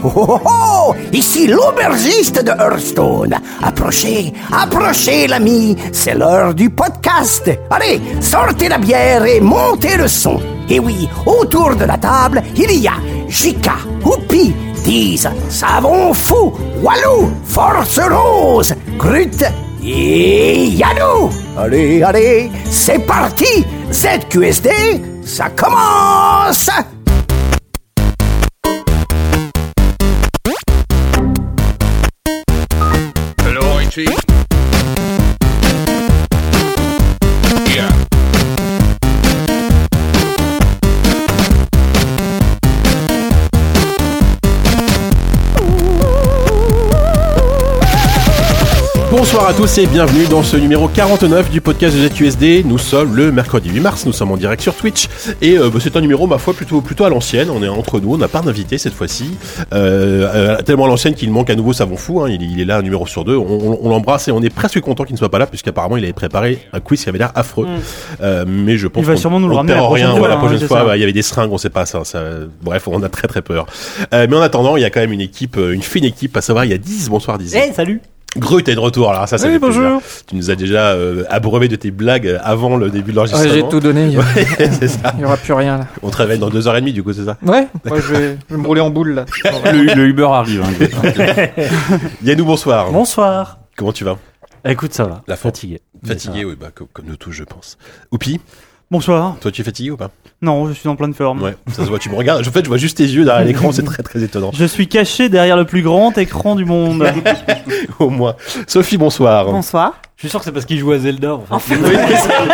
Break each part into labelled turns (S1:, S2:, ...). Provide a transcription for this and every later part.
S1: Oh, oh, oh Ici l'aubergiste de Hearthstone. Approchez, approchez, l'ami. C'est l'heure du podcast. Allez, sortez la bière et montez le son. Et oui, autour de la table, il y a Jika, Houpi, Tease, Savon Fou, Walou, Force Rose, Grut et Yannou. Allez, allez, c'est parti. ZQSD, ça commence.
S2: Hello, IT. Yeah.
S3: Bonsoir à tous et bienvenue dans ce numéro 49 du podcast de ZQSD. Nous sommes le mercredi 8 mars, nous sommes en direct sur Twitch et euh, bah, c'est un numéro, ma foi, plutôt plutôt à l'ancienne. On est entre nous, on n'a pas d'invité cette fois-ci. Euh, euh, tellement à l'ancienne qu'il manque à nouveau Savon Fou, hein. il, il est là un numéro sur deux. On, on- on l'embrasse et on est presque content qu'il ne soit pas là puisqu'apparemment il avait préparé un quiz qui avait l'air affreux. Euh, mais je pense
S4: Mm. va
S3: qu'on-
S4: sûrement nous le
S3: on
S4: ramener
S3: perd
S4: la prochaine
S3: rien.
S4: fois,
S3: Ouais, la
S4: hein,
S3: prochaine
S4: c'est
S3: fois,
S4: ça.
S3: bah, il y avait des seringues, on sait pas ça. ça- Bref, on a très très peur. Euh, mais en attendant, il y a quand même une équipe, euh, une fine équipe, à savoir il y a 10, bonsoir 10.
S5: Eh,
S4: salut
S3: Grut est de retour là, ça c'est
S4: Oui, bonjour
S3: Tu nous as déjà euh, abreuvé de tes blagues avant le début de
S6: Ouais,
S3: l'enregistrement.
S6: j'ai tout donné, il y, a-
S3: c'est ça.
S6: il y aura plus rien là.
S3: On te réveille dans deux heures et demie du coup, c'est ça.
S6: Ouais, moi je vais, je vais me rouler en boule là.
S7: le, le Uber arrive. hein.
S3: Yannou, bonsoir.
S4: Bonsoir
S3: Comment tu vas
S4: Écoute, ça va.
S3: La forme.
S4: Fatigué.
S3: Fatigué, oui, bah, comme, comme nous tous, je pense. Oupi,
S4: Bonsoir.
S3: toi tu es fatigué ou pas
S4: Non, je suis en pleine forme.
S3: Ouais, ça se voit, tu me regardes. En fait, je vois juste tes yeux derrière l'écran, c'est très très étonnant.
S4: Je suis caché derrière le plus grand écran du monde.
S3: Au moins. Sophie, bonsoir.
S8: Bonsoir.
S7: Je suis sûr que c'est parce qu'il joue à Zelda.
S6: Ah,
S7: En fait.
S3: Oui,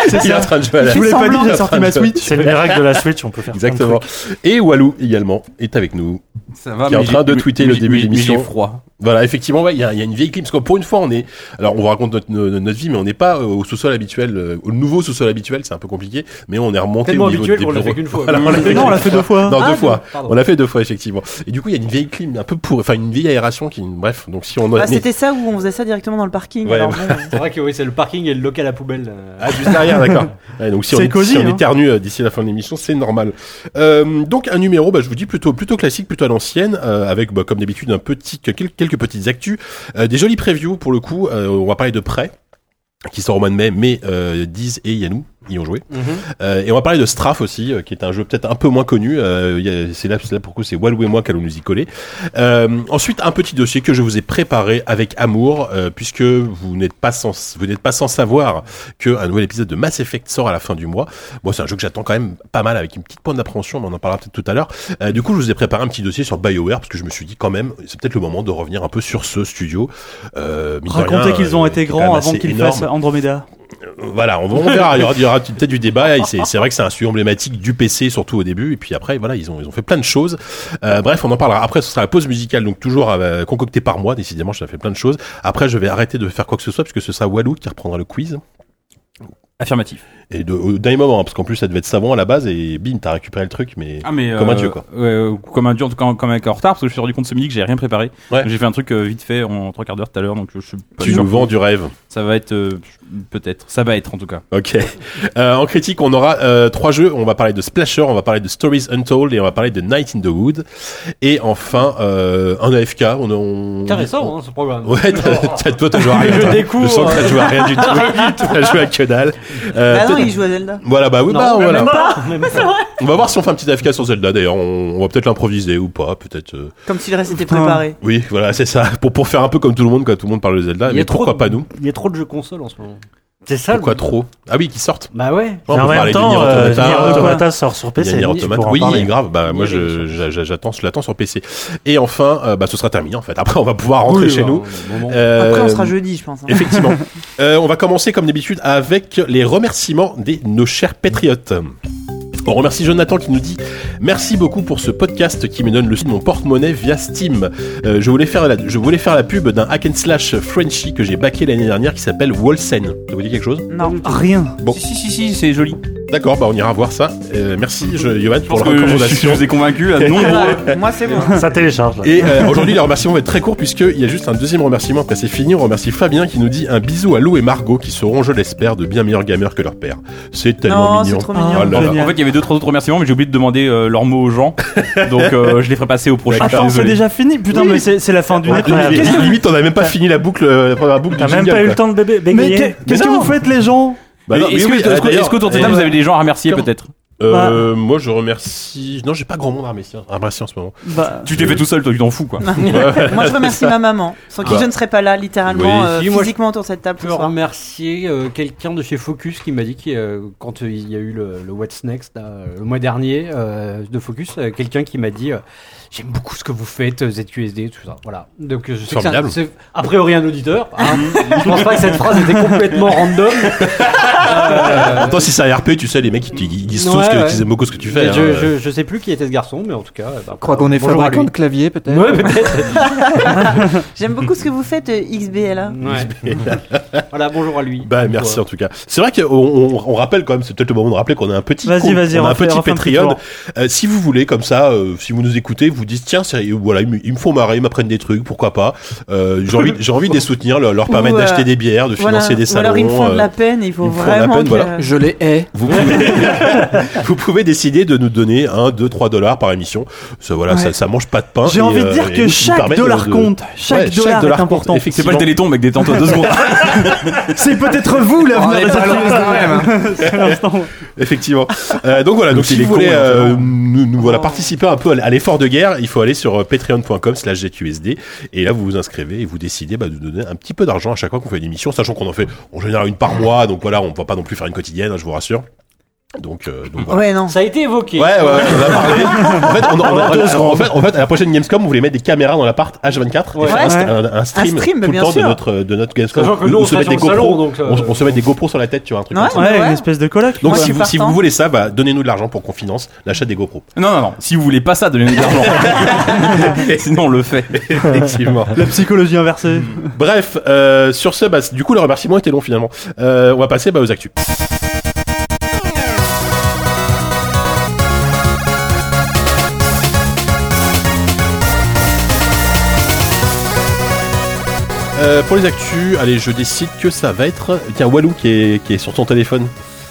S3: c'est ça. Il est en train de jouer à la
S8: Je voulais pas dire,
S3: j'ai sorti ma Switch.
S4: C'est le miracle de la Switch, on peut faire plein de
S3: Exactement. Et Walou également est avec nous.
S7: Ça va,
S3: Qui est en
S7: mais
S3: train
S7: j'ai-
S3: de tweeter
S7: mais-
S3: le début
S7: mais-
S3: de l'émission.
S7: mais j'ai froid.
S3: Voilà, effectivement, ouais, il y, a il y a une vieille clim. Parce que pour une fois, on est. Alors, on vous raconte notre, notre, notre vie, mais on n'est pas euh, au sous-sol habituel, euh, au nouveau sous-sol habituel, c'est un peu compliqué, mais on est remonté
S7: Tellement
S3: au niveau
S7: habituel
S3: des
S7: qu'on l'a
S3: bureaux.
S7: fait qu'une fois.
S3: Voilà, on l'a fait,
S4: trucs. Non, on l'a fait deux fois.
S3: Non,
S7: Ah,
S3: deux
S7: deux-
S3: fois.
S7: pardon.
S3: On l'a fait deux fois, effectivement. Et du coup, il y a une vieille clim, un peu pour. Enfin, une vieille aération qui. Bref, donc si on.
S8: Ah,
S3: Bah, mais-
S8: c'était ça où on faisait ça directement dans le parking.
S3: Ouais,
S8: alors
S3: ouais.
S8: bon, euh.
S7: C'est vrai que oui, c'est le parking et le local à poubelle. euh.
S3: Ah, juste derrière, d'accord. Ouais, donc si on,
S4: C'est
S3: est,
S4: cosy,
S3: si on
S4: hein.
S3: éternue euh, d'ici la fin de l'émission, c'est normal. Euh, donc un numéro, bah, je vous dis plutôt plutôt classique, plutôt à l'ancienne, euh, avec bah, comme d'habitude un petit que- quel- quelques petites actus, euh, des jolies previews pour le coup. euh, on va parler de prêt qui sort au mois de mai, mais euh, Diz et Yanou y ont joué. Euh, et on va parler de Straff aussi, euh, qui est un jeu peut-être un peu moins connu. Euh, il y a- c'est là, c'est là pour le coup, c'est Walou et moi qui allons nous y coller. Euh, ensuite, un petit dossier que je vous ai préparé avec amour, euh, puisque vous n'êtes pas sans vous n'êtes pas sans savoir que un nouvel épisode de Mass Effect sort à la fin du mois. Moi, c'est un jeu que j'attends quand même pas mal avec une petite pointe d'appréhension, mais on en parlera peut-être tout à l'heure. Euh, du coup, je vous ai préparé un petit dossier sur BioWare parce que je me suis dit quand même, c'est peut-être le moment de revenir un peu sur ce studio. Euh, mine de
S4: Racontez
S3: rien, euh,
S4: qu'ils ont
S3: qui est
S4: été
S3: quand
S4: grands
S3: même
S4: avant
S3: assez
S4: qu'ils
S3: énorme.
S4: fassent Andromeda.
S3: Voilà, on, va- on verra. Il y aura, il y aura peut-être du débat. et C'est c'est vrai que c'est un sujet emblématique du PC, surtout au début. Et puis après, voilà, ils ont, ils ont fait plein de choses. Euh, bref, on en parlera. Après, ce sera la pause musicale, donc toujours euh, concoctée par moi. Décidément, je fait plein de choses. Après, je vais arrêter de faire quoi que ce soit, puisque ce sera Walou qui reprendra le quiz.
S7: Affirmatif.
S3: Et de, au dernier moment, hein, parce qu'en plus, ça devait être savon à la base. Et bim, t'as récupéré le truc. Mais
S7: Ah, mais,
S3: Comme un
S7: euh,
S3: dieu, quoi.
S7: ouais, euh, comme un dieu, en tout cas, comme un en retard, parce que je suis rendu compte ce midi que j'ai rien préparé.
S3: Ouais.
S7: J'ai fait un truc euh, vite fait en trois quarts d'heure tout à l'heure, donc euh, je suis pas
S3: tu
S7: sûr.
S3: nous vends du rêve.
S7: Ça va être, euh, peut-être. Ça va être en tout cas.
S3: Ok. Euh, en critique, on aura euh, trois jeux. On va parler de Splasher, on va parler de Stories Untold et on va parler de Night in the Wood. Et enfin, euh, un AFK. On, on...
S7: Intéressant, hein. ce programme.
S3: Ouais, t'as, t'as- toi, t'as joué à rien.
S7: Je
S3: toi.
S7: découvre.
S3: Je sens que t'as joué à rien du tout. t'as joué à que dalle. Euh,
S8: Ah non,
S3: t'as-
S8: il joue à Zelda.
S3: Voilà, bah oui,
S7: Non,
S3: bah
S7: même
S3: voilà.
S7: pas, même pas.
S3: On va voir si on fait un petit AFK sur Zelda d'ailleurs. On, on va peut-être l'improviser ou pas, peut-être. euh.
S8: Comme si le reste était préparé.
S3: Oui, voilà, c'est ça. Pour, pour faire un peu comme tout le monde quand tout le monde parle de Zelda.
S7: Il y
S3: mais
S7: a trop
S3: pourquoi
S7: de-
S3: pas nous
S7: Il y a trop de jeux consoles en ce moment.
S4: C'est ça
S3: Pourquoi trop Ah oui, qui sortent.
S7: Bah ouais.
S3: Ouais, on
S4: en
S3: peut
S4: même
S3: parler de
S4: temps,
S3: Nier
S4: euh,
S3: Automata,
S4: Nier
S3: euh,
S4: Automata sort sur
S3: Il y a
S4: PC.
S3: Nier
S4: tu
S3: Automata.
S4: pourras en
S3: Oui,
S4: parler.
S3: grave. Bah, moi, je, j'a- j'a- j'attends, je l'attends sur PC. Et enfin, euh, bah, ce sera terminé en fait. Après, on va pouvoir rentrer
S9: bah,
S3: chez nous. Euh,
S8: Après, on sera jeudi, je pense. hein.
S3: Effectivement. Euh, on va commencer comme d'habitude avec les remerciements de nos chers patriotes. On remercie Jonathan qui nous dit merci beaucoup pour ce podcast qui me donne le mon porte-monnaie via Steam. Euh, je voulais faire la, je voulais faire la pub d'un hack and slash Frenchy que j'ai baqué l'année dernière qui s'appelle Wolsen. Ça vous dit quelque chose
S8: Non.
S4: Rien.
S3: Bon.
S7: Si, si, si, si, c'est joli.
S3: D'accord, bah on ira voir ça. Euh, merci, je, Johan,
S7: Je pense
S3: pour la
S7: que je je
S3: recommandation.
S7: vous ai convaincu à nombreux.
S8: Voilà, Ah, Moi, c'est bon.
S4: Ça télécharge. là.
S3: Et euh, aujourd'hui, les remerciements vont être très courts puisqu'il y a juste un deuxième remerciement. Après, c'est fini. On remercie Fabien qui nous dit un bisou à Lou et Margot qui seront, je l'espère, de bien meilleurs gamers que leur père. C'est tellement
S8: Non, c'est
S3: mignon.
S8: trop
S4: Ah,
S8: mignon.
S3: là là.
S4: génial.
S7: En fait, il y avait deux, trois autres remerciements, mais j'ai oublié de demander euh, leurs mots aux gens. Donc, euh, je les ferai passer au prochain.
S4: Attends, c'est
S7: Désolé.
S4: déjà fini. Putain,
S3: Oui.
S4: mais c'est c'est la fin d'une
S3: Ouais,
S4: épreuve.
S3: limite,
S4: Qu'est-ce que-
S3: Ah, limite, on n'a même pas fini la boucle, euh, la première boucle du
S4: T'as même
S3: jingle,
S4: pas eu
S3: quoi.
S4: le temps de bébé. Mais bégayer.
S7: qu'est-
S4: Mais qu'est-ce que
S7: non.
S4: vous faites, les gens
S3: Bah non,
S7: Mais Est-ce
S3: mais oui,
S7: que- est-ce que-
S3: d'ailleurs,
S7: est-ce qu'autour de cette table, vous avez des gens à remercier
S4: Comment-
S7: peut-être
S3: euh, Moi, je remercie. Non, j'ai pas grand monde ah, à remercier, à remercier en ce moment.
S4: Bah,
S7: Tu t'es fait tout seul, toi, tu t'en fous quoi.
S8: Moi, je remercie ma maman, sans qui
S3: Bah.
S8: je ne serais pas là, littéralement,
S3: Oui.
S8: euh,
S9: Si, moi, je-
S8: physiquement autour de cette table
S9: Je
S8: ce
S9: veux
S8: soir.
S9: remercier euh, quelqu'un de chez Focus qui m'a dit que euh, quand euh, il y a eu le, le What's Next là, euh, le mois dernier euh, de Focus, euh, quelqu'un qui m'a dit euh, j'aime beaucoup ce que vous faites euh, ZQSD tout ça. Voilà. Donc euh, je sais que c'est un-
S3: Formidable.
S9: c'est a priori un auditeur. hein. je pense pas que cette phrase était complètement random. Euh,
S3: Attends, si c'est un RP, tu sais, les mecs, ils, ils disent tous
S9: Ouais,
S3: que-
S9: ouais.
S3: qu'ils aiment beaucoup ce que tu fais.
S9: mais je,
S3: hein.
S9: je, je sais plus qui était ce garçon, mais en tout cas, euh, bah,
S6: Je crois qu'on est
S9: bonjour à lui.
S6: fabricant de clavier, peut-être.
S9: Ouais, peut-être.
S8: J'aime beaucoup ce que vous faites, euh, XBLA.
S9: Mmh. Ouais. voilà, bonjour à lui.
S3: Bah merci en tout cas. C'est vrai qu'on on, on rappelle quand même, c'est peut-être le moment de rappeler qu'on a un petit
S4: Vas-y,
S3: compte,
S4: vas-y,
S3: on a un
S4: refais-
S3: petit
S4: refais un petit
S3: Patreon.
S4: tour.
S3: Euh, si vous voulez comme ça, euh, si vous nous écoutez, vous dites tiens, c'est- voilà, ils, me- ils me font marrer, ils m'apprennent des trucs, pourquoi pas. Euh, j'ai envie, j'ai envie de les soutenir, leur, leur permettre
S8: Ou, euh,
S3: d'acheter des bières, de
S8: Voilà.
S3: financer des
S8: Ou
S3: salons.
S8: alors ils me font de
S3: euh,
S8: la peine, il faut
S3: ils me font de la
S8: vraiment
S3: peine,
S8: que...
S3: voilà.
S6: Je les hais.
S3: vous pouvez, vous pouvez décider de nous donner 1, 2, 3 dollars par émission. Ça, voilà, ça, ça mange pas de pain.
S4: J'ai
S3: et,
S4: envie de
S3: euh,
S4: dire
S3: et
S4: que
S3: nous
S4: chaque
S3: permet de-
S4: dollar
S3: de-
S4: compte.
S3: Ouais,
S4: Chaque dollar est
S3: dollar compte,
S4: important.
S7: C'est pas
S3: Effectivement.
S7: le téléthon, mec, détends-toi deux secondes.
S4: C'est peut-être vous l'avenir des
S3: Effectivement. Euh, donc voilà, donc si
S7: il est
S3: vous voulez
S7: con,
S3: euh,
S7: éventuellement.
S3: nous, nous
S9: Ah.
S3: voilà participer un peu à l- à l'effort de guerre, il faut aller sur euh, patreon.com slash GQSD et là vous vous inscrivez et vous décidez bah, de donner un petit peu d'argent à chaque fois qu'on fait une émission, sachant qu'on en fait en général une par mois, donc voilà, on va pas non plus faire une quotidienne, hein, je vous rassure. Donc, euh, donc voilà.
S8: Ouais, non.
S9: Ça a été évoqué.
S3: Ouais, ouais, ouais, on a parlé. En fait, on- on- on-
S4: Deux secondes.
S3: en fait, en fait, à la prochaine Gamescom, on voulait mettre des caméras dans l'appart H24 et
S9: Ouais.
S3: faire un, st-
S4: Ouais.
S3: un- un stream,
S8: Un stream,
S3: tout le
S8: bien
S3: temps de
S8: sûr.
S3: notre, de notre Gamescom.
S9: Sachant que
S3: Ou-
S9: nous,
S3: ou
S9: on
S3: se
S9: sera
S3: mettre
S9: sur
S3: des
S9: le salon,
S3: GoPros.
S9: donc, euh,
S3: On on se met des GoPros sur la tête, tu vois, un truc
S8: Ouais.
S3: comme ça.
S4: Ouais,
S8: Ouais.
S4: une espèce de coloc.
S3: Donc
S8: Moi,
S3: si
S8: je suis
S3: vous, si vous
S8: partant.
S3: voulez ça, bah, donnez-nous de l'argent pour qu'on finance l'achat des GoPro.
S7: Non, non, non. Si vous voulez pas ça, donnez-nous de l'argent. Sinon, on le fait.
S3: Effectivement.
S4: La psychologie inversée.
S3: Hmm. Bref, euh, sur ce, bah, du coup, le remerciement était long finalement. Euh, on va passer bah, aux actus. Euh, pour les actus, allez, je décide que ça va être. Tiens, Walou qui est, qui est sur ton téléphone.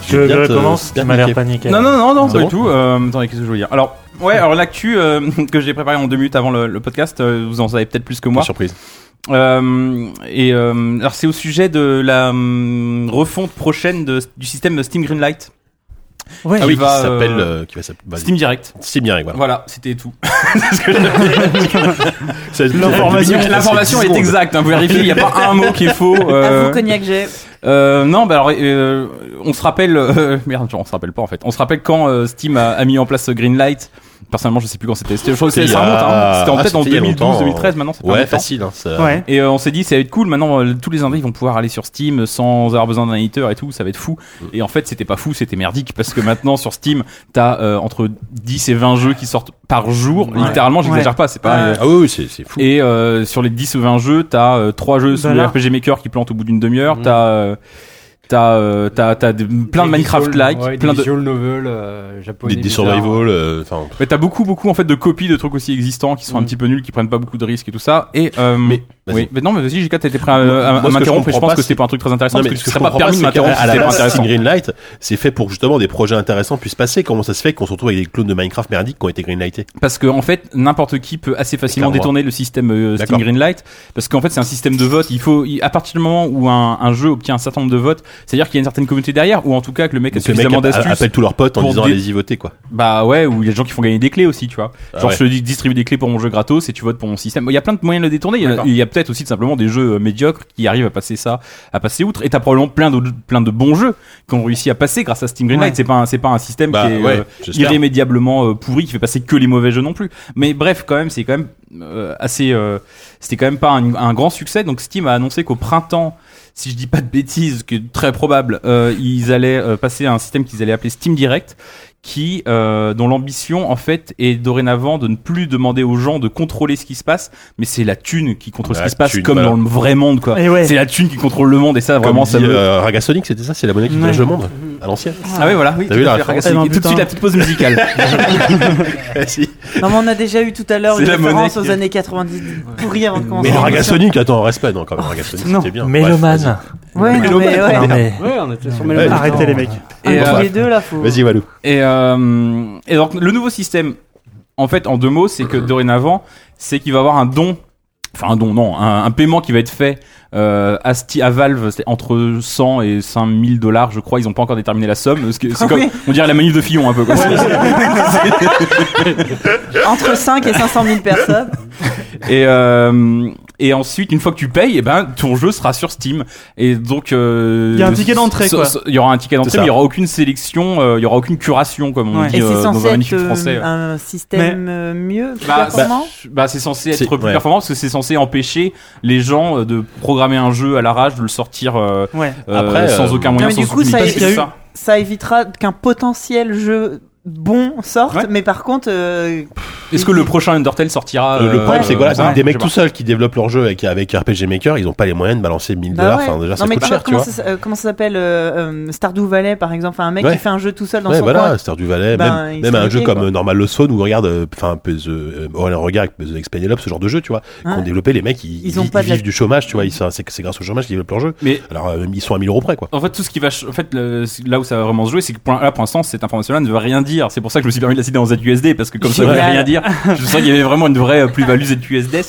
S4: Je
S3: vais bien
S4: je
S3: te-
S4: commence.
S3: bien
S4: Tu m'as
S3: te
S4: l'air
S3: niquer.
S4: paniqué.
S7: Non, non, non, non,
S3: C'est
S7: pas
S3: bon
S7: du tout. Euh, attendez, qu'est-ce que je voulais dire Alors, ouais, alors l'actu euh, que j'ai préparé en deux minutes avant le, le podcast, euh, vous en savez peut-être plus que
S3: Pas
S7: moi.
S3: surprise.
S7: Euh, et euh, alors, c'est au sujet de la hum, refonte prochaine de- du système Steam Greenlight,
S4: Ouais.
S7: Ah oui,
S3: qui
S7: va,
S3: s'appelle.
S7: euh,
S3: euh, qui va s'appeler. vas-y.
S7: Steam Direct.
S3: Steam Direct, voilà.
S7: Voilà, c'était tout. C'est ce que j'avais.
S3: Ça-
S4: L'information-
S3: ça-
S7: L'information
S3: ça-
S7: est exacte. Hein, vous vérifiez, il n'y a pas un mot qui est faux.
S8: À
S7: euh,
S8: vous, Cognac G.
S7: Euh, non, bah alors, euh, on se rappelle. euh, merde, on se rappelle pas en fait. On se rappelle quand euh, Steam a, a mis en place ce Greenlight. Personnellement, je sais plus quand c'était. Je crois que
S3: C'était
S7: c'est- ça
S3: il y a-
S7: remonte. hein. C'était en
S3: ah,
S7: peut-être en
S3: c'était il y a
S7: 2012,
S3: longtemps.
S7: 2013. Maintenant, c'est pas
S3: Ouais,
S7: longtemps.
S3: facile. Hein, ça...
S4: Ouais.
S7: Et euh, on s'est dit, ça va être cool. Maintenant, euh, tous les indés ils vont pouvoir aller sur Steam euh, sans avoir besoin d'un éditeur et tout. Ça va être fou. Et en fait, c'était pas fou, c'était merdique parce que maintenant sur Steam, t'as euh, entre 10 et 20 jeux qui sortent par jour. Littéralement, j'exagère pas. C'est pas. euh,
S3: Ah oui, oui, c'est c'est fou.
S7: Et euh, sur les 10 ou 20 jeux, t'as euh, 3 jeux sous le
S4: Voilà.
S7: RPG Maker qui plantent au bout d'une demi-heure,
S9: Mhm.
S3: Mm.
S7: t'as euh, t'as euh, t'as t'as de- plein de Minecraft-like, plein
S9: des
S7: de
S9: visual novel euh, japonais.
S3: Des, des
S9: bizarres.
S3: survival, euh, enfin.
S7: mais t'as beaucoup beaucoup en fait de copies de trucs aussi existants qui sont un
S9: Mhm.
S7: petit peu nuls, qui prennent pas beaucoup de risques et tout ça. Et euh,
S3: Mm. Mais, vas-y.
S7: oui, mais non mais vas-y, JK t'étais prêt à, à- à
S3: Moi, ce que je
S7: m'interrompre et je
S3: comprends
S7: pense
S3: pas,
S7: que c'était pas un truc très intéressant
S3: Non, mais
S7: parce que
S3: ce
S7: ce
S3: que je
S7: serait pas
S3: comprends
S7: permis de
S3: c'est qu'à-
S7: m'interrompre,
S3: à la
S7: c'était pas
S3: base,
S7: intéressant.
S3: Steam Greenlight, c'est fait pour que justement des projets intéressants puissent passer. Comment ça se fait qu'on se retrouve avec des clones de Minecraft merdiques qui ont été greenlightés
S7: Parce que en fait, n'importe qui peut assez facilement
S3: Éclaire-moi.
S7: détourner le système euh, Steam
S3: D'accord.
S7: Greenlight, parce qu'en fait c'est un système de vote. Il faut, il- à partir du moment où un, un jeu obtient un certain nombre de votes, c'est-à-dire qu'il y a une certaine communauté derrière, ou en tout cas que le mec a
S3: Donc, le mec
S7: suffisamment
S3: a- a-
S7: d'astuces.
S3: appelle tous leurs potes en
S7: pour
S3: disant
S7: dé-
S3: allez-y voter quoi.
S7: Bah ouais, ou il y a des gens qui font gagner des clés aussi, tu vois.
S3: Ah
S7: Genre
S3: ouais.
S7: je te dis- distribue des clés pour mon jeu gratos et tu votes pour mon système. Il y a plein de moyens de le détourner. Il y a-
S9: D'accord.
S7: il y a, peut-être aussi tout simplement des jeux euh, médiocres qui arrivent à passer ça, à passer outre. Et t'as probablement plein de plein de bons jeux qui ont réussi à passer grâce à Steam Greenlight.
S8: Ouais.
S7: C'est pas un- c'est pas un système
S3: Bah,
S7: qui est
S3: ouais,
S7: euh,
S3: j'espère.
S7: irrémédiablement euh, pourri qui fait passer que les mauvais jeux non plus. Mais bref, quand même, c'est quand même euh, assez. euh, C'était quand même pas un, un grand succès. Donc Steam a annoncé qu'au printemps. Si je dis pas de bêtises, ce qui est très probable, euh, ils allaient euh, passer à un système qu'ils allaient appeler Steam Direct, qui euh, dont l'ambition en fait est dorénavant de ne plus demander aux gens de contrôler ce qui se passe, mais c'est la thune qui contrôle
S3: La
S7: ce qui se passe
S3: thune,
S7: comme
S3: voilà.
S7: dans le vrai monde quoi.
S4: Et ouais.
S7: C'est la thune qui contrôle le monde et ça
S3: Comme
S7: vraiment ça
S3: dit,
S7: me
S3: euh, Ragasonic, c'était ça, c'est la monnaie qui
S4: Ouais.
S3: dirige le monde. à l'ancienne.
S7: Ah oui, voilà, oui.
S3: T'as
S7: tout
S3: vu
S7: à
S3: la
S7: fait,
S3: référence
S7: Ragazzi.
S4: Eh ben,
S7: Et Tout de
S4: putain.
S7: suite la petite pause musicale.
S3: Si.
S8: Non, mais on a déjà eu tout à l'heure
S7: C'est
S8: une
S7: la monnaie
S8: référence
S7: qui-
S8: aux années 90 pourries avant de
S3: Mais
S8: commencer.
S3: le Ragasonic, attends, respect, non, quand
S7: Oh,
S3: même, Ragasonic, c'était bien. Bref,
S5: Mélomane.
S8: Ouais, non, mais ouais.
S5: Non, mais-
S9: Ouais, on était sur
S3: Ouais.
S9: Melon.
S4: Arrêtez les mecs.
S7: Et,
S8: Entre
S7: euh,
S8: les deux, là, faut.
S3: Vas-y, Vas-y, Valou.
S7: Et, euh, et donc le nouveau système, en fait, en deux mots, c'est
S3: Euh.
S7: que dorénavant, c'est qu'il va avoir un don, enfin un don, non, un, un paiement qui va être fait euh, à, Sti- à Valve, c'est entre 100 et 5000 dollars, je crois. Ils n'ont pas encore déterminé la somme. parce que C'est
S8: Ah
S7: comme,
S8: oui.
S7: on dirait la manif de Fillon un peu. Quoi.
S8: Entre 5 et 500 000 personnes.
S7: et euh, et ensuite, une fois que tu payes, et ben ton jeu sera sur Steam. Et donc, euh,
S4: Il y a un ticket d'entrée,
S7: so-
S4: quoi.
S7: so- Il y aura un ticket
S3: C'est
S7: d'entrée,
S3: ça.
S7: mais il y aura aucune sélection, euh, il y aura aucune curation comme on
S4: Ouais.
S7: dit
S8: Et
S7: euh,
S8: c'est
S7: dans
S8: censé
S7: un
S8: être
S7: magnifique
S8: euh,
S7: français. hein.
S8: un système euh, mieux, plus
S7: Bah,
S8: performant.
S7: Bah, c'est censé
S3: C'est-
S7: être plus
S3: ouais.
S7: performant parce que c'est censé empêcher les gens euh, de programmer un jeu à l'arrache, de le sortir euh,
S4: Ah, Ouais.
S7: euh,
S3: Après,
S7: sans
S3: euh,
S7: aucun
S8: Non,
S7: moyen,
S8: mais
S7: sans
S8: du coup,
S7: aucune
S8: ça-
S7: limite.
S4: il y a eu-
S8: Ça évitera qu'un potentiel jeu bon sorte,
S7: Ouais.
S8: mais par contre, euh,
S7: Est-ce que le prochain Undertale sortira
S3: Le- le
S7: euh,
S3: problème, c'est que voilà,
S7: euh,
S3: c'est des
S7: je
S3: mecs
S7: sais
S3: tout seuls qui développent leur jeu avec, avec RPG Maker, ils ont pas les moyens de balancer 1000
S8: bah
S3: dollars.
S8: ouais.
S3: Enfin, déjà, ça
S8: non mais
S3: coûte
S8: comment-
S3: cher, tu
S8: comment,
S3: vois.
S8: ça, euh, comment ça s'appelle euh, euh, Stardew Valley par exemple, enfin un mec
S3: Ouais.
S8: qui fait un jeu tout seul dans
S3: Ouais,
S8: son
S3: voilà,
S8: coin.
S3: Star du Valais,
S8: Ben,
S3: même,
S8: ils
S3: même
S8: sont
S3: un jeu
S8: niqués,
S3: comme
S8: quoi.
S3: euh, Normal Lost Phone où regarde, euh, enfin, Puzzle- euh, Aurélien Regard avec Puzzle X Penelope, ce genre de jeu, tu vois,
S8: Ouais.
S3: qu'ont développé les mecs, ils,
S8: Ah. Ils ont
S3: vi-
S8: pas de la-
S3: vivent du chômage, tu vois, ils sont- c'est c'est grâce au chômage qu'ils développent leur jeu.
S7: pas. Mais
S3: Alors, euh, ils sont à 1000 euros près, quoi.
S7: en fait, tout ce qui va, ch- en fait, le- là où ça va vraiment se jouer, c'est que pour, là, pour l'instant, cette information-là ne veut rien dire. C'est pour ça que je me suis permis de la citer en ZUSD parce que comme ça ne veut
S8: Génial.
S7: rien dire, je sens qu'il y avait vraiment une vraie euh, plus-value ZUSD.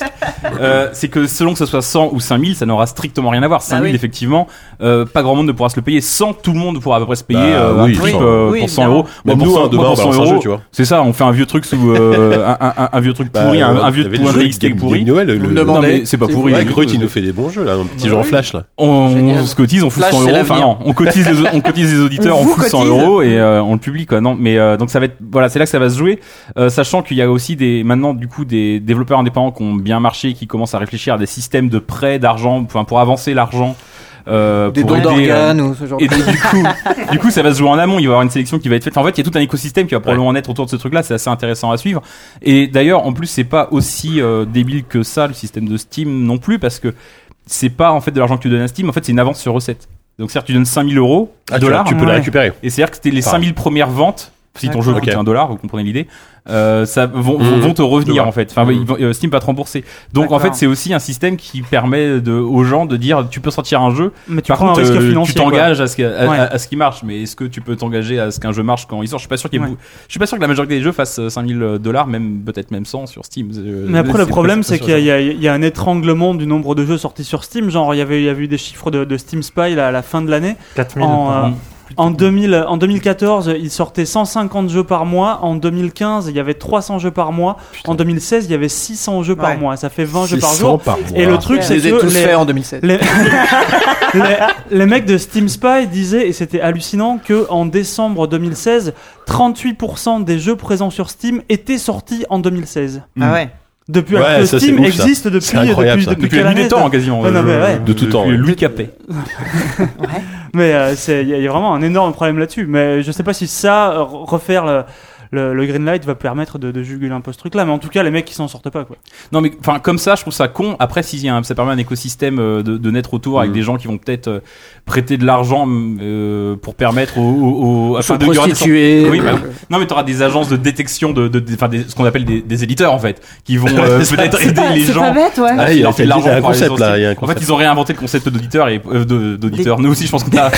S7: Euh, c'est que selon que ce soit 100 ou 5000, ça n'aura strictement rien à voir. 5000,
S8: Ah oui.
S7: effectivement, euh, pas grand monde ne pourra se le payer. 100, tout le monde pourra à peu près se payer
S3: Bah,
S7: euh, un
S3: oui,
S7: trip
S3: sans-
S7: euh,
S8: Oui,
S7: pour 100
S8: évidemment.
S7: euros.
S3: Même
S7: Moi,
S3: nous,
S7: pour
S3: hein,
S7: 100
S3: demain,
S7: moi,
S3: on
S7: pour 100
S3: balance un
S7: euros,
S3: jeu, tu vois.
S7: C'est ça, on fait un vieux truc sous euh, un, un- un vieux truc pourri,
S3: Bah,
S7: un,
S3: euh,
S7: un vieux
S3: t'avais
S7: tout
S3: le
S7: un
S3: jeu
S7: jeu XP
S3: de
S7: pourri.
S3: Noël, le-
S5: me
S7: Non
S5: demandait.
S7: mais c'est pas pourri.
S3: Ouais,
S7: euh,
S3: Grut, il nous fait des bons jeux, là, un
S8: Bah
S3: petit jeu en flash, là.
S7: on,
S5: Génial.
S7: on se cotise, on fout
S5: Flash,
S7: 100
S5: c'est
S7: euros.
S5: l'avenir.
S7: Enfin, non, on cotise, les, on cotise les auditeurs,
S8: On
S7: on,
S8: vous
S7: fout 100
S8: cotise.
S7: euros et euh, on le publie quoi. Non, mais euh, donc ça va être voilà, c'est là que ça va se jouer, Euh, sachant qu'il y a aussi des maintenant du coup des développeurs indépendants qui ont bien marché, qui commencent à réfléchir à des systèmes de prêts d'argent, enfin pour avancer l'argent. Euh,
S5: Des
S7: pour
S5: dons
S7: aider, euh,
S5: d'organes ou ce genre
S7: et
S5: de
S7: donc, du coup, du coup, ça va se jouer en amont. Il va y avoir une sélection qui va être faite. Enfin, en fait, il y a tout un écosystème qui va probablement naître autour de ce truc-là. C'est assez intéressant à suivre. Et d'ailleurs, en plus, c'est pas aussi euh, débile que ça le système de Steam non plus, parce que c'est pas en fait de l'argent que tu donnes à Steam. En fait, c'est une avance sur recette. Donc, certes, tu donnes 5000 euros
S3: Ah, tu,
S7: dollars,
S3: tu peux le
S4: ouais.
S3: récupérer.
S7: et c'est-à-dire que c'était les
S3: Pardon.
S7: 5000 premières ventes. Si ton jeu
S3: D'accord.
S7: coûte
S3: Ok.
S7: un dollar, vous comprenez l'idée, euh, ça vont, vont-
S3: Mmh.
S7: vont te
S3: Je
S7: revenir
S3: vois.
S7: en fait. Enfin, ils vont- euh, Steam va te rembourser. Donc en
S8: D'accord.
S7: fait, c'est aussi un système qui permet de, aux gens de dire, tu peux sortir un jeu,
S4: Mais tu
S7: par
S4: prends
S7: contre,
S4: un risque
S7: euh,
S4: financier.
S7: tu t'engages à ce, qu'il- à,
S4: Ouais.
S7: à- à ce qui marche, mais est-ce que tu peux t'engager à ce qu'un jeu marche quand il sort Je suis pas sûr qu'il y ait
S4: Ouais.
S7: beaucoup- Je suis pas sûr que la majorité des jeux fassent euh, 5000 dollars, même peut-être même 100 sur Steam. Euh,
S4: Mais après,
S7: c'est
S4: le
S7: pas-
S4: problème,
S7: pas
S4: c'est
S7: sûr,
S4: qu'il y, a-
S7: ça.
S4: il y a- il y a un étranglement du nombre de jeux sortis sur Steam. Genre, il y avait, il y avait eu des chiffres de, de Steam Spy là, à la fin de l'année.
S5: 4000.
S4: En, euh, en, 2000, en 2014, ils sortaient 150 jeux par mois. En 2015, il y avait 300 jeux par mois. En 2016, il y avait 600 jeux par
S8: Ouais.
S4: mois. Ça fait 20 jeux par
S3: 600
S4: jour.
S3: par
S4: Et
S3: mois.
S4: le truc,
S8: Ouais.
S5: Je
S4: c'est
S5: les ai
S4: que
S5: tous
S4: les-
S5: faits en 2007.
S4: les... les- les mecs de Steam Spy disaient, et c'était hallucinant, que en décembre 2016, 38% des jeux présents sur Steam étaient sortis en 2016.
S3: Mm.
S8: Ah ouais.
S4: Depuis
S3: Ouais,
S4: alors que
S3: ça, c'est
S4: Steam
S3: ouf, ça.
S4: existe
S3: C'est
S4: depuis,
S3: incroyable,
S4: depuis,
S3: ça.
S4: depuis
S7: depuis la
S4: quelle
S7: nuit
S4: année,
S7: des temps
S4: ça
S7: quasiment.
S4: Ouais, non, mais
S7: euh,
S4: ouais.
S3: De tout
S7: depuis
S3: temps, ouais.
S7: Louis Capet.
S4: Mais euh, c'est- il y, a- il y a vraiment un énorme problème là-dessus. Mais je sais pas si ça, euh, re- refaire le, le, le green light va permettre de, de juguler un peu ce truc-là. Mais en tout cas, les mecs qui s'en sortent pas. Quoi.
S7: Non mais enfin comme ça, je trouve ça con. Après, si y a un- ça permet un écosystème euh, de, de naître autour
S3: Mm.
S7: avec des gens qui vont peut-être euh, prêter de l'argent euh, pour permettre aux, aux, aux- afin
S5: Sont
S7: de garder son-
S5: prostitués.
S7: Oui,
S5: euh,
S7: bah, non, mais tu auras des agences de détection de, de, de- enfin, des- ce qu'on appelle des, des éditeurs en fait, qui vont euh,
S3: C'est ça,
S7: peut-être
S3: c'est
S7: aider
S8: Ah,
S7: les
S8: C'est pas
S7: gens.
S8: bête, ouais.
S3: Ah,
S7: qui
S3: il y a-
S7: leur fait de
S3: il y a
S7: l'argent
S3: un
S7: pour aller
S3: concept,
S7: sur
S3: là,
S7: Steam.
S3: il y a un
S7: En fait,
S3: concept.
S7: ils ont réinventé le concept d'auditeur et euh, de- d'auditeur. Nous aussi, je pense qu'on a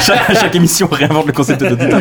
S7: chaque, chaque émission on réinvente le concept d'auditeur.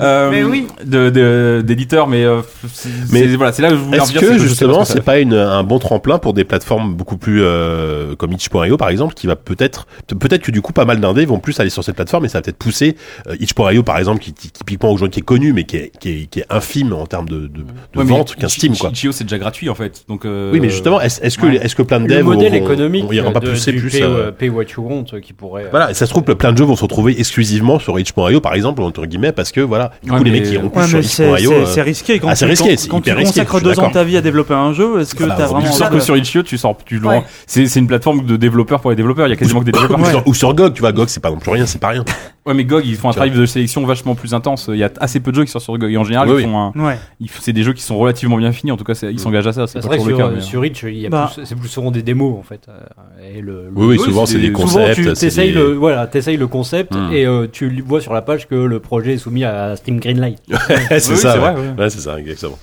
S7: Euh,
S8: Mais oui.
S7: de- de- d'éditeur, mais, euh, c'est-
S3: Mais
S7: c'est- voilà, c'est là où je voulais en
S3: Est-ce
S7: venir,
S3: que,
S7: c'est je sais
S3: justement,
S7: pas ce que
S3: c'est
S7: ça-
S3: pas une, un bon tremplin pour des plateformes beaucoup plus euh, comme itch.io par exemple, qui va peut-être peut-être que du coup pas mal d'indés vont plus aller sur cette plateforme et ça va peut-être pousser euh, itch.io par exemple qui qui- typiquement aujourd'hui qui est connu mais qui est qui est, qui est infime en termes de, de, de
S7: Ouais, mais
S3: vente qu'un
S7: Ichi-
S3: Steam quoi.
S7: Ichio, c'est déjà gratuit en fait. Donc, euh,
S3: Oui mais justement est-ce est-ce que
S7: ouais.
S3: est-ce que plein de devs
S9: Le modèle
S3: vont-
S9: économique
S3: vont- iront pas
S9: de-
S3: pousser
S9: du
S3: plus
S9: pay,
S3: euh,
S9: euh, pay what you want euh, qui pourrait. euh,
S3: voilà, et ça se trouve, plein de jeux vont se retrouver exclusivement sur itch.io, par exemple, entre guillemets, parce que voilà, du
S7: Ouais,
S3: coup, les
S7: mais-
S3: mecs qui iront plus
S4: Ouais,
S3: sur
S4: mais c'est
S3: itch.io.
S4: c'est-
S3: euh,
S4: c'est risqué. Quand
S3: ah, c'est
S4: tu-
S3: risqué,
S4: quand-
S3: c'est
S4: quand tu
S3: hyper risqué,
S4: consacres
S3: je suis
S4: deux ans de
S3: d'accord.
S4: ta vie à développer un jeu, est-ce que
S3: Ah bah,
S4: t'as
S3: on
S4: vraiment
S7: Tu
S3: dit
S7: sors
S4: envie
S7: que
S4: de-
S7: sur Itch.io, tu sors, tu le
S8: Ouais.
S7: rends- C'est c'est une plateforme de développeurs pour les développeurs. Il y a quasiment que des développeurs.
S3: ou sur- Ou sur GOG, tu vois, GOG, c'est pas non plus rien, c'est pas rien.
S7: Ouais, mais GOG, ils font un
S3: Tiens.
S7: travail de sélection vachement plus intense. Il y a assez peu de jeux qui sortent sur GOG. Et en général,
S3: Oui,
S7: ils
S3: oui. Mm.
S7: font un-
S4: Ouais.
S7: ils f- c'est des jeux qui sont relativement bien finis. En tout cas, c'est- ils s'engagent à ça. C'est
S9: C'est
S7: pas
S9: vrai que
S7: toujours le
S9: sur,
S7: cas. mais-
S9: sur Itch, il y a
S4: Bah.
S9: plus- c'est plus souvent des démos en fait. euh, Et le, le-
S3: Oui, oui, souvent, c'est des concepts,
S9: Souvent, tu
S3: c'est
S9: essayes
S3: des-
S9: le, voilà, t'essayes le concept
S3: Hmm.
S9: et euh, tu li- vois sur la page que le projet est soumis à Steam Greenlight.
S3: c'est
S7: Oui,
S3: ça.
S7: oui, c'est
S3: ouais.
S7: vrai, ouais.
S3: Ouais, c'est ça, exactement.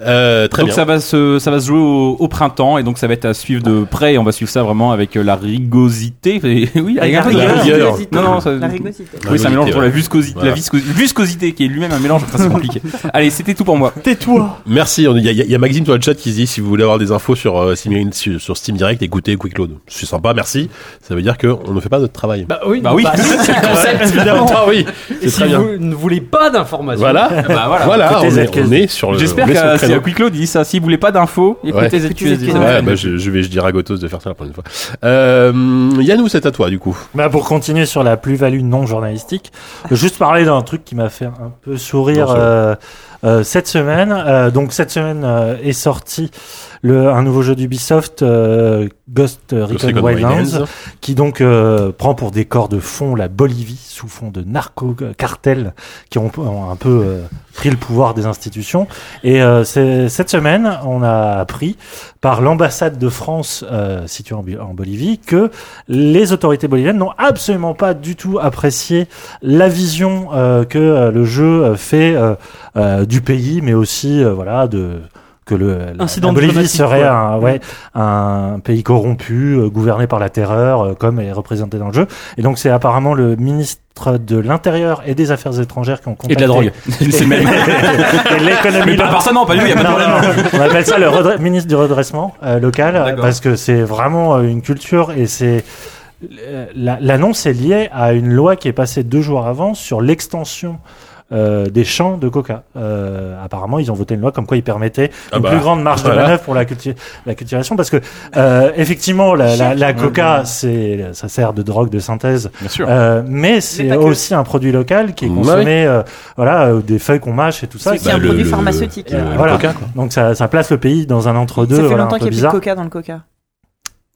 S3: Euh, très
S7: donc
S3: bien.
S7: ça va se ça va se jouer au, au printemps et donc ça va être à suivre de près et on va suivre ça vraiment avec euh, la rigosité Et oui avec un peu de
S3: rigueur.
S7: rigueur.
S3: rigueur.
S7: Non, non, ça-
S8: La rigosité.
S7: oui c'est un mélange entre la
S3: Ouais.
S7: viscosité
S3: Voilà.
S7: la viscosité, viscosité qui est lui-même un mélange enfin c'est compliqué allez c'était tout pour moi
S4: Tais-toi
S3: Merci. hein. Il y, a- y a- y a Maxime sur le chat qui se dit si vous voulez avoir des infos sur, euh, Steam, sur, sur Steam Direct, écoutez Quick Load. C'est sympa, merci. Ça veut dire qu'on ne fait pas notre travail.
S9: Bah oui,
S7: Bah oui.
S9: c'est le concept évidemment.
S3: Ah oui, c'est
S9: Et si
S3: très bien.
S9: vous ne voulez pas d'informations, eh ben
S3: Voilà.
S7: bah voilà,
S3: Voilà, on
S4: écoutez
S3: est,
S4: ZQSD.
S3: on est sur le.
S7: j'espère
S3: on est sur le
S7: que
S3: créneau.
S7: si Quick Claude dit ça si vous voulez pas d'infos
S3: Ouais.
S7: écoutez ZQSD.
S8: ZQSD.
S3: Ouais, bah, je, je vais je dire à Gotos de faire ça la prochaine fois. Euh, Yannou, c'est à toi du coup.
S5: Bah pour continuer sur la plus-value non journalistique, je vais juste parler d'un truc qui m'a fait un peu sourire
S3: Non, c'est
S5: euh, euh, cette semaine. Euh, donc cette semaine euh, est sorti le, un nouveau jeu d'Ubisoft, euh, Ghost Recon
S3: Recon
S5: Wildlands,
S3: Wildlands.
S5: qui donc euh, prend pour décor de fond la Bolivie sous fond de narco-cartels qui ont, ont un peu euh, pris le pouvoir des institutions. Et euh, c'est- cette semaine, on a appris par l'ambassade de France euh, située en, Bi- en Bolivie que les autorités boliviennes n'ont absolument pas du tout apprécié la vision euh, que euh, le jeu euh, fait euh, euh, du pays, mais aussi euh, voilà de que le la,
S4: Incident
S5: la Bolivie
S4: diplomatique,
S5: serait
S4: ouais.
S5: un, ouais, un pays corrompu, euh, gouverné par la terreur, euh, comme est représenté dans le jeu. Et donc c'est apparemment le ministre de l'Intérieur et des Affaires étrangères qui ont
S7: et
S5: contacté
S7: de la drogue c'est le même
S5: et l'économie
S7: mais pas par ça non pas lui il y a pas de
S5: non,
S7: problème
S5: non, non. On appelle ça le redre- ministre du redressement euh, local euh,
S7: D'accord.
S5: parce que c'est vraiment euh, une culture et c'est euh, la- l'annonce est liée à une loi qui est passée deux jours avant sur l'extension. euh, des champs de coca. Euh, apparemment, ils ont voté une loi comme quoi ils permettaient
S3: Ah
S5: une
S3: bah,
S5: plus grande marge
S3: voilà.
S5: de manœuvre pour la, culti- la cultivation, parce que euh, effectivement, la, la- la coca, c'est ça sert de drogue de synthèse
S7: bien sûr Bah
S5: euh, mais c'est
S8: pas que.
S5: aussi un produit local qui est
S3: Ouais.
S5: consommé, euh, voilà, euh, des feuilles qu'on mâche et tout ça.
S8: C'est aussi un
S3: le-
S8: produit
S3: le-
S8: pharmaceutique.
S3: le- le
S5: Voilà.
S3: coca, quoi.
S5: Donc ça, ça place le pays dans un entre-deux
S8: Ça fait
S5: voilà,
S8: longtemps
S5: un peu
S8: qu'il n'y a plus de
S5: bizarre.
S8: coca dans le coca.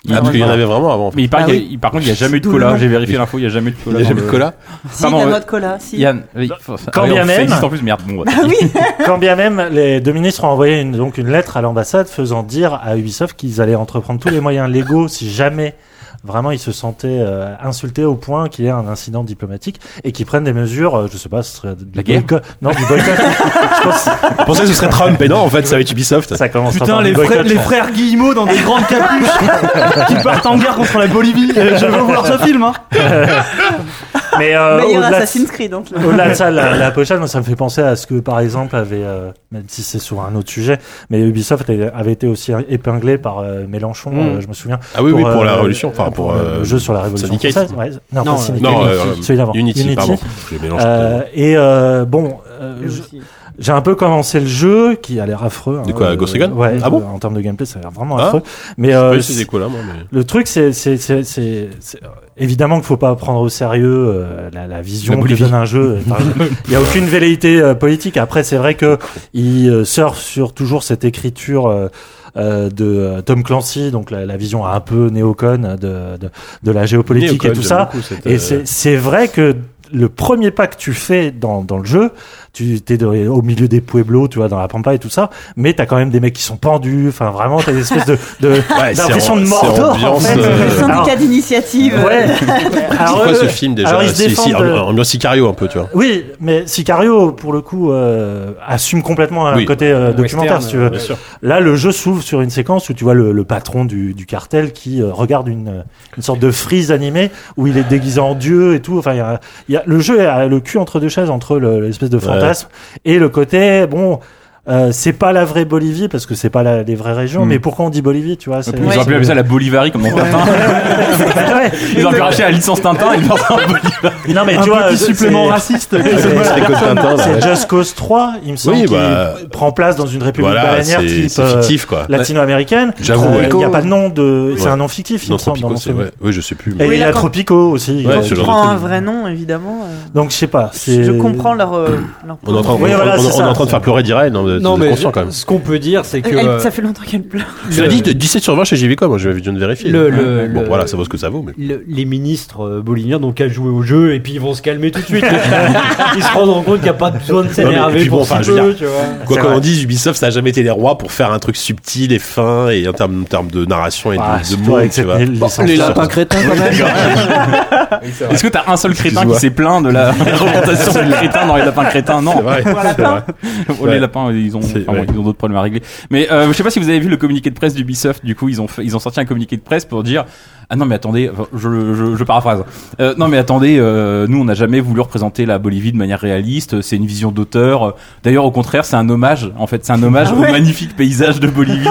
S3: Ah, parce qu'il y en avait vraiment avant.
S7: mais il paraît
S8: Ah
S7: qu'il y a-
S8: oui.
S7: il- par contre il y a jamais eu de
S8: D'où le
S7: cola
S8: nom.
S7: j'ai vérifié l'info il y a jamais eu de
S3: Il y
S7: cola
S3: a
S7: dans
S3: jamais de
S7: le-
S3: cola
S8: Si,
S7: Pardon,
S8: la
S7: ouais.
S8: noix de cola, si.
S7: Il y a- oui,
S5: Quand bien
S7: ça
S5: même.
S7: existe en plus merde bon ouais.
S8: Oui,
S5: Quand bien même, les deux ministres ont envoyé une, donc une lettre à l'ambassade faisant dire à Ubisoft qu'ils allaient entreprendre tous les moyens légaux si jamais vraiment ils se sentaient euh, insultés au point qu'il y ait un incident diplomatique et qu'ils prennent des mesures, euh, je sais pas, ce serait du
S7: La guerre
S5: boycott- Non, du boycott. je pense
S3: Je pensais que ce serait Trump, mais non, en fait, ça va être Ubisoft.
S5: que ça commence
S4: Putain, les, frères- les frères Guillemot dans des grandes capuches qui partent en guerre contre la Bolivie. Euh, Je veux voir ce film, hein.
S5: Mais euh,
S8: meilleur
S5: au-delà de
S8: Assassin's Creed. Donc, là.
S5: Au-delà de ça, la, la pochette, moi, ça me fait penser à ce que, par exemple, avait, euh, même si c'est sur un autre sujet, mais Ubisoft avait- avait été aussi épinglé par euh, Mélenchon,
S4: Mm.
S5: euh, je me souviens.
S3: Ah oui, oui, pour
S5: euh,
S3: la révolution, enfin, pour.
S5: le
S3: euh,
S5: jeu sur la révolution
S3: Syndicate.
S5: française. Ouais, non,
S9: Non,
S5: pas Syndicate,
S3: Non,
S5: Unity,
S3: euh,
S5: celui d'avant.
S3: Unity, pardon. Je les mélange.
S5: Euh, et euh, bon, euh,
S8: Lui
S5: je-
S8: aussi.
S5: j'ai un peu commencé le jeu qui a l'air affreux.
S3: De quoi, Ghost Recon
S5: Ouais.
S3: Ah bon
S5: euh, En termes de gameplay, ça a l'air vraiment
S3: Ah.
S5: affreux. Mais
S3: Je sais
S5: euh,
S3: pas si c'est quoi là, moi, mais.
S5: le truc, c'est, c'est, c'est, c'est, c'est- évidemment qu'il faut pas prendre au sérieux euh, la, la
S7: La
S5: vision que
S7: Bolivie.
S5: donne un jeu. Enfin, Il y a aucune velléité euh, politique. Après, c'est vrai que il euh, surfe sur toujours cette écriture. euh, euh, de euh, Tom Clancy, donc la, la vision un peu néocon euh, de, de, de la géopolitique
S3: Néocon,
S5: et tout
S3: j'aime
S5: ça.
S3: beaucoup cette,
S5: Et
S3: euh,
S5: c'est c'est vrai que le premier pas que tu fais dans, dans le jeu, tu t'es dans- au milieu des pueblos, tu vois, dans la pampa et tout ça, mais t'as quand même des mecs qui sont pendus, enfin vraiment, t'as des espèces de, de
S3: Ouais, c'est
S5: d'impression
S3: en-
S5: de
S3: c'est
S5: Mordor, en
S3: ambiance,
S5: fait.
S3: euh,
S8: Le
S5: Alors-
S7: Ah.
S8: syndicat d'initiative.
S5: Ouais.
S3: C'est
S5: Alors,
S3: quoi
S5: eux-
S3: ce film déjà
S5: alors, ils se
S3: C'est si,
S5: défendent, euh,
S3: ambiance Sicario un peu, tu vois.
S5: Oui, mais Sicario, pour le coup, euh, assume complètement un
S3: Oui.
S5: côté euh, documentaire,
S9: Western,
S5: si tu veux.
S9: bien sûr.
S5: Là, le jeu s'ouvre sur une séquence où tu vois le, le patron du, du cartel qui euh, regarde une, une sorte de frise animée où il est déguisé en dieu et tout. Enfin, il y a, il y a- le jeu a le cul entre deux chaises entre le- l'espèce de fantasme et le côté bon. euh, c'est pas la vraie Bolivie parce que c'est pas la, les vraies régions,
S7: Hmm.
S5: mais pourquoi on dit Bolivie, tu vois c'est-
S7: Ils auraient pu appeler ça la Bolivarie comme dans Tintin.
S5: Ouais.
S7: Ils auraient pu racheter la licence Tintin et faire ça en Bolivie.
S5: Non mais
S4: Un
S5: tu vois,
S4: petit
S5: c'est-
S4: supplément
S5: c'est-
S4: raciste.
S5: c'est-
S3: C'est quoi Tintin
S5: C'est
S3: là
S5: Just Cause 3, il me semble,
S3: Oui,
S5: qui
S3: bah,
S5: prend place dans une république
S3: Voilà,
S5: balnéaire
S3: c'est
S5: type
S3: c'est
S5: euh,
S3: fictif quoi.
S5: latino-américaine.
S3: J'avoue,
S5: Euh,
S3: ouais.
S5: Il n'y a pas de nom de. C'est
S3: Ouais.
S5: un nom fictif, il
S3: Non,
S5: me semble,
S3: Tropico,
S5: dans mon
S3: c'est
S5: souvenir.
S3: ouais. Oui, je sais plus.
S5: Et
S3: mais-
S8: Oui,
S5: il y a
S8: là, quand-
S5: Tropico aussi.
S3: Ouais,
S8: Quand
S3: ce
S8: tu
S3: genre de
S8: prends
S3: truc.
S8: un vrai nom, évidemment. euh,
S5: Donc je sais pas. c'est-
S8: Je comprends leur. euh, leur
S3: On est en train,
S5: Oui,
S3: on-
S5: voilà,
S3: on-
S5: c'est
S3: on est
S5: ça.
S3: en train de faire pleurer Diren. euh,
S9: Non,
S3: vous
S9: mais
S3: êtes conscient quand même.
S9: ce qu'on peut dire, c'est que.
S8: Elle-
S9: euh,
S8: Ça fait longtemps qu'elle pleure.
S3: Cela dit, de 17 sur 20 chez JVCom, moi, je viens de vérifier.
S9: Le- le-
S3: bon,
S9: le-
S3: voilà, ça vaut ce que ça vaut, mais.
S9: euh, le- les ministres euh, boliviens donc à jouer au jeu et puis ils vont se calmer tout de suite. ils se rendront compte qu'il n'y a pas besoin de
S3: Non, mais
S9: s'énerver
S3: puis bon,
S9: pour
S3: enfin,
S9: si
S3: je veux
S9: peu, tu vois.
S3: Quoi qu'on en dise, Ubisoft, ça a jamais été les rois pour faire un truc subtil et fin, et en termes, en termes de narration et de,
S5: Ah,
S3: de
S5: surtout
S3: mots,
S5: avec
S3: tu
S5: cette
S3: vois. Oh,
S5: licence.
S3: les lapins
S10: crétins quand même.
S7: Est-ce que t'as un seul crétin qui
S3: Excuse-moi.
S7: s'est plaint de la représentation du crétin dans les lapins crétins Non.
S3: C'est vrai, c'est vrai.
S7: Oh,
S3: Ouais.
S7: Les lapins, ils ont,
S3: C'est-
S7: enfin, bon,
S3: ouais.
S7: ils ont d'autres problèmes à régler. Mais euh, je sais pas si vous avez vu le communiqué de presse d'Ubisoft. Du coup, ils ont, fait- ils ont sorti un communiqué de presse pour dire ah non mais attendez, enfin, je, je, je paraphrase. Euh, non mais attendez, euh, nous on n'a jamais voulu représenter la Bolivie de manière réaliste. C'est une vision d'auteur. D'ailleurs, au contraire, c'est un hommage. En fait, c'est un hommage au magnifique paysage de Bolivie.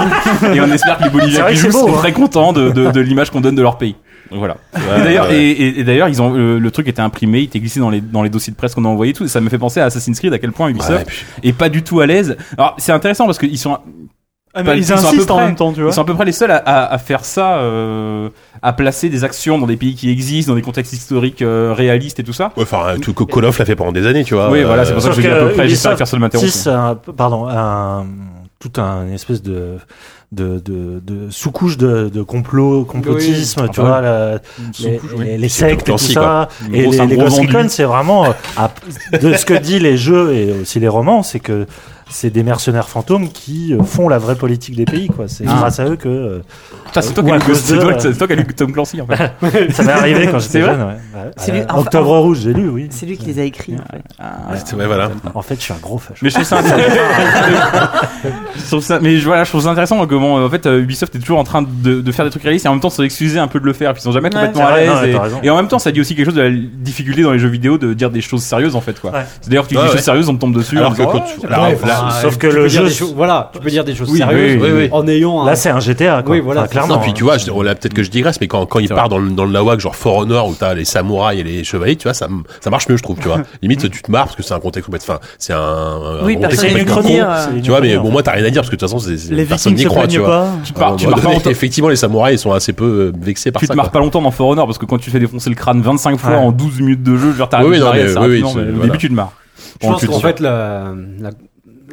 S7: et on espère que les
S4: Ah C'est
S7: Boliviens
S4: vrai
S7: qui
S4: que c'est
S7: jouent sont
S4: beau, hein.
S7: très contents de, de, de l'image qu'on donne de leur pays. Donc, Voilà.
S3: Ouais,
S7: Et d'ailleurs,
S3: Ah, ouais.
S7: et, et- et d'ailleurs, ils ont euh, le truc était imprimé, il était glissé dans les dans les dossiers de presse qu'on a envoyé et tout. Et ça me fait penser à Assassin's Creed à quel point
S3: Ouais,
S7: Ubisoft
S3: puis-
S7: est pas du tout à l'aise. Alors c'est intéressant parce qu'ils sont
S4: Ah,
S7: Pas-
S4: mais
S7: ils
S4: ils
S7: sont à peu
S4: insistent en
S7: près-
S4: même temps, tu vois.
S7: ils sont à peu près les seuls à, à- à faire ça, euh, à placer des actions dans des pays qui existent, dans des contextes historiques euh, réalistes et tout ça.
S3: Ouais, enfin, un truc que Call of l'a fait pendant des années, tu vois.
S7: oui,
S3: Euh,
S7: voilà, c'est pour ça que je
S5: sauf
S7: dis à peu
S5: que
S7: près. J'espère
S5: Ubisoft
S7: que personne ne m'interrompt.
S5: Six, un- pardon, un, tout un une espèce de de, de, de sous-couche de, de complot, complotisme,
S7: Oui.
S5: tu
S7: Ah bah
S5: vois, la- les,
S7: Sous-couche, oui.
S5: les- les
S3: C'est le
S5: sectes, tout
S3: Clancy,
S5: ça,
S7: Une
S5: et
S7: grosse- un
S5: les, les
S7: gros
S5: Ghost
S7: vendu.
S5: Recon, c'est vraiment, euh, à- de ce que disent les jeux et aussi les romans, c'est que c'est des mercenaires fantômes qui euh, font la vraie politique des pays, quoi. C'est
S7: Ah.
S5: grâce à eux que euh,
S7: Putain, c'est toi
S5: Ou
S7: qui as
S5: à
S7: lu-
S5: cause
S7: c'est
S5: de-
S7: toi- c'est toi qui as lu Tom Clancy en fait.
S5: ça m'est arrivé quand
S7: C'est
S5: j'étais
S7: vrai
S5: jeune. ouais. Ouais.
S8: C'est
S5: Euh,
S8: lui- enfin,
S5: Octobre Rouge, j'ai lu, oui.
S8: C'est lui qui les a écrits. en fait.
S7: Ah,
S3: Ouais, ouais, voilà.
S5: En fait, je suis un gros fâcheux.
S7: Mais je trouve ça intéressant. je trouve ça, mais je- voilà, je trouve ça intéressant moi, comment euh, en fait euh, Ubisoft est toujours en train de, de faire des trucs réalistes et en même temps se excuser un peu de le faire. Puis ils sont jamais
S8: Ouais,
S7: complètement
S5: c'est
S7: à
S5: vrai,
S7: l'aise.
S5: non, mais t'as raison.
S7: et, et en même temps, ça dit aussi quelque chose de la difficulté dans les jeux vidéo de dire des choses sérieuses en fait quoi.
S5: Ouais.
S7: C'est d'ailleurs que tu dis
S3: Ouais,
S7: des
S3: ouais.
S7: choses sérieuses, on te tombe dessus. en
S3: Alors que
S7: disant,
S3: quand
S7: Ouais,
S3: tu.
S7: c'est
S3: alors,
S9: Ouais,
S3: là,
S9: enfin,
S5: sauf
S9: tu
S5: que
S9: peux
S5: le
S9: dire
S5: jeu-
S9: des choses- voilà, tu peux dire des choses
S7: Oui,
S9: sérieuses
S7: oui, oui.
S9: en ayant. un-
S5: Là, c'est un GTA, quoi.
S9: Oui, voilà,
S5: Enfin,
S9: c'est
S5: clairement.
S3: Non, puis tu vois, je- on l'a- peut-être que je digresse, mais quand, quand il
S7: C'est
S3: part dans le, dans le Nawak, genre For Honor, où t'as les samouraïs et les chevaliers, tu vois, ça, m- ça marche mieux, je trouve, tu vois. Limite, tu te marres parce que c'est un contexte complètement. Enfin, c'est un, un
S8: Oui,
S3: contexte
S8: personne
S5: C'est
S8: n'est
S5: une
S3: complètement
S5: chronique.
S8: con,
S5: c'est une
S3: Tu vois, mais
S5: chronique,
S3: bon, moi, t'as rien à dire parce que de toute façon, c'est- c'est-
S4: Les
S3: personne
S4: Vikings
S3: n'y
S4: se
S3: croit, tu
S4: plaignent
S3: vois.
S4: pas.
S7: Tu te
S3: À un
S7: marres- tu te
S3: moment
S7: marres pas
S3: donné,
S7: autant-
S3: effectivement, les samouraïs ils sont assez peu euh, vexés par
S7: oh, tu
S3: ça.
S7: te marres
S3: quoi.
S7: pas longtemps dans For Honor parce que quand tu fais défoncer le crâne 25 fois
S5: Ouais.
S7: en 12 minutes de jeu, genre
S3: Oui,
S7: t'arrives
S3: oui, non,
S7: à
S3: mais-
S7: assez
S3: oui, oui,
S7: rapidement,
S3: c'est-
S7: mais au
S3: voilà.
S7: début tu te marres.
S9: Je
S7: Bon,
S9: pense
S7: tu te
S9: qu'en
S7: sens.
S9: fait, la- la-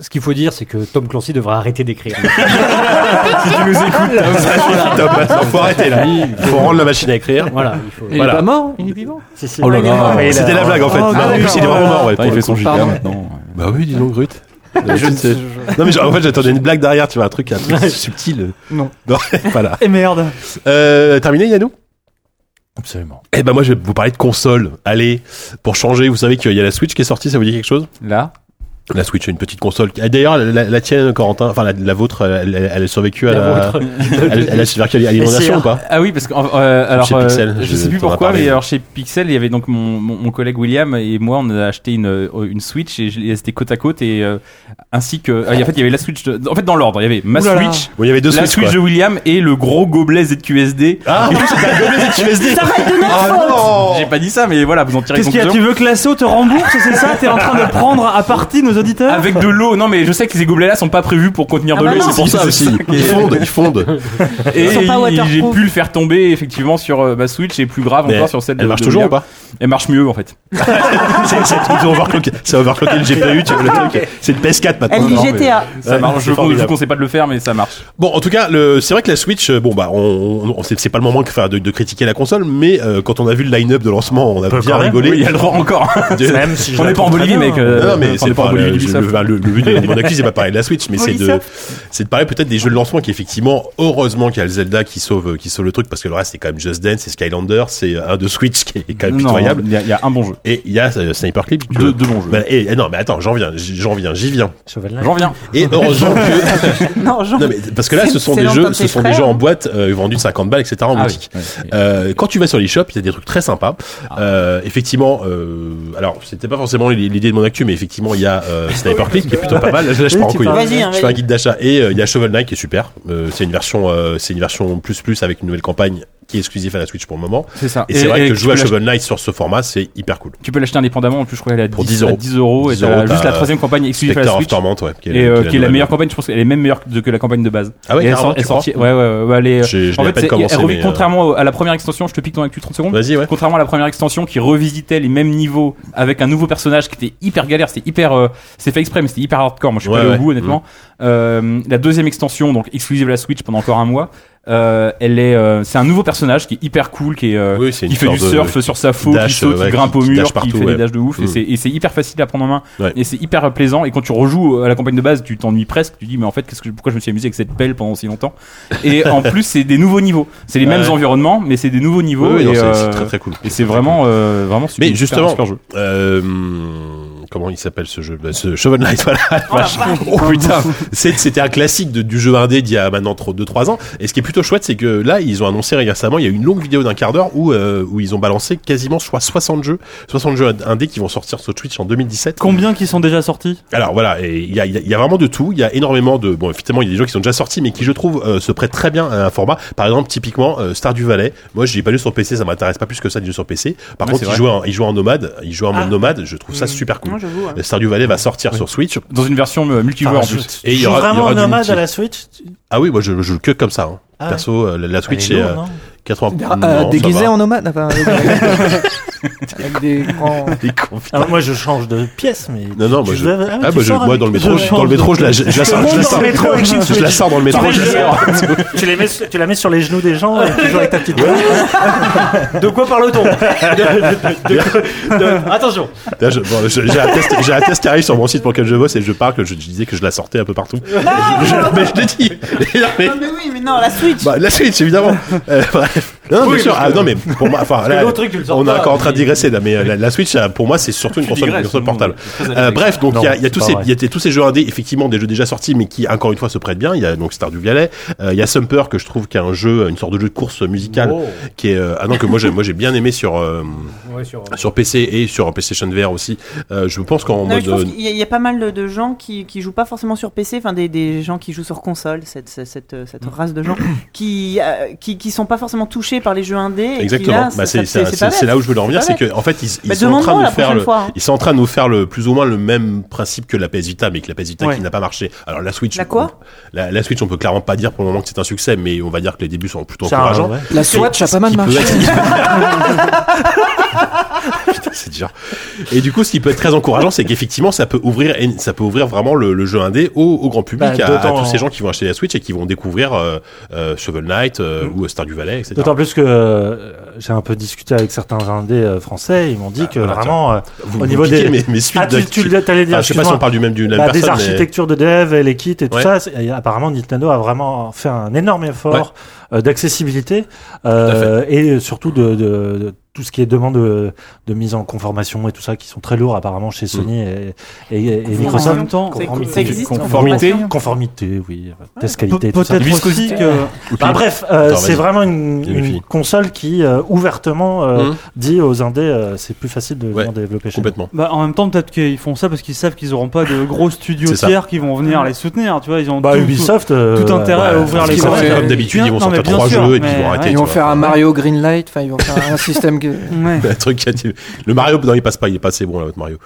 S9: ce qu'il faut dire, c'est que Tom Clancy devrait arrêter d'écrire.
S3: Top, maintenant, faut arrêter là. Faut rendre la machine à écrire.
S9: voilà, il faut.
S10: Il
S3: Voilà.
S10: est pas mort, il est vivant.
S7: Oh
S9: Ah,
S7: là là,
S5: Et
S3: C'était
S5: là-
S3: la blague en fait.
S4: Oh,
S3: Non, en plus, Ah,
S4: d'accord.
S3: il est vraiment mort, ouais.
S7: Attends,
S3: pour
S7: il
S3: le
S7: fait son
S3: coup.
S7: JK
S10: Pardon.
S7: maintenant.
S3: Bah oui, dis donc, Grut. Non, mais genre, en fait, j'attendais une blague derrière, tu vois, un truc, un truc subtil.
S4: Non.
S3: Non, voilà.
S4: Et merde.
S3: Euh, terminé, Yannou
S5: Absolument.
S3: Eh ben, moi, je vais vous parler de console. Allez, pour changer, vous savez qu'il y a la Switch qui est sortie, ça vous dit quelque chose
S7: Là,
S3: La Switch, une petite console. qui- Ah, D'ailleurs, la, la tienne, Corentin, enfin, la, la vôtre, elle, elle- elle a survécu à
S9: La
S3: la.
S9: vôtre.
S3: Elle, elle a survécu à l'inondation ou pas
S7: Ah oui, parce que euh, alors
S3: Chez
S7: euh,
S3: Pixel,
S7: je,
S3: je
S7: sais plus
S3: t'en ai
S7: pourquoi,
S3: parlé.
S7: mais alors chez Pixel, il y avait donc mon, mon, mon collègue William et moi, on a acheté une, euh, une Switch et je- et c'était côte à côte et euh, ainsi que ah, et en fait il y avait la Switch, de- en fait dans l'ordre, il y avait ma
S4: Ouh là là.
S7: Switch,
S3: Bon, il y avait deux
S7: la
S3: Switch,
S7: Switch de
S3: quoi.
S7: William et le gros gobelet ZQSD.
S3: Ah, en plus, c'était un gobelet ZQSD. Ah,
S7: Oh, J'ai pas dit ça, mais voilà, vous en tirez
S4: Qu'est-ce qu'il y a
S7: conclusion.
S4: Tu veux que l'assaut te rembourse, c'est ça T'es en train de prendre à partie nos auditeurs
S3: Ah,
S7: Avec de l'eau, non mais je sais que ces gobelets-là sont pas prévus pour
S4: Ah
S7: contenir de
S8: bah
S7: l'eau.
S8: non.
S3: C'est pour ça aussi. Ils fondent, ils fondent.
S7: Et
S8: Ils sont pas
S7: il- j'ai
S8: waterproof.
S7: pu le faire tomber effectivement sur euh, ma Switch et plus grave
S3: Mais
S7: encore sur celle de.
S3: Elle marche
S7: de
S3: toujours ou
S7: William.
S3: pas
S7: Elle marche mieux en fait.
S3: C'est c'est- ils ont overclocké, ça a overclocké le GPU, tu vois le truc. C'est une PS4 maintenant.
S8: Elle dit
S7: non, mais-
S8: GTA.
S7: Ça
S3: Ouais,
S7: marche.
S3: c'est
S7: Je vous- je vous
S3: formidable.
S7: conseille pas de le faire, mais ça marche.
S3: Bon, en tout cas, le, c'est vrai que la Switch, euh, bon bah, on, on- c'est c'est pas le moment que faire de, de critiquer la console, mais euh, quand on a vu le line-up de lancement, on a
S5: Peu
S3: bien
S5: quand même,
S3: rigolé.
S7: Oui, il y a le droit encore.
S3: De-
S5: Même si je
S7: On
S5: la
S7: n'est pas en
S5: trouve
S7: Bolivie,
S5: très bien.
S7: mec. euh,
S3: hein. Non, non, mais
S7: enfin, on
S3: c'est
S7: n'est pas en
S3: pas le,
S7: Bolivie
S3: le,
S7: d'Ubisoft.
S3: enfin, le- le but de mon actu, c'est pas de parler de la Switch, mais c'est de, c'est de parler peut-être des jeux de lancement qui effectivement, heureusement qu'il y a le Zelda qui sauve, euh, qui sauve le truc parce que le reste c'est quand même Just Dance, c'est Skylander, c'est un de Switch qui est quand même
S7: Non,
S3: pitoyable.
S7: Il y, a- il y a un bon jeu.
S3: Et il y a euh, Sniper Clip.
S7: Deux, deux bons jeux.
S3: et, non, mais attends, j'en viens, j'en viens, j'y viens.
S5: Cheval Knight.
S7: J'en viens.
S3: Et heureusement que
S8: Non, hein. Jean.
S3: Non, mais parce que là,
S8: C'est-
S3: ce sont
S8: c'est
S3: des
S8: l'un
S3: jeux,
S8: de
S3: ce
S8: tes
S3: sont des
S8: frères.
S3: jeux en boîte euh, vendus 50 balles, etc. en
S7: Ah oui.
S3: boutique. Euh, quand tu vas sur l'eShop, il y a des trucs très sympas.
S7: Ah.
S3: Euh, effectivement, euh, alors c'était pas forcément l'idée de mon actu, mais effectivement il y a euh, Sniper Clip qui est plutôt pas mal. Là, je pars en couille.
S8: parles. Vas-y, hein,
S3: Je fais un
S8: vas-y.
S3: guide d'achat et euh, il y a Shovel Knight qui est super. Euh, c'est une version, euh, c'est une version plus plus avec une nouvelle campagne qui est exclusif à la Switch pour le moment.
S7: C'est ça.
S3: Et, c'est vrai que
S7: tu
S3: jouer à
S7: peux l'ach-
S3: Shovel Knight sur ce format, c'est hyper cool.
S7: Tu peux l'acheter indépendamment, en plus, je crois qu'elle est à
S3: Pour
S7: 10
S3: 10
S7: à
S3: euros.
S7: 10 euros. Et
S3: 10 euros,
S7: t'as juste
S3: t'as
S7: la troisième campagne exclusive à la
S3: Spectre of
S7: Switch.
S3: Torment, ouais. Qui
S7: Et euh, qui est la
S3: nouvelle
S7: meilleure campagne, je pense qu'elle est même meilleure que- que la campagne de base.
S3: Ah ouais,
S7: Et elle
S3: carrément,
S7: sort- elle
S3: tu crois
S7: sortie- Ouais, ouais, ouais. ouais, elle est-
S3: J'ai- je
S7: en
S3: l'ai à
S7: fait,
S3: peine
S7: c'est-
S3: commencé,
S7: elle revient-
S3: mais, euh,
S7: contrairement au- à la première extension, je te pique dans l'actu 30 secondes.
S3: Vas-y, ouais.
S7: Contrairement à la première extension qui revisitait les mêmes niveaux avec un nouveau personnage qui était hyper galère, c'était hyper, euh, c'était fait exprès, mais c'était hyper hardcore. Moi, je suis
S3: Ouais,
S7: pas allé
S3: ouais. Mm.
S7: au bout, honnêtement. Euh, la deuxième extension, donc exclusive à la Switch pendant encore un mois, euh, elle est, euh, c'est un nouveau personnage qui est hyper cool, qui est, euh,
S3: Oui, c'est une
S7: qui fait du
S3: sorte de-
S7: surf sur sa faux,
S3: dash,
S7: qui saute,
S3: euh, ouais,
S7: qui grimpe
S3: qui-
S7: au
S3: qui
S7: mur,
S3: dash
S7: qui
S3: partout,
S7: fait
S3: ouais.
S7: des dashs de ouf,
S3: Mm.
S7: et c'est- et c'est hyper facile à prendre en main.
S3: Ouais.
S7: Et c'est hyper plaisant. Et quand tu rejoues euh, à la campagne de base, tu t'ennuies presque. Tu dis, mais en fait, qu'est-ce que, pourquoi je me suis amusé avec cette pelle pendant si longtemps Et en plus, c'est des nouveaux niveaux. C'est les
S3: Ouais.
S7: mêmes environnements, mais c'est des nouveaux niveaux.
S3: Oui, oui,
S7: et,
S3: non, c'est-
S7: euh,
S3: c'est très très cool.
S7: et c'est vraiment, euh, vraiment super.
S3: Mais justement,
S7: super jeu.
S3: euh, comment il s'appelle ce jeu Bah, ce Shovel Knight, voilà. Vache. Oh, putain, C'est- c'était un classique de- du jeu indé d'il y a maintenant 2-3 ans. Et ce qui est plutôt chouette, c'est que là, ils ont annoncé récemment, il y a eu une longue vidéo d'un quart d'heure où, euh, où ils ont balancé quasiment soit 60 jeux, 60 jeux indés qui vont sortir sur Twitch en
S5: hein.
S3: 2017.
S4: Combien qui sont déjà sortis
S3: Alors voilà, et il y a, il y a- il y a vraiment de tout. Il y a énormément de bon, effectivement, il y a des jeux qui sont déjà sortis, mais qui je trouve euh, se prêtent très bien à un format. Par exemple, typiquement euh, Star du Valais. Moi, je l'ai pas lu sur PC, ça m'intéresse pas plus que ça de jouer sur PC. Par
S7: Ouais,
S3: contre,
S7: c'est
S3: il
S7: vrai. Mmh.
S3: joue, en, il joue en nomade, il joue en mode
S4: Ah.
S3: nomade. Je trouve ça super cool.
S8: Moi, j'avoue. hein.
S3: Star du Valais va sortir sur Switch.
S7: Dans une version euh, multijoueur
S5: Ah,
S7: en plus.
S3: Et il y
S5: joue
S3: aura- il y
S5: vraiment
S3: aura
S5: en
S3: du
S5: nomade
S3: multi.
S5: à la Switch
S3: Ah oui, moi je, je joue que comme ça. hein.
S5: Ah ouais.
S3: Perso, euh, la, la Switch
S5: Elle
S3: est
S5: est
S3: euh,
S5: lourde, hein. non
S3: 80.
S6: Ah,
S3: non, ça
S6: déguisé
S3: va.
S6: en nomade enfin, avec- Avec des grands.
S3: Des confidences.
S5: Alors moi je change de pièce mais
S3: Non, non, moi
S5: Tu
S3: je.
S5: vas- ah,
S3: Ah,
S5: tu
S3: bah, je-
S5: sors
S3: moi
S5: avec-
S3: dans le métro, je-
S5: change
S3: dans le
S5: de-
S3: métro, je la je- je la sors,
S5: monte
S3: je la
S5: dans
S3: sors.
S5: le métro avec une
S3: Je la
S5: Switch.
S3: sors dans le métro.
S5: Tu,
S3: je la
S5: les-
S3: sors.
S5: tu les mets, sur- tu la mets sur les genoux des gens et tu joues avec ta petite. de quoi parle-t-on
S9: Attention
S3: Là, je- bon, je- J'ai un test- j'ai un test qui arrive sur mon site pour lequel je bosse et je parle que je, je disais que je la sortais un peu partout. je, je- mais je l'ai dit. Non, mais-
S8: Non, mais oui, mais non, la Switch.
S3: bah, la Switch, évidemment. Euh, bref. Non, non, bien sûr. Ah, non, mais pour moi, enfin, là,
S9: l'autre truc, tu le sors
S3: on est
S9: pas,
S3: encore en train de
S9: mais-
S3: digresser là, mais euh, la, la Switch, ça, pour moi, c'est surtout une console, une console portable. Euh, bref, donc
S5: Non,
S3: il y a, il y a
S5: c'est
S3: tous
S5: pas
S3: ces,
S5: vrai.
S3: il y a t- tous ces jeux indés, effectivement des jeux déjà sortis, mais qui encore une fois se prêtent bien. Il y a donc Star du Violet, euh, il y a Sumper que je trouve qui est un jeu, une sorte de jeu de course musicale, qui est euh, ah non que moi j'ai, moi j'ai bien aimé sur euh,
S9: Oh, Ouais, sur-
S3: sur PC et sur PlayStation VR aussi. Euh, je pense qu'en
S8: Non, mais
S3: mode
S8: je pense
S3: euh,
S8: qu'il y, a- il y a pas mal de, de gens qui, qui jouent pas forcément sur PC, enfin des, des gens qui jouent sur console, cette, cette, cette, euh, cette race de gens qui, euh, qui qui sont pas forcément touchés par les jeux indés. et qui,
S3: Exactement.
S8: là,
S3: Bah,
S8: ça-
S3: c'est
S8: ça-
S3: c'est- c'est- c'est là où je voulais en venir,
S8: pas
S3: c'est
S8: bête.
S3: que en fait ils, ils
S8: Bah,
S3: sont en train
S8: demande-moi
S3: de
S8: la
S3: nous faire
S8: prochaine
S3: le,
S8: fois. hein.
S3: ils sont en train de nous faire le plus ou moins le même principe que la PS Vita, mais que la PS Vita
S4: Ouais.
S3: qui n'a pas marché. Alors la Switch.
S8: La quoi
S3: on- la, la Switch, on peut clairement pas dire pour le moment que c'est un succès, mais on va dire que les débuts sont plutôt
S5: C'est un-
S3: encourageants.
S5: ouais.
S6: La Swatch a pas
S3: Ce
S6: mal
S3: qui peut
S6: marché.
S3: être- Putain, c'est dur. Et du coup, ce qui peut être très encourageant, c'est qu'effectivement, ça peut ouvrir, ça peut ouvrir vraiment le, le jeu indé au, au grand public,
S5: Bah,
S3: à- à,
S5: d'autant-
S3: tous ces gens qui vont acheter la Switch et qui vont découvrir euh, euh, Shovel Knight euh,
S5: Mm.
S3: ou Star du Valais, etc.
S5: D'autant plus que euh, j'ai un peu discuté avec certains indés euh, français, ils m'ont dit
S3: Ah,
S5: que
S3: voilà,
S5: vraiment euh,
S3: Vous-
S5: au
S3: vous
S5: niveau
S3: piquez
S5: des
S3: mes, mes suites
S5: Ah, tu,
S3: d'actu.
S5: tu le- t'allais dire
S3: Enfin, je sais pas si
S5: excuse-moi.
S3: on parle du même du même
S5: Bah, des
S3: personne, mais-
S5: architectures de dev et les kits et tout
S3: Ouais.
S5: ça. c'est- et apparemment, Nintendo a vraiment fait un énorme effort euh, d'accessibilité euh, et surtout de, de- de tout ce qui est demande de, de mise en conformation et tout ça qui sont très lourds apparemment
S3: Mm.
S5: chez Sony et, et, et- et
S4: En même
S5: Microsoft.
S4: temps,
S8: Ça-
S5: Conformité.
S8: Ça existe en
S5: Conformité.
S8: formation
S5: Conformité, oui. Test
S4: pe-
S5: qualité, tout ça.
S4: peut-être aussi que
S5: Bah, bref, euh,
S3: Attends,
S5: c'est
S3: vas-y.
S5: vraiment une,
S3: Il est
S5: une
S3: fini.
S5: console qui euh, ouvertement euh,
S3: Mhm.
S5: dit aux indés euh, c'est plus facile de venir
S3: Ouais,
S5: développer chez nous.
S3: Complètement.
S4: Bah, en même temps, peut-être qu'ils font ça parce qu'ils savent qu'ils auront pas de gros studios
S3: C'est ça.
S4: tiers qui vont venir les soutenir. Tu vois, ils ont
S5: Bah,
S4: tout,
S5: Ubisoft, euh,
S4: tout intérêt à
S3: ouais,
S4: ouvrir
S3: ce
S4: les
S6: qu'ils ont
S4: oreilles.
S6: fait
S3: comme d'habitude,
S4: Bien-
S3: ils vont
S4: non,
S3: sortir
S4: mais bien
S3: trois
S4: sûr,
S3: jeux et puis
S4: mais-
S3: ils vont arrêter.
S6: Ils
S3: tu
S6: vont
S3: vois.
S6: faire un Mario Greenlight, enfin ils vont faire un système que-
S4: ouais.
S3: Le truc, qui a été- le Mario, non, il passe pas, il est pas assez bon, là, votre Mario.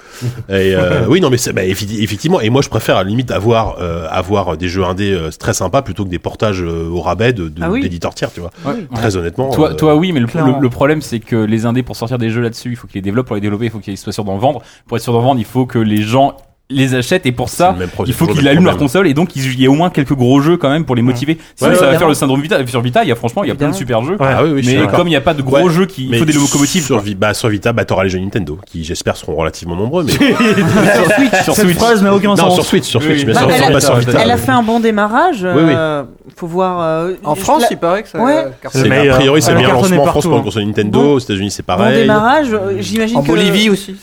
S3: Et, euh, oui, non, mais c'est, bah, effi- effectivement, et moi, je préfère, à la limite, avoir, euh, avoir des jeux indés euh, très sympas plutôt que des portages euh, au rabais de, de-
S8: Ah oui.
S3: d'éditeurs tiers, tu vois.
S7: Ouais.
S3: Très honnêtement.
S7: Toi,
S3: euh,
S7: toi oui, mais le,
S4: clairement.
S7: le- le problème c'est que les indés pour sortir des jeux là-dessus, il faut qu'ils les développent, pour les développer, il faut qu'ils soient sûrs d'en vendre. Pour être sûr d'en vendre, il faut que les gens les achètent et pour
S3: C'est
S7: ça,
S3: le même pro-
S7: il faut
S3: toujours
S7: qu'ils
S3: le
S7: allument
S3: problème.
S7: leur console et donc il y ait au moins quelques gros jeux quand même pour les motiver. Sinon
S3: Ouais,
S7: ça va
S3: évidemment.
S7: faire le syndrome Vita. Et sur Vita, il y a franchement il y a plein de super jeux.
S5: Ouais.
S3: Ah oui, oui, je suis
S7: mais
S3: d'accord.
S7: comme il n'y a pas de gros
S3: Ouais.
S7: jeux, qui, il
S3: Mais
S7: faut des locomotives.
S3: sur,
S7: quoi.
S3: Vi- bah, sur Vita, bah, t'auras les jeux Nintendo, qui j'espère seront relativement nombreux, mais
S7: sur Switch, sur
S4: Cette
S7: Switch.
S4: phrase n'a aucun
S3: non,
S4: sens.
S3: sur Switch, sur Switch,
S7: Oui,
S3: bien sûr,
S7: oui.
S8: Bah,
S3: pas
S8: elle a-
S3: sur Vita.
S8: Elle a fait un bon démarrage.
S3: Oui, oui.
S8: euh, faut voir. euh,
S6: En
S8: je-
S6: France,
S8: la-
S6: il paraît que ça. euh,
S8: Ouais.
S3: C'est-
S5: Le
S3: a
S5: meilleur.
S3: priori, c'est
S4: Elle
S3: le
S4: a
S3: meilleur
S4: cartonné
S3: lancement en France
S4: partout,
S3: pour
S4: hein.
S3: une console Nintendo, aux États-unis, c'est
S8: Bon
S3: pareil.
S8: démarrage, euh, j'imagine
S6: En
S8: que
S6: Bolivie aussi.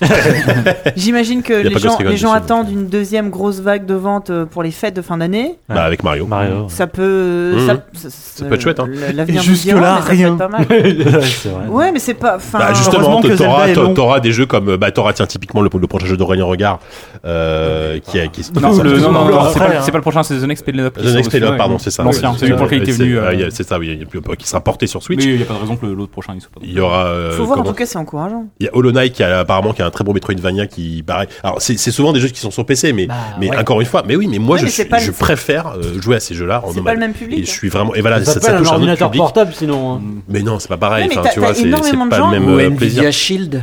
S8: j'imagine que
S3: Mm. a pas
S8: les
S3: Ghost
S8: gens,
S3: Recon
S8: les gens
S3: dessus.
S8: temps d'une deuxième grosse vague de vente euh, pour les fêtes de fin d'année,
S3: Bah, avec Mario.
S5: Mario.
S8: ça peut.
S3: Mhm.
S8: ça, ça- ça-
S3: peut être chouette, hein.
S5: Et
S8: L'avenir nous
S5: jusque
S8: dira,
S5: là,
S8: mais ça peut
S5: rien.
S8: être pas mal.
S5: Ouais, c'est vrai.
S8: Ouais, mais c'est pas. enfin,
S3: Bah justement,
S4: heureusement que
S3: t'auras
S4: Zelda est long.
S3: t'auras des jeux comme euh, bah t'auras tiens typiquement le, le prochain jeu d'Aurélien Regard euh, qui est qui est-
S7: Non, le- non, non,
S5: le-
S7: non,
S5: après,
S7: c'est pas,
S5: hein.
S7: c'est pas le prochain, c'est The Next Payload.
S3: The Next Payload, pardon, c'est ça.
S7: L'ancien,
S3: Oui,
S7: celui pour lequel il était
S3: c'est-
S7: venu. euh,
S3: euh, il y a- C'est ça, oui, il y a- il- qui sera porté sur
S7: Mais
S3: Switch.
S7: il n'y a pas de raison que le- l'autre prochain il soit pas.
S3: Il y aura. euh,
S8: faut voir, en
S3: comment-
S8: tout cas, c'est encourageant.
S3: Il y a Hollow Knight qui a apparemment qui a un très bon Metroidvania qui paraît. Alors c'est c'est souvent des jeux qui sont sur PC, mais mais
S9: ouais.
S3: encore une fois, mais oui, mais moi
S8: Bah, Ouais,
S3: je
S8: mais c'est
S3: suis-
S8: pas le-
S3: je préfère euh, jouer à ces jeux-là en
S8: C'est
S3: nomade.
S8: pas le même
S3: Et
S8: public. hein.
S3: je suis vraiment et voilà
S9: Ça
S3: ça,
S9: s'appelle
S3: ça
S9: un
S3: touche un autre
S9: ordinateur
S3: public.
S9: portable sinon. hein.
S3: Mais non, c'est pas pareil.
S8: Ouais, mais
S3: Enfin,
S8: t'as-
S3: tu vois,
S8: t'as
S3: c'est
S8: énormément
S3: c'est
S8: de
S3: pas
S8: gens
S3: le même
S9: Ou
S3: euh, plaisir.
S9: Nvidia Shield.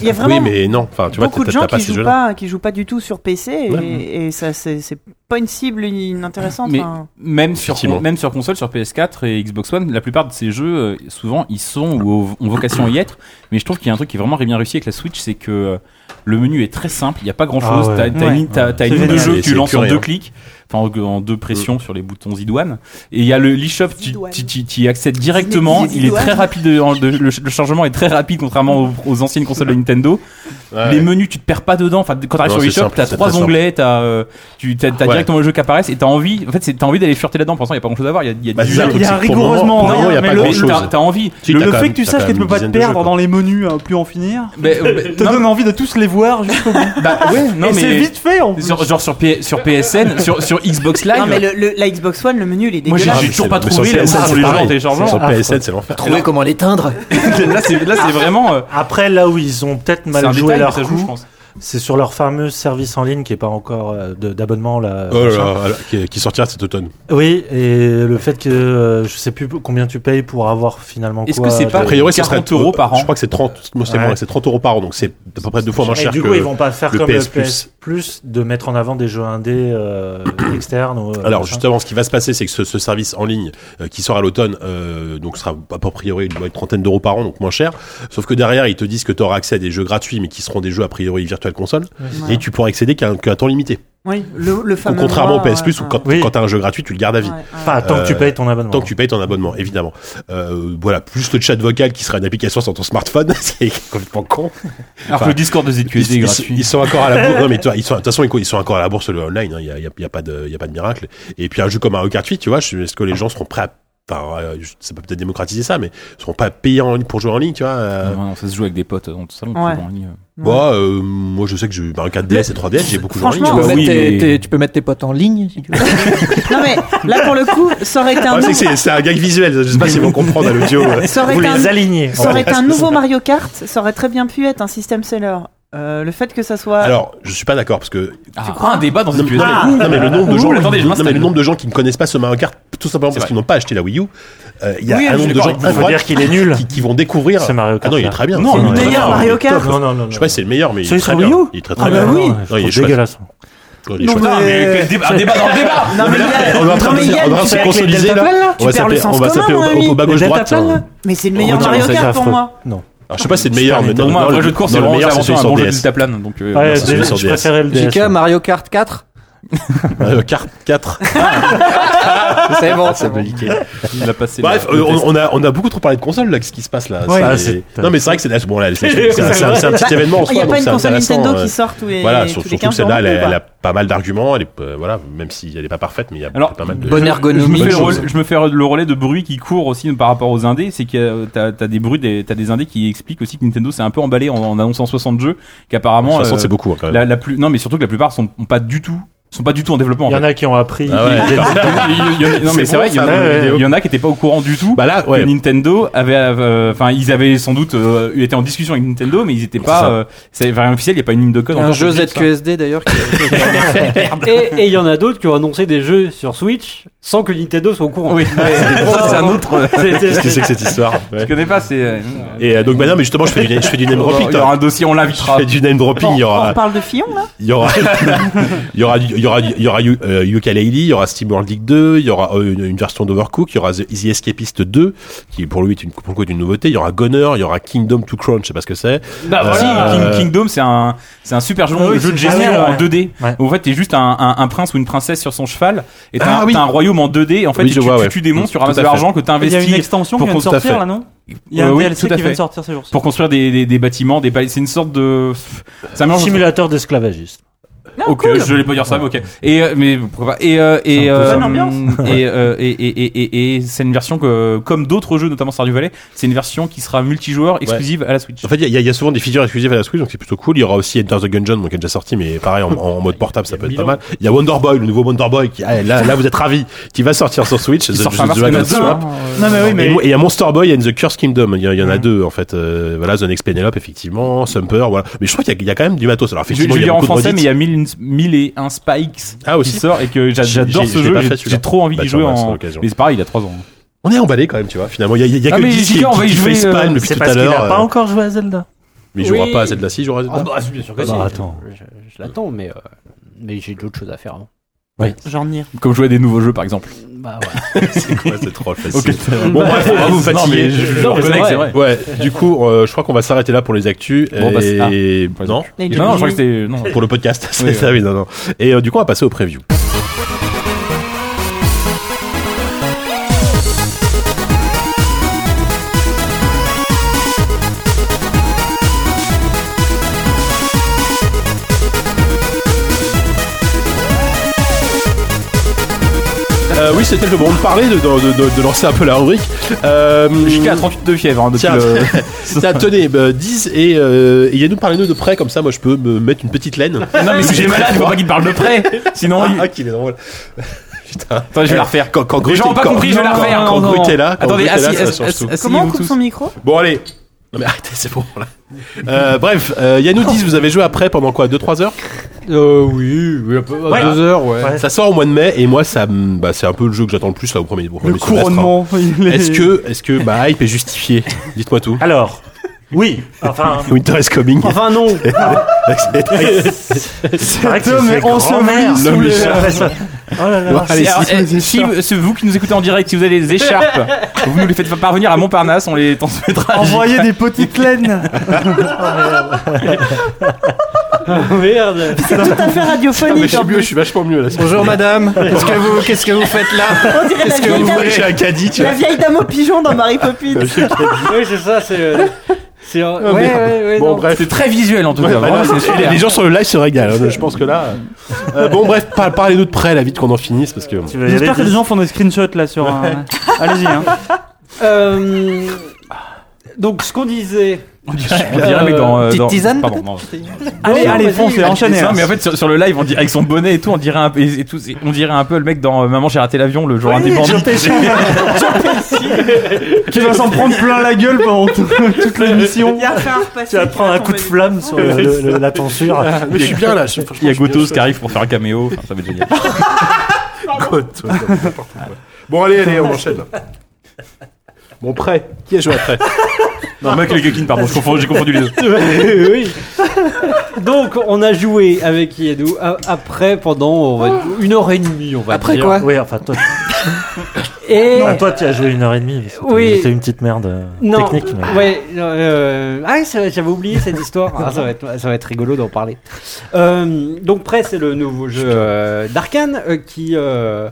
S8: Il y a vraiment
S3: Oui, mais non. Enfin, tu vois,
S8: beaucoup
S3: t'as
S8: de gens
S3: t'as pas
S8: qui
S3: ces
S8: jouent
S3: jeux-là.
S8: pas, qui jouent pas du tout sur PC, et,
S3: Ouais.
S8: et ça, c'est c'est pas une cible inintéressante.
S7: Mais-
S8: hein.
S7: Même sur,
S3: Effectivement.
S7: même sur console, sur PS4 et Xbox One, la plupart de ces jeux, euh, souvent, ils sont ou ont vocation à y être. Mais je trouve qu'il y a un truc qui est vraiment bien réussi avec la Switch, c'est que euh, le menu est très simple, il n'y a pas grand
S5: Ah
S7: chose.
S5: ouais.
S7: T'as t'as une,
S4: Ouais.
S7: t'as- t'as
S4: C'est
S7: une ligne de
S4: génial.
S7: jeu que
S3: C'est-
S7: tu lances
S3: c'est
S7: en
S3: purée,
S7: deux
S3: hein.
S7: clics, enfin en, en deux pressions sur les boutons idoine. Et il y a le l'eShop, tu,
S8: Idoine.
S7: tu, tu- tu y accèdes directement.
S8: Zidouane.
S7: Il est très rapide, de- en- de- le, le chargement est très rapide contrairement aux, aux anciennes consoles de Nintendo.
S3: Ouais.
S7: Les menus, tu te perds pas dedans. Enfin, quand t'arrives
S3: Non,
S7: sur
S3: c'est
S7: eShop,
S3: simple,
S7: t'as
S3: c'est
S7: trois
S3: très simple.
S7: onglets, t'as euh, tu t'as, t'as
S3: Ouais.
S7: directement le jeu qui apparaissent et t'as envie. En fait, c'est, t'as envie d'aller fureter là-dedans. Pour l'instant, y a pas grand-chose à voir. Y a, y a
S3: Bah,
S7: du
S3: c'est ça,
S4: Il
S3: le
S4: y
S3: truc,
S4: a
S3: c'est que pour
S4: rigoureusement
S3: le moment,
S4: rien,
S3: il y a
S4: mais
S3: pas
S4: le-
S3: grand-chose.
S7: T'as, t'as envie.
S3: Si,
S4: Le,
S3: Bah, t'as quand
S4: fait
S3: même-
S4: que tu
S3: t'as
S4: saches
S3: quand
S4: que tu
S3: même
S4: peux pas
S3: une
S4: te
S3: dizaine de jeux,
S4: perdre
S3: quoi.
S4: dans les menus à plus en finir,
S7: Mais, euh,
S4: te
S7: non,
S4: donne envie de tous les voir jusqu'au bout.
S7: bah, ouais, non,
S4: Et c'est
S7: mais
S4: vite fait en plus.
S7: Sur, genre sur, P- sur PSN, sur, sur Xbox Live.
S8: Non, mais le- le- la Xbox One, le menu, il est
S7: Moi, j'ai-
S8: dégueulasse.
S3: Ah, mais
S7: toujours
S3: c'est-
S7: pas
S3: mais
S7: trouvé
S3: sur
S7: la
S3: PSN,
S7: où
S3: c'est
S7: les gens
S3: pareil.
S7: téléchargent.
S3: Sur
S5: Ah,
S3: PSN, c'est l'enfer.
S6: Trouver comment l'éteindre
S7: là, c'est là, c'est vraiment. euh,
S5: Après, là où ils ont peut-être
S7: c'est un
S5: mal joué
S7: détail,
S5: leur
S7: mais ça joue, je
S5: coup,
S7: pense.
S5: c'est sur leur fameux service en ligne qui est pas encore euh, de- d'abonnement là.
S3: Oh là
S5: machin.
S3: là, alors, qui, qui sortira cet automne.
S5: Oui, et le fait que euh, je sais plus combien tu payes pour avoir finalement
S7: Est-ce
S5: quoi,
S7: que c'est pas
S5: je-
S3: A priori, ce
S7: 40
S3: serait
S7: euros par an.
S3: Je crois que c'est 30, moi, c'est
S5: Ouais.
S3: moins, c'est 30 euros par an, donc c'est à peu près deux fois moins
S5: Et
S3: cher
S5: du
S3: que.
S5: coup, ils vont pas faire
S3: le
S5: comme
S3: PS+.
S5: le PS Plus de mettre en avant des jeux indés euh, externes. ou, euh,
S3: Alors
S5: machin.
S3: justement, ce qui va se passer, c'est que ce, ce service en ligne euh, qui sort à l'automne, euh, donc sera a priori une, une trentaine d'euros par an, donc moins cher. Sauf que derrière, ils te disent que tu auras accès à des jeux gratuits, mais qui seront des jeux a priori virtual console,
S8: Voilà.
S3: et tu pourras accéder qu'à un, qu'à un temps limité.
S8: Oui, le, le
S3: Donc,
S8: fameux.
S3: contrairement
S8: noir,
S3: au PS Plus,
S8: ouais,
S3: où quand,
S5: Oui.
S3: quand tu as un jeu gratuit, tu le gardes à
S8: ouais,
S3: vie.
S8: ouais, ouais.
S5: Enfin, tant que tu
S3: euh,
S5: payes ton abonnement.
S3: Tant que tu payes ton abonnement, évidemment. Euh, voilà, plus le chat vocal qui sera une application sur ton smartphone, c'est complètement con.
S7: Alors que le Discord de ZQSD est
S3: ils,
S7: gratuit.
S3: ils- ils sont encore à la bourse. non, mais toi, ils sont, de toute façon, ils co- ils sont encore à la bourse le online. hein. Il y a, il y a- il y a pas de, il y a pas de miracle. Et puis un jeu comme Mario Kart 8, tu vois, je- est-ce que les gens seront prêts à Enfin, euh, je- ça peut peut-être démocratiser ça, mais seront pas payés en ligne pour jouer en ligne, tu vois. euh.
S7: Non, non, ça se joue avec des potes euh, dans tout ça, donc
S8: Ouais.
S7: en ligne. euh.
S3: Moi, euh, moi, je sais que je Mario Kart DS et 3DS, j'ai beaucoup joué en ligne.
S8: Franchement,
S6: tu peux,
S7: bah
S6: mettre
S7: oui,
S6: tes,
S7: mais-
S6: tes- tu peux mettre tes potes en ligne si tu veux.
S8: Non, mais là, pour le coup, ça aurait été
S3: Ah,
S8: un
S3: c'est
S8: nouveau.
S3: que c'est- c'est un gag visuel. Je sais pas s'ils vont comprendre à l'audio. euh.
S8: Ça aurait
S5: Vous
S8: été un
S5: les alignez.
S8: Ça aurait été un nouveau Mario Kart, ça aurait très bien pu être un system seller. Euh, le fait que ça soit.
S3: Alors, je suis pas d'accord parce que
S7: Ah, un débat dans ZQSD.
S3: non mais le nombre de gens,
S7: Ah, Ouh, attendez, je
S3: non, mais
S7: m'installe.
S3: le nombre de gens qui ne connaissent pas ce Mario Kart, tout simplement
S7: C'est
S3: parce
S7: vrai.
S3: qu'ils n'ont pas acheté la Wii U, euh, il y a
S7: Oui,
S3: un
S7: je
S3: nombre
S7: suis
S3: de gens
S7: d'accord avec vous.
S5: Faut
S3: incroyables
S5: dire qu'il est nul.
S3: qui, qui vont découvrir.
S5: C'est Mario Kart.
S3: Ah non, il est
S5: là.
S3: très bien.
S7: Non,
S3: C'est
S7: le
S3: un
S7: meilleur
S3: très bien.
S8: Mario Kart.
S5: Non, non, non.
S3: Je sais pas si c'est le meilleur, mais il est
S5: Celui
S3: très
S5: sur
S3: bien.
S5: Wii U
S3: Il est très très
S5: Ah bah
S3: bien. Oh,
S5: oui,
S3: Non, il est
S5: c'est
S3: chouette.
S5: dégueulasse.
S3: Non, il est chouette.
S7: Ah, mais quel débat, un débat dans le débat
S8: non, mais Yann,
S3: On est en train
S8: non,
S3: de
S8: mais
S3: se-
S8: Yann,
S3: on est en train de
S8: tu
S3: se
S8: perds-
S3: consolider
S8: delta plane,
S3: là.
S8: là Tu
S3: On va
S8: perds le
S3: s'appeler-
S8: sens
S3: on va
S8: commun,
S3: s'appeler
S8: mon ami.
S3: au- au bas gauche
S5: Le
S3: droite.
S5: deltaplane,
S3: hein.
S5: là
S8: Mais c'est le meilleur
S5: Retire, ça,
S8: Mario
S5: c'est
S8: Kart pour
S5: affreux.
S8: moi.
S5: Non.
S3: Alors je sais pas si c'est le meilleur, mais
S7: Pour
S3: dans
S7: moi, un
S3: dans
S7: vrai jeu de course, c'est
S3: dans le
S7: vraiment
S3: meilleur, c'est
S7: avant tout
S3: celui
S7: un
S3: sur
S7: bon jeu de
S3: DS.
S7: deltaplane. Donc, euh,
S5: Ouais,
S7: merci.
S3: c'est celui sur
S5: je
S3: DS.
S5: préférais le hein. DS.
S6: JK, Mario Kart 4
S3: Mario Kart 4.
S6: C'est bon, c'est bon.
S7: il a passé.
S3: Bref,
S7: le- Ah,
S3: euh,
S7: le
S3: on, on a, on a beaucoup trop parlé de console là, ce qui se passe là.
S5: Ouais,
S3: Ça,
S5: bah,
S3: c'est-
S5: c'est-
S3: Non mais c'est vrai que c'est la- bon, là, c'est c'est un, c'est un- c'est un
S8: Bah,
S3: petit événement en
S8: Il n'y
S3: soi,
S8: a
S3: donc
S8: pas une
S3: c'est
S8: console
S3: intéressant.
S8: Nintendo
S3: euh,
S8: qui sort tous les.
S3: Voilà,
S8: tous
S3: sur-
S8: les
S3: surtout
S8: 15
S3: celle-là,
S8: jours,
S3: elle, a-
S8: quoi.
S3: elle a pas mal d'arguments, elle est, euh, voilà, même si elle est pas parfaite, mais il y a
S7: Alors,
S3: pas mal de.
S6: Bonne
S7: Je me,
S6: ergonomie.
S7: fais le
S6: Bonne
S7: rôle-
S6: chose.
S7: je me fais le relais de bruit qui court aussi par rapport aux indés, c'est que euh, t'as as des bruits, des- t'as des indés qui expliquent aussi que Nintendo s'est un peu emballé en, en annonçant 60 jeux, qu'apparemment,
S3: 60
S7: euh,
S3: c'est beaucoup hein, quand même.
S7: la, la plus, non mais surtout que la plupart sont pas du tout, sont pas du tout en développement. en
S5: Il y en
S7: fait.
S5: a qui ont appris.
S3: Ah ouais,
S5: ils-
S3: d'accord.
S7: Il y en a- non mais
S3: C'est
S7: c'est vrai,
S3: bon,
S7: il y, en
S3: ça,
S5: ouais,
S7: a-
S5: ouais.
S7: il y en a qui étaient pas au courant du tout.
S3: Bah là,
S7: que
S3: ouais.
S7: Nintendo avait, euh, enfin ils avaient sans doute euh, été en discussion avec Nintendo, mais ils étaient
S3: C'est ça.
S7: pas, euh, c'est rien officiel, il y a pas une ligne de code.
S6: Un
S7: encore
S6: jeu
S7: public, ça.
S6: ZQSD d'ailleurs. qui-
S9: Et et il y en a d'autres qui ont annoncé des jeux sur Switch sans que Nintendo soit au courant.
S7: Oui, ça, c'est un autre.
S9: C'est- c'est-
S3: Qu'est-ce que c'est que cette histoire
S7: Je
S3: Ouais.
S7: connais pas, c'est. euh,
S3: Et euh, donc bah non, mais justement, je fais du, je fais du name dropping.
S7: Oh, Il y aura un Oh, dossier, on
S3: Je
S7: l'invitera.
S3: fais du name dropping. Il y
S8: On
S3: aura,
S8: reparle de Fillon, là
S3: il y aura, il y aura, du- il y aura, du- il y aura U- euh, Yooka-Laylee, il y aura Steam World League 2, il y aura euh, une, une version d'Overcook, il y aura The Easy Escapist 2, qui pour lui est une, pour le coup, est une nouveauté. Il y aura Gunner, il y aura Kingdom to Crown, je sais pas ce que c'est.
S7: Bah
S3: voilà.
S7: King, Kingdom, c'est un, c'est un super jeu,
S5: Ah oui,
S7: jeu de
S5: c'est
S7: gestion
S5: génial,
S7: en
S5: ouais.
S7: 2D.
S5: Ouais.
S7: Où en fait, t'es juste un, un, un prince ou une princesse sur son cheval, et t'as,
S3: Ah
S7: un-
S3: oui.
S7: t'as un royaume en 2D. En fait,
S3: Oui,
S7: et
S3: je
S7: tu,
S3: vois,
S7: tu,
S3: ouais.
S7: tu démontes, tu
S3: Tout
S7: ramasses
S3: à
S7: de
S3: fait.
S7: l'argent que
S4: Il y a
S7: t'investis
S4: une extension qui
S7: pour
S4: vient de
S7: qu'on- tout à
S4: sortir
S7: fait.
S4: là, non Il y a un
S7: Euh, oui,
S4: DLC
S7: tout à
S4: qui vient
S7: fait.
S4: de sortir ces jours-ci.
S7: pour construire des, des, des bâtiments, des palais. C'est une sorte de. C'est un mélange.
S5: Simulateur d'esclavagisme.
S7: ok, je vais pas dire ça, mais ok. Et euh, mais pourquoi pas. Et euh, et
S5: C'est un peu
S7: euh,
S5: ça.
S8: Bonne ambiance.
S7: et, euh, et et et et, et c'est une version que comme d'autres jeux, notamment Stardew Valley, c'est une version qui sera multijoueur exclusive à la Switch.
S3: En fait, il y a- il y, a souvent des features exclusives à la Switch, donc c'est plutôt cool. Il y aura aussi Enter the Gungeon, donc qui est déjà sorti, mais pareil, en, en mode portable, ça peut être pas mal. Il y a Wonder Boy, le nouveau Wonder Boy, qui, ah, là, là, vous êtes ravis, qui va sortir sur Switch. The-
S7: sort fin
S3: The
S7: mars
S3: Dragon
S7: 2022,
S3: Swap.
S4: Non, mais oui,
S3: Et
S4: mais.
S3: mo- et il y a Monster Boy and The Curse Kingdom. Il y, a- il y en a deux, en fait. Euh, voilà, The Next Penelope, effectivement, Sumper, voilà. Mais je crois qu'il y, a- il y a quand même du matos. Alors,
S7: Je, je
S3: effectivement,
S7: vais
S3: il y a
S7: dire en
S3: beaucoup de
S7: français,
S3: redites.
S7: mais il y a 1000 1000 et un Spikes
S3: Ah, aussi.
S7: qui sort et que j'a-
S3: J'ai-
S7: j'adore
S3: j'ai- je
S7: ce
S3: l'ai
S7: jeu.
S3: pas fait,
S7: j'ai-
S3: celui-là.
S7: J'ai trop envie
S3: Bah,
S7: d'y
S3: tiens,
S7: jouer
S3: bah, c'est
S7: en.
S3: l'occasion.
S7: Mais c'est pareil, il a 3 ans.
S3: On est emballé quand même, tu vois, finalement. Il y a, il y a
S7: Ah,
S3: que
S7: mais
S3: le disque
S7: JK, on va y
S3: qui
S7: jouer,
S3: fait
S7: euh,
S3: Spawn depuis
S5: C'est
S3: tout
S5: parce
S3: à
S5: qu'il
S3: l'heure.
S5: n'a pas
S3: euh,
S5: encore joué à Zelda.
S3: Mais il jouera
S9: Oui.
S3: pas à Zelda 6, il jouera à Zelda.
S9: Ah bah, bien sûr que
S5: Ah
S9: si.
S5: bah, attends.
S9: Je, je l'attends, mais, euh, mais j'ai d'autres choses à faire avant.
S8: J'en ai.
S7: Comme jouer à des nouveaux jeux, par exemple.
S9: Bah voilà.
S3: C'est quoi, c'est trop facile.
S7: Ok. Bah,
S3: Bon, bref, on va vous
S7: Non, mais
S3: fatiguer.
S7: je- je
S9: Non,
S7: reconnais
S9: mais
S7: que
S9: c'est
S7: c'est
S9: vrai.
S7: vrai.
S3: Ouais, du coup, euh, je crois qu'on va s'arrêter là pour les actus.
S7: Bon, bah, c'est- ah,
S3: et...
S7: par
S3: non,
S7: exemple.
S8: Les
S7: Non, non, je crois que
S8: Johnny.
S7: c'était. Non.
S3: pour le podcast, c'est
S7: Oui,
S3: ça, oui, non, non. Et euh, du coup, on va passer au preview. Euh, oui, c'était le moment de parler, de, de, de- de lancer un peu la rubrique. Euh,
S7: Jusqu'à 38 de fièvre, hein, depuis
S3: Tiens.
S7: le.
S3: Tiens, tenez, bah, 10 et, euh, et Yannou, parlez-nous de près, comme ça, moi je peux me mettre une petite laine.
S7: Non, mais si j'ai malade, faut pas qu'il parle de près. Sinon, il-
S3: Ah, qu'il est drôle. Putain.
S7: Attends, je vais la refaire.
S3: Quand, quand
S7: Les
S3: Grut
S7: gens ont
S3: est-
S7: pas
S3: quand-
S7: compris, je vais la
S3: quand-
S7: refaire.
S3: Quand
S7: Non,
S3: Grut
S7: non.
S3: est là, quand
S7: Attendez,
S3: Grut est là,
S7: assis-
S3: ça
S7: assis-
S3: change tout.
S8: Comment on
S7: asseyez-vous
S8: coupe
S7: tous.
S8: son micro
S3: Bon, allez. Non, mais arrêtez, c'est bon, là. Euh, bref, euh, Yannou 10, vous avez joué après pendant quoi 2-3 heures
S9: Euh, oui, oui, à peu- à
S5: Ouais.
S9: deux heures, ouais.
S5: Ouais.
S3: Ça sort au mois de mai et moi, ça, me- bah, c'est un peu le jeu que j'attends le plus là au premier, au premier
S4: Le
S3: semestre, hein.
S4: couronnement. il est-
S3: Est-ce que, est-ce que ma hype est justifiée Dites-moi tout.
S5: Alors, oui, enfin,
S3: Winter is coming.
S9: Enfin non,
S5: c'est vrai que
S4: homme
S5: c'est
S4: est enseveli
S5: grand-mère,
S4: sous
S5: l'homme
S4: les-
S5: écharpe. Oh là là.
S3: Bon, allez,
S7: Et alors,
S3: si-
S7: eh, si c'est vous qui nous écoutez en direct, si vous avez des écharpes, vous nous les faites parvenir à Montparnasse, on les transmettra.
S4: Envoyer des petites laines.
S9: merde.
S8: C'est tout à fait
S3: Ah, mais
S8: radiophonique.
S3: je suis
S8: en
S3: mieux, je
S8: plus.
S3: suis vachement mieux là.
S6: Bonjour madame, qu'est-ce que vous, qu'est-ce que vous faites là
S8: On dirait la
S3: Je
S8: vieille, dame,
S3: un caddie, tu
S8: la vieille dame au pigeon dans Mary Poppins.
S9: oui, c'est ça, c'est. euh, c'est euh, un-
S3: Ah,
S9: ouais,
S3: merde.
S9: ouais, ouais,
S3: Bon,
S9: non.
S3: bref.
S7: C'est très visuel en tout cas.
S3: Ouais,
S7: vraiment,
S3: bah,
S7: c'est
S3: non, les-
S7: super.
S3: les gens sur le live se régalent. hein. Je pense que là. euh, bon, bref, par- parlez-nous de près, là, vite qu'on en finisse, parce que.
S5: Tu vas y
S4: J'espère que
S5: aller,
S4: les gens font des screenshots là sur. un- Allez-y. hein.
S9: Euh, donc ce qu'on disait.
S7: On dirait, on dirait, mais dans, euh,
S6: Petite
S7: dans-
S6: tisane,
S7: pardon, non.
S4: Allez,
S9: Non,
S4: allez,
S9: vas-y,
S4: foncez, enchaînez.
S7: Non,
S4: hein.
S7: mais en fait, sur, sur le live, on dirait, avec son bonnet et tout, on dirait un, et, et tout, c'est- on dirait un peu le mec dans euh, Maman, j'ai raté l'avion le jour indépendant.
S4: Tu vas s'en prendre plein la gueule pendant tout- toute l'émission.
S8: Il a fait un repassé,
S5: Tu vas te prendre un coup de flamme sur le- le- Ah, le- la tonsure.
S3: Mais je suis bien là.
S7: Il y a Gotos qui arrive pour faire un caméo. Enfin, ça va être génial.
S3: Bon, allez, allez, on enchaîne. Bon, prêt. Qui a joué après
S7: Non, mec, les Gekin, pardon, je confonds- j'ai confondu les deux.
S9: oui. Donc on a joué avec Yadou a- après pendant on va- une heure et demie on va
S6: Après
S9: dire.
S6: quoi
S5: Oui, enfin, toi,
S9: Et
S5: enfin, toi, tu as joué une heure et demie. C'était
S9: Oui.
S5: c'était une petite merde euh,
S9: non,
S5: technique. mais-
S9: ouais, euh, ah c'est vrai, j'avais oublié cette histoire. Ah, ça va être ça va être rigolo d'en parler. Euh, donc Prêt c'est le nouveau jeu euh, d'Arkane euh, qui euh,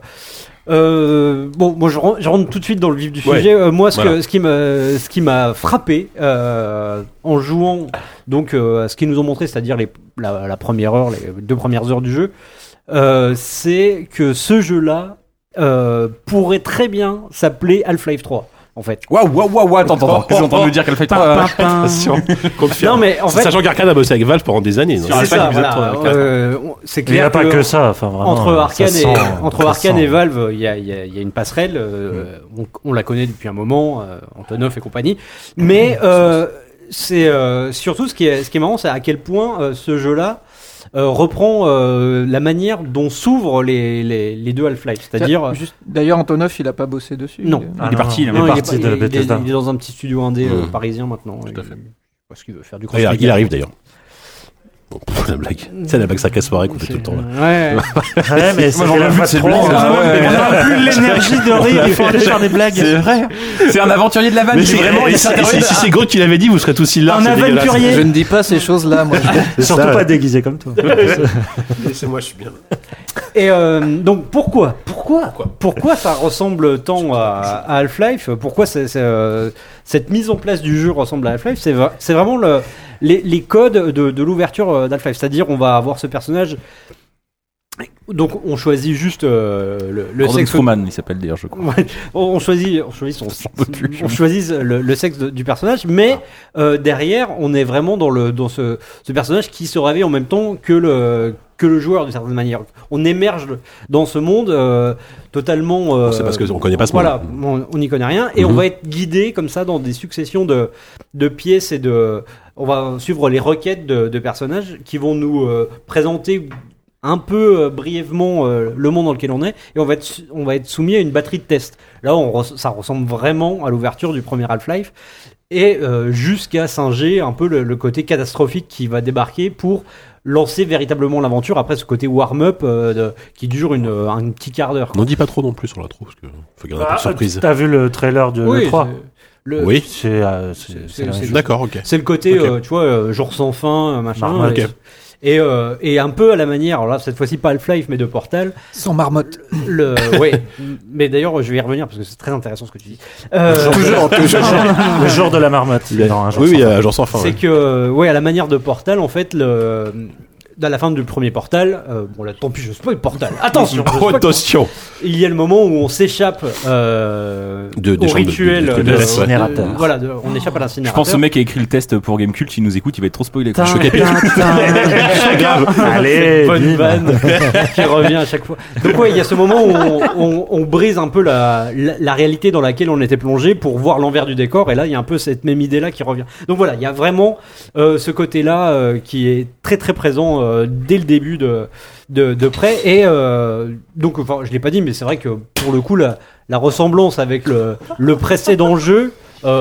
S9: euh, bon, moi je ren- je rentre, tout de suite dans le vif du
S3: Ouais.
S9: sujet. Euh, moi, ce, que-
S3: Voilà.
S9: ce qui m'a, ce qui m'a frappé euh, en jouant donc euh, à ce qu'ils nous ont montré, c'est-à-dire les, la, la première heure, les deux premières heures du jeu, euh, c'est que ce jeu-là euh, pourrait très bien s'appeler Half-Life 3, en fait.
S7: Waouh, waouh, waouh, waouh, attends, attends, attends. Qu'est-ce que j'entends me dire qu'elle fait
S4: Pin,
S7: trois, euh,
S4: pin, pin.
S9: Non, mais en fait,
S3: Sachant qu'Arcade a bossé avec Valve pendant des années. non
S9: c'est ça.
S7: Half-Life,
S9: voilà,
S7: épisode 3,
S9: euh, on- c'est
S5: Il n'y
S9: clair.
S5: a pas que ça. Enfin, vraiment,
S9: entre
S5: euh, ça
S9: Arkane, et,
S5: sent-
S9: entre
S5: ça
S9: Arkane
S5: sent- Mm.
S9: et Valve, il y a, il y a- il y a une passerelle. euh, on, on la connaît depuis un moment, euh, Antonov et compagnie. Mais
S5: Mm.
S9: euh, c'est euh, surtout ce qui est, ce qui est marrant, c'est à quel point euh, ce jeu-là euh, reprend euh, la manière dont s'ouvrent les, les, les deux Half-Life. C'est-à-dire.
S6: Juste- D'ailleurs, Antonov, il a pas bossé dessus.
S9: Non.
S6: Il-
S5: Ah,
S7: Il est
S5: non,
S7: parti,
S5: non, Il
S7: là,
S5: est
S9: il est
S5: parti
S9: pas-
S5: de
S9: il est-
S5: Bethesda.
S9: il est dans un petit studio indé euh,
S3: Mm.
S9: parisien maintenant. Il- Parce qu'il veut faire du
S3: Il
S9: crossfit.
S3: arrive- il arrive d'ailleurs. Bon, pff, la blague. C'est la blague sacrée soirée qu'on fait tout le temps. là.
S9: Ouais.
S5: Ouais, mais c'était
S7: j'en ai
S5: la
S7: vu
S5: fois
S7: de ces
S5: trop
S7: blagues,
S5: longue,
S7: là.
S5: hein.
S7: Ouais, ouais,
S4: On a plus l'énergie de rire, il faut aller faire des blagues.
S7: C'est vrai. C'est un aventurier de la vanne.
S3: Mais
S7: il est
S3: c'est
S7: vraiment,
S3: et
S7: il
S3: si, et
S7: s'intéresse
S3: si- si c'est Groot qui l'avait dit, vous serez tous là.
S4: Un aventurier.
S6: Je ne dis pas ces choses-là, moi.
S5: Surtout pas déguisé comme toi.
S3: C'est moi, je suis bien.
S9: Et euh, donc pourquoi Pourquoi Pourquoi ça ressemble tant à, à Half-Life Pourquoi c'est- c'est, euh, cette mise en place du jeu ressemble à Half-Life C'est vra- c'est vraiment le- les, les codes de, de l'ouverture euh, d'Half-Life. C'est-à-dire on va avoir ce personnage. Donc on choisit juste euh, le, le
S7: Gordon
S9: sexe
S7: Truman, il s'appelle d'ailleurs, je crois.
S9: Ouais, on on choisit, on choisit son- on choisit le, le sexe de- du personnage, mais euh, derrière, on est vraiment dans le dans ce, ce personnage qui se réveille en même temps que le que le joueur d'une certaine manière. On émerge dans ce monde euh, totalement. euh,
S3: C'est parce qu'on connaît pas ce
S9: voilà,
S3: monde.
S9: on on n'y connaît rien et on
S3: Mhm.
S9: va être guidé comme ça dans des successions de de pièces et de. On va suivre les requêtes de, de personnages qui vont nous euh, présenter un peu euh, brièvement euh, le monde dans lequel on est et on va être su- on va être soumis à une batterie de tests. Là, on res- ça ressemble vraiment à l'ouverture du premier Half-Life et euh, jusqu'à singer un peu le, le côté catastrophique qui va débarquer pour lancer véritablement l'aventure après ce côté warm-up euh, de- qui dure une, euh, un petit quart d'heure. quoi.
S3: N'en dis pas trop non plus sur la troupe, parce que faut garder un peu
S5: Ah,
S3: de surprise.
S5: T'as vu le trailer de
S9: Bah, Oui,
S5: le 3
S9: c'est- Euh, le-
S3: Oui.
S5: C'est euh, c'est-
S9: C'est-
S5: c'est la
S9: c'est-
S5: même chose.
S3: D'accord, ok.
S9: C'est le côté,
S3: Ok.
S9: euh, tu vois, euh, jour sans fin, euh, machin.
S5: Marmotte.
S9: Et, et, euh, et un peu à la manière, alors là, cette fois-ci pas Half-Life, mais de Portal.
S6: Sans marmotte.
S9: Le, ouais. Mais d'ailleurs, je vais y revenir parce que c'est très intéressant ce que tu dis. Euh,
S3: Toujours, toujours.
S5: le jour de la marmotte. Non, un jour
S3: Oui,
S5: sans
S3: oui,
S5: fin.
S3: euh, j'en sens enfin.
S9: c'est que, Ah ouais, à la manière de Portal, en fait, le, à la fin du premier Portal, euh, bon là, tant pis, je spoil Portal. Attention, je
S3: Oh,
S9: spoil Portal.
S3: attention
S9: il y a le moment où on s'échappe euh,
S3: De- des
S9: au
S3: chambres de- de-
S9: rituel
S3: de- de-
S5: de l'incinérateur.
S9: voilà, de- on échappe à
S7: Je
S9: l'incinérateur.
S7: pense que ce mec qui a écrit le test pour Gamecult, s'il nous écoute, il va être trop spoilé. quoi.
S4: Putain,
S7: Je suis capé.
S4: putain.
S5: Allez,
S9: bonne
S5: bim.
S9: vanne qui revient à chaque fois. Donc ouais, il y a ce moment où on, on- on brise un peu la, la, la réalité dans laquelle on était plongé pour voir l'envers du décor. Et là, il y a un peu cette même idée-là qui revient. Donc voilà, il y a vraiment euh, ce côté-là euh, qui est très très présent euh, dès le début de de, de près. Et euh, donc, enfin, je l'ai pas dit, mais c'est vrai que pour le coup, la, la ressemblance avec le, le précédent jeu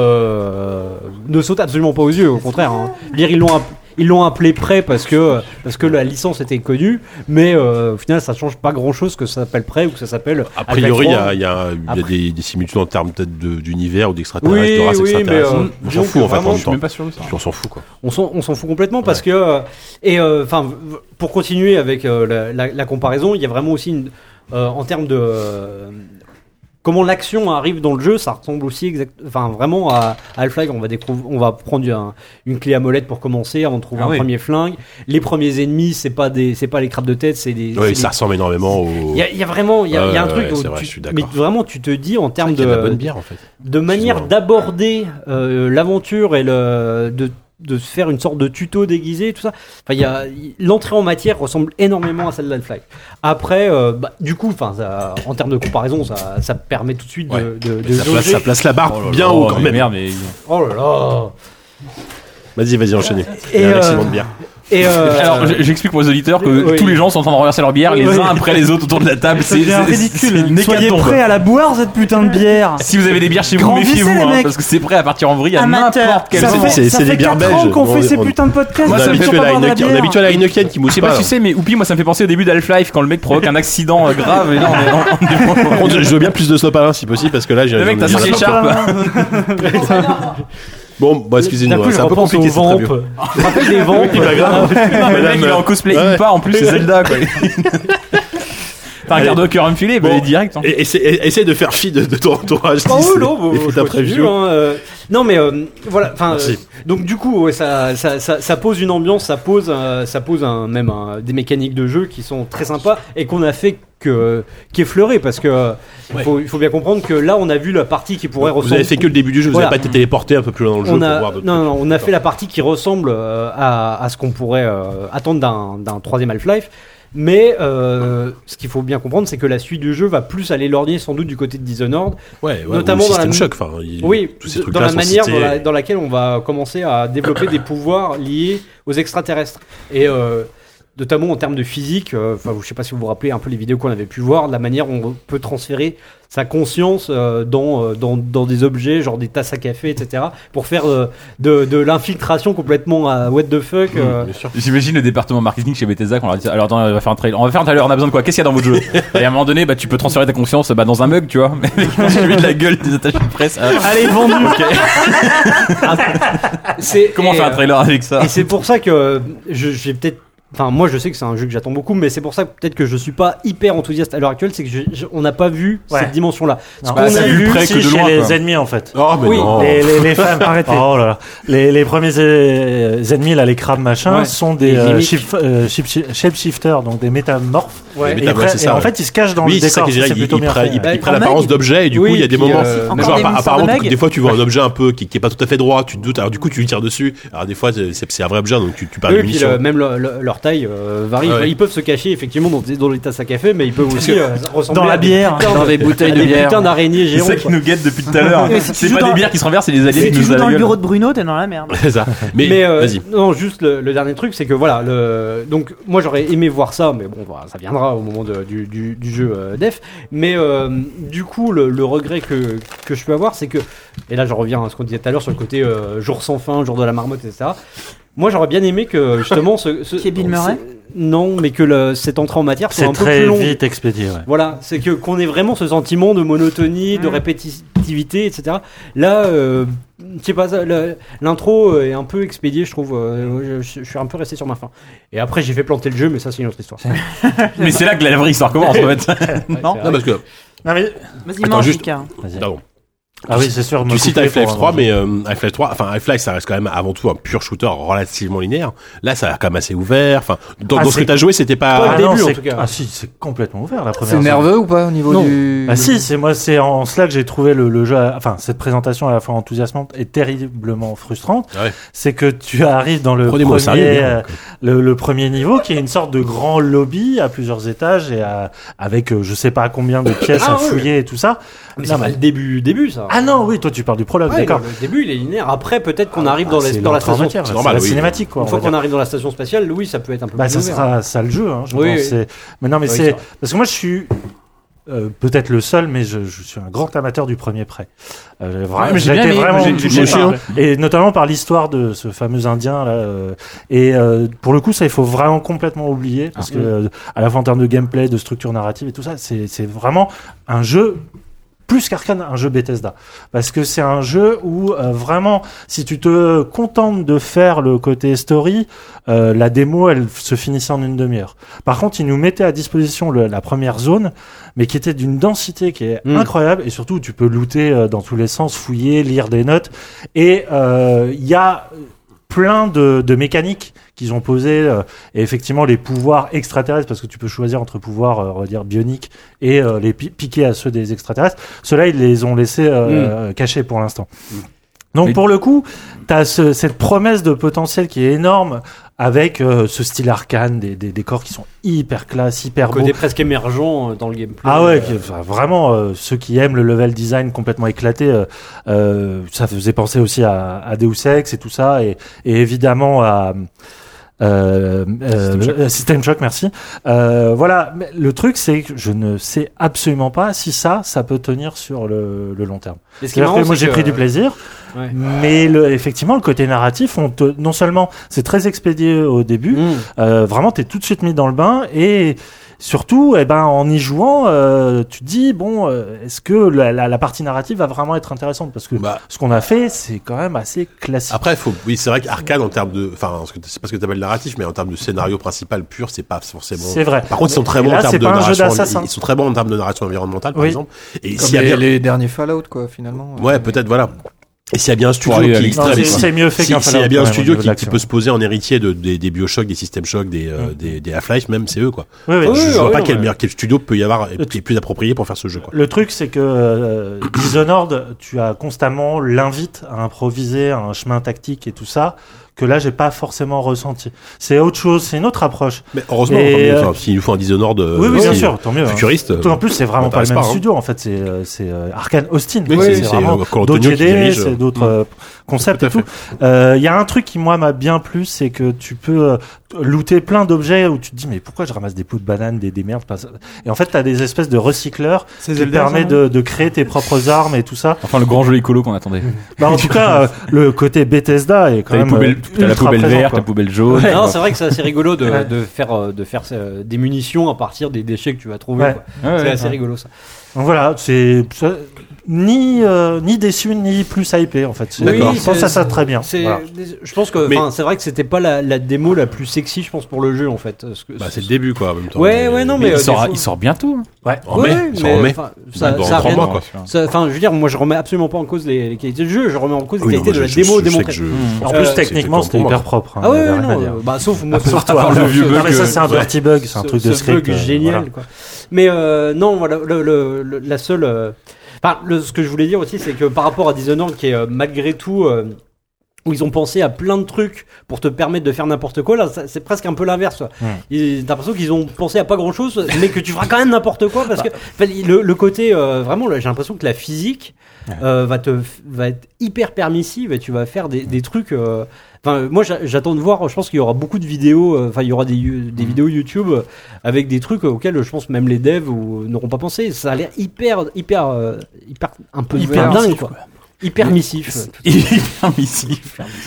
S9: euh, ne saute absolument pas aux yeux. Au contraire, hein. Je veux dire, ils l'ont app- ils l'ont appelé prêt parce que parce que la licence était connue, mais euh, au final ça change pas grand chose que ça s'appelle prêt ou que ça s'appelle.
S3: A priori, il y a,
S9: Alcatraz.
S3: il y a- il y a
S9: Après-
S3: des, des similitudes en termes peut-être de- d'univers ou d'extraterrestres,
S9: Oui,
S3: de races
S9: oui, mais
S3: extraterrestres.
S9: euh,
S3: on s'en
S9: donc,
S3: fout en fait
S9: vraiment,
S3: en
S7: Je
S3: même
S7: suis
S3: temps.
S7: même pas sûr de ça.
S3: On s'en fout quoi.
S9: On s'en, on s'en fout complètement parce que euh, et euh, enfin v- pour continuer avec euh, la, la- la comparaison, il y a vraiment aussi une, euh, en termes de euh, comment l'action arrive dans le jeu, ça ressemble aussi exact, enfin vraiment à à Half-Life. On va découvrir, on va prendre du- un- une clé à molette pour commencer avant de trouver
S7: Ah
S9: un
S7: oui.
S9: premier flingue. Les premiers ennemis, c'est pas des, c'est pas les crabes de tête, c'est des.
S3: Oui,
S9: c'est
S3: ça
S9: des-
S3: ressemble énormément au.
S9: Il y, a- il y a vraiment, il y a, il y a un
S3: Ouais,
S9: truc.
S3: ouais,
S9: où
S3: c'est vrai,
S9: tu-
S3: je suis
S9: mais
S3: d'accord.
S9: vraiment, tu te dis en termes
S3: Il y a
S9: de
S3: de la bonne bière en fait.
S9: de manière
S3: Excuse-moi.
S9: d'aborder euh, l'aventure et le, de, de se faire une sorte de tuto déguisé, tout ça. Enfin, il y a- y- l'entrée en matière ressemble énormément à celle d'Half-Life. Après, euh, bah, du coup, enfin, ça- en termes de comparaison, ça, ça permet tout de suite de,
S3: Ouais.
S9: de, de
S3: Ça place,
S9: jauger-
S3: ça place la barre
S7: Oh là
S3: bien
S7: là,
S3: haut quand
S7: mais
S3: même.
S7: Merde, mais...
S9: Oh là là
S3: Vas-y, vas-y, enchaînez. Il y
S9: Et,
S3: a un
S9: euh,
S3: accident de bière.
S9: Et euh,
S7: Alors, j- j'explique pour les auditeurs que
S9: Oui.
S7: tous les gens sont en train de renverser leur bière, les
S4: Oui.
S7: uns après les autres autour de la table.
S4: Ça
S7: C'est
S4: devient
S7: c'est- c'est une
S4: ridicule. Soyez
S7: hécatombe.
S4: prêts à la boire, cette putain de bière.
S7: Si vous avez des bières chez vous,
S4: Grandissez,
S7: méfiez-vous,
S4: les
S7: hein,
S4: mecs.
S7: parce que c'est prêt à partir en vrille à
S4: Amateur.
S7: n'importe quelle
S4: ça
S3: saison.
S4: fait,
S3: C'est-
S4: ça
S3: c'est
S4: fait
S3: des bières
S4: 4 ans
S3: belges.
S4: qu'on
S3: On-
S4: fait ces
S3: on-
S4: putains de podcasts.
S3: On
S7: Moi,
S3: est
S4: et
S7: ça me
S4: puis
S7: fait
S4: on
S3: habitué à
S4: parle
S3: la
S4: de la
S3: Heineken- on est
S4: bière.
S3: habitué à la Heineken qui
S7: Je
S3: mousse
S7: sais pas
S3: pas. hein.
S7: si c'est, mais Oupi, moi ça me fait penser au début d'Half-Life quand le mec provoque un accident euh, grave. Et là, on est- on-
S3: Par contre, je veux bien plus de sopalin si possible parce que là, j'ai
S7: Le mec,
S3: j'en ai
S7: t'as
S3: bien
S7: sorti
S3: la-
S7: l'écharpe.
S3: Bon, bon,
S9: d'un
S3: excusez-nous,
S9: coup,
S3: c'est
S9: je
S3: un peu
S9: repense aux
S3: compliqué cette
S9: vampes.
S3: review.
S9: Je me rappelle des vampes.
S7: Le mec, il est en cosplay
S3: Ouais.
S7: Impa en plus, c'est Zelda quoi. T'as un quart de cœur enfilé, bah
S3: Bon.
S7: direct. hein.
S3: Et- Essaie essaie de faire fi de de ton entourage.
S9: Oh,
S3: si c'est-
S9: non, bon,
S3: les
S9: je
S3: foutre après
S9: continue,
S3: vieux.
S9: hein, euh, non, mais euh, voilà. Enfin,
S3: Merci.
S9: euh, donc du coup, ouais, ça, ça, ça, ça pose une ambiance, ça pose, euh, ça pose un, même un- des mécaniques de jeu qui sont très sympas et qu'on a fait que euh, qu'effleurer parce que euh, il faut, il faut bien comprendre que là, on a vu la partie qui pourrait
S3: Vous
S9: ressembler.
S3: avez fait que le début du jeu, vous
S9: Voilà.
S3: n'avez pas été téléporté un peu plus loin dans le jeu
S9: On
S3: pour
S9: a,
S3: voir
S9: non,
S3: d'autres
S9: non, on a
S3: D'accord.
S9: fait la partie qui ressemble euh, à, à ce qu'on pourrait euh, attendre d'un- d'un troisième Half-Life. Mais euh, ce qu'il faut bien comprendre, c'est que la suite du jeu va plus aller lorgner sans doute du côté de Dishonored,
S3: Ouais, ouais,
S9: Notamment
S3: ou le
S9: dans la-
S3: System Shock, enfin, il-
S9: oui,
S3: tous ces
S9: de-
S3: trucs-là
S9: dans la
S3: sont
S9: manière
S3: cités.
S9: dans, la- dans laquelle on va commencer à développer des pouvoirs liés aux extraterrestres. Et euh, notamment en termes de physique, euh, enfin, je sais pas si vous vous rappelez un peu les vidéos qu'on avait pu voir, de la manière dont on peut transférer sa conscience euh, dans, euh, dans, dans des objets, genre des tasses à café, etc., pour faire euh, de, de l'infiltration complètement à what the fuck. euh,
S3: Bien sûr.
S7: J'imagine le département marketing chez Bethesda qu'on leur dit alors attends on va faire un trailer on va faire un trailer on a besoin de quoi qu'est-ce qu'il y a dans votre jeu et à un moment donné bah tu peux transférer ta conscience bah, dans un mug tu vois mais je mets de la gueule des attachés de presse Ah,
S4: Allez, vendu.
S9: c'est-
S7: comment
S9: et,
S7: faire un
S9: euh,
S7: trailer avec ça
S9: Et c'est pour ça que je- j'ai peut-être Enfin, moi, je sais que c'est un jeu que j'attends beaucoup, mais c'est pour ça que peut-être que je suis pas hyper enthousiaste à l'heure actuelle, c'est que je- je- on n'a pas vu
S5: Ouais.
S9: cette dimension-là. Ce
S5: Non, Bah,
S9: qu'on
S5: on
S9: a
S5: a
S9: vu,
S5: vu
S7: près
S5: si,
S7: que de
S5: chez
S7: loin,
S5: les
S7: quoi.
S5: ennemis en fait.
S3: Oh, mais
S9: Oui,
S3: non.
S5: Les, les, les femmes, Oh là là. Les, les premiers euh, ennemis, là, les crabes machin,
S9: Ouais.
S5: sont des
S9: Les
S5: euh,
S9: mimiques.
S5: shif- euh, shif- shapeshifters, donc des métamorphes.
S9: Ouais.
S5: Et
S3: Les
S5: ils
S3: métamorphes,
S5: prennent-
S3: c'est ça,
S5: et en
S3: ouais.
S5: fait, ils se cachent dans
S3: oui,
S5: le
S3: c'est ça
S5: décor.
S3: que j'ai
S5: c'est
S3: dit. Il,
S5: plutôt
S3: il
S5: bien
S3: prend
S5: fait, ouais.
S3: il- il prend
S9: En
S3: l'apparence
S9: mag.
S3: d'objet et du
S9: Oui,
S3: coup, il y a des
S9: puis,
S3: moments.
S9: euh,
S8: Encore
S3: genre,
S8: des
S3: appa-
S8: monstres
S3: apparemment,
S8: de mag.
S3: des fois, tu vois un objet un peu qui, qui est pas tout à fait droit, tu te doutes, alors du coup, tu lui tires dessus. Alors, des fois, c'est- c'est c'est un vrai objet, donc tu, tu parles
S9: Oui,
S3: de
S9: et puis
S3: munitions.
S9: le- même le- le- leur taille euh, varie.
S3: Ah ouais.
S9: Ils peuvent se cacher effectivement dans, des- dans les tasses à café, mais ils peuvent aussi euh, ressembler
S4: Dans
S9: à
S4: la
S9: des
S4: bière.
S9: putains
S6: Dans
S9: de-
S6: des
S9: à
S6: bouteilles de
S9: des
S6: bière.
S9: putains d'araignées
S7: C'est ça
S9: géantes.
S7: qui nous guette depuis tout à l'heure.
S8: Mais si tu
S7: C'est
S8: joues
S7: pas des
S8: dans-
S7: bières qui se renversent, c'est des aliens
S8: Si
S7: qui
S8: tu
S7: nous
S8: joues dans le
S7: aveuglent.
S8: bureau de Bruno, t'es dans la merde.
S3: C'est ça. Mais,
S9: Mais euh,
S3: vas-y.
S9: non, juste le, le dernier truc, c'est que voilà, le, donc moi j'aurais aimé voir ça, mais bon, voilà, ça viendra au moment de- du, du- du jeu euh, Def. Mais euh, du coup, le, le regret que, que je peux avoir, c'est que, et là je reviens à ce qu'on disait tout à l'heure sur le côté euh, jour sans fin, jour de la marmotte, etc. Moi j'aurais bien aimé que justement ce. ce
S8: Qu'il y ait Bill Murray
S9: c'est- Non, mais que le, cette entrée en matière soit
S5: C'est
S9: un peu plus
S5: très
S9: longue.
S5: vite expédié. Ouais.
S9: Voilà, c'est que qu'on ait vraiment ce sentiment de monotonie, de
S8: Mm.
S9: répétitivité, etc. Là, euh, je sais pas, ça, le- l'intro est un peu expédiée, je trouve. euh, je, je suis un peu resté sur ma faim. Et après, j'ai fait planter le jeu, mais ça, c'est une autre histoire. Ah,
S7: Mais c'est là que la vraie histoire commence en fait.
S9: non,
S3: Non, parce que.
S8: Vas-y,
S3: Attends,
S8: mange,
S3: juste-
S8: Mika.
S3: pardon.
S5: Ah oui, c'est sûr. me
S3: Tu cites
S5: couper
S3: Half-Life
S5: pour
S3: 3,
S5: un
S3: mais euh, Half-Life 3, enfin Half-Life, ça reste quand même avant tout un pur shooter relativement linéaire. Là, ça a l'air quand même assez ouvert. Enfin, dans,
S5: Ah,
S3: dans ce
S5: c'est-
S3: que t'as joué, c'était
S5: Ah,
S3: pas.
S9: début,
S5: non,
S9: en
S5: c'est-
S9: tout cas.
S5: Ah si, c'est complètement ouvert la première.
S6: C'est
S5: zone.
S6: nerveux ou pas au niveau
S9: Non.
S6: du.
S5: Ah si, c'est moi, c'est en cela que j'ai trouvé le, le jeu, à- enfin cette présentation à la fois enthousiasmante et terriblement frustrante.
S3: Ah ouais.
S5: C'est que tu arrives dans le
S3: Prenez-moi au
S5: premier,
S3: sérieux, merde,
S5: euh, le, le premier niveau qui est une sorte de grand lobby à plusieurs étages et à- avec euh, je sais pas combien de pièces
S9: Ah
S5: à
S9: oui.
S5: fouiller et tout ça.
S9: mais
S5: Non,
S9: c'est pas
S5: mais-
S9: le début, début, ça.
S5: Ah non, oui, toi tu parles du prologue,
S9: Ouais,
S5: d'accord.
S9: Le début, il est linéaire. Après, peut-être qu'on arrive dans,
S5: Ah,
S9: la-
S5: c'est
S9: dans la
S5: l'entrée en
S9: station.
S5: matière,
S3: c'est
S5: c'est
S3: normal,
S5: la
S3: oui.
S5: cinématique quoi.
S9: Une
S5: on
S9: fois
S5: va dire.
S9: qu'on arrive dans la station spatiale, oui, ça peut être un peu
S5: Bah,
S9: plus
S5: ça
S9: ouvert.
S5: sera ça le jeu. Hein, je
S9: Oui,
S5: pense.
S9: oui.
S5: C'est- Mais non, mais
S9: Oui, c'est
S5: c'est
S9: vrai.
S5: parce que moi je suis euh, peut-être le seul, mais je, je suis un grand amateur du premier prêt. Euh, j'ai vraiment-
S7: Ouais, mais j'ai
S5: j'ai
S7: bien
S5: été
S7: aimé,
S5: vraiment
S7: j'ai- j'ai
S5: touché
S7: bien
S5: par-
S7: aimé.
S5: et notamment par l'histoire de ce fameux Indien là. euh, et euh, pour le coup, ça il faut vraiment complètement oublier
S7: Ah.
S5: parce que euh, à la fois en termes de gameplay, de structure narrative et tout ça, c'est c'est vraiment un jeu plus qu'Arkane, un jeu Bethesda. Parce que c'est un jeu où euh, vraiment, si tu te contentes de faire le côté story, euh, la démo, elle se finissait en une demi-heure. Par contre, ils nous mettaient à disposition le- la première zone, mais qui était d'une densité qui est
S9: Mm.
S5: incroyable, et surtout, tu peux looter euh, dans tous les sens, fouiller, lire des notes, et euh, il y a plein de, de mécaniques qu'ils ont posées, euh, et effectivement, les pouvoirs extraterrestres, parce que tu peux choisir entre pouvoirs, euh, on va dire, bioniques, et euh, les pi- piquer à ceux des extraterrestres, ceux-là, ils les ont laissés euh, cachés pour l'instant. Donc
S7: Mais-
S5: pour le coup, t'as ce- cette promesse de potentiel qui est énorme avec euh, ce style arcane, des, des décors qui sont hyper classe, hyper beaux.
S9: Côté presque émergent euh, dans le gameplay.
S5: Ah ouais, qui-
S9: Euh,
S5: enfin, vraiment, euh, ceux qui aiment le level design complètement éclaté, euh, euh, ça faisait penser aussi à, à Deus Ex et tout ça, et, et évidemment à... Euh, euh,
S7: System Shock.
S5: euh, System Shock, merci. Euh, voilà, mais le truc c'est que je ne sais absolument pas si ça, ça peut tenir sur le, le long terme.
S9: mais ce qui est
S5: C'est-à-dire
S9: marrant,
S5: que moi
S9: c'est
S5: j'ai
S9: que- euh,
S5: pris du plaisir,
S9: Ouais.
S5: mais le, effectivement le côté narratif, on te, non seulement c'est très expédié au début,
S9: Mm.
S5: euh, vraiment, t'es tout de suite mis dans le bain et surtout, eh ben, en y jouant, euh, tu te dis bon, euh, est-ce que la, la- la partie narrative va vraiment être intéressante parce que
S3: Bah.
S5: ce qu'on a fait, c'est quand même assez classique.
S3: Après, faut, oui, c'est vrai qu'Arcane, en termes de, enfin, ce que- c'est pas ce que t'appelles narratif, mais en termes de scénario principal pur, c'est pas forcément.
S5: c'est vrai.
S3: Par contre, ils sont très
S5: Et
S3: bons
S5: là,
S3: en termes
S5: c'est
S3: de
S5: pas un jeu
S3: narration.
S5: d'assassin.
S3: Ils sont très bons en termes de narration environnementale, par
S5: Oui.
S3: exemple. Et
S6: Comme
S3: s'il y a
S6: les,
S3: bien,
S6: les derniers Fallout, quoi, finalement. euh.
S3: ouais, peut-être, voilà. Et s'il y a bien un studio
S7: aller
S3: qui
S7: à
S3: est
S5: Non,
S3: extrêmement-
S5: c'est- c'est mieux fait
S3: Si-
S5: qu'un
S3: S'il y a
S5: Fallout,
S3: bien un
S5: quand même, au
S3: studio
S5: niveau de
S3: qui, qui
S5: l'action.
S3: peut se poser en héritier de, des, des Bioshock, des System Shock, des, euh,
S5: Mm.
S3: des, des Half-Life, même c'est eux quoi.
S5: Oui, oui.
S9: Ah
S3: je
S9: oui,
S3: vois
S9: ah
S3: pas
S9: oui,
S3: quel
S9: non,
S3: meilleur quel studio peut y avoir et qui est plus approprié pour faire ce jeu quoi.
S5: Le truc, c'est que euh, Dishonored, tu as constamment l'invite à improviser un chemin tactique et tout ça, que là, j'ai pas forcément ressenti. C'est autre chose, c'est une autre approche.
S3: Mais heureusement,
S5: Et,
S3: tant mieux,
S5: euh,
S3: enfin, s'il nous faut un Dishonored euh,
S5: oui, oui, bien
S3: aussi,
S5: sûr, tant mieux. hein.
S3: futuriste. euh,
S5: Surtout en plus, c'est vraiment
S3: ça
S5: pas le
S3: m'intéresse
S5: même
S3: pas, hein.
S5: studio en fait. C'est euh, c'est euh, Arkane Austin.
S3: Oui,
S5: quoi.
S3: oui,
S5: c'est
S3: c'est,
S5: vraiment
S3: euh, Corentin
S5: d'autres
S3: Dion qui
S5: idées,
S3: dirige.
S5: c'est d'autres euh, concepts
S3: Tout à
S5: et tout. Euh, Il y a un truc qui moi m'a bien plu, c'est que tu peux euh, looter plein d'objets où tu te dis mais pourquoi je ramasse des pots de bananes, des, des merdes. pas ça Et en fait, t'as des espèces de recycleurs
S4: C'est
S5: qui te
S9: hein.
S5: permettent de, de créer tes propres armes et tout ça.
S7: Enfin, le grand jeu écolo qu'on attendait.
S5: Bah, en tout cas, euh, le côté Bethesda est quand
S7: T'as les
S5: même
S7: poubelles-
S5: euh,
S7: t'as la
S5: ultra
S7: poubelle
S5: présent,
S7: verte,
S5: quoi.
S7: la poubelle jaune.
S9: Non, c'est vrai que c'est assez rigolo de,
S5: Ouais.
S9: de faire, euh, de faire euh, des munitions à partir des déchets que tu vas trouver.
S5: Ouais.
S9: quoi.
S7: Ouais,
S9: C'est
S7: ouais.
S9: assez rigolo ça.
S5: Donc voilà, c'est ça- ni, euh, ni déçu, ni plus hypé, en fait. C'est-
S3: D'accord.
S5: Je pense à ça très bien.
S9: C'est-
S5: Voilà.
S9: Je pense que
S3: Mais-
S9: enfin, c'est vrai que c'était pas la, la démo la plus sexy, je pense, pour le jeu en fait. Parce que-
S3: Bah, c'est le début, quoi, en même temps.
S9: Ouais, ouais, non, mais.
S7: il,
S9: euh, des
S7: sort,
S9: fois-
S7: il sort bientôt. hein.
S3: En
S9: Ouais,
S3: mai, ça
S9: mais,
S3: en mai.
S9: enfin, ça-
S3: Bah, Dans
S9: ça a
S3: trois
S9: rien-
S3: mois, quoi.
S9: ça- Enfin, je veux dire, moi, je remets absolument pas en cause les, les qualités du jeu. Je remets en cause les
S3: Oui, non,
S9: qualités
S3: moi,
S9: de la
S3: je- je-
S9: démo
S3: je sais que
S9: démontrée.
S3: je- Mmh.
S5: En
S9: Euh,
S5: plus,
S9: c'était
S5: techniquement,
S3: pour
S5: c'était
S3: moi.
S5: hyper propre. hein, il
S9: Ah
S5: y
S9: ouais,
S5: avait rien à
S9: non,
S5: dire.
S9: euh, bah, sauf moi,
S5: Sauf
S9: sauf-
S5: toi.
S9: enfin,
S7: le vieux
S9: ce-
S5: Non,
S7: bug,
S5: mais ça, c'est un
S3: ouais.
S5: dirty bug, c'est un
S9: ce-
S5: truc
S9: ce
S5: de script.
S9: bug
S5: euh,
S9: génial,
S5: voilà.
S9: quoi. Mais euh, non, voilà, le, le- le- la seule. euh, Enfin, le- ce que je voulais dire aussi, c'est que par rapport à Dishonored, qui est euh, malgré tout. euh, où ils ont pensé à plein de trucs pour te permettre de faire n'importe quoi, là ça- c'est presque un peu l'inverse. quoi.
S5: Mm.
S9: Ils- T'as l'impression qu'ils ont pensé à pas grand chose, mais que tu feras quand même n'importe quoi
S5: Bah,
S9: parce que enfin, le, le côté euh, vraiment, là, j'ai l'impression que la physique euh, va te va être hyper permissive et tu vas faire des, des trucs. euh, Enfin, euh, moi j'a- j'attends de voir. Je pense qu'il y aura beaucoup de vidéos. euh, Enfin, il y aura des, you- des vidéos YouTube euh, avec des trucs auxquels euh, je pense même les devs ou- n'auront pas pensé. Ça a l'air hyper, hyper, euh, hyper, un peu
S7: Hyper
S9: dingue quoi. Hyper missif.
S7: Hyper missile.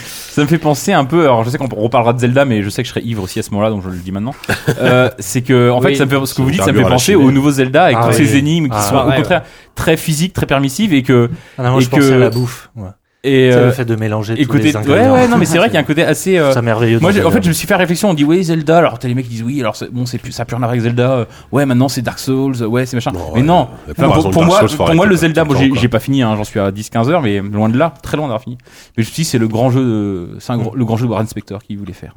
S7: Ça me fait penser un peu. Alors, je sais qu'on reparlera de Zelda, mais je sais que je serai ivre aussi à ce moment-là, donc je le dis maintenant. Euh, c'est que, en fait,
S9: Oui.
S7: ça me fait, ce que vous dites, ça me
S3: carburant
S7: fait
S3: à la
S7: penser
S3: chimie.
S7: au nouveau Zelda avec
S5: Ah
S7: tous
S5: oui.
S7: ces énigmes qui
S5: Ah,
S7: sont
S9: ouais,
S7: au contraire très physiques, très permissives et que
S5: Ah non, moi,
S7: Et
S5: je pensais à
S7: que-
S5: la bouffe. ouais.
S7: et
S5: C'est
S7: euh,
S5: le fait de mélanger
S7: et
S5: tous les
S7: côté. Ouais,
S5: ingrédients.
S7: ouais, non, mais c'est vrai qu'il y a un côté assez. euh,
S5: Ça merveilleux.
S7: Moi,
S5: dans
S7: j'ai- en
S5: Zelda.
S7: fait, je me suis fait réflexion. On dit ouais Zelda. Alors t'as les mecs qui disent oui. Alors c'est- bon, c'est plus ça a plus rien à voir avec Zelda. euh, ouais, maintenant c'est Dark Souls. euh, Ouais, c'est machin.
S3: Non,
S7: mais
S3: ouais.
S7: non.
S3: La
S7: Enfin,
S3: comparaison
S7: pour,
S3: de
S7: pour
S3: Dark
S7: moi,
S3: Souls, faut
S7: pour
S3: arrêter
S7: moi, le
S3: de-
S7: Zelda, bon,
S3: de-
S7: j'ai
S3: encore.
S7: j'ai pas fini. hein, J'en suis à 10-15 heures, mais loin de là, très loin d'avoir fini. Mais je me suis dit c'est le grand jeu. de- C'est un gros- le grand jeu de Warren Spector qu'il voulait faire.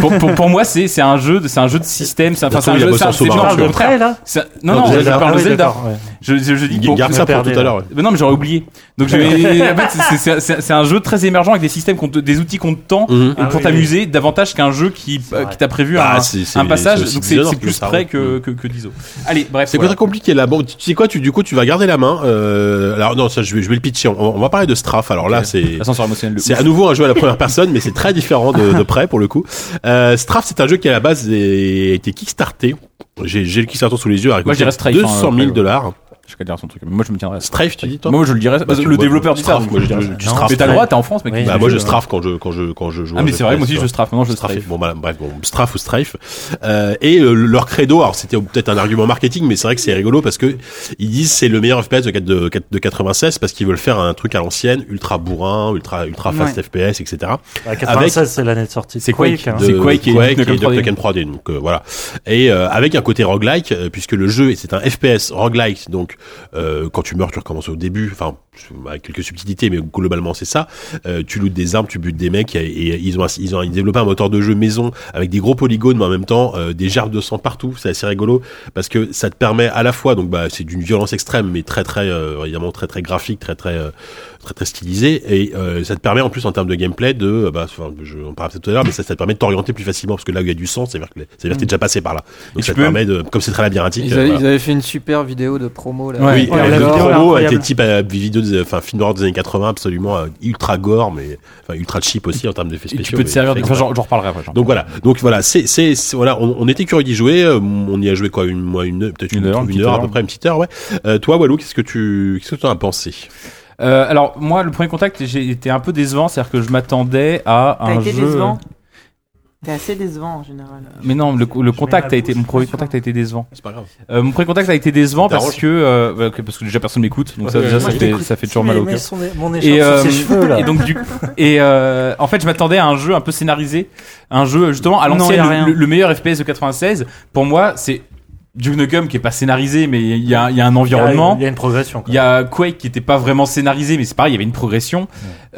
S7: pour, pour, pour moi, c'est c'est un jeu. de- C'est un jeu de système. C'est enfin, c'est un
S3: Il y a
S7: jeu.
S3: Boss
S7: c'est un-
S3: Orso
S7: c'est-
S3: Barra,
S7: non,
S3: tu
S7: au
S3: vois.
S5: Après,
S7: contraire.
S5: là
S7: C'est- Non,
S3: Non,
S7: non,
S3: Zelda.
S7: je
S5: Ah
S7: parle de
S5: oui,
S7: Zelda.
S5: d'accord, ouais.
S7: Je, je, je dis pour-
S3: Garde
S5: je
S3: ça
S5: me
S3: pour tout
S5: perdais,
S3: à l'heure.
S7: mais non, mais j'aurais oublié. Donc je vais. en fait, c'est- c'est- c'est c'est un jeu très émergent avec des systèmes, qu'on te- des outils qu'on te tend
S3: Mhm.
S7: et pour
S5: oui,
S7: t'amuser davantage qu'un jeu qui, euh,
S5: C'est vrai.
S7: qui t'a prévu
S3: Bah,
S7: un,
S3: c'est- c'est-
S7: un passage.
S3: c'est aussi
S7: Donc c'est
S3: Dishonored
S7: c'est
S3: que
S7: plus
S3: ça
S7: près
S3: rend.
S7: que, que, que d'ISO. Allez, bref.
S3: C'est
S7: voilà.
S3: très compliqué là. Bon, tu sais quoi, tu, du coup, tu vas garder la main. Euh, alors non, ça, je vais, je vais le pitcher. On, on va parler de Straff. Alors là,
S7: Ok. Ah,
S3: c'est
S7: L'ascenseur émotionnel. de
S3: c'est
S7: ouf.
S3: à nouveau un jeu à la première personne, mais c'est très différent de, de près pour le coup. Euh, Straff, c'est un jeu qui à la base est- a été kickstarté. J'ai j'ai le Kickstarter sous les yeux. avec
S7: Moi, je dirais Strafe,
S3: 200
S7: hein,
S3: 000
S7: après,
S3: dollars.
S7: Je vais dire son truc. mais Moi, je me tiendrai à ça.
S3: Strafe, tu dis toi
S7: Moi, je le dirais.
S3: Bah, tu
S7: le
S3: vois,
S7: développeur dit ça.
S3: strafe,
S7: donc
S3: moi,
S7: je
S3: je-
S7: dirais
S3: je-
S7: ça.
S3: tu
S7: Non,
S3: straffes.
S7: Mais t'as le droit, t'es en France, mec.
S5: Oui.
S7: tu
S3: Bah,
S7: dis-
S3: moi je strafe quand je quand je quand je quand je.
S7: Ah, mais c'est vrai, moi aussi,
S3: je
S7: je strafe. Non, je
S3: Strafe.
S7: strafe.
S3: Bon, bah, bref, bon, Straff ou Strife. Euh, et euh, leur credo, alors c'était peut-être un argument marketing, mais c'est vrai que c'est rigolo parce que ils disent c'est le meilleur FPS de, quatre- de, quatre- de 96 parce qu'ils veulent faire un truc à l'ancienne, ultra bourrin, ultra ultra fast FPS, etc.
S5: Bah, 96, c'est l'année de sortie. de
S7: C'est Quake, hein.
S5: hein.
S7: C'est Quake et
S3: Quake
S7: Duke
S3: et
S7: Nukem
S3: Duke Nukem 3D. Donc euh, voilà. Et euh, avec un côté roguelike, euh, puisque le jeu c'est un FPS roguelike, donc euh, quand tu meurs, tu recommences au début. Enfin, avec quelques subtilités, mais globalement c'est ça. Euh, tu lootes des armes, tu butes des mecs, et, et ils ont un- ils ont ils développé un moteur de jeu maison avec des gros polygones, mais en même temps euh, des gerbes de sang partout. C'est assez rigolo parce que ça te permet à la fois, donc bah c'est d'une violence extrême, mais très très euh, évidemment très très graphique, très très euh, très très stylisé et euh, ça te permet en plus en termes de gameplay de euh, bah enfin, je on parlera peut-être tout à l'heure mais ça, ça te permet de t'orienter plus facilement parce que là où il y a du sang c'est à dire que c'est à dire que t'es déjà passé par là donc
S7: Mm. tu
S3: ça te
S7: peux-
S3: permet de comme c'est très labyrinthique
S6: Ils,
S3: euh,
S6: avaient,
S3: voilà.
S6: ils avaient fait une super vidéo de promo là.
S7: Ouais.
S3: oui,
S4: Ouais,
S3: alors,
S4: la
S3: le
S4: vidéo est
S3: promo
S7: hein,
S3: avec des
S4: incroyable.
S3: types euh, vidéos des- enfin film noir des années 80 absolument euh, ultra gore mais enfin ultra cheap aussi en termes d'effets
S7: Et
S3: spéciaux
S7: tu peux te
S3: mais
S7: servir.
S3: fait
S7: de-
S3: exprès.
S7: Enfin, j'en j'en reparlerai après. j'en
S3: donc voilà, donc voilà, c'est c'est c'est- voilà, on, on était curieux d'y jouer, euh, on y a joué quoi une moi une peut-être une,
S7: Une heure, une
S3: une
S7: petite
S3: heure à
S7: heure.
S3: peu près une petite heure ouais. Euh, toi Walou, qu'est-ce que tu qu'est-ce que tu en as pensé
S7: Euh, alors moi le premier contact j'ai été un peu décevant c'est à dire que je m'attendais à
S8: T'as
S7: un
S8: été
S7: jeu
S8: décevant T'es assez décevant en général.
S7: mais non le, le contact a été mon premier contact a été décevant c'est pas grave Euh, mon premier contact a été décevant parce
S3: T'arranges.
S7: que euh, bah, que- parce que déjà personne m'écoute donc ça, déjà, ça, fait, ça fait toujours mal au cœur
S5: Mon
S7: et,
S5: écharpe sur
S7: euh,
S5: ses cheveux, là.
S7: et donc du et euh, en fait je m'attendais à un jeu un peu scénarisé un jeu justement à
S4: Non, y a
S7: l'ancienne
S4: rien.
S7: le, le meilleur FPS de 96 pour moi c'est Duke Nukem qui est pas scénarisé mais il y a, il y a un
S5: Il y a-
S7: environnement
S5: Il y a une progression.
S7: il y a Quake qui était pas vraiment scénarisé, mais c'est pareil, il y avait une progression.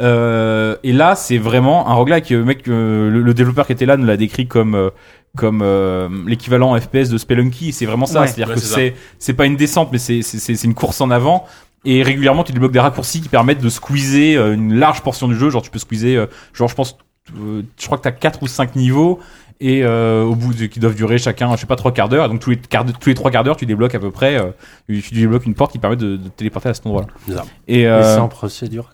S7: Euh, et là, c'est vraiment un roguelike. Euh, Mec, euh, le, le développeur qui était là nous l'a décrit comme euh, comme euh, l'équivalent FPS de Spelunky. C'est vraiment ça.
S4: Ouais.
S7: C'est-à-dire
S3: Ouais,
S7: que
S3: c'est ça.
S7: c'est c'est pas une descente, mais c'est c'est- c'est c'est une course en avant. Et régulièrement, tu débloques des raccourcis qui permettent de squeezer euh, une large portion du jeu. Genre, tu peux squeezer, euh, genre, je pense, euh, je crois que t'as quatre ou cinq niveaux. Et euh, au bout de, qui doivent durer chacun, je sais pas, trois quarts d'heure. Et Donc tous les quarts de- tous les trois quarts d'heure, tu débloques à peu près, euh, tu débloques une porte qui permet de, de te téléporter à cet endroit-là.
S3: Bizarre.
S7: Et
S5: Mais
S7: euh,
S5: C'est en procédure.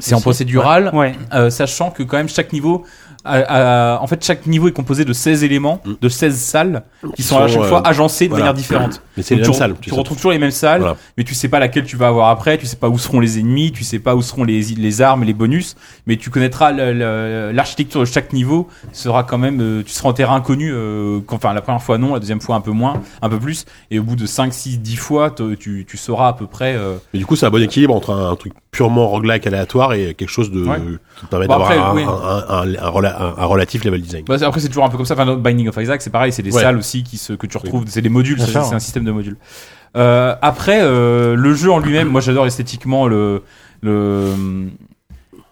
S7: c'est en procédural,
S4: Ouais.
S7: euh, sachant que quand même chaque niveau à- à- en fait, chaque niveau est composé de 16 éléments, de 16 salles, qui sont à
S3: Mm. sont,
S7: chaque
S3: euh,
S7: fois agencées de
S3: voilà.
S7: manière différente.
S3: Mais c'est les
S7: Donc tu
S3: mêmes
S7: re-
S3: salles, tu
S7: Tu
S3: sais.
S7: retrouves toujours les mêmes salles,
S3: Voilà.
S7: mais tu sais pas laquelle tu vas avoir après, tu sais pas où seront les ennemis, tu sais pas où seront les, les armes et les bonus, mais tu connaîtras le- le- l'architecture de chaque niveau, sera quand même, euh, tu seras en terrain inconnu, euh, quand- enfin la première fois non, la deuxième fois un peu moins, un peu plus, et au bout de 5, 6, 10 fois, te- tu, tu sauras à peu près... euh,
S3: Mais du coup, c'est un bon équilibre entre un, un truc purement roguelike aléatoire et quelque chose de
S7: Ouais.
S3: qui te permet
S7: Bon,
S3: d'avoir
S7: après,
S3: un,
S7: oui.
S3: un- un- un rela- un- un relatif level design.
S7: Bah, c'est- après, c'est toujours un peu comme ça. Enfin, dans Binding of Isaac, c'est pareil, c'est des
S3: Ouais.
S7: salles aussi qui se, que tu retrouves. C'est des modules,
S5: Bien
S7: c'est
S5: sûr.
S7: c'est un système de modules. Euh, après, euh, le jeu en lui-même, moi j'adore esthétiquement le. le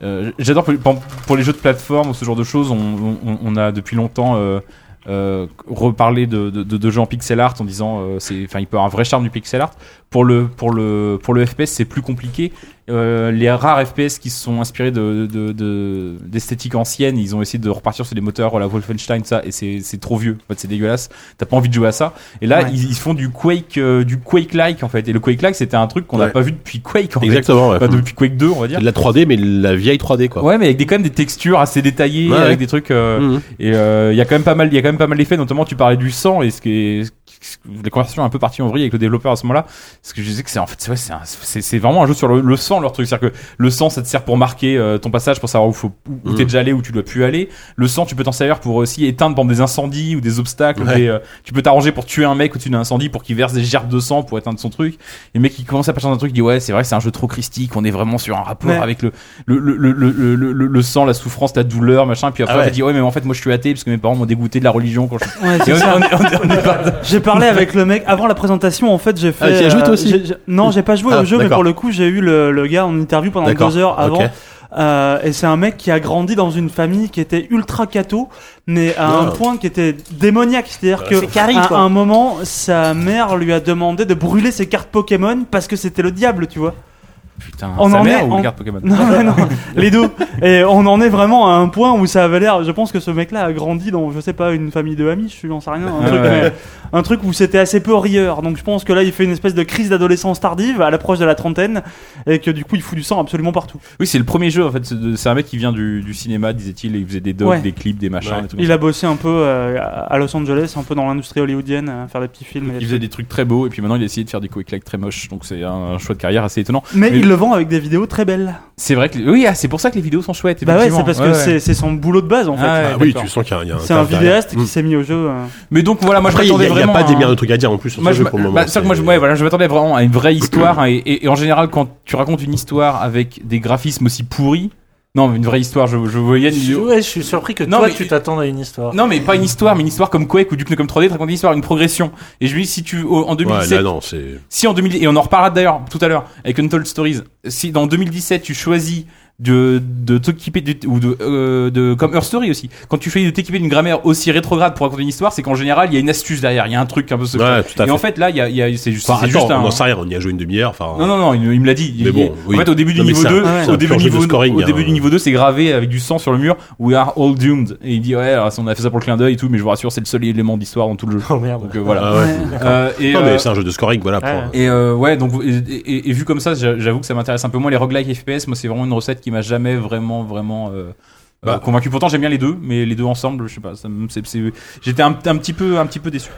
S7: euh, j'adore pour, pour- pour les jeux de plateforme ou ce genre de choses, on, on- on a depuis longtemps. euh, euh, reparlé de, de, de- de jeux en pixel art en disant euh, c'est enfin il peut y avoir un vrai charme du pixel art pour le pour le pour le FPS c'est plus compliqué euh, les rares FPS qui se sont inspirés de, de, de- d'esthétiques anciennes, ils ont essayé de repartir sur des moteurs, voilà, Wolfenstein, ça, et c'est, c'est trop vieux. En fait, c'est dégueulasse. T'as pas envie de jouer à ça. Et là,
S8: Ouais.
S7: ils, ils font du Quake, euh, du Quake-like, en fait. Et le Quake-like, c'était un truc qu'on n'a
S3: Ouais.
S7: pas vu depuis Quake, en
S3: Exactement.
S7: fait.
S3: ouais.
S7: Enfin, depuis Quake 2, on va dire.
S3: C'est de la 3D, mais de la vieille 3D quoi.
S7: Ouais, mais avec des, quand même des textures assez détaillées,
S3: Ouais, ouais.
S7: avec des trucs. euh,
S3: Mhm.
S7: Et euh, il y a quand même pas mal, il y a quand même pas mal d'effets. Notamment, tu parlais du sang et ce qui est, ce qui- ce que- les conversations un peu parties en vrille avec le développeur à ce moment-là. Parce que je disais que c'est en fait, c'est ouais, c'est un- c'est c'est vraiment un jeu sur le, le sang leur truc. C'est-à-dire que le sang, ça te sert pour marquer euh, ton passage, pour savoir où, faut- où, où
S3: Mhm.
S7: t'es déjà allé, où tu dois plus aller. Le sang, tu peux t'en servir pour aussi éteindre par exemple, des incendies ou des obstacles. ou
S3: Ouais.
S7: des, euh, tu peux t'arranger pour tuer un mec au-dessus d'un incendie pour qu'il verse des gerbes de sang pour éteindre son truc. Et le mec qui commence à partir d'un truc, il dit ouais, c'est vrai, c'est un jeu trop christique. On est vraiment sur un rapport
S4: Ouais.
S7: avec le le, le, le, le, le- le- le sang, la souffrance, la douleur, machin. Puis après,
S3: Ah ouais.
S7: on te dit, ouais, mais en fait, moi, je suis athée parce que mes parents m'ont dégoûté de la religion quand je suis.
S4: Ouais,
S7: Et
S4: c'est
S7: on-
S4: ça.
S7: on est- on est- on est pas-
S4: J'ai parlé avec le mec avant la présentation. En fait, j'ai fait.
S3: Ah, tu y as joué, toi
S4: euh,
S3: aussi
S4: j'ai- j'ai- Non, j'ai pas joué
S3: Ah,
S4: au jeu, mais
S3: d'accord.
S4: pour le coup, j'ai eu le, le gars en interview pendant
S3: D'accord,
S4: deux heures avant.
S3: ok.
S4: Euh, et c'est un mec qui a grandi dans une famille qui était ultra catho, mais à un
S3: Wow.
S4: point qui était démoniaque. C'est-à-dire
S3: Bah,
S4: que
S8: C'est carré,
S4: à
S8: quoi.
S4: un moment, sa mère lui a demandé de brûler ses cartes Pokémon parce que c'était le diable, tu vois.
S7: Putain,
S4: On
S7: sa
S4: en
S7: mère
S4: est-
S7: ou
S4: on-
S7: le garde Pokémon
S4: Non, mais non, les deux. Et on en est vraiment à un point où ça avait l'air. Je pense que ce mec-là a grandi dans, je sais pas, une famille de amis, je n'en sais rien. Un,
S7: Ouais,
S4: truc,
S7: ouais.
S4: mais- un truc où c'était assez peu rieur. Donc je pense que là, il fait une espèce de crise d'adolescence tardive à l'approche de la trentaine et que du coup, il fout du sang absolument partout.
S7: Oui, c'est le premier jeu, en fait. C'est de- c'est un mec qui vient du, du cinéma, disait-il, et il faisait des docs,
S4: Ouais.
S7: des clips, des machins,
S3: Ouais.
S7: des trucs.
S4: Il a bossé un peu euh, à Los Angeles, un peu dans l'industrie hollywoodienne, à faire des petits films. et
S7: Il faisait des trucs très beaux, et puis maintenant, il a essayé de faire des quick like très moches. Donc, c'est un choix de carrière assez étonnant.
S4: Mais
S7: Mais-
S4: il le vend avec des vidéos très belles.
S7: C'est vrai que. Oui, ah, c'est pour ça que les vidéos sont chouettes.
S4: Bah ouais,
S7: effectivement.
S4: c'est parce
S7: Ouais,
S4: que
S7: ouais.
S4: c'est- c'est son boulot de base en fait.
S7: Ah ouais,
S3: Ah oui,
S7: d'accord.
S3: tu sens qu'il y a- il y a un.
S4: C'est un
S3: taf derrière.
S4: vidéaste
S3: Mm.
S4: qui s'est mis au jeu. euh.
S7: Mais donc, voilà, moi, je
S3: Après, il y a-
S7: m'attendais
S3: il y a
S7: vraiment.
S3: pas des
S7: à-
S3: milliards de trucs à dire en plus. sur
S7: Moi,
S3: ce
S7: je,
S3: jeu,
S7: m'a-
S3: pour le moment,
S7: bah, c'est vrai que moi, je,
S3: c'est-
S7: ouais, voilà, je m'attendais vraiment à une vraie histoire. hein, et, et- et en général, quand tu racontes une histoire avec des graphismes aussi pourris, non, mais une vraie histoire, je, je voyais. une
S5: Je,
S7: vidéo-
S5: ouais, je suis surpris que
S7: Non,
S5: toi,
S7: mais-
S5: tu t'attends à une histoire.
S7: Non, mais pas une histoire, mais une histoire comme Quake ou Duke Nukem 3D, tu racontes une histoire, une progression. Et je me dis, si tu, au- en
S3: Ouais,
S7: 2017,
S3: là, non, c'est.
S7: si en 2000, et on en reparlera d'ailleurs tout à l'heure avec Untold Stories, si dans 2017 tu choisis de, de t'occuper du- ou de, euh, de comme Earth Story aussi, quand tu choisis de t'équiper d'une grammaire aussi rétrograde pour raconter une histoire, c'est qu'en général il y a une astuce derrière, il y a un truc un peu secret.
S3: Ouais, tout à
S7: et en
S3: fait.
S7: fait là, il y a, il y a- c'est juste,
S3: Enfin,
S7: c'est
S3: attends,
S7: juste un-
S3: on en sait rien, on y a joué une demi-heure. Enfin, euh,
S7: non, non, non, il, il me l'a dit. Il-
S3: Mais bon,
S7: il-
S3: oui.
S7: En fait, au début du
S3: Non, mais
S7: niveau
S3: ça-
S7: 2,
S3: ça
S7: au
S3: a
S7: début du
S3: changé de
S7: niveau,
S3: scoring,
S7: au
S3: hein.
S7: début du niveau 2, c'est gravé avec du sang sur le mur. We are all doomed. Et il dit, ouais, alors, on a fait ça pour le clin d'œil et tout, mais je vous rassure, c'est le seul élément d'histoire dans tout le jeu.
S5: Oh merde.
S7: Donc euh, voilà.
S3: Ah ouais.
S7: Euh, et,
S3: Non, mais
S7: euh,
S3: c'est un jeu de scoring, voilà.
S5: Ouais.
S3: point.
S7: et euh, ouais, donc et, et- et vu comme ça, j'a- j'avoue que ça m'intéresse un peu moins les roguelike FPS. Moi, c'est vraiment une recette qui m'a jamais vraiment vraiment euh,
S3: Bah.
S7: euh, convaincu. Pourtant, j'aime bien les deux, mais les deux ensemble, je sais pas. ça me- c'est- c'est- J'étais un, un petit peu un petit peu déçu.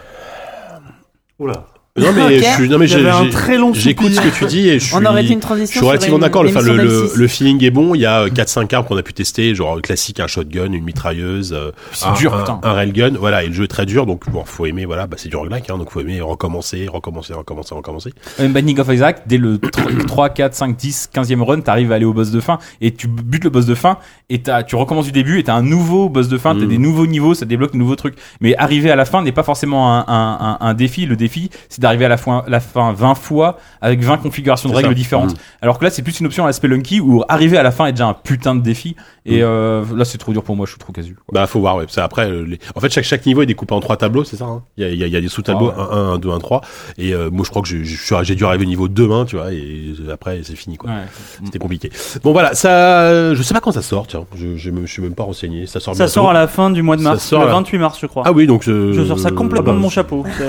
S5: Oula.
S3: Non, mais je suis- non, mais
S4: Il y avait un
S3: j'ai-
S4: très long
S3: j'ai- j'écoute ce
S4: soupir.
S3: que tu dis et je suis.
S8: On aurait été une
S3: Je
S8: transition.
S3: suis relativement
S8: sur une-
S3: d'accord, le,
S8: une
S3: enfin, le,
S8: émission
S3: le,
S8: d'M6.
S3: le feeling est bon, il y a euh, 4-5 armes qu'on a pu tester, genre euh, classique, un shotgun, une mitrailleuse, euh,
S7: C'est
S3: un,
S7: dur,
S3: un-
S7: putain.
S3: un railgun, voilà, et le jeu est très dur, donc bon, faut aimer, voilà, bah, c'est du roguelike, hein, donc faut aimer recommencer, recommencer, recommencer, recommencer.
S7: Même Binding of Isaac, dès le 3, 4, 5, 10, 15e run, t'arrives à aller au boss de fin et tu butes le boss de fin et t'as- tu recommences du début et t'as un nouveau boss de fin, t'as
S3: Mm.
S7: des nouveaux niveaux, ça débloque de nouveaux trucs. Mais arriver à la fin n'est pas forcément un, un- un- un défi. Le défi, c'est d'arriver à la fin, la fin 20 fois avec 20 configurations de
S3: C'est
S7: règles
S3: ça.
S7: différentes.
S3: Mm.
S7: Alors que là, c'est plus une option à l'aspect Lunky où arriver à la fin est déjà un putain de défi. Et
S3: Mm.
S7: euh, là, c'est trop dur pour moi, je suis trop casu. quoi.
S3: Bah, faut voir, ouais. Ça, après, euh, les- en fait, chaque, chaque niveau est découpé en trois tableaux, c'est ça, hein Il y a, il y, a, il y a des sous-tableaux,
S7: Ah ouais.
S3: 1, 1, 2, 1, 3. Et, euh, moi, je crois que j'ai- je suis- j'ai dû arriver au niveau 2, hein, tu vois, et après, c'est fini, quoi. C'était compliqué. Bon, voilà, ça, je sais pas quand ça sort, tiens. Je, je, me- je suis même pas renseigné. Ça
S7: Oh,
S3: sort
S4: Ça
S3: bientôt.
S4: sort à la fin du mois de
S3: Ça
S4: mars,
S3: sort
S4: le
S3: à la-
S4: 28 mars, je crois.
S3: Ah oui, donc, euh,
S4: Je sors ça
S3: ah
S4: complètement
S3: bah,
S4: de mon chapeau. C'est-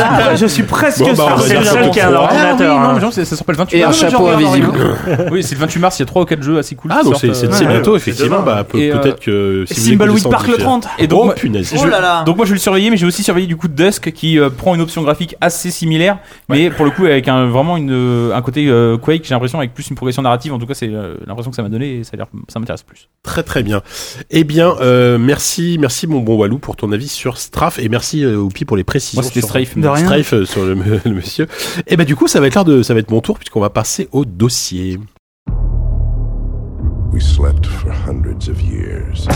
S4: Ah, je suis presque
S3: Bon, bah, on
S4: sûr
S3: va
S4: que c'est
S3: dire
S4: le
S3: ça
S4: seul
S3: pour
S4: qui a un
S3: toi.
S4: ordinateur.
S7: oui, Ah, non,
S4: hein.
S7: mais genre, c'est- ça s'appelle le 28
S6: Et un
S7: mars. Ah, oui,
S6: chapeau
S7: je regarde,
S6: invisible.
S7: regarde. oui, c'est le 28 mars, il y a 3 ou 4 jeux assez cool.
S3: Ah,
S7: qui
S3: donc
S7: sortent,
S3: c'est c'est-
S7: euh,
S3: c'est
S4: ouais,
S3: bientôt, effectivement. Bah, peut-
S7: Et, euh,
S3: Peut-être que si vous voulez
S4: Thimbleweed
S3: descendre
S4: Park le
S3: d'ici là-
S4: 30.
S7: Et donc,
S3: Oh
S7: moi-
S3: punaise.
S8: Oh là là
S7: Donc moi je vais le surveiller, mais j'ai aussi surveillé du coup Dusk qui euh, prend une option graphique assez similaire, mais pour le coup avec un, vraiment une, euh, un côté euh, Quake, j'ai l'impression avec plus une progression narrative. En tout cas, c'est euh, l'impression que ça m'a donné et ça, a l'air- ça m'intéresse plus.
S3: Très très bien. Eh bien, euh, merci, merci mon bon Walou pour ton avis sur Strafe et merci euh, Oupi pour les précisions.
S7: Moi c'était
S3: sur-
S7: Strafe.
S4: De
S7: mais-
S4: rien.
S3: Strafe euh, sur le, le monsieur. Et ben du coup, ça va être l'heure de, ça va être mon tour puisqu'on va passer au dossier.
S10: We slept for hundreds of years.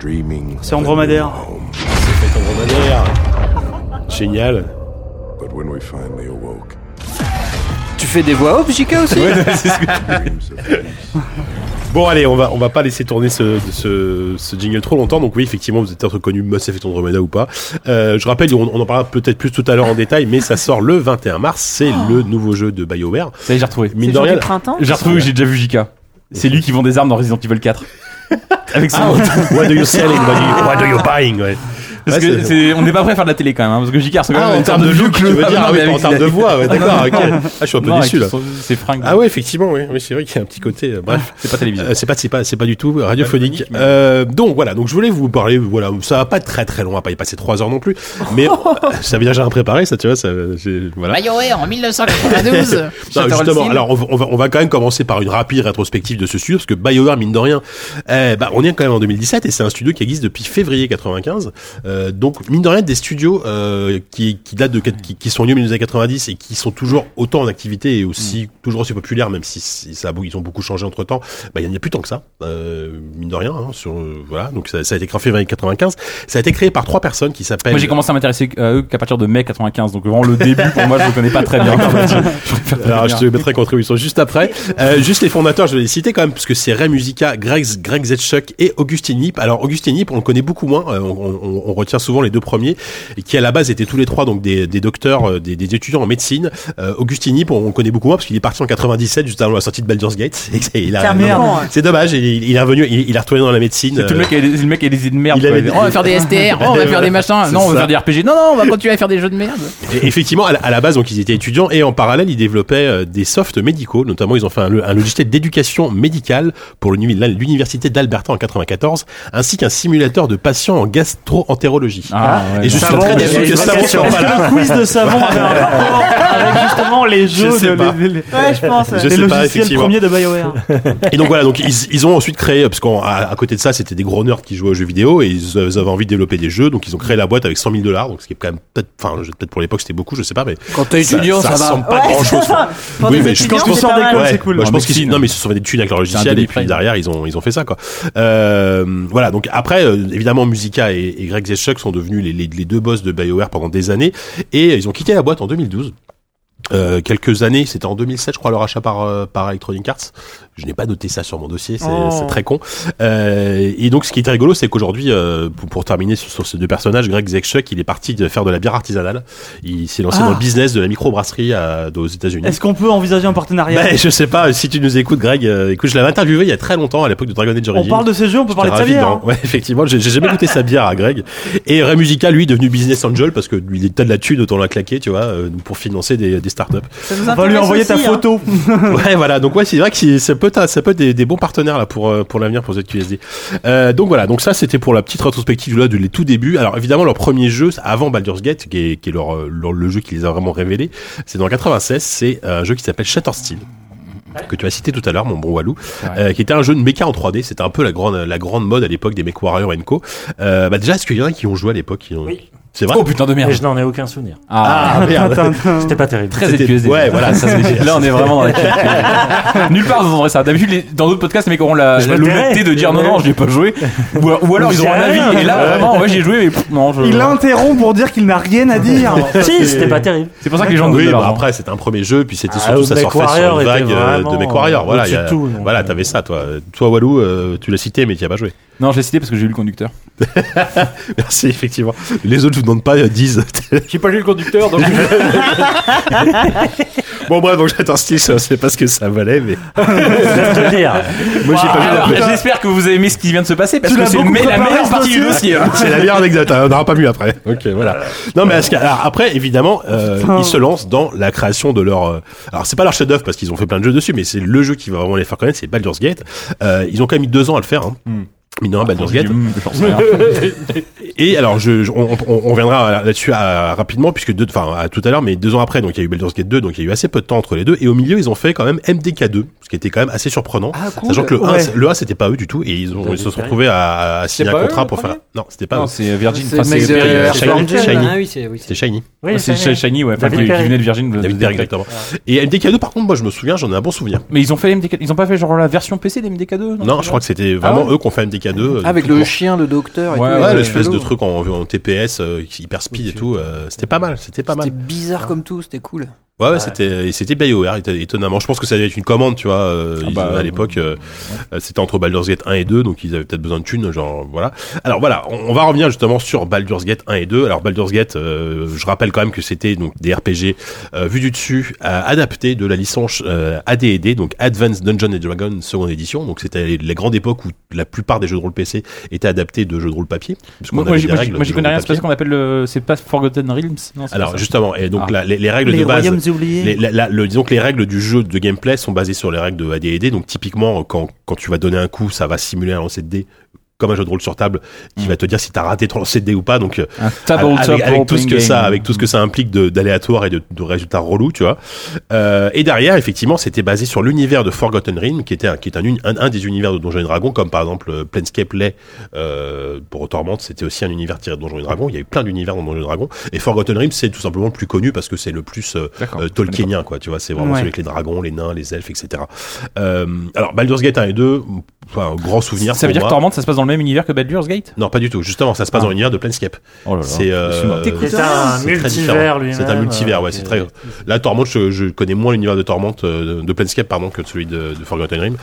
S10: Dreaming.
S4: C'est Andromadaire.
S3: Génial.
S10: But when we finally awoke,
S6: Tu fais des voix off, JK aussi
S10: dreams of peace.
S3: Bon allez, on va on va pas laisser tourner ce, ce, ce jingle trop longtemps. Donc oui, effectivement, vous êtes peut-être connu Mass Effect Andromeda ou pas. Euh, je rappelle, on, on en parlera peut-être plus tout à l'heure en détail, mais ça sort le 21 mars. C'est le nouveau jeu de BioWare.
S7: Ça y est, j'ai retrouvé.
S8: C'est
S3: Mine
S8: le
S3: de
S8: jour
S3: rien,
S8: du printemps
S7: J'ai retrouvé, j'ai déjà vu JK. C'est lui qui vend des armes dans Resident Evil 4. Avec son
S3: What do you selling? What do you, what do you buying? Ouais.
S7: Parce
S3: Ouais,
S7: que
S3: c'est-
S7: c'est- on n'est pas prêt à faire de la télé quand même, hein, parce que JK reçoit quand
S3: Ah,
S7: même
S3: en
S7: une
S3: termes de
S7: vieux
S3: look, tu
S7: que-
S3: veux dire,
S7: Ah,
S3: ah oui,
S7: non, mais
S3: pas en
S7: avec-
S3: termes de voix, ouais, d'accord, ok. Ah, je suis un peu
S7: Non, avec
S3: déçu là.
S7: son- C'est fringue.
S3: Ah ouais, effectivement, oui, oui c'est vrai qu'il y a un petit côté. euh, bref,
S7: C'est pas télévisé.
S3: Euh, c'est pas c'est pas c'est pas du tout radiophonique.
S7: Radiophonique, mais-
S3: Euh, donc voilà, donc je voulais vous parler. Voilà, ça va pas être très très long, on va pas y passer trois heures non plus. Mais euh, ça veut dire que j'ai rien préparé, ça, tu vois, ça. j'ai- Voilà.
S11: BioWare en 1992.
S3: Non,
S11: Shattered
S3: justement,
S11: Sim.
S3: alors on va, on va- on va quand même commencer par une rapide rétrospective de ce studio parce que BioWare mine de rien, euh, bah, on est quand même en 2017 et c'est un studio qui existe depuis février 95. Euh, donc mine de rien des studios euh, qui, qui datent de qui, qui sont liés au milieu des années 90 et qui sont toujours autant en activité et
S7: Mm.
S3: aussi toujours aussi populaires même si, si ça a beau- ils ont beaucoup changé entre temps. Bah il n'y en a plus tant que ça euh, mine de rien. hein, sur, euh, voilà donc ça, ça a été créé en février 95. Ça a été créé par trois personnes qui s'appellent.
S7: Moi j'ai commencé à m'intéresser à eux qu'à partir de mai 95, donc vraiment le début pour moi je le connais pas très bien.
S3: Ah,
S7: Je préfère te
S3: Alors,
S7: le
S3: je
S7: dire.
S3: te mettrai contribution juste après. Euh, juste les fondateurs, je vais les citer quand même, parce que c'est Ray Musica, Greg, Greg Zetchuk et Augustin Nip. Alors, Augustin Nip, on le connaît beaucoup moins. euh, on, on- on retient souvent les deux premiers, et qui à la base étaient tous les trois donc des, des docteurs, euh, des, des étudiants en médecine. Euh, Augustin Nip, on, on le connaît beaucoup moins parce qu'il est parti en 97, juste avant la sortie de Baldur's Gate. Et c'est- il a-
S8: Tiens, merde.
S3: C'est dommage. Il, il est revenu, il, il est retourné dans la médecine.
S7: C'est tout
S3: euh,
S7: le mec qui a des- le mec qui a des idées de merde.
S3: Il
S7: quoi.
S3: avait des-
S11: Oh, on va faire des STR, oh, on va faire des machins, non, on
S3: ça.
S11: va faire des RPG, non, non, on va continuer à faire des jeux de merde.
S3: Et effectivement, à la, à la base, donc ils étaient étudiants et en parallèle, ils développaient euh, des softs médicaux. Notamment, ils ont fait un, lo- un logiciel d'éducation médicale pour l'uni- la- l'université d'Alberta en 94, ainsi qu'un simulateur de patients en gastro-entérologie.
S7: Ah, ouais,
S3: et je suis
S7: non.
S4: Savon,
S3: très
S4: mais
S3: déçu
S4: j'ai
S3: que
S4: une
S3: Savon
S4: question.
S3: soit pas là.
S4: Le quiz de savon avait un rapport avec justement les jeux,
S3: sais
S4: de-
S3: pas.
S4: les, les-
S8: Ouais, je pense.
S3: Je
S4: les
S3: sais pas,
S4: logiciels
S3: effectivement.
S4: premiers de BioWare.
S3: Et donc voilà, donc ils, ils ont ensuite créé, parce qu'à à côté de ça, c'était des gros nerds qui jouaient aux jeux vidéo et ils avaient envie de développer des jeux, donc ils ont créé la boîte avec 100 000 dollars, donc ce qui est quand même peut-être, enfin, je- peut-être pour l'époque c'était beaucoup, je sais pas, mais
S6: Quand t'es
S3: ça,
S6: étudiant, ça,
S3: ça
S6: va.
S3: ressemble pas à grand chose.
S8: Pour
S3: Oui,
S8: des
S3: mais je
S8: étudiants,
S3: pense
S4: qu'on
S8: c'est
S4: sort
S8: pas
S4: d'école,
S8: mal.
S4: c'est cool.
S3: Moi, je
S7: En
S3: pense qu'ils
S7: médecine.
S3: non mais ils se sont fait des thunes avec leur logiciel et puis
S7: demi-frame.
S3: derrière ils ont ils ont fait ça quoi. Euh, voilà donc après euh, évidemment Musica et, et Greg Zeschuk sont devenus les, les, les deux boss de BioWare pendant des années et euh, ils ont quitté la boîte en 2012. Euh, quelques années, c'était en 2007 je crois leur achat par euh, par Electronic Arts. Je n'ai pas noté ça sur mon dossier, c'est
S8: Oh.
S3: c'est très con. Euh, et donc ce qui est rigolo, c'est qu'aujourd'hui, euh, pour, pour terminer sur, sur ces deux personnages, Greg Zeschuk, il est parti de faire de la bière artisanale. Il s'est lancé
S4: Ah.
S3: dans le business de la microbrasserie à- aux États-Unis.
S4: Est-ce qu'on peut envisager un partenariat
S3: Ben, je sais pas, si tu nous écoutes, Greg, euh, écoute, je l'avais interviewé il y a très longtemps à l'époque de Dragon Age
S4: On
S3: Origins.
S4: parle de ces jeux, on peut parler de sa
S3: Ravi
S4: bière.
S3: d'en-
S4: hein.
S3: Ouais, effectivement, j'ai j'ai jamais goûté sa bière à Greg. Et Ray Musica, lui, est devenu business angel parce que lui, il a de la thune, autant la claquer, tu vois, euh, pour financer des, des startups.
S8: Ça nous
S4: On va lui
S8: intéresse
S4: envoyer ta
S8: aussi, hein.
S4: photo.
S3: ouais, voilà. Donc ouais, c'est vrai que c'est- ça peut, être- ça peut être des, des bons partenaires là pour euh, pour l'avenir pour ZQSD. Euh, donc voilà. Donc ça, c'était pour la petite rétrospective là de les tout débuts. Alors évidemment, leur premier jeu avant Baldur's Gate, qui est, qui est leur, euh, leur- le jeu qui les a vraiment révélés, c'est dans 96. C'est un jeu qui s'appelle Shattersteel que tu as cité tout à l'heure, mon bon Walou,
S7: vrai.
S3: euh, qui était un jeu de méca en 3D. C'était un peu la grande la grande mode à l'époque des MechWarrior Co. Euh, bah déjà, est-ce qu'il y en a qui ont joué à l'époque qui ont- C'est vrai.
S7: Oh putain de merde.
S5: Et je n'en ai aucun souvenir.
S7: Ah,
S3: merde.
S5: C'était pas terrible.
S7: très
S3: C'était-
S7: ZQSD.
S3: Ouais, voilà, ça, c'est-
S7: Là, on est vraiment dans la QSD. Nulle part, vous entendrez ça. D'habitude, les- dans d'autres podcasts, les mecs auront la,
S5: Je
S7: la
S5: me tairai.
S7: lourdité de dire non, non, je l'ai pas joué. Ou, ou alors, ils auront un
S5: rien.
S7: avis. Et là, vraiment, ouais, j'ai joué, mais pff, non, je.
S4: Il l'interrompt pour dire qu'il n'a rien à dire.
S5: Si, c'était pas terrible.
S7: C'est pour ça que les gens
S3: Oui,
S7: donnent de
S3: bah
S7: l'argent.
S3: après c'était un premier jeu, puis c'était
S5: Ah,
S3: surtout
S5: euh,
S3: ça surfait sur
S5: MechWarrior
S3: une vague
S5: était
S3: euh, de
S5: vraiment,
S3: MechWarrior.
S5: euh,
S3: Voilà, il
S5: au-dessus
S3: y a-
S5: de tout, donc,
S3: voilà,
S5: euh,
S3: t'avais ça, toi. Toi, Walou, euh, tu l'as cité, mais tu n'y as pas joué.
S7: Non, j'ai cité parce que j'ai eu le conducteur.
S3: Merci, effectivement. Les autres, je vous demande pas, euh, disent.
S9: J'ai pas lu le conducteur, donc
S3: Bon, bref, donc j'attends Stitch, je sais pas ce que ça valait, mais.
S5: te dire.
S3: Moi, j'ai pas vu la
S7: Ah, Alors,
S3: presse.
S7: J'espère que vous avez aimé ce qui vient de se passer parce
S3: Tu
S7: que
S3: l'as
S7: c'est
S3: beaucoup
S7: mais- la
S3: préparé,
S7: meilleure
S3: ce
S7: partie du dossier. hein.
S3: C'est la meilleure anecdote, hein, on n'aura pas mieux après. Ok, voilà. Non, mais à ce cas- alors, après, évidemment, euh,
S4: Putain.
S3: ils se lancent dans la création de leur. euh, alors, c'est pas leur chef-d'œuvre parce qu'ils ont fait plein de jeux dessus, mais c'est le jeu qui va vraiment les faire connaître, c'est Baldur's Gate. Euh, ils ont quand même mis deux ans à le faire. Hein. Mine de
S7: Ah,
S3: rien, Baldur's Gate.
S7: bah, J'en sais rien.
S3: Et alors, je, je- on, on- on reviendra là-dessus à- rapidement, puisque deux, enfin, à tout à l'heure, mais deux ans après, donc il y a eu Baldur's Gate 2, donc il y a eu assez peu de temps entre les deux, et au milieu, ils ont fait quand même MDK2, ce qui était quand même assez surprenant,
S12: Ah,
S6: Ah,
S3: sachant que le 1,
S4: Ouais.
S3: c'est- le 1 c'était pas eux du tout, et ils, ont, ils se sont retrouvés à, à signer
S9: C'est
S3: un
S9: pas eux,
S3: contrat
S9: le
S3: pour faire.
S9: premier
S3: Non, c'était pas
S7: Non,
S3: eux.
S7: c'est Virgin.
S9: C'est
S7: enfin,
S9: le mec
S7: c'est
S9: de-
S7: Perry, euh,
S9: Shiny,
S7: Shiny.
S9: Shiny.
S3: Shiny.
S9: Ah oui, c'est oui,
S3: C'était Shiny.
S5: Oui,
S7: C'est
S5: ça y est.
S7: Shiny, ouais, enfin,
S5: David
S7: qui, qui
S5: Perry.
S7: venait de Virgin. de-
S3: David
S7: de-
S3: Perry, exactement. Et MDK2, par contre, moi, je me souviens, j'en ai un bon souvenir.
S7: Mais ils ont fait MDK, ils ont pas fait genre la version PC des MDK2
S3: Non, je crois que c'était vraiment
S7: Ah ouais
S3: eux qui ont fait MDK2. euh,
S6: Avec
S3: tout
S6: le
S3: court.
S6: chien, le docteur et
S7: Ouais,
S6: tout.
S3: Ouais,
S6: euh,
S3: l'espèce de
S6: chelou.
S3: truc en, en TPS, euh, hyper speed et tout, euh, c'était pas mal, c'était pas mal.
S6: C'était bizarre comme tout, c'était cool.
S3: Ouais, ouais, c'était et c'était BioWare éton- étonnamment. Je pense que ça devait être une commande, tu vois. euh,
S7: Ah
S3: ils-
S7: bah,
S3: à l'époque, euh, euh, c'était entre Baldur's Gate 1 et 2, donc ils avaient peut-être besoin de thunes, genre voilà. Alors voilà, on, on va revenir justement sur Baldur's Gate 1 et 2. Alors Baldur's Gate, euh, je rappelle quand même que c'était donc des RPG euh, vus du dessus, euh, adaptés de la licence euh, AD&D, donc Advanced Dungeons and Dragons seconde édition. Donc c'était les, les grandes époques où la plupart des jeux de rôle PC étaient adaptés de jeux de rôle papier. parce qu'on
S7: Moi,
S3: avait
S7: moi, j'y-
S3: des
S7: moi,
S3: règles
S7: j'y
S3: de
S7: connais
S3: jeux de
S7: rien, c'est pas
S3: papier.
S7: ce qu'on appelle le. C'est pas Forgotten Realms non, c'est pas
S3: Alors
S7: ça.
S3: justement, et donc
S7: Ah.
S3: la- les, les règles
S4: Les
S3: de base.
S4: royaumes oubliés.
S3: Les- la- la- le, disons que les règles du jeu de gameplay sont basées sur les règles de AD&D. Donc typiquement, euh, quand, quand tu vas donner un coup, ça va simuler un lancer de dés comme un jeu de rôle sur table qui va te dire si t'as raté ton lancer de dés ou pas. Donc euh,
S7: Un
S3: avec,
S7: tabletop
S3: avec- avec tout ce
S7: opening
S3: que
S7: game.
S3: ça, avec tout ce que ça implique de- d'aléatoire et de, de résultats relous, tu vois. Euh, et derrière, effectivement, c'était basé sur l'univers de Forgotten Realm, qui était un, qui est un, uni- un, un des univers de Donjons et Dragons, comme par exemple euh, Planescape Lay euh, pour Torment, c'était aussi un univers tiré de Donjons et Dragons. Il y a eu plein d'univers dans Donjons et Dragons, et Forgotten Realm, c'est tout simplement le plus connu parce que c'est le plus euh,
S7: D'accord.
S3: euh, tolkienien, quoi. Tu vois, c'est vraiment
S4: Ouais.
S3: celui avec les dragons, les nains, les elfes, etc. Euh, alors Baldur's Gate 1 et 2, enfin, grand souvenir.
S7: Ça
S3: pour
S7: veut dire que
S3: moi.
S7: Torment, ça se passe dans le même univers que Baldur's Gate
S3: Non, pas du tout. Justement, ça se passe
S7: Ah.
S3: dans l'univers de Planescape.
S7: Oh là là.
S3: C'est euh,
S7: Excuse-moi.
S5: C'est un
S3: c'est très différent.
S5: multivers lui-même.
S3: C'est un multivers, ouais,
S5: euh,
S3: c'est très. Là, Torment, je, je connais moins l'univers de Torment, euh, de Planescape, pardon, que celui de, de Forgotten Realm.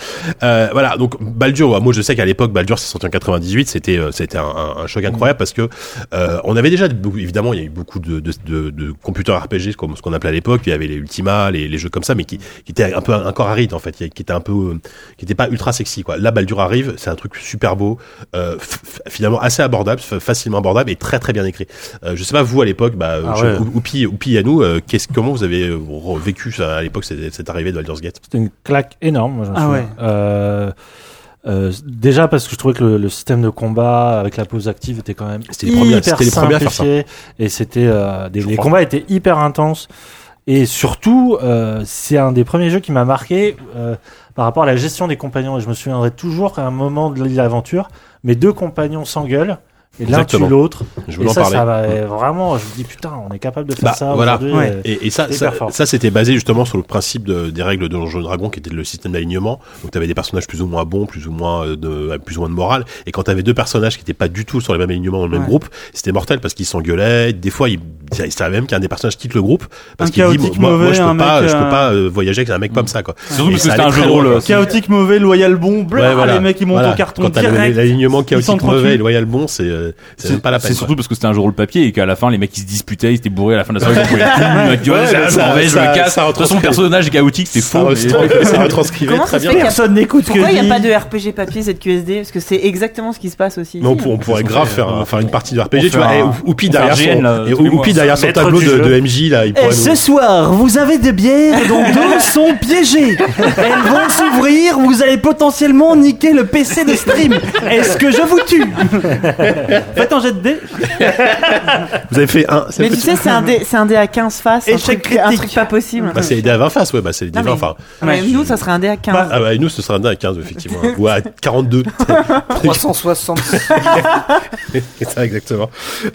S3: Euh, voilà, donc Baldur, ouais, moi je sais qu'à l'époque, Baldur, c'est sorti en 98, c'était euh, c'était un, un- un choc
S5: Mm.
S3: incroyable parce que euh, on avait déjà, beaucoup- évidemment, il y a eu beaucoup de, de, de, de computers RPG, comme ce qu'on appelait à l'époque, il y avait les Ultima, les, les jeux comme ça, mais qui, qui étaient un peu encore arides en fait, qui qui étaient un peu, euh, qui étaient pas ultra sexy quoi. Là, Baldur arrive, c'est un truc super beau, euh, f- f- finalement assez abordable, f- facilement abordable et très très bien écrit. Euh, je sais pas vous à l'époque, bah,
S5: Ah
S3: je-
S5: ouais.
S3: ou- Oupi, Oupi à nous, euh, qu'est-ce, comment vous avez euh, vécu ça à l'époque cette, cette arrivée de Baldur's Gate
S5: C'était une claque énorme. moi, je me
S4: Ah
S5: souviens. Euh, euh, déjà parce que je trouvais que le, le système de combat avec la pause active était quand même
S3: C'était les premiers-
S5: hyper
S3: c'était les premiers à faire ça.
S5: simplifié et c'était euh, des-
S3: Je
S5: les
S3: crois.
S5: combats étaient hyper intenses et surtout euh, c'est un des premiers jeux qui m'a marqué euh, par rapport à la gestion des compagnons et je me souviendrai toujours qu'à un moment de l'aventure mes deux compagnons s'engueulent et l'un tue
S3: Exactement.
S5: l'autre
S3: Je
S5: et
S3: voulais en
S5: ça
S3: parler. Mm.
S5: ça m'avait vraiment je me dis putain on est capable de faire
S3: Bah,
S5: ça
S3: voilà.
S5: aujourd'hui
S4: Ouais.
S5: euh,
S3: Et, et ça,
S5: Hyper
S3: ça,
S5: fort.
S3: ça, c'était basé justement sur le principe de- des règles de Donjons et Dragons, qui était le système d'alignement. Donc, t'avais des personnages plus ou moins bons, plus ou moins euh, de, avec plus ou moins de morale. Et quand t'avais deux personnages qui étaient pas du tout sur les mêmes alignements dans le même
S4: Ouais.
S3: groupe, c'était mortel parce qu'ils s'engueulaient. Des fois, il, ça- ça même qu'un des personnages quitte le groupe parce
S4: Un
S3: qu'il dit, moi,
S4: chaotique
S3: moi,
S4: mauvais,
S3: je
S4: un
S3: peux pas,
S4: mec,
S3: je peux
S4: euh,
S3: pas euh, voyager avec un mec comme ça, quoi.
S7: Surtout
S3: Et
S7: parce que
S3: ça
S7: c'était
S3: allait
S7: un jeu
S3: très
S7: de rôle.
S3: loin.
S7: euh,
S4: Chaotique mauvais, loyal bon, bla,
S3: Ouais, voilà.
S4: les mecs ils montent
S3: Voilà.
S4: au carton
S3: Quand t'as le-
S4: direct.
S3: l'alignement chaotique
S4: s'entretuent.
S3: mauvais et loyal bon, c'est, euh, c'est même pas la peine.
S7: C'est
S3: quoi.
S7: surtout parce que c'était un jeu de rôle papier et qu'à la fin les mecs ils se disputaient, ils étaient bourrés à la fin de la soirée, ils pouvaient plus, le mec dit, ouais,
S3: Ouais,
S7: c'est un
S3: mais
S7: jeu
S3: ça-
S7: mauvais, je
S3: ça-
S7: le casse.
S3: ça
S7: De toute façon, le
S3: retranscrit-
S7: personnage est chaotique, c'est
S3: ça
S7: faux. mais-
S3: retranscrit- ça retranscrivait
S8: Comment
S3: très
S8: ça se
S3: bien.
S8: fait qu'il y a-
S4: Personne n'écoute ce que
S8: Pourquoi il n'y
S4: dit.
S8: a pas de RPG papier ZQSD Parce que c'est exactement ce qui se passe aussi.
S3: Mais on,
S8: ici.
S3: pour- on pourrait grave faire, un- faire une partie de RPG,
S7: fait
S3: tu vois,
S7: un-
S3: et ou- Oupi
S7: on
S3: derrière
S7: fait un GN,
S3: son,
S7: là,
S3: et
S7: tous les mois.
S3: Oupi derrière son
S5: Maître
S3: tableau
S5: du
S3: de,
S5: jeu.
S3: de MJ, là, il pourrait
S1: Et
S3: nous-
S1: ce soir, vous avez des bières dont deux sont piégées. Elles vont s'ouvrir, vous allez potentiellement niquer le PC de stream. Est-ce que je vous tue
S4: Faites un jet de dés.
S3: Vous avez fait un, c'est
S8: Mais tu sais, c'est un dé, c'est un dé à 15 faces. Un
S4: Échec
S8: truc, un
S4: critique.
S8: truc pas possible.
S3: bah, c'est les dés à 20 faces, ouais, bah, c'est les dés
S8: Non,
S3: 20,
S8: mais-
S3: enfin.
S8: Ouais, Nous, ça serait un dé à 15.
S3: Ah, bah, et nous, ce serait un dé à 15, effectivement. hein. Ou à 42.
S6: 360.
S3: C'est ça, exactement.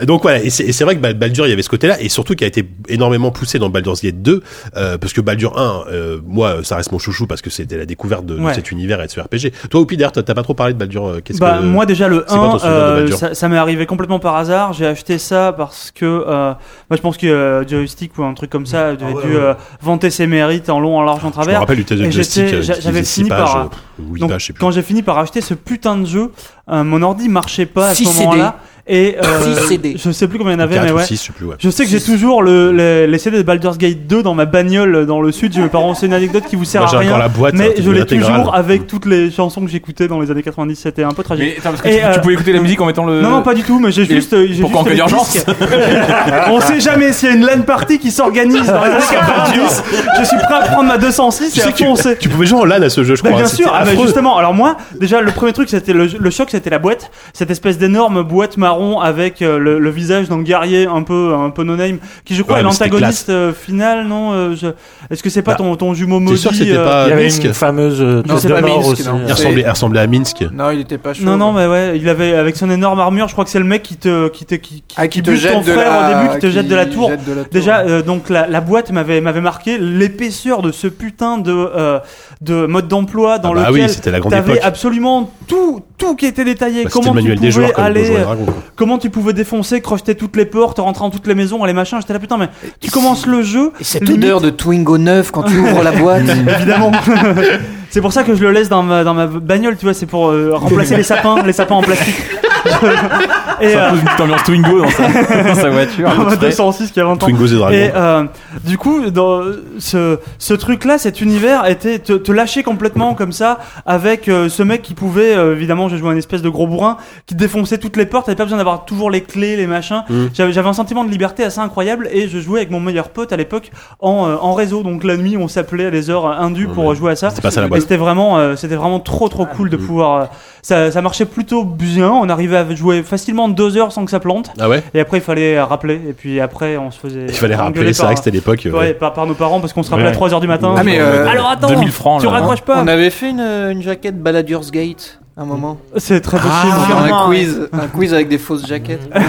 S3: Donc voilà, et c'est et c'est vrai que Bal- Baldur, il y avait ce côté-là, et surtout qui a été énormément poussé dans Baldur's Gate 2, euh, parce que Baldur 1, euh, moi, ça reste mon chouchou parce que c'était la découverte de, de
S4: Ouais.
S3: cet univers et de ce RPG. Toi, Oupi, d'ailleurs, t'as t'as pas trop parlé de Baldur, euh, qu'est-ce
S4: bah,
S3: que.
S4: Moi, déjà, le
S3: c'est quoi ton
S4: 1,
S3: souvenir de
S4: euh,
S3: Badger
S4: ça, ça m'est arrivé complètement par hasard. J'ai acheté ça parce que euh, moi, je pense que euh, Joystick ou un truc comme ça devait dû euh, vanter ses mérites en long, en large,
S3: Ah je
S4: en
S3: me
S4: travers.
S3: rappelle du test de
S4: et
S3: joystick,
S4: j'étais-
S3: euh,
S4: j'a-
S3: qui
S4: j'avais
S3: faisait six
S4: fini par-
S3: pages, euh, ou huit
S4: Donc,
S3: pages, je sais plus.
S4: quand j'ai fini par acheter ce putain de jeu, euh, mon ordi marchait pas à
S6: Six
S4: ce
S6: CD.
S4: moment-là. Et euh,
S6: Six CD.
S4: je sais plus combien il y en avait,
S3: Quatre
S4: mais
S3: ou
S4: ouais.
S3: six, je sais plus, ouais.
S4: sais que j'ai toujours le, les, les CD de Baldur's Gate 2 dans ma bagnole euh, dans le sud. Je vais pas c'est une anecdote qui vous sert
S3: Moi, j'ai
S4: à rien.
S3: encore la boîte, hein,
S4: mais
S3: t'as
S4: je
S3: mis
S4: l'ai
S3: l'intégrale.
S4: toujours avec toutes les chansons que j'écoutais dans les années 90. C'était un peu tragique.
S7: Mais attends, parce que
S4: Et,
S7: tu, tu
S4: euh,
S7: pouvais écouter la musique en mettant le.
S4: Non, non, pas du tout, mais j'ai
S7: Et
S4: juste. euh, j'ai
S7: Pourquoi en
S4: juste
S7: cas
S4: les
S7: d'urgence
S4: disques. On sait jamais s'il y a une LAN party qui s'organise dans les années 90. Je suis prêt à prendre ma 206
S3: Tu
S4: et à
S3: sais que tu-
S4: foncer.
S3: tu pouvais jouer en LAN à ce jeu, je
S4: Bah,
S3: crois.
S4: bien
S3: hein,
S4: sûr,
S3: c'était
S4: ah, bah,
S3: affreux.
S4: justement. Alors moi, déjà le premier truc, c'était le, le choc, c'était la boîte, cette espèce d'énorme boîte marron avec euh, le, le visage d'un guerrier un peu un peu no name, qui je crois
S3: Ouais,
S4: est
S3: mais c'était Bah,
S4: l'antagoniste euh, final, non euh, je- Est-ce que c'est pas ton, ton jumeau
S3: T'es
S4: maudit
S3: sûr que c'était
S4: euh,
S3: pas
S5: Il y avait
S3: Minsk
S5: une fameuse. euh,
S6: Non, c'est
S5: Tour
S6: pas
S5: de mort
S6: Minsk,
S5: aussi,
S6: non.
S5: euh,
S3: Il ressemblait, il ressemblait à Minsk.
S6: Non, il était pas chaud.
S4: Non, non, mais ouais, il avait avec son énorme armure, je crois que c'est le mec qui te qui te qui, qui,
S6: Ah, qui
S4: qui
S6: te
S4: bute
S6: jette
S4: ton
S6: de
S4: frère
S6: la-
S4: au début, qui te jette de la tour.
S6: jette de la tour.
S4: Déjà, euh, donc la, la boîte m'avait m'avait marqué l'épaisseur de ce putain de euh, de mode d'emploi dans
S3: Ah bah
S4: lequel
S3: oui, c'était la grande
S4: t'avais
S3: époque.
S4: absolument tout tout qui était détaillé.
S3: Bah, c'était
S4: comment
S3: le manuel
S4: tu
S3: des
S4: pouvais
S3: joueurs comme
S4: aller, euh,
S3: Donjons et Dragons, quoi.
S4: comment tu pouvais défoncer, crocheter toutes les portes, rentrer dans toutes les maisons, aller machin. J'étais là putain, mais tu commences le jeu.
S6: Et cette
S4: limite-
S6: odeur de Twingo neuf quand tu ouvres la boîte.
S4: Évidemment. c'est pour ça que je le laisse dans ma, dans ma bagnole, tu vois, c'est pour euh, remplacer les sapins, les sapins en plastique. et
S7: Ça
S4: euh,
S7: pose une petite ambiance Twingo dans sa, dans sa voiture. à
S4: dans
S7: peu
S4: ma
S7: près.
S4: 206 qui a 20 ans.
S3: Twingo et Dragon.
S4: Et euh, du coup, dans ce, ce truc-là, cet univers était te, te lâcher complètement comme ça avec euh, ce mec qui pouvait, euh, évidemment, j'ai joué un espèce de gros bourrin qui défonçait toutes les portes, t'avais pas besoin d'avoir toujours les clés, les machins.
S3: Mm.
S4: J'avais j'avais un sentiment de liberté assez incroyable et je jouais avec mon meilleur pote à l'époque en, euh, en réseau. Donc la nuit, on s'appelait à des heures euh, indues pour euh, jouer à ça.
S3: C'était pas ça, la boîte. Ah, mm.
S4: Et c'était vraiment, euh, c'était vraiment trop trop cool de pouvoir. euh, ça, ça marchait plutôt bien. On arrivait à jouer facilement deux heures sans que ça plante.
S3: Ah ouais
S4: Et après, il fallait euh, rappeler. Et puis après, on se faisait.
S3: Il fallait rappeler,
S4: engueuler
S3: c'est
S4: par-
S3: vrai que c'était l'époque.
S4: Ouais,
S3: ouais.
S4: par, par nos parents, parce qu'on se rappelait
S7: Ouais.
S4: à 3h du matin.
S6: Ah, mais, euh,
S4: Alors attends,
S7: 2000 francs,
S4: tu
S7: là, hein.
S4: raccroches pas.
S6: On avait fait une, une jaquette Baladur's Gate à un moment.
S4: C'est
S3: Ah.
S4: très possible.
S6: Sur
S4: Ah, sûrement,
S6: un
S4: ouais.
S6: quiz, un quiz avec des fausses jaquettes.
S7: Bah,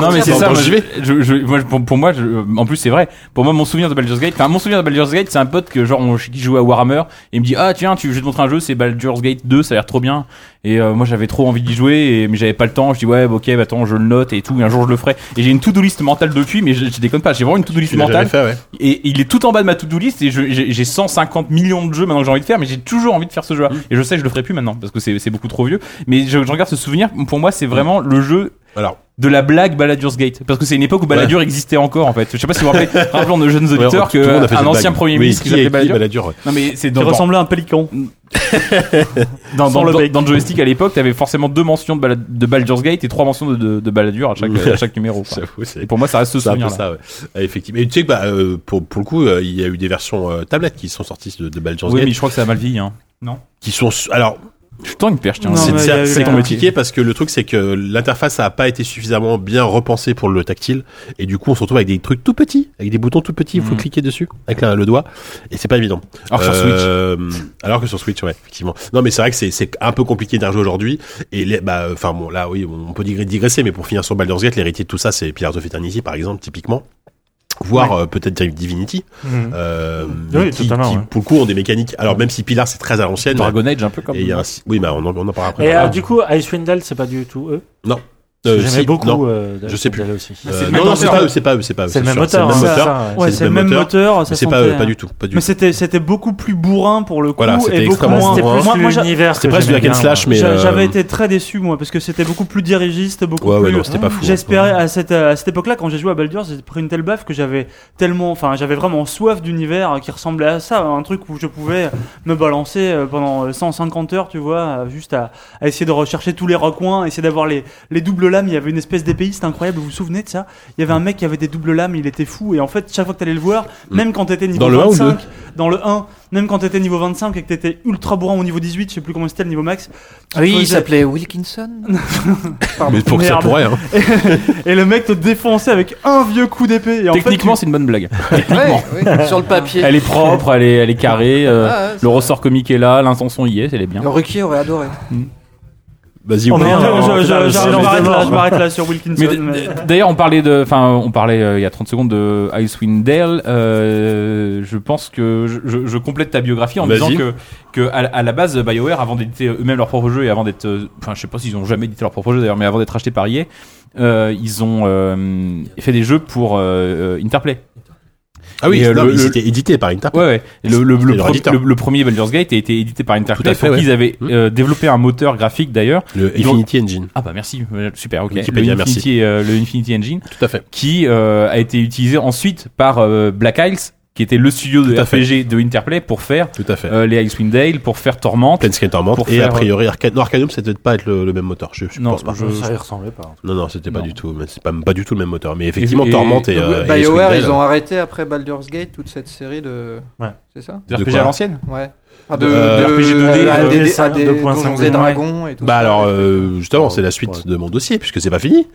S7: Non mais c'est ça.
S3: Attends,
S7: moi,
S3: j'y vais.
S7: je- je- moi, je- pour, pour moi, je- en plus c'est vrai. Pour moi, mon souvenir de Baldur's Gate, enfin mon souvenir de Baldur's Gate, c'est un pote que genre on- qui jouait à Warhammer et il me dit ah tiens, tu, je vais te montrer un jeu, c'est Baldur's Gate 2, ça a l'air trop bien. Et euh, moi j'avais trop envie d'y jouer, et, mais j'avais pas le temps. Je dis ouais, bah, ok, bah, attends, je le note et tout. Et un jour je le ferai. Et j'ai une to-do list mentale depuis, mais je, je déconne pas, j'ai vraiment une to-do list
S3: Tu l'as jamais
S7: mentale.
S3: fait, ouais.
S7: Et il est tout en bas de ma to-do list et je- j'ai j'ai 150 millions de jeux maintenant que j'ai envie de faire, mais j'ai toujours envie de faire ce jeu-là. Et je sais que je le ferai plus maintenant parce que c'est c'est beaucoup trop vieux. Mais je, je regarde ce souvenir, pour moi c'est vraiment le jeu
S3: Alors,
S7: de la blague Baladur's Gate parce que c'est une époque où Baladur existait encore en fait. Je sais pas si vous vous rappelez, rappelons nos jeunes
S3: ouais,
S7: auditeurs
S3: tout le monde a fait
S7: que
S3: cette
S7: un ancien
S3: blague.
S7: premier
S3: Oui,
S7: ministre qui
S3: qui est-
S7: s'appelait
S3: qui est
S7: Balladur.
S3: Balladur, ouais.
S7: Non mais c'est
S4: Qui
S7: dans, dans,
S4: ressemblait à un pélican.
S7: dans,
S4: sans
S7: dans,
S4: le
S7: dans,
S4: bec.
S7: dans le joystick à l'époque, t'avais forcément deux mentions de, Bala- de Baldur's Gate et trois mentions de, de, de Balladur à chaque, à chaque numéro. quoi.
S3: J'avoue, c'est-
S7: Et pour moi, ça reste ce
S3: C'est un peu
S7: souvenir.
S3: ça, ouais. Euh, Effectivement. Et tu sais que bah, euh, pour, pour le coup, euh, il y a eu des versions euh, tablettes qui sont sorties de, de Baldur's
S7: Oui,
S3: Gate,
S7: mais je crois que ça a mal vieilli. Hein.
S3: qui sont su- alors
S7: Je suis tant une perche, tiens.
S4: Non,
S7: C'est-
S4: mais-
S3: c'est-
S4: il y a eu
S3: c'est c'est
S4: la-
S3: compliqué parce que le truc c'est que l'interface a pas été suffisamment bien repensée pour le tactile et du coup on se retrouve avec des trucs tout petits, avec des boutons tout petits, il faut
S7: Mhm.
S3: cliquer dessus avec la- le doigt et c'est pas évident.
S7: Alors sur Switch.
S3: Switch. Alors que sur Switch, ouais, effectivement. Non, mais c'est vrai que c'est- c'est un peu compliqué d'y rejouer aujourd'hui. Et les, bah, euh, enfin bon, là, oui, on peut digre- digresser, mais pour finir sur Baldur's Gate, l'héritier de tout ça, c'est Pillars of Eternity, par exemple, typiquement. Voire euh, peut-être Divinity,
S5: Mhm.
S3: euh,
S5: Oui,
S3: mais qui,
S5: totalement,
S3: qui,
S5: ouais.
S3: pour le coup ont des mécaniques. Alors même si Pillars c'est très à l'ancienne,
S7: Dragon Age, un peu comme.
S3: et il y a un, si- oui, bah on en, on en parlera après.
S5: Et
S3: Euh,
S5: euh, du coup, Icewind Dale, c'est pas du tout eux.
S3: euh,
S5: J'aimais
S3: si,
S5: beaucoup.
S3: non.
S5: euh,
S3: Je sais plus.
S5: Icewind Dale aussi.
S3: Euh,
S7: le
S3: non,
S7: même
S3: non, c'est
S7: auteur.
S3: pas eux, c'est pas eux, c'est pas eux.
S5: C'est le même
S3: sûr, C'est le
S5: auteur.
S3: même
S5: hein,
S3: auteur,
S5: ça, ouais.
S4: Ouais, c'est le même moteur. ça
S3: mais c'est pas eux,
S4: sentait- hein.
S3: pas du tout, pas du
S4: Mais
S3: tout.
S4: c'était c'était beaucoup plus bourrin pour le coup.
S3: Voilà, c'était
S4: et beaucoup
S3: extrêmement
S4: moins.
S5: C'était
S3: Moi,
S5: plus
S4: moi, moi, j'a-
S5: l'univers que
S3: C'était presque du
S5: j'aimais
S3: hack and
S5: bien,
S3: slash,
S5: moi.
S3: mais
S4: J'a-
S3: euh,
S4: J'avais été très déçu moi parce que c'était beaucoup plus dirigiste, beaucoup
S3: Ouais, ouais,
S4: plus.
S3: non, c'était pas fou, hein.
S4: J'espérais à cette à cette époque-là quand j'ai joué à Baldur's, j'ai pris une telle baffe que j'avais tellement, enfin j'avais vraiment soif d'univers qui ressemblait à ça, hein, un truc où je pouvais me balancer euh, pendant euh, 150 heures, tu vois, euh, juste à, à essayer de rechercher tous les recoins, essayer d'avoir les les doubles lames. Il y avait une espèce d'épée, c'était incroyable. Vous vous souvenez de ça Il y avait un mec qui avait des doubles lames, il était fou et en fait chaque fois que t'allais le voir, même quand t'étais niveau
S3: Mm. Dans le 1 ou le
S4: 25, dans le 1, même quand t'étais niveau 25 et que t'étais ultra bourrin au niveau 18, je sais plus comment c'était le niveau max. tu
S6: Oui, il
S4: faisais-
S6: s'appelait Wilkinson.
S3: Mais pour que ça
S4: Merde.
S3: pourrait, hein.
S4: Et le mec te défonçait avec un vieux coup d'épée. Et en fait,
S7: Techniquement, c'est une bonne blague.
S6: Ouais, oui, sur le papier.
S7: Elle est propre, elle est, elle est carrée. euh,
S6: Ah, ouais,
S7: le ressort comique est là, l'intention y est, elle est bien.
S6: Le Ruki aurait adoré.
S3: Vas-y,
S4: tu-
S3: on
S4: Oh,
S3: est-
S4: merde,
S5: non,
S4: je- je-
S5: putain,
S4: je-
S5: le
S4: je
S5: silence
S4: m'arrête
S5: des
S4: là,
S5: morts.
S4: je m'arrête là sur Wilkinson.
S7: Mais d-
S4: mais-
S7: d- d'ailleurs, on parlait de, enfin, on parlait euh, il y a 30 secondes de Icewind Dale. euh, je pense que je, je- je complète ta biographie en
S3: Vas-y.
S7: disant que que à, la- à la base, BioWare, avant d'éditer eux-mêmes leur propre jeu et avant d'être, euh, enfin, je sais pas s'ils ont jamais édité leur propre jeu d'ailleurs, mais avant d'être acheté par E EA, euh, ils ont euh, fait des jeux pour euh, euh, Interplay.
S3: Ah oui,
S7: Et, euh,
S3: non,
S7: le-
S3: mais
S7: le-
S3: c'était édité par Interplay.
S7: Ouais, ouais. Et Le, le,
S3: C'était
S7: le,
S3: leur
S7: pre-
S3: éditeur.
S7: le- le premier Baldur's Gate a été édité par Interplay.
S3: Tout à fait,
S7: pour
S3: ouais.
S7: qu'ils avaient euh, développé un moteur graphique d'ailleurs.
S3: Le
S7: Ils ont-
S3: Infinity Engine.
S7: Ah bah merci, euh, super, ok. Le
S3: Wikipédia, merci.
S7: Infinity, euh, le Infinity Engine.
S3: Tout à fait.
S7: Qui euh, a été utilisé ensuite par euh, Black Isles, qui était le studio de
S3: Tout à fait.
S7: RPG de Interplay pour faire
S3: Tout à fait.
S7: euh, les Icewind Dale, pour faire Torment.
S3: Planescape Torment.
S7: Pour
S3: Et
S7: faire-
S3: a priori, Arcade... non, Arcanum, ça devait pas être le, le même moteur. Je, je
S7: Non,
S3: pense pas.
S7: je- Ça y
S5: ressemblait pas.
S3: Non, non, c'était pas du tout. mais C'est pas, pas du tout le même moteur. Mais effectivement, Torment et. euh, et
S12: BioWare,
S3: Swindale,
S12: ils ont arrêté après Baldur's Gate toute cette série de.
S5: Ouais.
S12: C'est ça
S3: De RPG à quoi l'ancienne
S12: Ouais. Ah, de,
S3: Euh,
S12: de,
S3: RPG 2D,
S12: de-
S3: euh,
S12: des-
S3: ça,
S12: des-
S3: 2.5,
S12: Donjons et
S3: ouais.
S12: Dragons et tout.
S3: Bah alors, euh, justement, c'est la suite de mon dossier puisque c'est pas fini.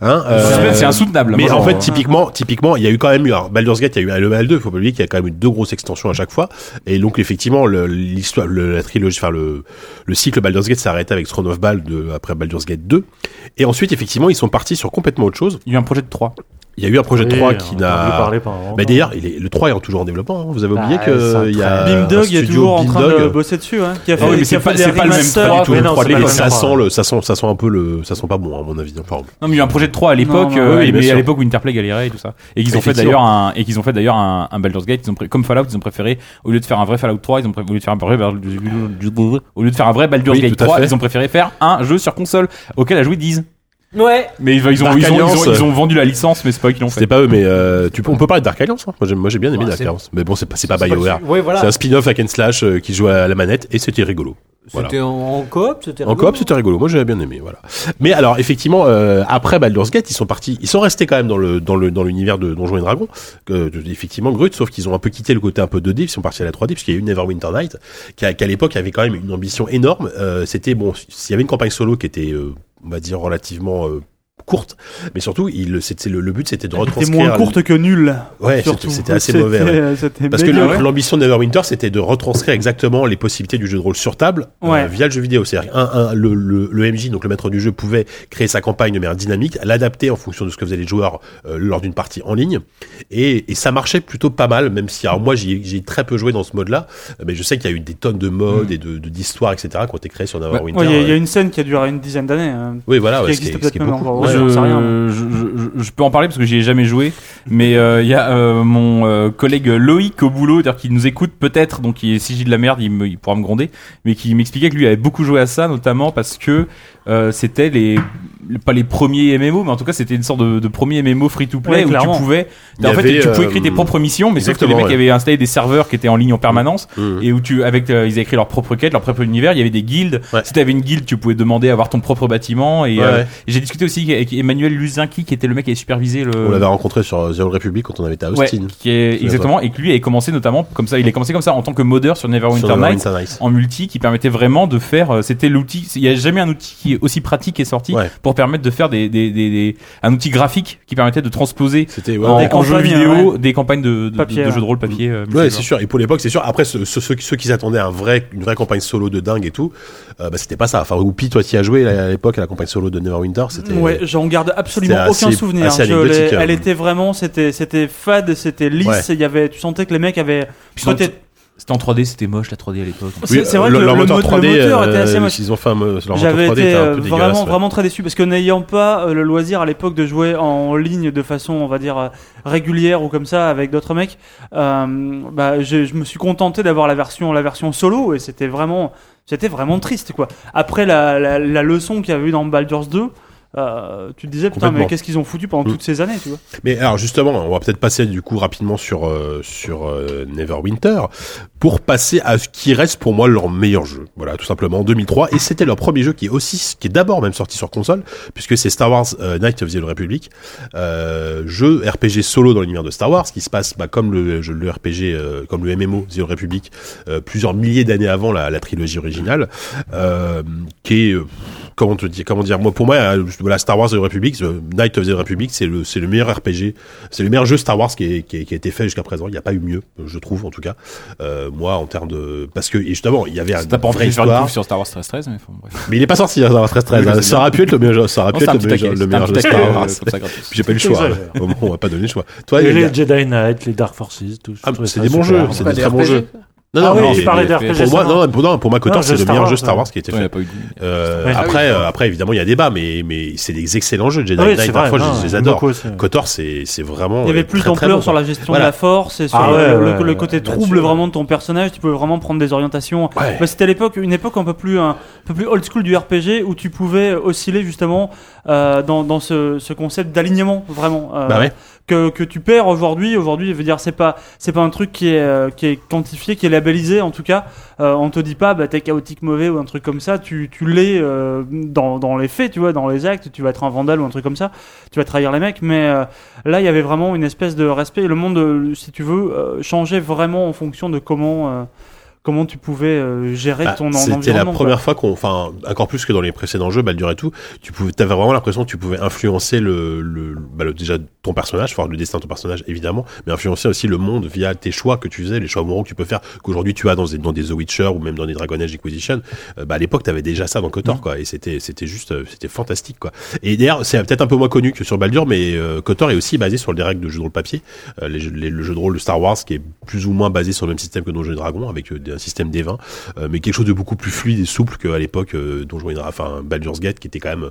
S3: Hein,
S7: suspense est Euh, insoutenable.
S3: Mais
S7: Moi,
S3: en
S7: j'en-
S3: fait, typiquement, typiquement, il y a eu quand même eu alors, Baldur's Gate, il y a eu le mal 2. Faut pas oublier qu'il y a quand même eu deux grosses extensions à chaque fois. Et donc, effectivement, le- l'histoire, le- la trilogie, enfin le, le cycle Baldur's Gate s'est arrêté avec Throne of Bald de- après Baldur's Gate 2. Et ensuite, effectivement, ils sont partis sur complètement autre chose.
S7: Il y a eu un projet de 3
S3: Il y a eu un projet de
S5: Oui,
S3: 3
S5: on
S3: qui
S5: en a entendu
S3: n'a.
S5: parler pendant longtemps.
S3: Mais d'ailleurs, il est- le 3 est toujours en développement. hein. Vous avez oublié
S5: Bah, c'est un
S3: que il y a
S5: très-
S3: un
S4: Beam Dog est
S3: Euh, studio
S4: toujours en
S3: Beam
S4: train
S3: Dog.
S4: de bosser dessus, hein, qui a
S3: Ah
S4: fait,
S3: oui, mais
S4: qui
S3: c'est
S4: a
S3: pas-
S4: fait
S3: c'est
S4: des
S3: pas le même
S4: remasters.
S3: pas du tout.
S5: ah, Mais
S3: le
S5: non,
S3: 3D,
S5: c'est pas le
S3: ça
S5: même
S3: sent
S5: endroit.
S3: le, ça sent, ça sent un peu le, ça sent pas bon à mon avis. hein. Enfin,
S7: Non, mais il y a eu un projet de 3 à l'époque,
S4: Non, non,
S7: euh,
S3: oui,
S7: et-
S3: bien
S7: mais à
S3: sûr.
S7: l'époque où Interplay galérait et tout ça. Et qu'ils ont fait
S3: Effectivement.
S7: d'ailleurs un, et qu'ils ont fait d'ailleurs un, un Baldur's Gate, ils ont pré- comme Fallout, ils ont préféré, au lieu de faire un vrai Fallout 3, ils ont pré- au lieu de faire un vrai, Baldur's- au lieu de faire un vrai Baldur's
S3: Oui,
S7: Gate
S3: tout à
S7: 3,
S3: fait.
S7: ils ont préféré faire un jeu sur console, auquel a joué 10.
S8: Ouais.
S7: Mais ils, ils ont,
S3: Dark
S7: ils, ont, ils, ont,
S3: Alliance.
S7: ils ont vendu la licence, mais c'est pas eux qui l'ont fait.
S3: C'était pas eux, mais euh, tu peux, on peut parler de Dark Alliance. hein. Moi, j'ai, moi, j'ai bien aimé
S9: Ouais,
S3: Dark
S9: c'est-
S3: Alliance. Mais bon, c'est pas, c'est pas
S9: c'est pas le
S3: BioWare.
S9: su- ouais, voilà.
S3: C'est un spin-off hack and slash euh, qui se joue à la manette et c'était rigolo. Voilà.
S9: C'était en, en coop, c'était
S3: En
S9: rigolo.
S3: coop, c'était rigolo. Moi, j'avais bien aimé, voilà. Mais alors, effectivement, euh, après Baldur's Gate, ils sont partis, ils sont restés quand même dans le dans le dans l'univers de Donjons et Dragons. euh, de- effectivement, Grut, sauf qu'ils ont un peu quitté le côté un peu 2D, ils sont partis à la 3D, puisqu'il y a eu Neverwinter Night, qui à, qui, à l'époque avait quand même une ambition énorme. Euh, c'était bon, s'il y avait une campagne solo qui était, euh, on va dire, relativement euh, courte, mais surtout, il, c'était le, le but, c'était de
S4: C'était
S3: retranscrire.
S4: moins courte que nul.
S3: Ouais, c'était-
S4: surtout.
S3: c'était assez mauvais, ouais.
S4: euh, c'était
S3: Parce que
S4: médiocre.
S3: le- l'ambition de Neverwinter, c'était de retranscrire exactement les possibilités du jeu de rôle sur table euh,
S4: Ouais.
S3: via le jeu vidéo. C'est-à-dire, un, un, le, le, le MJ, donc le maître du jeu, pouvait créer sa campagne de manière dynamique, l'adapter en fonction de ce que faisaient les joueurs euh, lors d'une partie en ligne. Et, et ça marchait plutôt pas mal, même si, alors moi, j'y ai- j'y ai très peu joué dans ce mode-là, euh, mais je sais qu'il y a eu des tonnes de modes et de de- d'histoires, etc., qui ont été créées sur
S4: Mm. Ouais,
S3: Neverwinter.
S4: Il y a- il y a
S3: euh,
S4: une scène qui a duré une dizaine d'années. hein,
S3: Oui, voilà,
S4: Qui
S3: ouais, ce qui est-
S4: existe
S3: ce
S4: peut-être
S3: qui est
S4: même
S3: beaucoup.
S4: encore.
S7: Moi,
S4: aujourd'hui,
S7: je,
S4: j'en sais rien.
S7: je, je- je peux en parler parce que j'y ai jamais joué, mais euh, il y a euh, mon euh, collègue Loïc au boulot, d'ailleurs qui nous écoute peut-être, donc il, si j'ai de la merde, il, me- il pourra me gronder, mais qui m'expliquait que lui avait beaucoup joué à ça, notamment parce que euh, c'était les, les- pas les premiers MMO, mais en tout cas c'était une sorte de, de premier MMO free to play
S4: Ouais,
S7: où tu
S4: clairement.
S7: pouvais,
S3: Il y
S7: en fait,
S3: avait,
S7: tu pouvais créer
S3: euh,
S7: tes propres missions, mais sauf que les
S3: exactement,
S7: mecs
S3: ouais.
S7: avaient installé des serveurs qui étaient en ligne en permanence
S3: Mmh.
S7: et où tu avec euh, ils avaient créé leur propre quête, leur propre univers, il y avait des guildes.
S3: Ouais.
S7: Si t'avais une guilde, tu pouvais demander à avoir ton propre bâtiment et
S3: Ouais,
S7: euh,
S3: ouais.
S7: j'ai discuté aussi avec Emmanuel Luzinki qui était le mec qui avait supervisé le
S3: On l'avait rencontré sur euh, The Old Republic quand on avait été à
S7: Ouais,
S3: Austin.
S7: qui est
S3: Sur-
S7: exactement et que lui avait commencé notamment comme ça, il a commencé comme ça en tant que modeur sur
S3: sur
S7: Neverwinter Nights
S3: Neverwinter Nights.
S7: en multi qui permettait vraiment de faire euh, c'était l'outil il y a jamais un outil qui est aussi pratique qui est sorti
S3: Ouais.
S7: pour permettre de faire des, des, des, des- un outil graphique qui permettait de transposer
S3: C'était ouais,
S7: en,
S4: Des
S7: en jeu
S4: campagnes,
S7: vidéo des campagnes de, de- de-
S4: Papier,
S7: de
S4: ouais.
S7: jeux de rôle papier euh,
S3: Ouais,
S7: multijoueur.
S3: c'est sûr. Et pour l'époque, c'est sûr. Après, ceux, ceux, ceux- ceux qui s'attendaient à un vrai, une vraie campagne solo de dingue et tout, euh, bah, c'était pas ça. Enfin, Whoopi, toi, t'y as joué à l'époque à la campagne solo de Neverwinter, c'était.
S4: Ouais, j'en garde absolument
S3: c'était assez-
S4: aucun souvenir.
S3: assez
S4: Je l'ai-
S3: anecdotique, hein.
S4: elle était vraiment, c'était, c'était fade, c'était lisse.
S3: Ouais.
S4: et Il y avait, tu sentais que les mecs avaient.
S7: Puis
S4: Toi,
S7: c'était en-
S4: t'es-
S7: c'était en 3D c'était moche la 3D à l'époque
S4: c'est- c'est vrai
S3: le-
S4: que le-
S3: leur
S4: le
S3: moteur
S4: mot- le
S3: 3D,
S4: moteur était
S3: euh,
S4: assez moche.
S3: Ils ont fait un, mo- leur moteur
S4: J'avais
S3: 3D
S4: été
S3: était un
S4: euh,
S3: peu dégueulasse.
S4: vraiment,
S3: ouais.
S4: vraiment très déçu parce que n'ayant pas euh, le loisir à l'époque de jouer en ligne de façon, on va dire, euh, régulière ou comme ça avec d'autres mecs, euh, bah, je, je me suis contenté d'avoir la version, la version solo et c'était vraiment, c'était vraiment triste quoi. Après la, la, la leçon qu'il y avait eu dans Baldur's 2, euh, tu te disais putain mais
S3: Complètement.
S4: qu'est-ce qu'ils ont foutu pendant
S3: Mm.
S4: toutes ces années, tu vois.
S3: Mais alors justement, on va peut-être passer du coup rapidement sur euh, sur euh, Neverwinter pour passer à ce qui reste pour moi leur meilleur jeu. Voilà, tout simplement en 2003 et c'était leur premier jeu qui est aussi qui est d'abord même sorti sur console puisque c'est Star Wars euh, Knights of the Old Republic, euh, jeu RPG solo dans l'univers de Star Wars qui se passe bah, comme le jeu- le RPG euh, comme le MMO The Old Republic euh, plusieurs milliers d'années avant la, la trilogie originale euh, qui est euh, comment te dire comment dire moi pour moi euh, voilà Star Wars The Old Republic The Knight of the Old Republic c'est le c'est le meilleur RPG c'est le meilleur jeu Star Wars qui, est- qui, est- qui a été fait jusqu'à présent il n'y a pas eu mieux je trouve en tout cas Euh, moi en termes de parce que et justement il y avait un
S7: t'as pas envie
S3: vraie
S7: de faire une
S3: histoire
S7: bouffe sur Star Wars 13 13 mais enfin, bref.
S3: mais il est pas sorti hein, Star Wars 13 13
S7: Oui,
S3: hein.
S7: c'est
S3: ça
S7: bien.
S3: aurait pu être le meilleur jeu ça aurait
S7: Non,
S3: pu être
S7: c'est un
S3: le
S7: petit
S3: meilleur
S7: taquet,
S3: jeu
S7: c'est
S3: le
S7: un
S3: meilleur
S7: petit
S3: jeu
S7: taquet,
S3: Star
S7: euh,
S3: Wars
S7: comme ça, gratuit.
S3: j'ai pas eu le choix
S5: Exagéré.
S3: Au moment, on va pas donner le choix toi
S5: Et
S3: il y a-
S5: les Jedi Knight, les Dark Forces, tout je
S3: Ah,
S5: trouvais
S3: c'est
S5: ça
S3: des bons
S5: super.
S3: jeux, c'est des très bons
S12: RPG.
S3: jeux. Non, non,
S4: Ah oui,
S3: non,
S4: je
S3: mais-
S4: parlais
S3: mais-
S4: d'RPG
S3: Pour moi,
S4: Star Wars.
S3: non, pour, non, pour moi,
S4: Non,
S3: Kotor,
S4: jeu
S3: c'est le
S4: Star
S3: meilleur
S4: Wars,
S3: jeu Star
S4: ouais.
S3: Wars qui a été
S4: Ouais, il a
S3: fait.
S4: pas eu de-
S3: Euh,
S4: Ouais. Ah oui,
S3: Après,
S4: d'accord.
S3: euh, après, évidemment, il y a débat, mais mais c'est des excellents jeux. Jedi
S4: Ah oui,
S3: Knight,
S4: c'est
S3: parfois,
S4: vrai,
S3: je-
S4: non,
S3: je les
S4: j'aime
S3: adore.
S4: beaucoup aussi, ouais.
S3: Kotor, c'est c'est vraiment.
S4: Il y avait
S3: euh,
S4: plus
S3: très, très
S4: d'ampleur
S3: bon,
S4: sur la
S3: quoi.
S4: gestion
S3: Voilà.
S4: de la force et sur
S3: Ah
S4: le,
S3: ouais,
S4: le-
S3: ouais,
S4: le
S3: ouais,
S4: côté
S3: ouais,
S4: trouble vraiment de ton personnage. Tu pouvais vraiment prendre des orientations. Bah, C'était à l'époque une époque un peu plus un, peu plus old school du RPG où tu pouvais osciller justement euh, dans, dans ce, ce concept d'alignement vraiment euh,
S3: Bah ouais.
S4: que, que tu perds aujourd'hui. Aujourd'hui, je veux dire c'est pas c'est pas un truc qui est euh, qui est quantifié, qui est labellisé en tout cas. Euh, on te dit pas bah t'es chaotique mauvais ou un truc comme ça. Tu, tu l'es euh, dans, dans les faits, tu vois, dans les actes. Tu vas être un vandale ou un truc comme ça. Tu vas trahir les mecs, mais euh, là il y avait vraiment une espèce de respect. Et le monde, euh, si tu veux, euh, changeait vraiment en fonction de comment euh, comment tu pouvais euh, gérer
S3: Bah,
S4: ton en- environnement.
S3: C'était la
S4: quoi.
S3: première fois qu'on, enfin, encore plus que dans les précédents jeux, Baldur et tout, tu pouvais, t'avais vraiment l'impression que tu pouvais influencer le, le, bah, le- déjà ton personnage, enfin, le destin de ton personnage, évidemment, mais influencer aussi le monde via tes choix que tu faisais, les choix moraux que tu peux faire, qu'aujourd'hui tu as dans des, dans des The Witcher ou même dans des Dragon Age Inquisition. Euh, bah, à l'époque, t'avais déjà ça dans
S4: Mm.
S3: Kotor, quoi, et c'était, c'était juste, euh, c'était fantastique, quoi. Et d'ailleurs, c'est peut-être un peu moins connu que sur Baldur, mais euh, Kotor est aussi basé sur les règles de jeu de rôle papier, euh, les jeux- les- le jeu de rôle de Star Wars qui est plus ou moins basé sur le même système que Donjons et Dragons avec euh, des- un système des 20 euh, mais quelque chose de beaucoup plus fluide et souple qu'à l'époque euh, Donjons et Dra- enfin Baldur's Gate qui était quand même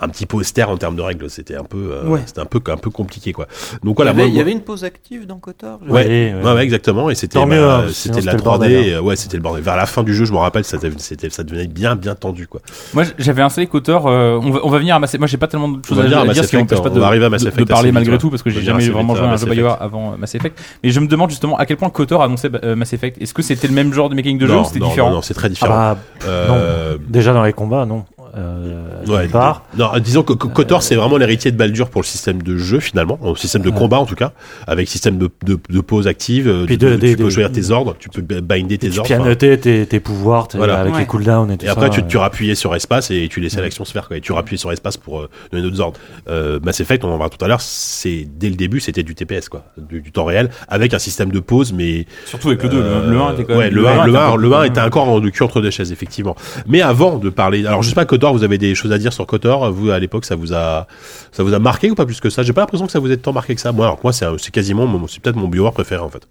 S3: un petit peu austère en termes de règles c'était un peu euh,
S12: Ouais.
S3: c'était un peu un peu compliqué quoi donc voilà
S12: il y avait,
S3: moi-
S12: il y
S3: moi-
S12: avait une euh, pause active dans Kotor. je-
S3: Ouais, ouais, ouais, exactement. Et c'était,
S5: Tant mieux, hein,
S3: bah,
S5: sinon
S3: c'était de la
S5: c'était le bordel, hein.
S3: 3D. et, euh, ouais, c'était le bordel. Vers la fin du jeu, je me rappelle, ça, devenait- c'était, ça devenait bien, bien tendu, quoi.
S7: Moi, j'avais un seul qu'auteur. euh, on, va, on va venir à Mass Effect. Moi, j'ai pas tellement de
S3: On
S7: choses
S3: va
S7: à,
S3: venir à
S7: à
S3: Mass
S7: dire ce qui
S3: Effect,
S7: m'empêche pas
S3: on
S7: de,
S3: va arriver à Mass
S7: de- de
S3: Effect
S7: parler
S3: assez
S7: malgré
S3: vite,
S7: tout
S3: ouais.
S7: parce que
S3: On
S7: j'ai
S3: va venir
S7: jamais
S3: assez
S7: vraiment
S3: vite
S7: joué
S3: à
S7: à un
S3: Mass
S7: jeu
S3: Effect.
S7: BioWare avant euh, Mass Effect. Mais je me demande justement à quel point Kotor annonçait euh, Mass Effect. Est-ce que c'était le même genre de mécanique de jeu
S3: Non,
S7: ou c'était
S3: non,
S7: différent
S3: non, non, c'est très différent.
S5: Ah bah, pff,
S3: Euh,
S5: non. Déjà dans les combats, non. Euh, d'une
S3: Ouais,
S5: part.
S3: non, non, disons que que Kotor, c'est vraiment l'héritier de Baldur pour le système de jeu, finalement, au système de combat en tout cas, avec système de, de, de pause active, euh,
S5: Puis
S3: tu,
S5: de-
S3: peux-
S5: des-
S3: tu peux
S5: des-
S3: choisir tes ordres, tu peux binder tes
S5: Tu
S3: ordres. enfin,
S5: pianotais tes, tes pouvoirs t'es-
S3: Voilà.
S5: avec
S3: Ouais.
S5: les cooldowns et tout
S3: Et après,
S5: ça.
S3: tu,
S5: euh.
S3: tu rappuyais sur espace et tu laissais l'action se faire. Quoi. Et tu rappuyais sur espace pour euh, donner d'autres ordres. Euh, Mass Effect, on en parlera tout à l'heure, c'est dès le début, c'était du TPS, quoi, du, du temps réel, avec un système de pause, mais
S7: surtout avec le deux, le- le un était quand
S3: ouais,
S7: même-
S3: le
S7: le
S3: 1,
S7: un
S3: le
S7: était un
S3: 1,
S7: peu
S3: le
S7: plus- hein.
S3: 1 était encore en- le cul entre deux chaises, effectivement. Mais avant de parler, alors je sais pas, Kotor, vous avez des choses à dire sur Kotor Vous à l'époque, ça vous a, ça vous a marqué ou pas plus que ça J'ai pas l'impression que ça vous ait tant marqué que ça. Moi, alors moi, c'est un- c'est quasiment, mon- c'est peut-être mon BioWare préféré en fait,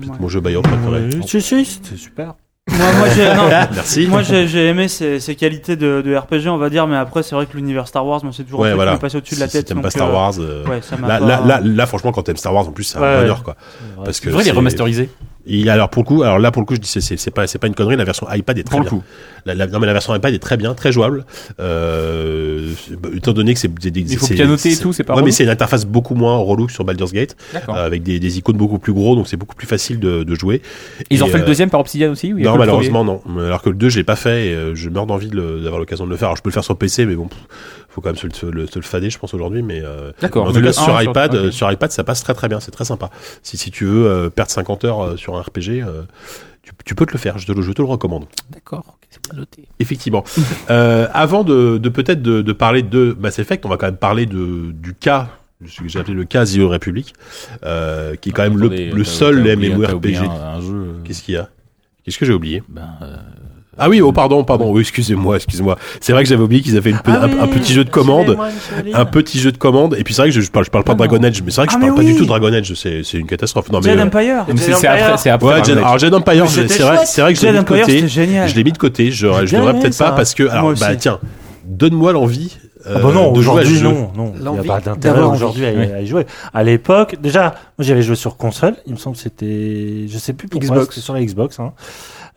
S3: peut-être mon jeu BioWare préféré.
S5: Si, si, c'était
S9: super.
S4: Moi, moi, j'ai, non.
S3: Merci.
S4: Moi, j'ai, j'ai aimé ces, ces qualités de, de RPG, on va dire, mais après, c'est vrai que l'univers Star Wars, moi, c'est toujours un
S3: Ouais,
S4: truc
S3: voilà.
S4: qui me passe au-dessus de la
S3: Si- si
S4: tête.
S3: t'aimes pas
S4: donc,
S3: Star
S4: euh,
S3: Wars, euh,
S4: ouais, ça m'a
S3: là,
S4: pas-
S3: là, là, là, franchement, quand t'aimes Star Wars, en plus, c'est un
S4: Ouais,
S3: bonheur,
S4: ouais.
S3: quoi.
S4: C'est vrai.
S3: Parce que
S7: C'est vrai, il est
S3: c'est-
S7: remasterisé.
S3: Il, alors pour le coup, alors là pour le coup, je dis c'est- c'est c'est pas c'est pas une connerie. La version iPad est très
S7: Pour le
S3: bien.
S7: coup.
S3: La, la- non mais la version iPad est très bien, très jouable. Euh, c'est- bah, étant donné que c'est des,
S7: Il faut
S3: c'est-
S7: pianoter et tout, c'est pas
S3: Ouais, mais
S7: relou
S3: c'est une interface beaucoup moins relou que sur Baldur's Gate,
S7: D'accord.
S3: euh, avec des, des icônes beaucoup plus gros, donc c'est beaucoup plus facile de, de jouer.
S7: Ils ont
S3: Et,
S7: fait le
S3: euh,
S7: deuxième par Obsidian aussi ou il y a
S3: non,
S7: que le
S3: malheureusement, non. Alors que le 2, je l'ai pas fait et euh, je meurs d'envie de le- d'avoir l'occasion de le faire. Alors, je peux le faire sur PC, mais bon, pff, faut quand même se, le- se le, se le fader, je pense, aujourd'hui. Mais euh,
S7: D'accord,
S3: mais En
S7: mais
S3: tout
S7: le
S3: cas,
S7: un
S3: sur
S7: sur-
S3: iPad,
S7: ok.
S3: euh, sur iPad, ça passe très très bien. C'est très sympa. Si, si tu veux euh, perdre 50 heures euh, sur un RPG, euh, tu, tu peux te le faire. Je te, le- je te le recommande.
S11: D'accord, c'est pas noté.
S3: Effectivement. Euh, avant de, de peut-être de, de parler de Mass Effect, on va quand même parler de, du cas, de ce que j'ai appelé le cas The Old Republic, euh, qui est quand même le,
S13: attendez,
S3: le
S13: t'as-
S3: seul
S13: t'as oublié- t'as oublié un-
S3: MMORPG.
S13: un Ben, euh, jeu.
S3: Qu'est-ce qu'il y a Qu'est-ce que j'ai oublié Ah oui, oh pardon, pardon, oui, excusez-moi, excusez-moi. C'est vrai que j'avais oublié qu'ils avaient une pe-
S13: Ah
S3: un,
S13: oui,
S3: un petit jeu de commande,
S13: excusez-moi, monsieur Lynn.
S3: un petit jeu de commande. Et puis c'est vrai que je, je parle, je parle pas de Dragon Age, mais c'est vrai que
S4: Ah,
S3: je parle
S4: mais
S3: pas
S4: oui.
S3: du tout de Dragon Age. C'est c'est une catastrophe. Non mais
S4: Jade
S3: euh,
S4: Empire.
S7: Mais c'est- c'est
S4: Empire.
S7: après- c'est après
S3: Ouais,
S7: Dragon
S3: Jade-
S7: Age.
S3: alors Jade Empire,
S7: Mais
S3: je-
S7: c'était
S3: c'est vrai,
S7: chouette.
S3: c'est vrai que je l'ai
S7: Jade
S3: mis de
S7: Empire,
S3: côté.
S7: c'était génial.
S3: Je l'ai mis de côté. Je, je
S7: bien
S3: devrais
S7: aimé,
S3: peut-être
S7: ça.
S3: pas parce que alors
S7: Moi aussi.
S3: bah tiens, donne-moi l'envie. euh,
S5: Ah bah non,
S3: de jouer à ce
S5: aujourd'hui
S3: jeu.
S5: non, non. Il n'y a
S6: L'envie.
S5: pas d'intérêt
S6: D'avoir
S5: aujourd'hui à,
S6: envie.
S5: à y jouer. À l'époque, déjà, moi j'avais joué sur console. Il me semble que c'était, je sais plus pourquoi,
S6: Xbox.
S5: c'était sur la Xbox. hein.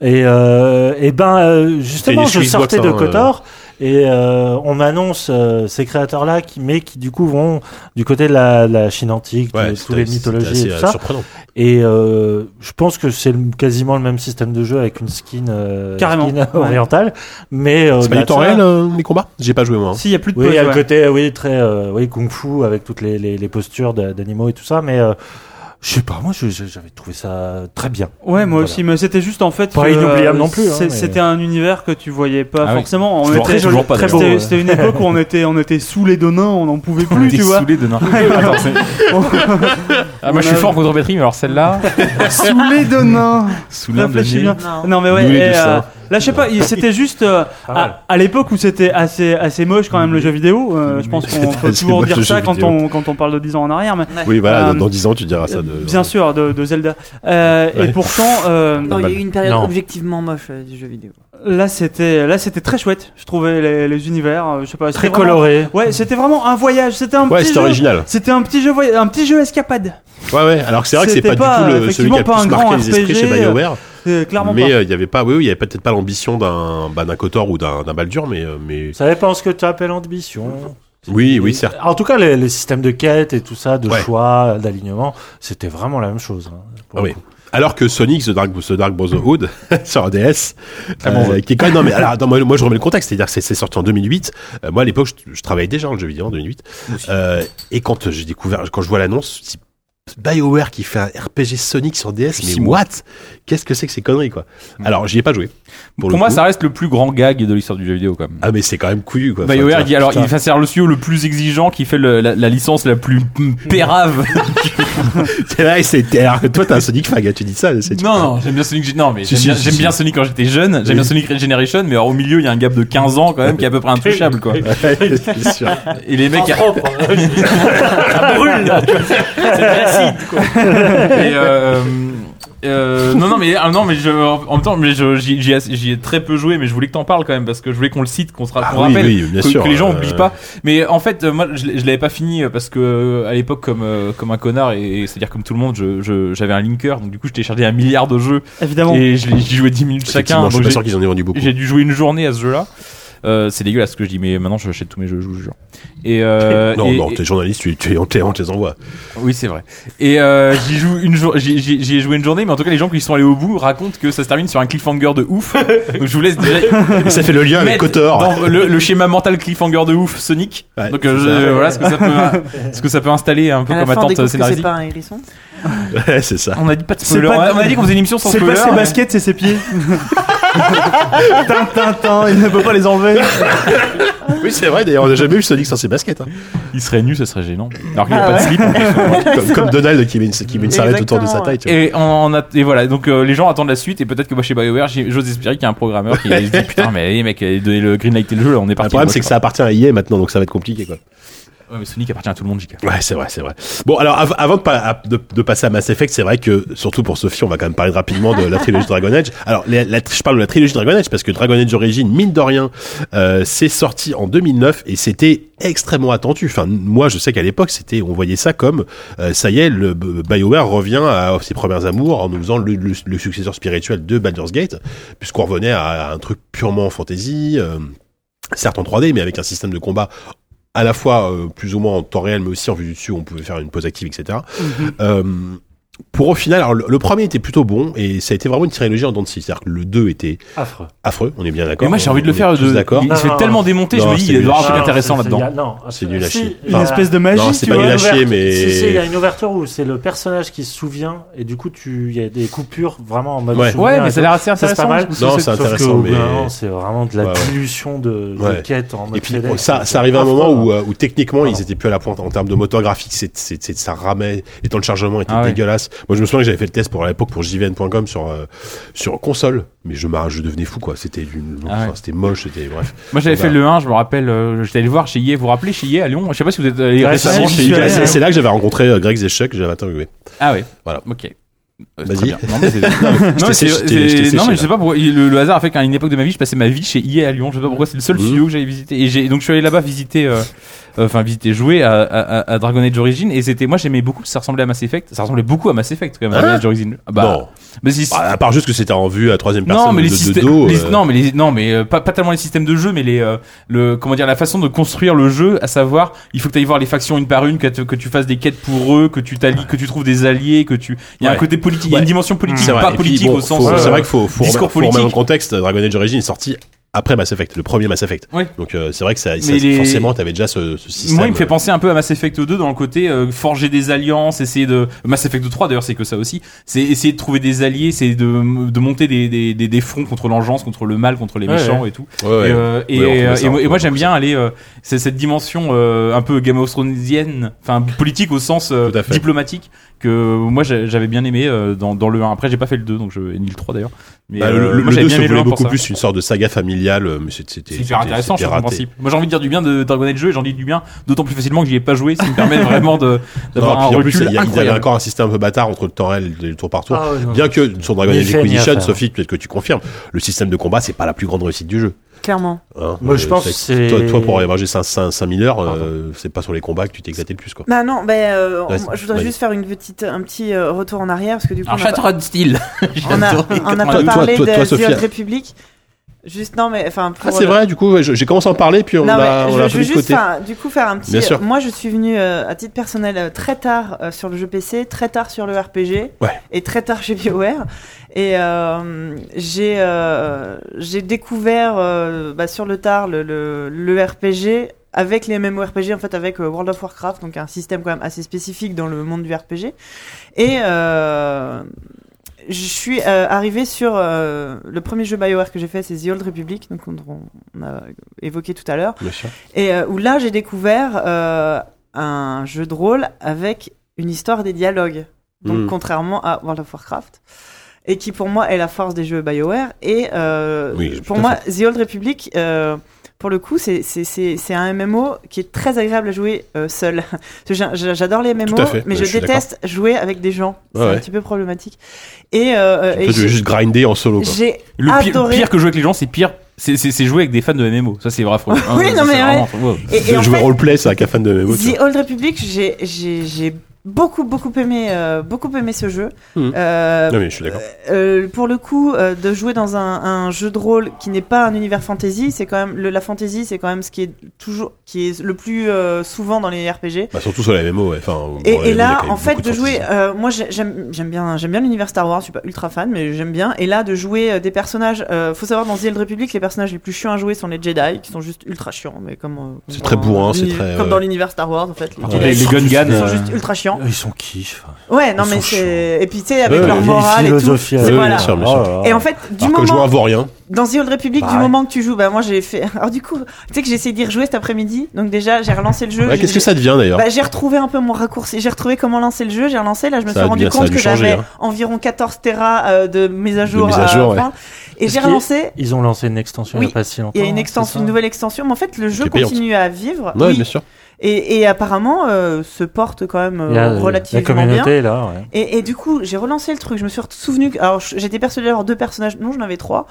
S5: Et, euh, et ben euh, justement,
S6: C'était
S5: je
S6: une Xbox,
S5: sortais de
S6: hein, euh.
S5: Kotor et euh, on m'annonce euh, ces créateurs-là, qui, mais qui du coup vont du côté de la, de la Chine antique,
S3: Ouais,
S5: de
S3: c'était-
S5: tous les
S3: c'était
S5: mythologies
S3: assez,
S5: et tout
S3: euh,
S5: ça.
S3: surprenant.
S5: Et euh, je pense que c'est le- quasiment le même système de jeu avec une skin, euh,
S4: Carrément,
S5: skin
S4: ouais.
S5: orientale, mais euh,
S3: C'est pas
S5: au-delà
S3: du temps
S5: de ça-
S3: réel euh, les combats J'ai pas joué moi. hein.
S4: Si, il y a plus de
S5: oui,
S4: pause,
S5: il y a le
S4: ouais.
S5: côté oui, très euh, oui, kung-fu avec toutes les, les, les postures de- d'animaux et tout ça, mais euh, je sais pas, moi je- je- j'avais trouvé ça très bien.
S4: Ouais, moi
S5: Voilà.
S4: aussi, mais c'était juste en fait.
S5: Pas
S4: que,
S5: inoubliable non plus, hein,
S4: c'est-
S5: mais-
S4: C'était un univers que tu voyais pas
S5: Ah oui.
S4: forcément.
S5: Toujours- très joli, très beau,
S4: C'était
S5: ouais.
S4: c'était une époque où on était, on était sous les deux nains, on n'en pouvait plus,
S7: était
S4: tu vois.
S7: sous les deux nains. Attends, c'est- Ah, moi, je suis fort en contre-batterie, mais alors celle-là.
S4: Sous les deux nains.
S7: Sous l'un de
S4: Réfléchis
S7: l'année.
S4: bien. Non, mais ouais.
S7: Nous, les
S4: et,
S7: deux
S4: euh,
S7: sœurs.
S4: Là, je sais pas, il- c'était juste euh,
S5: Pas
S4: à,
S5: mal.
S4: à l'époque où c'était assez, assez moche quand même le jeu vidéo. euh, je pense qu'on
S3: C'était
S4: faut
S3: assez
S4: toujours
S3: moche,
S4: dire
S3: le
S4: ça
S3: jeu
S4: quand
S3: vidéo.
S4: on, quand on parle de 10 ans en arrière. Mais,
S3: Oui, voilà,
S4: euh,
S3: dans 10 ans, tu diras ça de.
S4: Bien sûr, de, de Zelda. Euh, Et
S3: Ouais.
S4: pourtant, euh,
S8: Non, il y a eu une période
S4: Non.
S8: objectivement moche euh, du jeu vidéo.
S4: Là, c'était là, c'était très chouette. Je trouvais les, les univers, euh, je sais pas,
S5: Très
S4: c'était vraiment-
S5: coloré.
S4: Ouais, c'était vraiment un voyage. C'était un
S3: Ouais,
S4: petit
S3: c'était
S4: jeu-
S3: original.
S4: C'était un petit jeu, voy- un petit jeu escapade.
S3: Ouais, ouais. Alors que c'est vrai que c'est
S4: C'était
S3: pas, du
S4: pas,
S3: tout le, celui
S4: effectivement,
S3: qui a le
S4: pas un
S3: plus
S4: grand
S3: marqué les esprits chez
S4: RPG,
S3: BioWare.
S4: euh, c'est clairement
S3: mais
S4: pas.
S3: euh, il y avait pas, oui, oui, il y avait peut-être pas l'ambition d'un, bah, d'un Kotor ou d'un, d'un Baldur, mais, euh, mais.
S5: Ça dépend ce que tu appelles ambition.
S3: Oui, oui, certes.
S5: En tout cas, les, les systèmes de quête et tout ça, de
S3: Ouais.
S5: choix, d'alignement, c'était vraiment la même chose. hein, pour
S3: Ah
S5: le
S3: oui. Alors que Sonic the Dark, the Dark Brotherhood sur DS,
S7: Ah bon,
S3: euh,
S7: ouais.
S3: qui est quand même. Non, mais alors, attends, moi, moi, je remets le contexte, c'est-à-dire que c'est- c'est sorti en 2008. Euh, moi à l'époque je, je travaillais déjà dans le jeu vidéo en 2008. Euh, et quand euh, j'ai découvert, quand je vois l'annonce, si BioWare qui fait un RPG Sonic sur DS, mais
S7: Six mois. Mm.
S3: what Qu'est-ce que c'est que ces conneries quoi Alors j'y ai pas joué.
S7: Pour,
S3: le
S7: moi,
S3: coup.
S7: ça reste le plus grand gag de l'histoire du jeu vidéo, quand même.
S3: Ah mais c'est quand même couillu quoi.
S7: BioWare
S3: Enfin,
S7: dit alors,
S3: putain.
S7: il fait c'est le studio le plus exigeant qui fait le- la, la licence la plus pérave.
S3: T'es là et c'est. Alors que toi t'es un Sonic fag, tu dis ça. c'est-
S7: non, non, j'aime bien Sonic. Non, mais
S3: Si,
S7: j'aime
S3: si,
S7: bien,
S3: si,
S7: j'aime
S3: si.
S7: bien Sonic quand j'étais jeune. J'aime
S3: Oui.
S7: bien Sonic Red Generation, mais alors, au milieu, il y a un gap de 15 ans quand même qui est à peu près intouchable, quoi.
S3: c'est sûr.
S7: Et les mecs,
S4: hein. Ça brûle.
S7: Et, euh, euh, non non mais ah, non mais je, en même temps mais je- j'y j'y ai- j'y ai très peu joué mais je voulais que t'en parles quand même parce que je voulais qu'on le cite qu'on se ra-
S3: Ah
S7: qu'on
S3: oui,
S7: rappelle
S3: oui, bien
S7: que,
S3: sûr,
S7: que les gens
S3: euh,
S7: oublient pas mais en fait euh, moi je, l'ai- je l'avais pas fini euh, parce que euh, à l'époque comme euh, comme un connard et, c'est à dire comme tout le monde je- je- j'avais un linker donc du coup je téléchargeais un milliard de jeux
S3: euh, Ah
S4: Évidemment.
S7: et je l'ai- j'y jouais 10 minutes chacun
S3: Effectivement, je suis
S7: donc
S3: pas
S7: j'ai-
S3: sûr qu'ils en aient vendu beaucoup.
S7: j'ai dû jouer une journée à ce jeu là c'est dégueulasse ce que je dis mais maintenant je achète tous mes jeux je vous jure et euh,
S3: non
S7: et-
S3: non, t'es journaliste, tu, tu, on, te, on te les envoie.
S7: oui, c'est vrai. Et euh, j'y joue une jour- j'y- j'y j'y ai joué une journée, mais en tout cas les gens qui y sont allés au bout racontent que ça se termine sur un cliffhanger de ouf. Donc je vous laisse déjà.
S3: Ça fait le lien avec
S7: mettre
S3: Kotor.
S7: dans le, le schéma mental cliffhanger de ouf Sonic.
S3: Ouais,
S7: Donc euh,
S3: c'est
S7: je-
S3: ça.
S7: voilà ce que ça peut ce que ça peut installer un peu
S8: À la
S7: comme
S8: fin, on
S7: attente
S8: découvre que c'est
S7: scénaristique.
S8: pas un hérisson.
S3: Ouais, c'est ça.
S7: On a dit pas de
S4: C'est
S7: spoiler.
S4: pas-
S7: On a- on a dit qu'on faisait une émission sans
S4: C'est
S7: spoiler.
S4: pas ses
S7: mais-
S4: baskets, c'est ses pieds. Tintin, il ne peut pas les enlever.
S3: Oui, c'est vrai, d'ailleurs, on n'a jamais vu Sonic sans ses baskets. hein.
S7: Il serait nu, ça serait gênant. Alors qu'il
S8: Ah
S7: a pas de
S8: ouais.
S7: slip. en plus.
S3: Comme, comme Donald qui met une, qui met une sarrête autour de sa taille. tu vois.
S7: Et, on a, et voilà, donc euh, les gens attendent la suite, et peut-être que moi chez BioWare, j'ai- j'ose espérer qu'il y a un programmeur qui se dit Putain, mais les mecs, donnez le green light et le jeu, là, on est
S3: Le
S7: parti.
S3: problème,
S7: Moi,
S3: c'est
S7: je
S3: que ça appartient à EA maintenant, donc ça va être compliqué, quoi.
S7: Ouais, mais Sonic appartient à tout le monde, JK.
S3: Ouais, c'est vrai, c'est vrai. Bon, alors, av- avant de, pa- à- de- de passer à Mass Effect, c'est vrai que, surtout pour Sophie, on va quand même parler rapidement de la trilogie Dragon Age. Alors, les- la- je parle de la trilogie Dragon Age parce que Dragon Age Origins, mine de rien, euh, c'est sorti en 2009 et c'était extrêmement attendu. Enfin, moi, je sais qu'à l'époque, c'était, on voyait ça comme, euh, ça y est, le B- BioWare revient à ses premiers amours en nous faisant le, le- le successeur spirituel de Baldur's Gate, puisqu'on revenait à, à un truc purement fantasy, euh, certes en 3D, mais avec un système de combat à la fois euh, plus ou moins en temps réel, mais aussi en vue du dessus, on pouvait faire une pause active, etc.
S5: Mm-hmm.
S3: Euh, pour au final, alors, le, le premier était plutôt bon et ça a été vraiment une trilogie en dents de scie. C'est-à-dire que le 2 était
S5: Affreux.
S3: affreux, on est bien d'accord.
S7: Mais moi, j'ai
S3: on-
S7: envie de le
S3: on est
S7: faire.
S3: tous
S7: de-
S3: d'accord.
S7: Il se
S5: Non,
S7: fait
S5: non,
S7: tellement
S5: non.
S7: démonter, je
S3: Non,
S7: me dis,
S3: c'est
S7: il doit y avoir un
S3: nul.
S7: truc
S5: Non,
S7: intéressant
S5: c'est- c'est-
S7: là-dedans.
S5: il y a- Non,
S3: C'est nul à
S5: si,
S3: chier.
S5: il y a-
S4: Une espèce de magie,
S3: Non, c'est
S4: tu
S3: pas
S4: vois.
S3: nul à
S5: une
S3: chier,
S5: ouverture-
S3: mais-
S5: si, si, il y a une ouverture où c'est le personnage qui se souvient et du coup tu il y a des coupures vraiment en mode
S3: Ouais.
S5: souvenir
S7: Ouais, mais
S5: et
S7: ça
S5: tout.
S7: a l'air
S5: Ça,
S7: assez
S5: c'est pas mal.
S7: intéressant.
S3: Non, c'est
S5: Sauf
S3: intéressant,
S5: que, au bout
S3: mais-
S5: d'un moment, c'est vraiment de la
S3: Ouais, ouais.
S5: dilution de, de
S3: Ouais.
S5: quêtes en mode ah,
S3: Et puis
S5: FedEx,
S3: ça,
S5: c'est-
S3: ça arrivait à un
S5: c'est
S3: moment
S5: affreux,
S3: où, euh, où techniquement
S5: Pardon.
S3: ils étaient plus à la pointe en termes de moteur graphique, c'est, c'est, c'est- ça ramait, les temps de chargement étaient
S7: Ah ouais.
S3: dégueulasses. Moi je me souviens que j'avais fait le test pour à l'époque pour jvn.com sur euh, sur console, mais je m'arrache, je devenais fou quoi. C'était d'une,
S7: Ah ouais.
S3: enfin, c'était moche, c'était bref.
S7: Moi, j'avais
S3: Bah.
S7: fait le 1, je me rappelle, euh, j'étais allé le voir chez Yé. Vous vous rappelez chez Yé à Lyon Je sais pas si vous êtes allé
S3: Ouais,
S7: récemment
S3: si,
S4: j'y
S3: si,
S4: suis allé,
S3: c'est,
S4: ouais.
S7: hein.
S3: c'est là que j'avais rencontré euh, Greg Zeschek, que j'avais interviewé.
S7: Ah ouais.
S3: Voilà.
S7: Ok. Euh,
S3: Vas-y.
S7: très bien. Non, mais c'est- Non, mais
S3: t'ai
S7: c'est-
S3: séché, je t'ai- je t'ai
S7: c'est-
S3: séché,
S7: non, mais
S3: là.
S7: je sais pas pourquoi. Le, le hasard a fait qu'à une époque de ma vie, je passais ma vie chez IE à Lyon. Je sais pas pourquoi. C'est le seul
S3: Mhm.
S7: studio que j'avais visité. Et j'ai- donc je suis allé là-bas visiter, euh, euh, enfin visiter, jouer à, à- à Dragon Age Origins. Et c'était, moi, j'aimais beaucoup. Ça ressemblait à Mass Effect. Ça ressemblait beaucoup à Mass Effect quand même. Dragon Age Origins. Ah Bah,
S3: Hein Non.
S7: Mais si-
S3: Bah, à part juste que c'était en vue à troisième personne
S7: non mais
S3: de,
S7: les
S3: de
S7: systèmes
S3: dos.
S7: les-
S3: euh,
S7: non mais les non mais euh, pas, pas tellement les systèmes de jeu mais les euh, le comment dire la façon de construire le jeu à savoir il faut que tu ailles voir les factions une par une que, tu- que tu fasses des quêtes pour eux que tu t'allies que tu trouves des alliés que tu il y a
S3: Ouais.
S7: un côté politique il y a
S3: Ouais.
S7: une dimension politique
S3: C'est vrai.
S7: pas
S3: Et puis,
S7: politique
S3: bon,
S7: au sens
S3: faut-
S7: euh,
S3: c'est vrai qu'il faut, faut,
S7: discours
S3: remettre- faut remettre en
S7: politique.
S3: contexte. Dragon Age Origins est sorti après Mass Effect, le premier Mass Effect.
S7: Ouais.
S3: Donc euh, c'est vrai que ça, ça-
S7: Mais les-
S3: forcément, t'avais déjà ce, ce système.
S7: Moi, il me fait
S3: euh,
S7: penser un peu à Mass Effect 2 dans le côté euh, forger des alliances, essayer de Mass Effect 3 d'ailleurs, c'est que ça aussi, c'est essayer de trouver des alliés, c'est de, de monter des, des, des, des fronts contre l'engeance, contre le mal, contre les
S5: Ouais,
S7: méchants
S5: ouais.
S7: et tout.
S3: Ouais, ouais.
S7: Et, euh, et,
S3: Ouais, on retrouvait
S7: euh,
S3: ça,
S7: et
S3: on
S7: moi- et moi,
S3: retrouvait
S7: j'aime
S3: ça.
S7: bien aller, euh, c'est cette dimension euh, un peu Game of Thronesienne, enfin politique au sens euh,
S3: Tout à fait.
S7: diplomatique que moi j'a- j'avais bien aimé euh, dans, dans le 1. Après, j'ai pas fait le 2, donc je, et ni le 3 d'ailleurs. Mais
S3: Bah,
S7: euh,
S3: le, le
S7: moi, j'avais
S3: 2
S7: bien
S3: se
S7: aimé le
S3: voulait
S7: 1 pour
S3: beaucoup
S7: ça.
S3: plus une sorte de saga familiale, euh, mais c'était
S7: C'est
S3: c'était-
S7: hyper intéressant,
S3: c'était
S7: je trouve, en
S3: raté.
S7: principe. Moi, j'ai envie de dire du bien de Dragon Age 2 et j'ai envie du bien d'autant plus facilement que j'y ai pas joué, ce qui me permet vraiment de- d'avoir
S3: Non,
S7: un
S3: puis en plus,
S7: recul
S3: il y a- ils avaient
S7: incroyable.
S3: encore un système un peu bâtard entre le temps réel et le tour par tour.
S7: Ah ouais, non,
S3: Bien
S7: non.
S3: que sur Dragon
S7: Ni
S3: Age
S7: fait, ni à
S3: Inquisition,
S7: faire.
S3: Sophie, peut-être que tu confirmes, le système de combat, c'est pas la plus grande réussite du jeu.
S8: Clairement.
S3: Hein,
S5: Moi, je pense que c'est-
S3: Toi, toi, pour avoir 5, 5, 5 mineurs, euh, c'est pas sur les combats que tu t'es éclaté le plus, quoi.
S8: Bah non, bah, euh,
S3: Ouais,
S8: moi, je voudrais
S3: vas-y.
S8: juste faire une petite, un petit euh, retour en arrière parce que du coup.
S7: Un
S8: on a pas-
S7: Shattered Steel. J'ai
S8: On a,
S7: adoré
S8: on a
S7: 92.
S8: pas
S7: Toi,
S8: parlé
S3: toi,
S8: de
S3: toi,
S8: The
S3: Sophia.
S8: Old Republic. Juste, non, mais enfin.
S3: Ah,
S8: pour-
S3: c'est vrai, du coup, ouais, je- j'ai commencé à en parler, puis on
S8: Non, mais
S3: l'a on
S8: je-
S3: l'a un
S8: je
S3: peu
S8: veux
S3: mis de
S8: juste
S3: côté.
S8: faire- du coup faire un petit.
S3: Bien sûr.
S8: Moi, je suis venu euh, à titre personnel euh, très tard euh, sur le jeu PC, très tard sur le RPG
S3: Ouais.
S8: et très tard chez BioWare. Et euh, j'ai euh, j'ai découvert euh, bah, sur le tard le, le, le RPG avec les MMORPG en fait avec euh, World of Warcraft, donc un système quand même assez spécifique dans le monde du RPG. Et euh, je suis euh, arrivé sur euh, le premier jeu BioWare que j'ai fait, c'est The Old Republic, donc on, on a évoqué tout à l'heure.
S3: Bien sûr.
S8: Et euh, où là, j'ai découvert euh, un jeu de rôle avec une histoire des dialogues. Donc,
S3: Hmm.
S12: Mm.
S8: contrairement à World of Warcraft. Et qui, pour moi, est la force des jeux BioWare. Et euh,
S12: Oui, tout
S8: pour
S12: à
S8: moi, The Old Republic, euh, pour le coup, c'est- c'est c'est- c'est un MMO qui est très agréable à jouer euh, seul. Parce que j'a- j'a- J'adore les MMO,
S3: Tout à fait,
S8: mais
S3: ouais,
S8: je,
S3: je suis
S8: déteste jouer avec des gens.
S3: Ouais,
S8: c'est un
S3: ouais.
S8: petit peu problématique. Et, euh, et
S3: Toi, tu veux
S8: j'ai-
S3: juste grinder en solo, quoi.
S8: j'ai
S7: Le pire,
S8: adoré.
S7: pire que jouer avec les gens, c'est pire. C'est c'est- c'est jouer avec des fans de MMO. Ça, c'est vrai. faut- hein,
S8: Oui,
S7: ça,
S8: non,
S7: c'est
S8: mais
S7: vraiment-
S8: ouais.
S7: wow.
S8: Et- et en
S3: Jouer
S8: fait-
S3: roleplay, c'est un cafan de mémo. tu vois.
S8: The Old Republic, j'ai j'ai- j'ai beaucoup beaucoup aimé euh, beaucoup aimé ce jeu.
S3: Mhm.
S8: Euh,
S3: Non, mais je suis d'accord.
S8: euh, pour le coup, euh, de jouer dans un, un jeu de rôle qui n'est pas un univers fantasy, c'est quand même le- la fantasy, c'est quand même ce qui est toujours qui est le plus euh, souvent dans les RPG.
S3: Bah, surtout sur la MMO, ouais. Enfin,
S8: Et,
S3: bon, la MMO,
S8: et
S3: il y a
S8: là,
S3: quand même
S8: en fait,
S3: beaucoup
S8: de jouer, euh, moi j'ai- j'aime j'aime bien, j'aime bien l'univers Star Wars. Je suis pas ultra fan, mais j'aime bien. Et là, de jouer euh, des personnages, euh, faut savoir dans The Old Republic, les personnages les plus chiants à jouer sont les Jedi, qui sont juste ultra chiants, mais comme euh,
S3: C'est
S8: dans
S3: très bourrin, c'est
S8: l'uni-
S3: très,
S8: comme
S3: euh,
S8: dans l'univers Star Wars en fait.
S3: Ouais. Les- les
S8: Ils sont
S3: Gun
S8: tous-
S3: Gan,
S8: ils sont
S3: euh,
S8: juste ultra chiants.
S5: Ils sont qui enfin,
S8: Ouais, non
S5: ils
S8: mais
S5: sont
S8: c'est et puis tu sais avec
S5: Ouais,
S8: leur
S5: ouais.
S8: morale et tout.
S5: Philosophie, euh, Ah,
S8: c'est
S5: ouais,
S8: voilà.
S5: bien sûr, bien sûr.
S8: Et en fait, du
S3: Alors que je
S8: moment
S3: vois un vaurien.
S8: dans The Old Republic, du
S3: Pareil.
S8: moment que tu joues, bah moi j'ai fait. Alors du coup, tu sais que j'ai essayé d'y rejouer cet après-midi. Donc déjà, j'ai relancé le jeu.
S3: Ouais,
S8: J'ai-
S3: qu'est-ce que ça devient, d'ailleurs
S8: Bah, j'ai retrouvé un peu mon raccourci. J'ai retrouvé comment lancer le jeu. J'ai relancé. Là, je me
S3: Ça a
S8: suis rendu
S3: bien- ça a
S8: compte
S3: dû
S8: que
S3: changer,
S8: j'avais
S3: hein.
S8: environ 14 Tera euh, de mes à jour.
S5: mises à
S8: euh,
S5: jour, ouais.
S8: enfin. Et
S5: Est-ce
S8: j'ai
S5: qu'il-
S8: relancé.
S5: Ils ont lancé une extension il n'y a pas si longtemps.
S8: Il y a
S5: hein,
S8: une extension,
S5: c'est
S8: une
S5: ça
S8: nouvelle extension, mais en fait le jeu
S5: est payante.
S8: continue à vivre.
S5: Ouais,
S8: Oui. Bah,
S5: bien sûr.
S8: Et, et apparemment euh, se porte quand même euh,
S5: Il y a- la
S8: relativement
S5: communauté
S8: bien.
S5: est là, ouais.
S8: Et, et du coup, j'ai relancé le truc. Je me suis souvenu que alors je- j'étais persuadé d'avoir deux personnages. Non, j'en avais trois.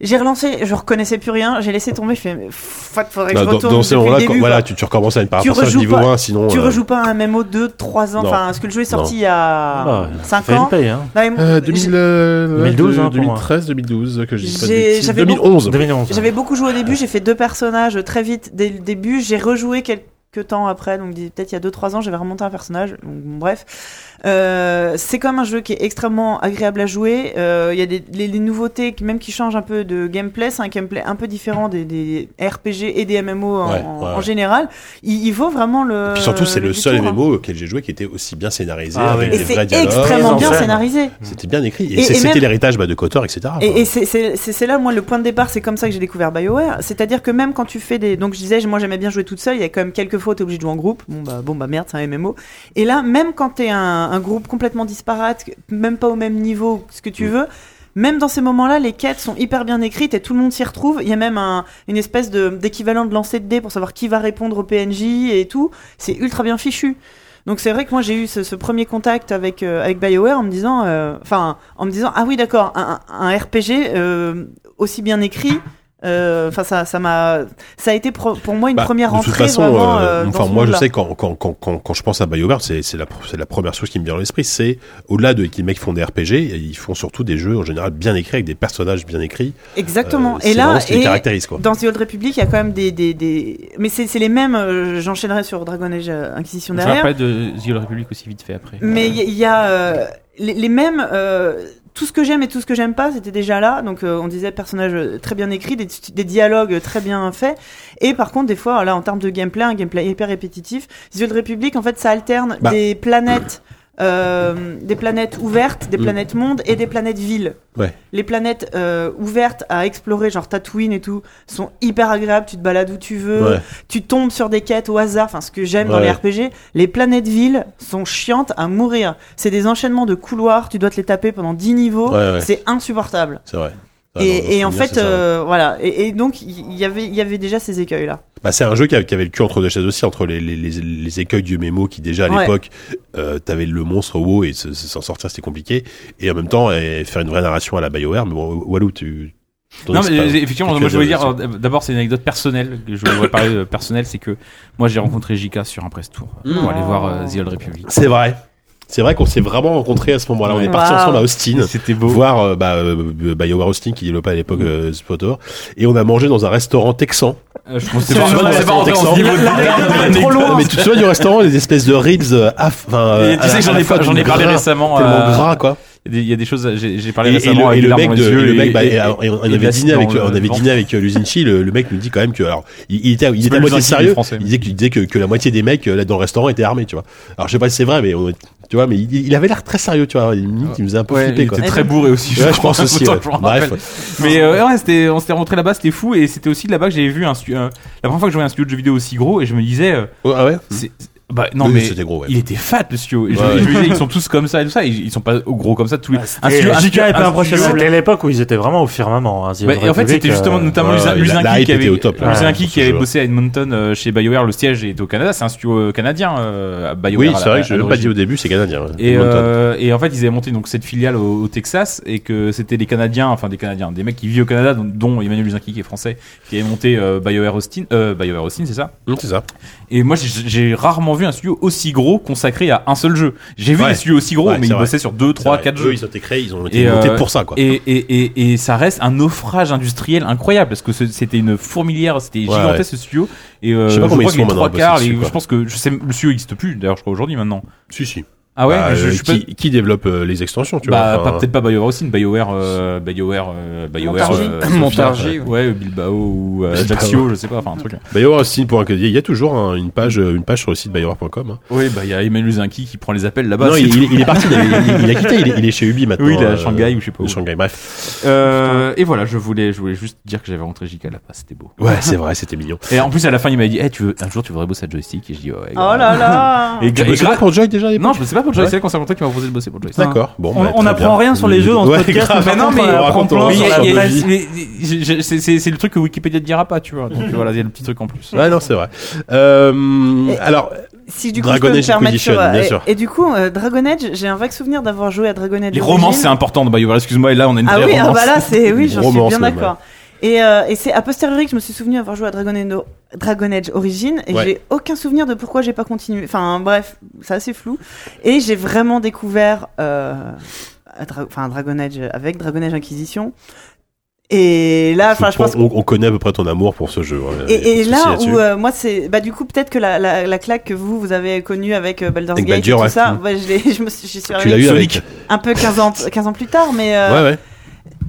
S8: J'ai relancé, je reconnaissais plus rien. J'ai laissé tomber. Je fais, mais fuck, faudrait que
S3: Non,
S8: je
S3: Bah, dans,
S8: retourne.
S3: dans ces
S8: depuis le
S3: moments-là, quand-
S8: début,
S3: voilà,
S8: quoi.
S3: tu, tu recommences à une par
S8: tu
S3: personnage
S8: rejoues
S3: niveau
S8: pas,
S3: 1, sinon.
S8: tu
S3: euh,
S8: rejoues pas un MMO 2, 3 ans,
S3: Non.
S8: enfin, parce que le jeu est sorti
S3: Non.
S8: il y a
S3: Ah, ça
S8: 5
S3: fait une
S8: ans.
S3: paye, hein.
S8: Non, mais moi,
S3: Euh, 2000, euh, ouais,
S5: 2012,
S3: de-
S5: hein, pour moi.
S3: 2013, 2012, que je dis pas de
S8: J'ai-
S3: bêtises.
S8: j'avais
S3: 2011.
S5: beaucoup- 2011, ouais.
S8: J'avais beaucoup joué au début, j'ai fait deux personnages très vite dès le début, j'ai rejoué quelques temps après, donc dis- peut-être il y a 2-3 ans, j'avais remonté un personnage, donc bon, bref. Euh, c'est quand même un jeu qui est extrêmement agréable à jouer, Euh, il y a des les, les nouveautés qui, même qui changent un peu de gameplay, c'est un gameplay un peu différent des, des RPG et des MMO en,
S3: Ouais, ouais,
S8: en
S3: ouais.
S8: général. Il, il vaut vraiment le...
S3: Puis surtout, c'est le seul
S8: détour, Euh, hein.
S3: MMO auquel j'ai joué qui était aussi bien scénarisé,
S8: Ah
S3: avec
S8: ouais.
S3: des
S8: Et c'est
S3: vrais dialogues.
S8: extrêmement bien
S3: hein.
S8: scénarisé.
S3: C'était bien écrit. Et,
S8: Et-
S3: c'est-
S8: et
S3: c'était
S8: même-
S3: l'héritage bah, de Kotor, etc.
S8: Et, et c'est- c'est c'est- c'est là, moi, le point de départ, c'est comme ça que j'ai découvert BioWare. C'est-à-dire que même quand tu fais des. Donc, je disais, moi, j'aimais bien jouer toute seule. Il y a quand même quelques fois où t'es obligé de jouer en groupe. Bon, bah, bon, bah merde, c'est un MMO. Et là, même quand t'es un, un groupe complètement disparate, même pas au même niveau, ce que tu veux. Même dans ces moments-là, les quêtes sont hyper bien écrites et tout le monde s'y retrouve. Il y a même un- une espèce de- d'équivalent de lancer de dés pour savoir qui va répondre au PNJ et tout. C'est ultra bien fichu. Donc c'est vrai que moi j'ai eu ce, ce premier contact avec euh, avec BioWare en me disant, euh, enfin en me disant ah oui d'accord un, un- un RPG euh, aussi bien écrit. euh, Enfin ça ça m'a ça a été pro- pour moi une
S3: Bah,
S8: première
S3: de
S8: entrée
S3: toute façon,
S8: vraiment.
S3: euh,
S8: euh, dans
S3: enfin,
S8: ce
S3: moi je
S8: monde-là.
S3: sais quand quand, quand, quand quand je pense à BioWare, c'est c'est la pr- c'est la première chose qui me vient dans l'esprit, c'est au-delà de que les mecs font des RPG, ils font surtout des jeux en général bien écrits avec des personnages bien écrits.
S8: Exactement.
S3: Euh,
S8: et
S3: c'est
S8: là,
S3: vraiment ce qui les
S8: et
S3: caractérise, quoi.
S8: dans The Old Republic, il y a quand même des, des, des... mais c'est c'est les mêmes. euh, J'enchaînerai sur Dragon Age euh, Inquisition
S7: On va
S8: derrière.
S7: parler de The Old Republic aussi vite fait après.
S8: Mais il y, il y a euh, les, les mêmes. euh, tout ce que j'aime et tout ce que j'aime pas, c'était déjà là. Donc euh, on disait personnages euh, très bien écrits, des, des dialogues très bien faits. Et par contre, des fois, là, en termes de gameplay, un gameplay hyper répétitif. The Old Republic, en fait, ça alterne
S3: Bah.
S8: des planètes. euh, des planètes ouvertes, des
S3: Mm.
S8: planètes mondes et des planètes villes.
S3: Ouais.
S8: Les planètes euh, ouvertes à explorer, genre Tatooine et tout, sont hyper agréables. Tu te balades où tu veux,
S3: Ouais.
S8: tu tombes sur des quêtes au hasard. Enfin, ce que j'aime dans
S3: Ouais.
S8: les RPG, les planètes villes sont chiantes à mourir. C'est des enchaînements de couloirs. Tu dois te les taper pendant 10 niveaux.
S3: Ouais, ouais.
S8: C'est insupportable.
S3: C'est vrai. Ah, dans- dans
S8: Et, et en
S3: Souvenir,
S8: fait,
S3: c'est ça.
S8: euh, voilà. Et, et donc, il y avait- il y avait déjà ces écueils-là.
S3: Bah, c'est un jeu qui avait, qui avait le cul entre deux chaises aussi, entre les, les, les, les écueils du mémo qui déjà à
S8: Ouais.
S3: l'époque, euh, t'avais le monstre WoW et se- se- s'en sortir c'était compliqué, et en même temps et faire une vraie narration à la Bioware, mais bon, Walou, tu... ton
S7: Non, mais
S3: expérience-
S7: effectivement,
S3: tu-
S7: moi
S3: tu
S7: je
S3: as-
S7: voulais dire, euh, d'abord, c'est une anecdote personnelle. que Je voulais parler de personnel, c'est que moi j'ai rencontré Jika sur un press tour
S3: Mm.
S7: pour aller voir euh, The Old Republic.
S3: C'est vrai. C'est vrai qu'on s'est vraiment rencontrés à ce moment-là. On est
S7: Ouais.
S3: partis
S7: Wow.
S3: ensemble à Austin.
S7: C'était beau.
S3: Voir euh, bah, euh, BioWare Austin qui développait à l'époque euh, Spotor. Et on a mangé dans un restaurant texan.
S7: Euh, je pense que
S3: Tu te
S7: c'est
S3: souviens
S7: pas-
S3: du
S7: c'est pas rentré
S3: restaurant
S7: en ce
S3: texan
S7: niveau de-
S3: Mais- Mais tu te souviens du restaurant, les espèces de ribs euh, à- enfin, euh,
S7: Et
S3: à
S7: tu sais
S3: la-
S7: que j'en
S3: à
S7: ai,
S3: la fois
S7: j'en ai parlé
S3: gras,
S7: récemment.
S3: Tellement
S7: euh,
S3: gras, quoi.
S7: Il y a des- il y a des choses, j'ai j'ai
S3: Et,
S7: parlé
S3: et
S7: récemment
S3: le, et
S7: avec
S3: le
S7: des larmes
S3: mec
S7: aux
S3: de-
S7: yeux
S3: et le
S7: et-
S3: mec, bah,
S7: et-
S3: et-
S7: et-
S3: on- on
S7: et
S3: avait
S7: l'acide
S3: dîné
S7: dans
S3: avec,
S7: le
S3: on avait
S7: ventre.
S3: dîné avec euh, Luzinchi, le, le mec nous dit quand même que, alors, il, il était, il
S7: C'est
S3: était
S7: pas
S3: à
S7: le
S3: moitié
S7: Luzinchi, il est
S3: sérieux,
S7: français,
S3: il disait, que- il disait que, que la moitié des mecs euh, là dans le restaurant étaient armés, tu vois. Alors je sais pas si c'est vrai, mais on- tu vois, mais il, il avait l'air très sérieux, tu vois, il, limite, il nous a un peu
S7: Ouais,
S3: flippé,
S7: il
S3: quoi.
S7: était très bourré aussi.
S3: Ouais, je
S7: crois,
S3: pense aussi,
S7: autant
S3: ouais.
S7: que je m'en
S3: Bref,
S7: rappelle.
S3: ouais.
S7: Mais euh, ouais, c'était- on s'était rentré là-bas, c'était fou. Et c'était aussi là-bas que j'avais vu un stu- un- la première fois que je voyais un studio de jeux vidéo aussi gros. Et je me disais. euh, c'est- Bah, non,
S3: Hmm. Oui,
S7: mais
S3: c'était gros, ouais.
S7: il était fat le studio. Et je,
S3: Ouais,
S7: me- je me
S3: ouais.
S7: disais, ils sont tous comme ça et tout ça. Ils, ils sont pas gros comme ça. Tous les... un
S5: Et
S7: studio- un
S5: Giga
S7: studio-
S5: est pas
S8: Ah,
S7: un
S5: impressionnant.
S7: studio-
S5: C'était l'époque où ils étaient vraiment au firmament. hein, The
S7: Bah,
S5: Old
S7: et en fait,
S5: Republic,
S7: c'était justement
S5: euh,
S7: notamment
S5: ouais,
S7: Luzin-
S5: ouais,
S7: Luzinki
S5: la hype
S7: qui avait,
S5: était au top, là.
S3: hein,
S7: Luzinki
S5: Ouais,
S7: qui avait
S5: sur ce
S7: bossé à Edmonton euh, chez BioWare. Le siège est au Canada. C'est un studio euh, canadien. euh, à BioWare
S3: Oui,
S7: à la-
S3: c'est vrai que
S7: à
S3: je l'ai pas dit
S7: l'origine.
S3: au début, c'est canadien. hein, ouais.
S7: Et,
S3: Edmonton.
S7: euh, et en fait, ils avaient monté donc cette filiale au, au Texas et que c'était des Canadiens, enfin des Canadiens, des mecs qui vivent au Canada, dont, dont Emmanuel Luzinki qui est français, qui avait monté euh, BioWare Austin, euh, BioWare Austin, c'est ça
S3: c'est ça.
S7: Et moi, j'ai- j'ai rarement vu un studio aussi gros consacré à un seul jeu. J'ai vu
S3: Ouais.
S7: des studios aussi gros,
S3: Ouais,
S7: mais
S3: c'est
S7: ils
S3: vrai.
S7: bossaient sur 2, 3,
S3: vrai.
S7: 4
S3: Eux,
S7: jeux. euh,
S3: ils ont été créés, ils ont été montés pour ça, quoi.
S7: Et, et, et, et ça reste un naufrage industriel incroyable parce que ce- c'était une fourmilière, c'était
S3: Ouais,
S7: gigantesque
S3: ouais.
S7: ce studio. Et euh,
S3: Je
S7: je,
S3: sais pas combien
S7: crois
S3: ils
S7: que les
S3: sont
S7: trois
S3: maintenant à
S7: quarts,
S3: bosser
S7: les-
S3: dessus,
S7: je pense que je sais, le studio n'existe plus d'ailleurs, je crois aujourd'hui maintenant.
S3: Si, si.
S7: Ah ouais,
S3: Bah,
S7: je, je
S3: euh,
S7: suis pas-
S3: qui, qui développe euh, les extensions, tu
S7: bah,
S3: vois enfin,
S7: pas- peut-être pas BioWare aussi, mais BioWare, euh, BioWare, euh, BioWare,
S3: Montargis.
S7: euh,
S3: Montargis,
S7: Sophia, ouais, ou Bilbao ou euh,
S3: Bilbao.
S7: Daxio, je sais pas, enfin un truc.
S3: Bioware Austin pour un casier. Il y a toujours un- une page, euh, une page sur le site bioware.com. hein.
S7: Oui, bah il y a Emmanuel Luzinki qui prend les appels là-bas.
S3: Non,
S7: Bah, c'est
S3: il,
S7: tout.
S3: il- il est parti, il, il- il a quitté, il est, il est chez Ubi maintenant.
S7: Oui, il est à
S3: euh,
S7: Shanghai ou je sais pas où.
S3: Shanghai, bref.
S7: Euh, et voilà, je voulais, je voulais juste dire que j'avais rentré JK là-bas, c'était beau.
S3: Ouais, c'est vrai, c'était mignon.
S8: Ah.
S7: Et en plus, à la fin, il m'a dit, Eh, tu veux, un jour, tu voudrais bosser à Joystick Et je dis, ouais.
S8: Oh là là
S7: Et,
S3: Tu
S7: et-
S3: bossais
S7: et-
S3: pas pour Joy déjà à l'époque
S7: Non, je bossais pas pour Joy,
S3: Ouais.
S7: c'est là qu'on s'est rencontré qui m'a proposé de bosser pour Joy.
S3: D'accord. Bon,
S4: On-
S3: bah,
S4: on
S3: très
S4: apprend
S3: bien.
S4: rien sur les jeux dans ce
S3: Ouais,
S4: podcast,
S3: grave.
S4: mais non,
S3: On
S4: mais on
S3: raconte,
S4: apprend plein
S3: on
S7: Mais il y a-
S3: raconte
S7: il y a-
S3: sur Joy.
S7: mais- je- je- c'est- C'est c'est le truc que Wikipédia ne dira pas, tu vois. Donc voilà, il y a le petit truc en plus.
S3: Ouais, non, c'est vrai. Euh,
S8: Et-
S3: alors,
S8: Si du coup
S3: Dragon
S8: je peux
S3: Age
S8: me permettre
S3: Expedition,
S8: sur- euh,
S3: bien
S8: et-
S3: sûr.
S8: Et, du coup, euh, Dragon Age, j'ai un vague souvenir d'avoir joué à Dragon Age.
S7: Les
S8: Origins.
S7: romances, c'est important de Bioware, excuse-moi, et là, on a une
S8: Ah
S7: vraie
S8: oui, ah
S7: romance.
S8: bah là, c'est oui, j'en suis
S7: Romance,
S8: bien
S7: même,
S8: d'accord. Et, euh, et c'est a posteriori que je me suis souvenu avoir joué à Dragon Age, Dragon Age Origin et
S7: Ouais.
S8: j'ai aucun souvenir de pourquoi j'ai pas continué. Enfin bref, c'est assez flou. Et j'ai vraiment découvert, euh, à Dra- enfin Dragon Age avec Dragon Age Inquisition. Et là, enfin je pense
S3: on, on connaît à peu près ton amour pour ce jeu. hein. Il y a
S8: et, et
S3: pas de souci
S8: là
S3: là-dessus.
S8: où euh, moi c'est bah du coup peut-être que la, la, la claque que vous vous avez connue avec euh, Baldur's
S3: Avec
S8: Gate et
S3: Baldur,
S8: tout
S3: ouais.
S8: ça
S3: Mm.
S8: bah, je, l'ai- je me suis, j'y suis
S3: tu l'as
S8: arrivée
S3: eu
S7: Sonic.
S3: avec.
S8: un peu 15 ans 15 ans plus tard mais euh,
S3: Ouais, ouais.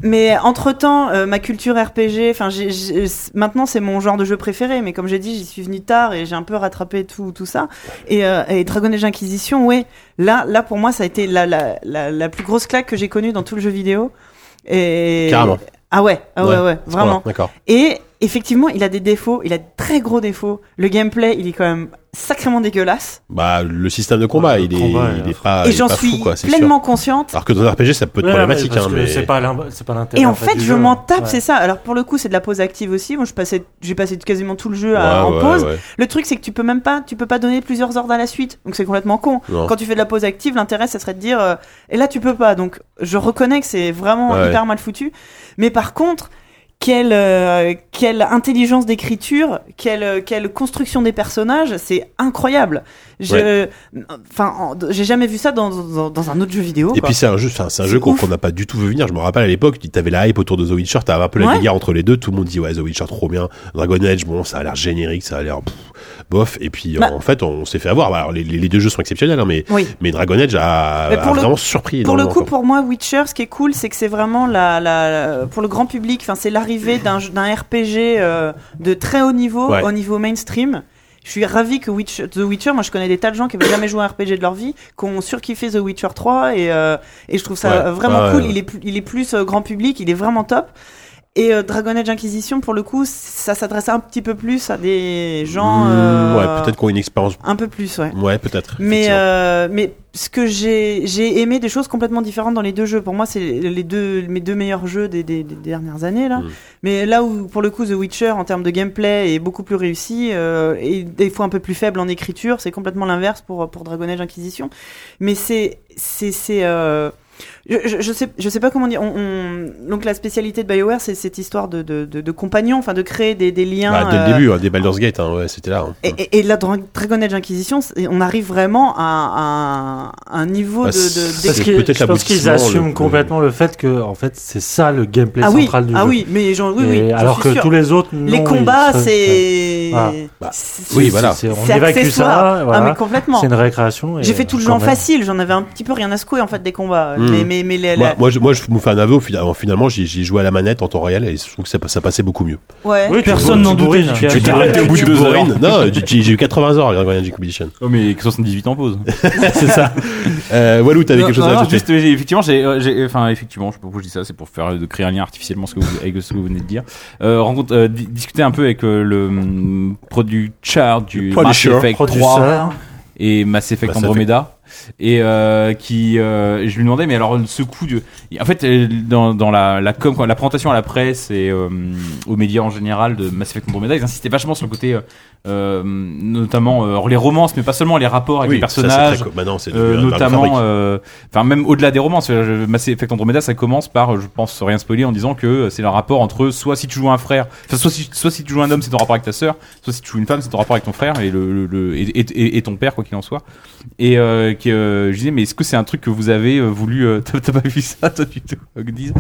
S8: mais entre temps ma culture RPG enfin j'ai- j'ai- c'est- maintenant c'est mon genre de jeu préféré mais comme j'ai dit j'y suis venue tard et j'ai un peu rattrapé tout tout ça et, euh, et Dragon Age Inquisition ouais là là pour moi ça a été la la, la, la plus grosse claque que j'ai connue dans tout le jeu vidéo et
S3: Carrément.
S8: ah ouais ah ouais,
S3: Ouais,
S8: ouais
S3: à ce
S8: vraiment
S3: point-là, d'accord.
S8: et effectivement, il a des défauts, il a de très gros défauts. Le gameplay, il est quand même sacrément dégueulasse.
S3: Bah, le système de combat, il, est,
S5: combat,
S3: il est pas,
S8: et
S3: Ah, il est
S8: j'en
S3: pas
S8: suis
S3: fou, quoi, c'est
S8: pleinement
S3: sûr.
S8: consciente.
S3: Alors que dans un RPG, ça peut être
S5: Ouais,
S3: problématique,
S5: mais parce
S3: hein,
S5: que
S3: mais.
S5: c'est pas l'im- c'est pas l'intérêt.
S8: Et en
S5: en
S8: fait,
S5: du
S8: je
S5: jeu.
S3: hein.
S5: hein.
S8: m'en tape,
S5: Ouais.
S8: c'est ça. Alors pour le coup, c'est de la pause active aussi. Moi, je passais, j'ai passé quasiment tout le jeu à-
S3: Ouais,
S8: en
S3: ouais,
S8: pause.
S3: ouais.
S8: Le truc, c'est que tu peux même pas, tu peux pas donner plusieurs ordres à la suite. Donc c'est complètement con.
S3: Non.
S8: Quand tu fais de la pause active, l'intérêt, ça serait de dire, euh, et là tu peux pas. Donc je reconnais que c'est vraiment
S3: Ouais.
S8: hyper mal foutu. Mais par contre. Quelle, euh, quelle intelligence d'écriture, quelle, euh, quelle construction des personnages, c'est incroyable. Je-
S3: Ouais.
S8: Enfin, en- j'ai jamais vu ça dans, dans, dans un autre jeu vidéo.
S3: Et
S8: quoi.
S3: puis c'est un jeu, c'est un, c'est un
S8: C'est
S3: jeu qu'on
S8: ouf.
S3: qu'on n'a pas du tout vu venir. Je me rappelle à l'époque, tu avais la hype autour de The Witcher, t'avais un peu la
S8: Ouais.
S3: guerre entre les deux. Tout le monde dit ouais, The Witcher trop bien, Dragon Age bon, ça a l'air générique, ça a l'air pff, bof. Et puis
S8: Bah.
S3: en fait, on s'est fait avoir. Bah, alors, les, les- les deux jeux sont exceptionnels, hein, mais
S8: Oui.
S3: mais Dragon Age a,
S8: Mais
S3: a
S8: pour le-
S3: vraiment surpris.
S8: Pour le
S3: énormément,
S8: coup,
S3: quoi.
S8: pour moi, Witcher, ce qui est cool, c'est que c'est vraiment la, la- pour le grand public. Enfin, c'est l'arrivée d'un jeu- d'un RPG euh, de très haut niveau
S3: Ouais.
S8: au niveau mainstream Je suis ravi que Witch- The Witcher, moi je connais des tas de gens qui n'avaient jamais joué à un RPG de leur vie, qui ont surkiffé The Witcher 3 et, euh, et je trouve ça
S13: Ouais.
S8: vraiment
S13: Ouais,
S8: cool.
S13: ouais.
S8: Il, est, plus- il est plus euh, grand public, il est vraiment top. Et euh, Dragon Age Inquisition, pour le coup, ça s'adresse un petit peu plus à des gens. euh,
S3: Mmh, Ouais, peut-être qu'on a une expérience.
S8: Un peu plus, ouais.
S3: Ouais, peut-être.
S8: Mais, euh, mais ce que j'ai j'ai aimé des choses complètement différentes dans les deux jeux. Pour moi, c'est les deux, mes deux meilleurs jeux des, des- des dernières années. Là. Mais là où, pour le coup, The Witcher, en termes de gameplay, est beaucoup plus réussi euh, et des fois un peu plus faible en écriture, c'est complètement l'inverse pour, pour Dragon Age Inquisition. Mais c'est. c'est- c'est, euh, je, je, je sais, je sais pas comment dire. On, on- Donc la spécialité de Bioware, c'est cette histoire de, de, de, de compagnon, enfin de créer des, des liens.
S3: Bah, dès le
S8: euh,
S3: début, hein, des Baldur's Gate, hein, ouais, c'était là. hein.
S8: et, et, et là, dans Dragon Age Inquisition, c'est- on arrive vraiment à, à un niveau
S3: Ah,
S5: Bah,
S8: de. de
S3: c'est
S5: Parce qu'ils-
S3: peut-être
S5: je pense qu'ils
S3: l'aboutissement,
S5: assument
S3: le-
S5: complètement le fait que en fait c'est ça le gameplay
S8: ah oui,
S5: central du
S8: ah
S5: jeu.
S8: oui, mais genre, oui,
S5: Et
S8: oui. j'en
S5: alors
S8: suis
S5: que
S8: sûr.
S5: tous les autres, non,
S8: les
S5: ils
S8: combats,
S5: se-
S8: c'est.
S5: Voilà.
S3: Bah,
S8: c'est-
S5: oui,
S8: c'est-
S5: voilà.
S8: c'est-
S5: On
S8: C'est
S5: évacue ça,
S8: accessoire.
S5: voilà.
S8: Ah, mais complètement.
S5: C'est une récréation et,
S8: J'ai fait tout le
S5: euh,
S8: genre
S5: quand même.
S8: facile, j'en avais un petit peu rien à secouer en fait des combats.
S3: Hmm.
S8: Mais, mais, mais les-
S3: moi,
S8: la-
S3: moi, je, moi, je vous fais un aveu. au final- alors, Finalement, j'ai joué à la manette en temps réel et je trouve que ça, ça passait beaucoup mieux.
S8: Ouais.
S4: Oui, personne n'en doutait.
S3: Tu t'es arrêté au bout de deux heures. Non, j'ai- j'ai j'ai eu 80 heures à Dragon Age Inquisition.
S7: Oh, mais 78 en pause.
S3: c'est ça. Euh, Walou, t'avais
S7: Non,
S3: quelque chose
S7: non,
S3: à
S7: non,
S3: ajouter
S7: juste, euh, j'ai- effectivement, j'ai, euh, j'ai- enfin, effectivement, je sais pas pourquoi je dis ça, c'est pour faire de créer un lien artificiellement ce que vous, avec ce que vous venez de dire. Euh, rencontre, euh, di- discuter un peu avec euh, le mm, producteur du
S3: Le
S7: Mass
S3: producer,
S7: Effect
S3: producer.
S7: 3 et Mass Effect
S3: Mass Effect.
S7: Andromeda. Et euh, qui, euh, je lui demandais, mais alors ce coup de, en fait, euh, dans, dans la, la com, quoi, la présentation à la presse et euh, aux médias en général de Mass Effect Andromeda, ils insistaient vachement sur le côté, euh, euh, notamment euh, les romances, mais pas seulement les rapports avec
S3: Oui,
S7: les
S3: ça, c'est
S7: personnages,
S3: très co- maintenant, c'est
S7: euh,
S3: devenu un- un
S7: notamment
S3: fabrique.
S7: euh, enfin même au-delà des romances euh, je- Mass Effect Andromeda ça commence par euh, je pense rien spoiler en disant que euh, c'est le rapport entre eux, soit si tu joues un frère enfin, soit si, soit si tu joues un homme c'est ton rapport avec ta sœur soit si tu joues une femme c'est ton rapport avec ton frère et le, le- le- et, et- et ton père quoi qu'il en soit et euh, que euh, je disais mais est-ce que c'est un truc que vous avez euh, voulu euh, t'as t'as pas vu ça toi du tout Ogdiz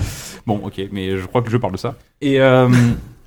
S7: bon ok mais je crois que je parle de ça et euh,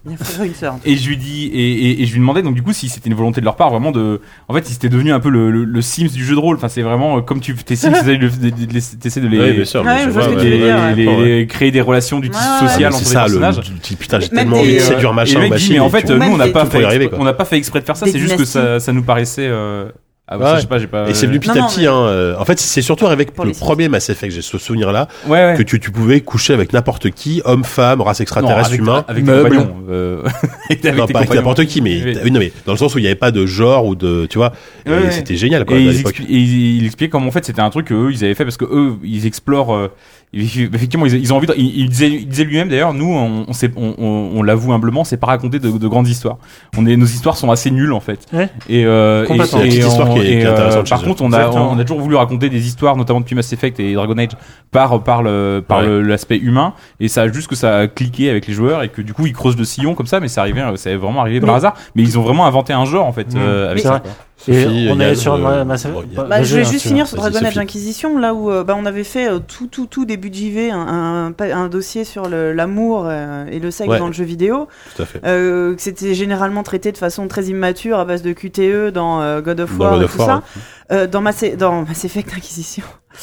S8: Il y a un frère et une sœur.
S7: et je lui dis et, et- et je lui demandais donc du coup si c'était une volonté de leur part vraiment de en fait si c'était devenu un peu le, le- le Sims du jeu de rôle enfin c'est vraiment euh, comme tu tes Sims t'essaies de, de- de- de- t'essaies de euh, les,
S3: Ouais, bien sûr, bien Ouais, sûr, je vois ce ouais, que tu veux
S7: les-
S3: dire, ouais.
S7: les-
S3: Ouais.
S7: les- créer des relations du tissu
S3: Ouais, ouais,
S7: social
S3: ouais.
S7: entre
S3: C'est
S7: les
S3: ça, le-
S7: personnages
S3: tu- tu- putain, j'ai
S7: Même
S3: tellement envie
S7: des-
S3: de séduire
S7: euh,
S3: machin,
S7: et le mec dit,
S3: machine
S7: mais en
S3: et
S7: fait
S3: tout.
S7: euh, nous
S3: Même
S7: on n'a
S3: des-
S7: pas
S3: tout pour
S7: fait
S3: y arriver,
S7: exprès-
S3: quoi.
S7: on n'a pas fait exprès de faire ça
S3: Des
S7: c'est juste que
S3: dynasties.
S7: ça ça nous paraissait euh, ah, ça,
S3: Ouais.
S7: je sais pas j'ai pas
S3: Et c'est venu petit
S7: Non,
S3: à
S7: non,
S3: petit.
S7: mais-
S3: hein, euh, en fait, c'est surtout avec le premier Mass Effect, j'ai ce souvenir-là,
S7: Ouais, ouais.
S3: que tu, tu pouvais coucher avec n'importe qui, homme, femme, race
S7: Non,
S3: extraterrestre,
S7: avec-
S3: humain.
S7: avec tes Meuble. compagnons, euh, avec tes
S3: Non, pas avec
S7: compagnons.
S3: n'importe qui, mais,
S7: Oui.
S3: oui, non, mais dans le sens où il n'y avait pas de genre ou de. Tu vois, et
S7: Ouais, ouais.
S3: c'était génial quoi.
S7: Et
S3: à
S7: ils
S3: l'époque.
S7: expli- et ils- ils expliquaient comment en fait c'était un truc qu'eux ils avaient fait parce que eux ils explorent. euh, ils- effectivement, ils, ils ont envie. de- ils, ils disaient, ils disaient lui-même d'ailleurs, nous on, on, s'est- on, on- on l'avoue humblement, c'est pas raconter de, de grandes histoires. On est, nos histoires sont assez nulles en fait.
S5: Ouais.
S7: Et, euh, et-
S5: Complètement.
S7: et
S5: C'est une petite histoire
S7: on-
S5: qui est-
S7: et,
S5: qui est intéressante
S7: euh, par
S5: chez eux.
S7: contre, on a,
S5: Exactement.
S7: on a toujours voulu raconter des histoires, notamment depuis Mass Effect et Dragon Age, par par le par
S3: Ouais.
S7: le- l'aspect humain. Et ça juste que ça a cliqué avec les joueurs et que du coup ils creusent le sillon comme ça, mais ça arrivait, euh, ça est vraiment arrivé par
S5: Oui.
S7: hasard. Mais ils ont vraiment inventé un genre en fait euh, avec
S5: C'est
S7: ça.
S5: vrai.
S7: quoi.
S5: Et
S7: Sophie,
S5: on est
S7: Yann,
S5: sur
S7: euh,
S5: Mass Effect-
S7: Morgan.
S5: pas-
S8: Bah,
S5: le
S8: je
S5: jeu,
S8: vais
S5: hein,
S8: juste
S5: tu
S8: finir
S5: vois.
S8: sur Dragon Age Inquisition, là où euh, bah, on avait fait euh, tout, tout, tout début de JV un, un, pa- un dossier sur le- l'amour euh, et le sexe
S13: Ouais.
S8: dans le jeu vidéo.
S13: Tout à fait.
S8: Euh, que C'était généralement traité de façon très immature à base de QTE dans euh, God of
S13: Dans
S8: War
S13: God
S8: et
S13: of
S8: tout
S13: War,
S8: ça.
S13: ouais.
S8: Euh, dans, Mass, dans Mass Effect Inquisition.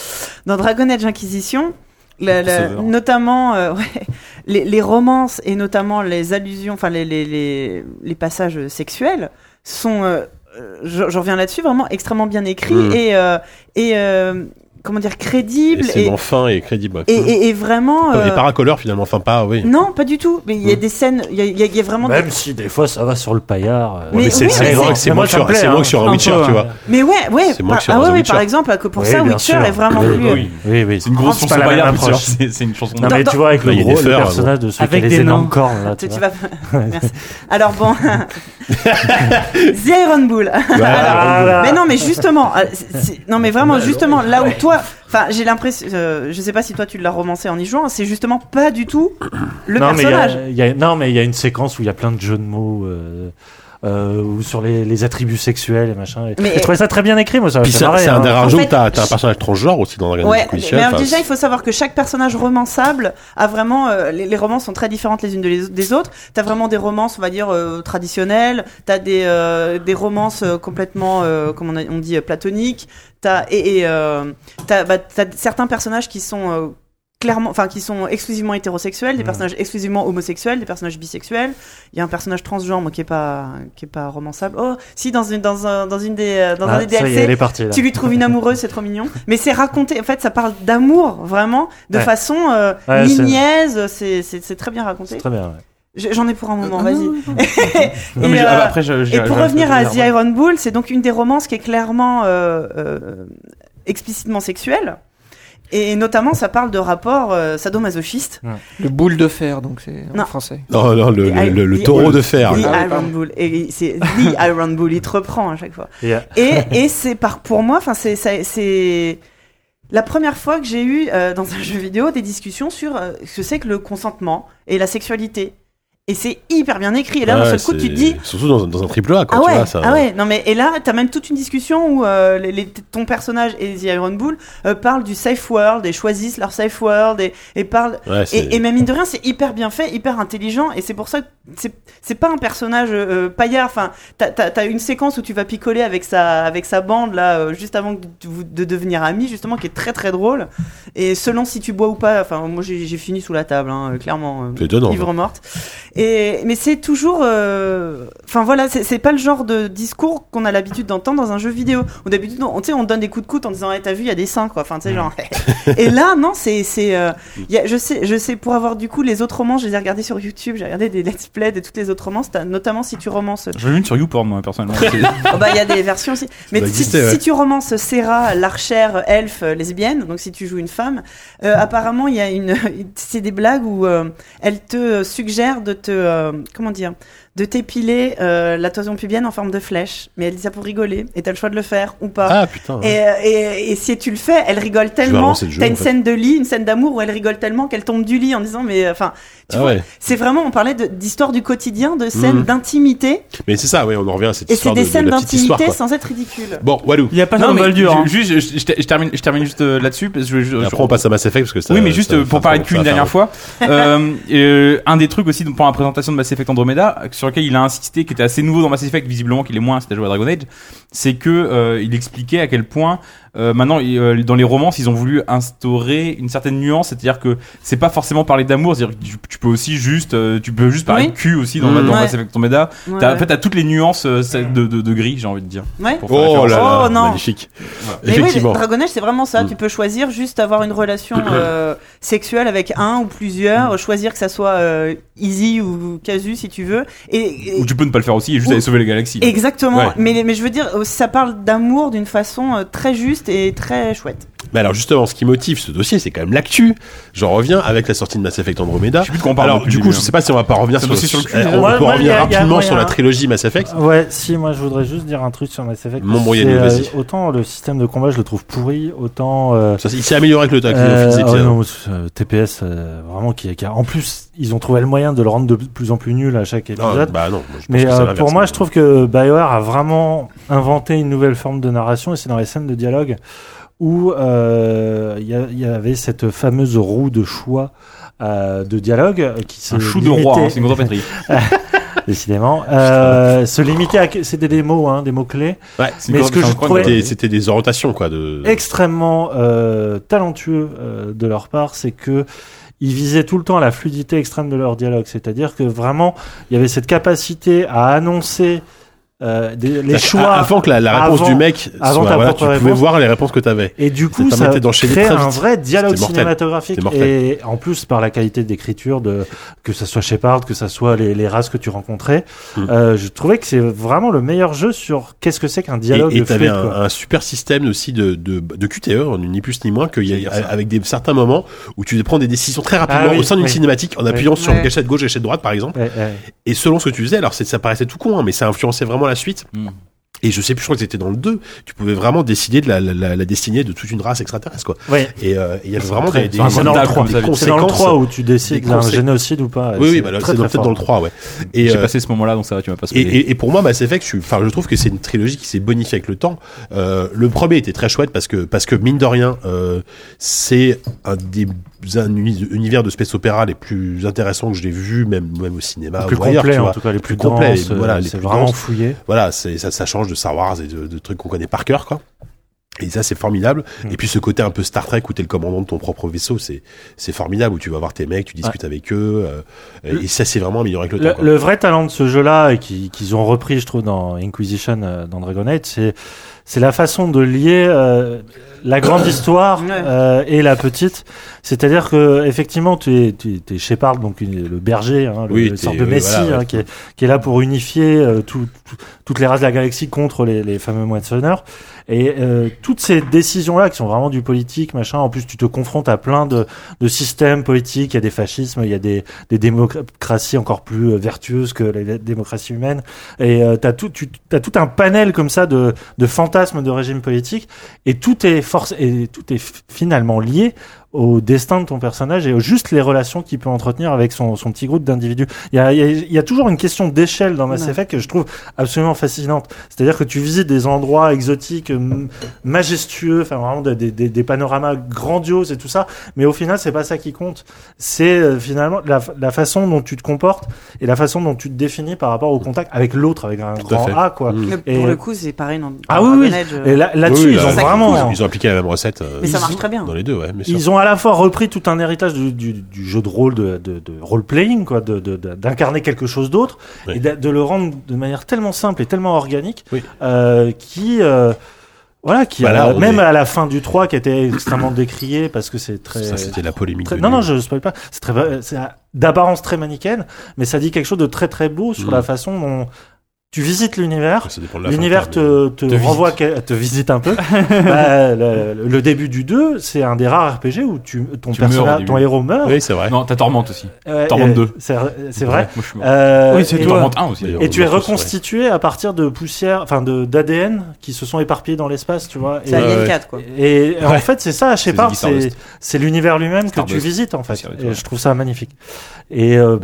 S8: Dans Dragon Age Inquisition. la-
S13: Le
S8: la-
S13: crossover.
S8: notamment euh, ouais, les, les romances et notamment les allusions, enfin les, les, les, les passages sexuels sont, euh, euh, je, je reviens là-dessus, vraiment extrêmement bien écrits
S13: Mm.
S3: Mhm.
S8: et, euh, et euh, comment dire, crédibles.
S3: C'est bon, fin et crédible. ouais.
S8: et, et-
S13: Mm.
S8: et vraiment.
S3: Et
S8: euh,
S3: paracolore finalement, enfin pas, oui.
S8: non, pas du tout. Mais il y
S13: Mm.
S8: a des scènes, il y a, il y a- il y a
S9: Bah
S8: vraiment.
S5: Même
S8: des...
S5: si des fois ça va sur le paillard. euh,
S8: Mais Mais c'est- oui, c'est- mais c'est-
S3: c'est
S5: Moi,
S3: moins que
S5: ça me
S3: sur- c'est
S5: plaît,
S3: moins
S5: hein.
S3: que sur un
S5: peu,
S3: Witcher, tu
S5: hein.
S3: vois.
S8: Mais ouais, ouais.
S3: C'est moins
S8: par-
S3: que sur
S8: ah
S3: The
S8: ouais, ouais,
S3: Witcher.
S8: par exemple, que pour
S5: Oui,
S8: ça,
S5: bien
S8: Witcher
S5: sûr.
S8: est vraiment
S5: Oui,
S8: plus.
S5: oui, oui, oui.
S7: C'est une grosse
S5: C'est
S7: chanson
S5: pas la même
S7: Bayard,
S5: approche.
S7: c'est- c'est une chanson
S5: Non, mais
S7: Dans-
S5: tu vois, avec le
S7: Il y a
S5: gros
S7: des
S5: le
S7: fleurs,
S5: personnage
S7: bon.
S5: de celui qui a
S7: Avec
S5: les
S7: des
S5: énormes
S7: nains.
S5: cornes. là, tu
S8: Tu- tu
S5: vois.
S8: vas- Merci. Alors bon, Zéron Bull.
S5: Ah. Voilà.
S8: Mais non, mais justement, euh, c'est- c'est- non mais
S5: Bah,
S8: vraiment justement là où toi, enfin j'ai l'impression, euh, je sais pas si toi tu l'as romancé en y jouant, c'est justement pas du tout le
S5: non, mais il y a-
S8: personnage.
S5: il y a- non, mais il y a une séquence où il y a plein de jeux de mots. euh, euh, ou sur les, les attributs sexuels et machin. Et-
S8: Mais-
S5: Je trouvais ça très bien écrit, moi. Ça m'a
S3: Puis
S5: fait
S3: ça-
S5: marrer,
S3: c'est un
S5: hein.
S3: des rares jeux où t'as t'as un personnage transgenre aussi dans Dragon Age
S8: Ouais,
S3: Inquisition,
S8: mais alors
S3: enfin,
S8: déjà il faut savoir que chaque personnage romançable a vraiment euh, les, les romances sont très différentes les unes de les- des autres. T'as vraiment des romances on va dire euh, traditionnelles, t'as des euh, des romances euh, complètement euh, comment on, a- on dit euh, platoniques, t'as et, et, euh, t'as bah, t'as certains personnages qui sont euh, clairement, enfin qui sont exclusivement hétérosexuels,
S5: Mmh.
S8: des personnages exclusivement homosexuels, des personnages bisexuels. Il y a un personnage transgenre moi, qui est pas qui est pas romançable. Oh, si dans une dans un dans une des euh, dans
S5: Ah,
S8: un des
S5: ça y est,
S8: DLC,
S5: elle est partie, là.
S8: tu lui trouves une amoureuse, c'est trop mignon. Mais c'est raconté. En fait, ça parle d'amour vraiment de
S5: Ouais.
S8: façon euh,
S5: Ouais, c'est-
S8: lignaise. C'est c'est c'est très bien raconté.
S5: Très bien. ouais.
S8: Je- J'en ai pour un moment, vas-y.
S5: Non, mais
S8: et,
S5: je- ah bah
S8: euh,
S5: après, je- je-
S8: et pour
S5: je- je-
S8: revenir
S5: je-
S8: à
S5: je-
S8: The Iron Bull, c'est donc une des romances qui est clairement euh, euh, explicitement sexuelle. Et notamment, ça parle de rapports euh, sadomasochistes.
S12: Le boule de fer, donc c'est en
S8: Non.
S12: français.
S3: Non, non, le, le- le- le taureau de fer.
S8: The
S3: là.
S8: Iron Bull. Et c'est The Iron Bull, il te reprend à chaque fois.
S5: Yeah.
S8: Et, et c'est par, pour moi, enfin, c'est, ça- c'est la première fois que j'ai eu euh, dans un jeu vidéo des discussions sur euh, ce que c'est que le consentement et la sexualité. Et c'est hyper bien écrit. Et là,
S3: Ouais,
S8: d'un seul coup,
S3: c'est-
S8: tu te dis,
S3: Surtout dans, dans un triple A, quoi,
S8: ah
S3: tu
S8: ouais,
S3: vois, ça-
S8: ah ouais, non mais et là t'as même toute une discussion où euh, les- les- ton personnage et The Iron Bull euh, parlent du safe world et choisissent leur safe world et, et parlent
S3: Ouais, c'est-
S8: et, et même mine de rien c'est hyper bien fait, hyper intelligent et c'est pour ça que c'est c'est pas un personnage euh, paillard. Enfin t'as- t'as t'as une séquence où tu vas picoler avec sa avec sa bande là euh, juste avant que tu- vous- de devenir ami justement qui est très très drôle et selon si tu bois ou pas. Enfin moi j'ai j'ai fini sous la table hein, euh, clairement. euh,
S3: C'est étonnant,
S8: ivre
S3: hein.
S8: morte. Et, mais c'est toujours. euh, Enfin voilà, c'est c'est pas le genre de discours qu'on a l'habitude d'entendre dans un jeu vidéo. Ou d'habitude, on, tu sais, on donne des coups de coude en disant, hey, t'as vu, il y a des seins, quoi. Enfin, tu sais, genre. Et là, non, c'est. c'est, euh, il y a- je, sais, je sais, pour avoir du coup, les autres romances, je les ai regardées sur YouTube, j'ai regardé des let's play de toutes les autres romances, t'as- notamment si tu romances.
S7: J'en ai une sur YouPorn, moi, personnellement.
S8: Oh, bah, il y a des versions aussi. Mais
S7: doit
S8: si,
S7: exister, ouais.
S8: si tu romances Sarah, l'archère, elfe, euh, lesbienne, donc si tu joues une femme, euh, apparemment, il y a une. C'est des blagues où euh, elle te suggère de te. euh, comment dire De t'épiler euh, la toison pubienne en forme de flèche. Mais elle dit ça pour rigoler. Et t'as le choix de le faire ou pas.
S3: Ah, putain, ouais.
S8: Et, euh, et, et si tu le fais, elle rigole tellement.
S3: relancer le jeu,
S8: T'as
S3: en
S8: une
S3: fait.
S8: scène de lit, une scène d'amour où elle rigole tellement qu'elle tombe du lit en disant mais. euh, Enfin. tu
S3: Ah
S8: vois,
S3: ouais.
S8: C'est vraiment. On parlait de- d'histoire du quotidien, de scènes
S3: Mhm.
S8: d'intimité.
S3: Mais c'est ça, ouais, on en revient à cette
S8: Et c'est
S3: histoire
S8: des
S3: de, de
S8: scènes
S3: la petite histoire.
S8: d'intimité
S3: quoi.
S8: sans être ridicule.
S3: Bon, Walou.
S4: Il n'y a pas
S7: Non,
S4: de
S7: mais
S4: Baldur.
S7: ju-
S4: hein.
S7: Juste, je, je- je termine, je termine juste euh, là-dessus. parce que je- je-
S3: Et Après, on passe à Mass Effect parce que ça-
S7: oui, mais juste
S3: ça-
S7: euh, pour
S3: ça-
S7: parler
S3: ça-
S7: de cul
S3: ça-
S7: une dernière
S3: ça-
S7: fois, euh, euh, un des trucs aussi pendant la présentation de Mass Effect Andromeda, sur lequel il a insisté, qui était assez nouveau dans Mass Effect, visiblement qu'il est moins, c'était joué à Dragon Age, c'est que euh, il expliquait à quel point euh, maintenant il- euh, dans les romances ils ont voulu instaurer une certaine nuance, c'est-à-dire que c'est pas forcément parler d'amour, c'est-à-dire que tu, tu peux aussi juste, euh, tu peux juste parler
S8: Oui.
S7: de cul aussi dans,
S8: Mm.
S7: dans
S8: Ouais.
S7: Mass Effect Andromeda.
S8: Ouais,
S7: T'as-
S8: ouais.
S7: En fait, t'as toutes les nuances euh, de, de, de gris, j'ai envie de dire.
S8: Ouais.
S7: Pour faire
S3: Oh
S7: référence.
S3: là là,
S8: Oh, non.
S3: magnifique.
S7: Voilà.
S8: Mais oui,
S3: Effectivement.
S8: Dragon Age, c'est vraiment ça.
S3: Mm.
S8: Tu peux choisir juste avoir une relation euh, sexuelle avec un ou plusieurs, choisir que ça soit euh, easy ou casu si tu veux. Et, et-
S7: Ou tu peux ne pas le faire aussi et juste
S8: Ou-
S7: aller sauver les galaxies.
S8: Exactement.
S7: Ouais.
S8: Mais, mais je veux dire, euh, ça parle d'amour d'une façon euh, très juste et très chouette.
S3: Mais alors justement, ce qui motive ce dossier, c'est quand même l'actu. J'en reviens avec la sortie de Mass Effect Andromeda.
S7: qu'on parle
S3: alors
S7: depuis
S3: du
S7: le
S3: coup,
S7: début, hein.
S3: je sais pas si on va pas revenir
S7: C'est
S3: sur,
S7: aussi sur le cul,
S3: Eh,
S7: hein.
S3: on
S7: Ouais,
S3: peut
S7: ouais, y
S3: revenir
S7: a- y a
S3: rapidement sur la
S7: moyen.
S3: trilogie Mass Effect.
S5: Ouais, si, moi je voudrais juste dire un truc sur Mass Effect.
S3: Mon moyen,
S5: C'est,
S3: vas-y.
S5: euh, autant le système de combat, je le trouve pourri, autant. euh,
S3: Ça, il s'est amélioré avec le temps, avec les
S5: euh,
S3: physiques,
S5: oh
S3: hein.
S5: non, ce- euh, TPS, euh, vraiment, qui, qui a- en plus, ils ont trouvé le moyen de le rendre de plus en plus nul à chaque épisode.
S3: bah non, moi, je pense
S5: Mais
S3: que c'est
S5: euh,
S3: l'inverse,
S5: pour moi,
S3: hein.
S5: je trouve que BioWare a vraiment inventé une nouvelle forme de narration et c'est dans les scènes de dialogue où euh, il y a- il y, avait cette fameuse roue de choix euh, de dialogue euh, qui s'est
S7: Un chou de roi,
S5: limitée-
S7: hein, c'est une grande patrie.
S5: Décidément. Euh, se limiter à. que- C'était des mots, hein, des mots-clés.
S3: Ouais,
S5: Mais ce que je
S3: c'était,
S5: trouvais
S3: c'était des orientations quoi. De...
S5: extrêmement euh, talentueux euh, de leur part, c'est que ils visaient tout le temps à la fluidité extrême de leur dialogue. C'est-à-dire que vraiment, il y avait cette capacité à annoncer euh, des- les
S3: C'est-à-dire
S5: choix.
S3: à- avant que la, la réponse
S5: avant-
S3: du mec,
S5: avant
S3: soit,
S5: ta
S3: voilà, tu
S5: propre
S3: pouvais
S5: réponse.
S3: voir les réponses que t'avais.
S5: Et du coup,
S3: te
S5: ça
S3: permettait d'enchaîner
S5: crée
S3: très
S5: un
S3: vite.
S5: vrai dialogue
S3: C'était mortel.
S5: cinématographique.
S3: C'était mortel.
S5: Et en plus, par la qualité d'écriture, de que ça soit Shepard, que ça soit les, les races que tu rencontrais,
S3: Hmm.
S5: euh, je trouvais que c'est vraiment le meilleur jeu sur qu'est-ce que c'est qu'un dialogue
S3: Et- hein. Et
S5: de
S3: t'avais
S5: fluide.
S3: un,
S5: quoi.
S3: un super système aussi de, de, de QTE, hein, ni plus ni moins, qu'il y a- euh, avec des, certains moments où tu prends des décisions très rapidement
S5: Ah oui,
S3: au sein d'une
S5: oui.
S3: cinématique en
S5: Oui.
S3: appuyant sur
S5: Ouais.
S3: gâchette gauche, gâchette droite par exemple.
S5: Ouais, ouais.
S3: Et selon ce que tu faisais, alors c'est- ça paraissait tout con, hein, mais ça influençait vraiment la suite.
S5: Hmm.
S3: Et je sais plus, je crois que c'était dans le 2, tu pouvais vraiment décider de la, la- la- la destinée de toute une race extraterrestre. Quoi.
S5: Ah Ouais.
S3: Et euh, et il y avait vraiment
S5: Après,
S3: des, des,
S5: c'est dans le 3,
S3: des
S5: c'est dans le 3 où
S3: conséquences-
S5: tu décides
S3: des
S5: d'un
S3: consé-
S5: génocide ou pas.
S3: Oui,
S5: C'est
S3: oui, bah, là,
S5: très,
S3: c'est dans-
S5: très
S3: peut-être
S5: fort.
S3: dans le 3, ouais.
S7: J'ai
S3: euh,
S7: passé ce moment-là, donc ça va, tu m'as pas
S3: et,
S7: spoilé.
S3: et, et pour moi, Mass Effect, je, suis- enfin, je trouve que c'est une trilogie qui s'est bonifiée avec le temps. Euh, le premier était très chouette parce que, parce que mine de rien, euh, c'est un des un uni- univers de space opéra les plus intéressants que je l'ai vu, même, même au cinéma.
S5: Les plus
S3: ou ailleurs,
S5: complets,
S3: Bah, tu vois.
S5: en tout cas, les plus
S3: complets,
S5: denses,
S3: voilà,
S5: euh,
S3: les
S5: c'est
S3: plus
S5: vraiment
S3: denses.
S5: fouillé.
S3: Voilà, c'est- ça, ça change de Star Wars et de, de trucs qu'on connaît par cœur, quoi. Et ça, c'est formidable.
S5: Mm.
S3: Et puis ce côté un peu Star Trek où t'es le commandant de ton propre vaisseau, c'est c'est formidable où tu vas voir tes mecs, tu discutes avec eux. euh, et ça, c'est vraiment amélioré avec le,
S5: Le,
S3: temps. quoi.
S5: le vrai talent de ce jeu-là, et qui- qu'ils ont repris, je trouve, dans Inquisition, euh, dans Dragon Age, c'est c'est la façon de lier euh, la grande histoire euh, et la petite. C'est-à-dire que effectivement, tu es, tu es- tu es Shepard, donc une- le berger, hein, le,
S3: Oui,
S5: le
S3: t'es-
S5: sorte de
S3: oui,
S5: messie
S3: voilà,
S5: hein,
S3: ouais.
S5: qui, est, qui est là pour unifier euh, tout- tout- toutes les races de la galaxie contre les, les fameux moissonneurs. Et euh, toutes ces décisions-là qui sont vraiment du politique, machin. En plus, tu te confrontes à plein de, de systèmes politiques. Il y a des fascismes, il y a des, des démocraties encore plus euh, vertueuses que les démocraties humaines. Et euh, t'as tout, tu as tout un panel comme ça de, de fantasmes de régimes politiques. Et tout est force et tout est f- finalement lié au destin de ton personnage et au- juste les relations qu'il peut entretenir avec son, son petit groupe d'individus. Il y a, il y a- il y a toujours une question d'échelle dans Mass
S6: Ouais.
S5: Effect que je trouve absolument fascinante. C'est-à-dire que tu visites des endroits exotiques, m- majestueux, enfin vraiment des, des- des- des panoramas grandioses et tout ça, mais au final, c'est pas ça qui compte. C'est euh, finalement la, fa- la façon dont tu te comportes et la façon dont tu te définis par rapport au contact avec l'autre, avec un grand
S3: fait.
S5: A, quoi.
S3: Mm.
S8: Mais
S5: Et-
S8: Euh, Pour le coup, c'est pareil dans
S5: Ah
S8: dans
S5: oui, oui.
S8: Dragon Age, euh,
S5: Et là- là-dessus,
S3: Oui, oui,
S5: ils
S3: là,
S5: ont
S3: ça,
S5: vraiment.
S3: Ils, ils ont appliqué la même recette. euh,
S8: Mais ça
S3: ils-
S8: marche très bien.
S3: Dans les deux, ouais. bien sûr.
S5: Ils ont à la fois repris tout un héritage du, du- du jeu de rôle, de, de- de role-playing, quoi, de- de- de- d'incarner quelque chose d'autre, et de, de le rendre de manière tellement simple et tellement organique, euh, qui, euh, voilà, qui,
S3: Bah
S5: a-
S3: là, on
S5: même
S3: est-
S5: à la fin du 3, qui était extrêmement décrié parce que c'est très.
S3: Ça, c'était la polémique.
S5: très-
S3: de
S5: non,
S3: nuit.
S5: non, je spoil pas. C'est très, euh, c'est d'apparence très manichéenne, mais ça dit quelque chose de très très beau sur
S3: Mhm.
S5: la façon dont tu visites l'univers.
S3: Ça dépend de la fin,
S5: L'univers te, te
S3: Te
S5: renvoie, que- te visite un peu. Bah, le, le début du 2, c'est un des rares RPG où tu, ton
S7: Tu meurs au
S5: personnage,
S7: début.
S5: ton héros meurt.
S3: Oui, c'est vrai.
S7: Non, t'as Tormente aussi.
S5: Euh,
S7: Tormente
S5: euh,
S7: 2.
S5: C'est c'est vrai.
S7: Ouais, moi, je suis mort.
S5: Euh,
S7: Oui, c'est
S5: et-
S7: toi. Tormente 1 aussi, d'ailleurs.
S5: Et tu es
S7: On meurt tous, ouais.
S5: reconstitué à partir de poussière, enfin de- d'ADN qui se sont éparpillés dans l'espace, tu vois.
S8: C'est
S5: Et- euh,
S8: Alien Ouais, ouais. 4, quoi.
S5: Et en
S8: Ouais.
S5: fait, c'est ça, je sais
S8: C'est
S5: pas,
S8: Ziggy
S5: c'est
S8: Stardust.
S5: c'est l'univers lui-même que tu
S7: Stardust.
S5: visites en fait.
S7: Poussière,
S5: Et
S7: ouais.
S5: je trouve ça magnifique. Et euh,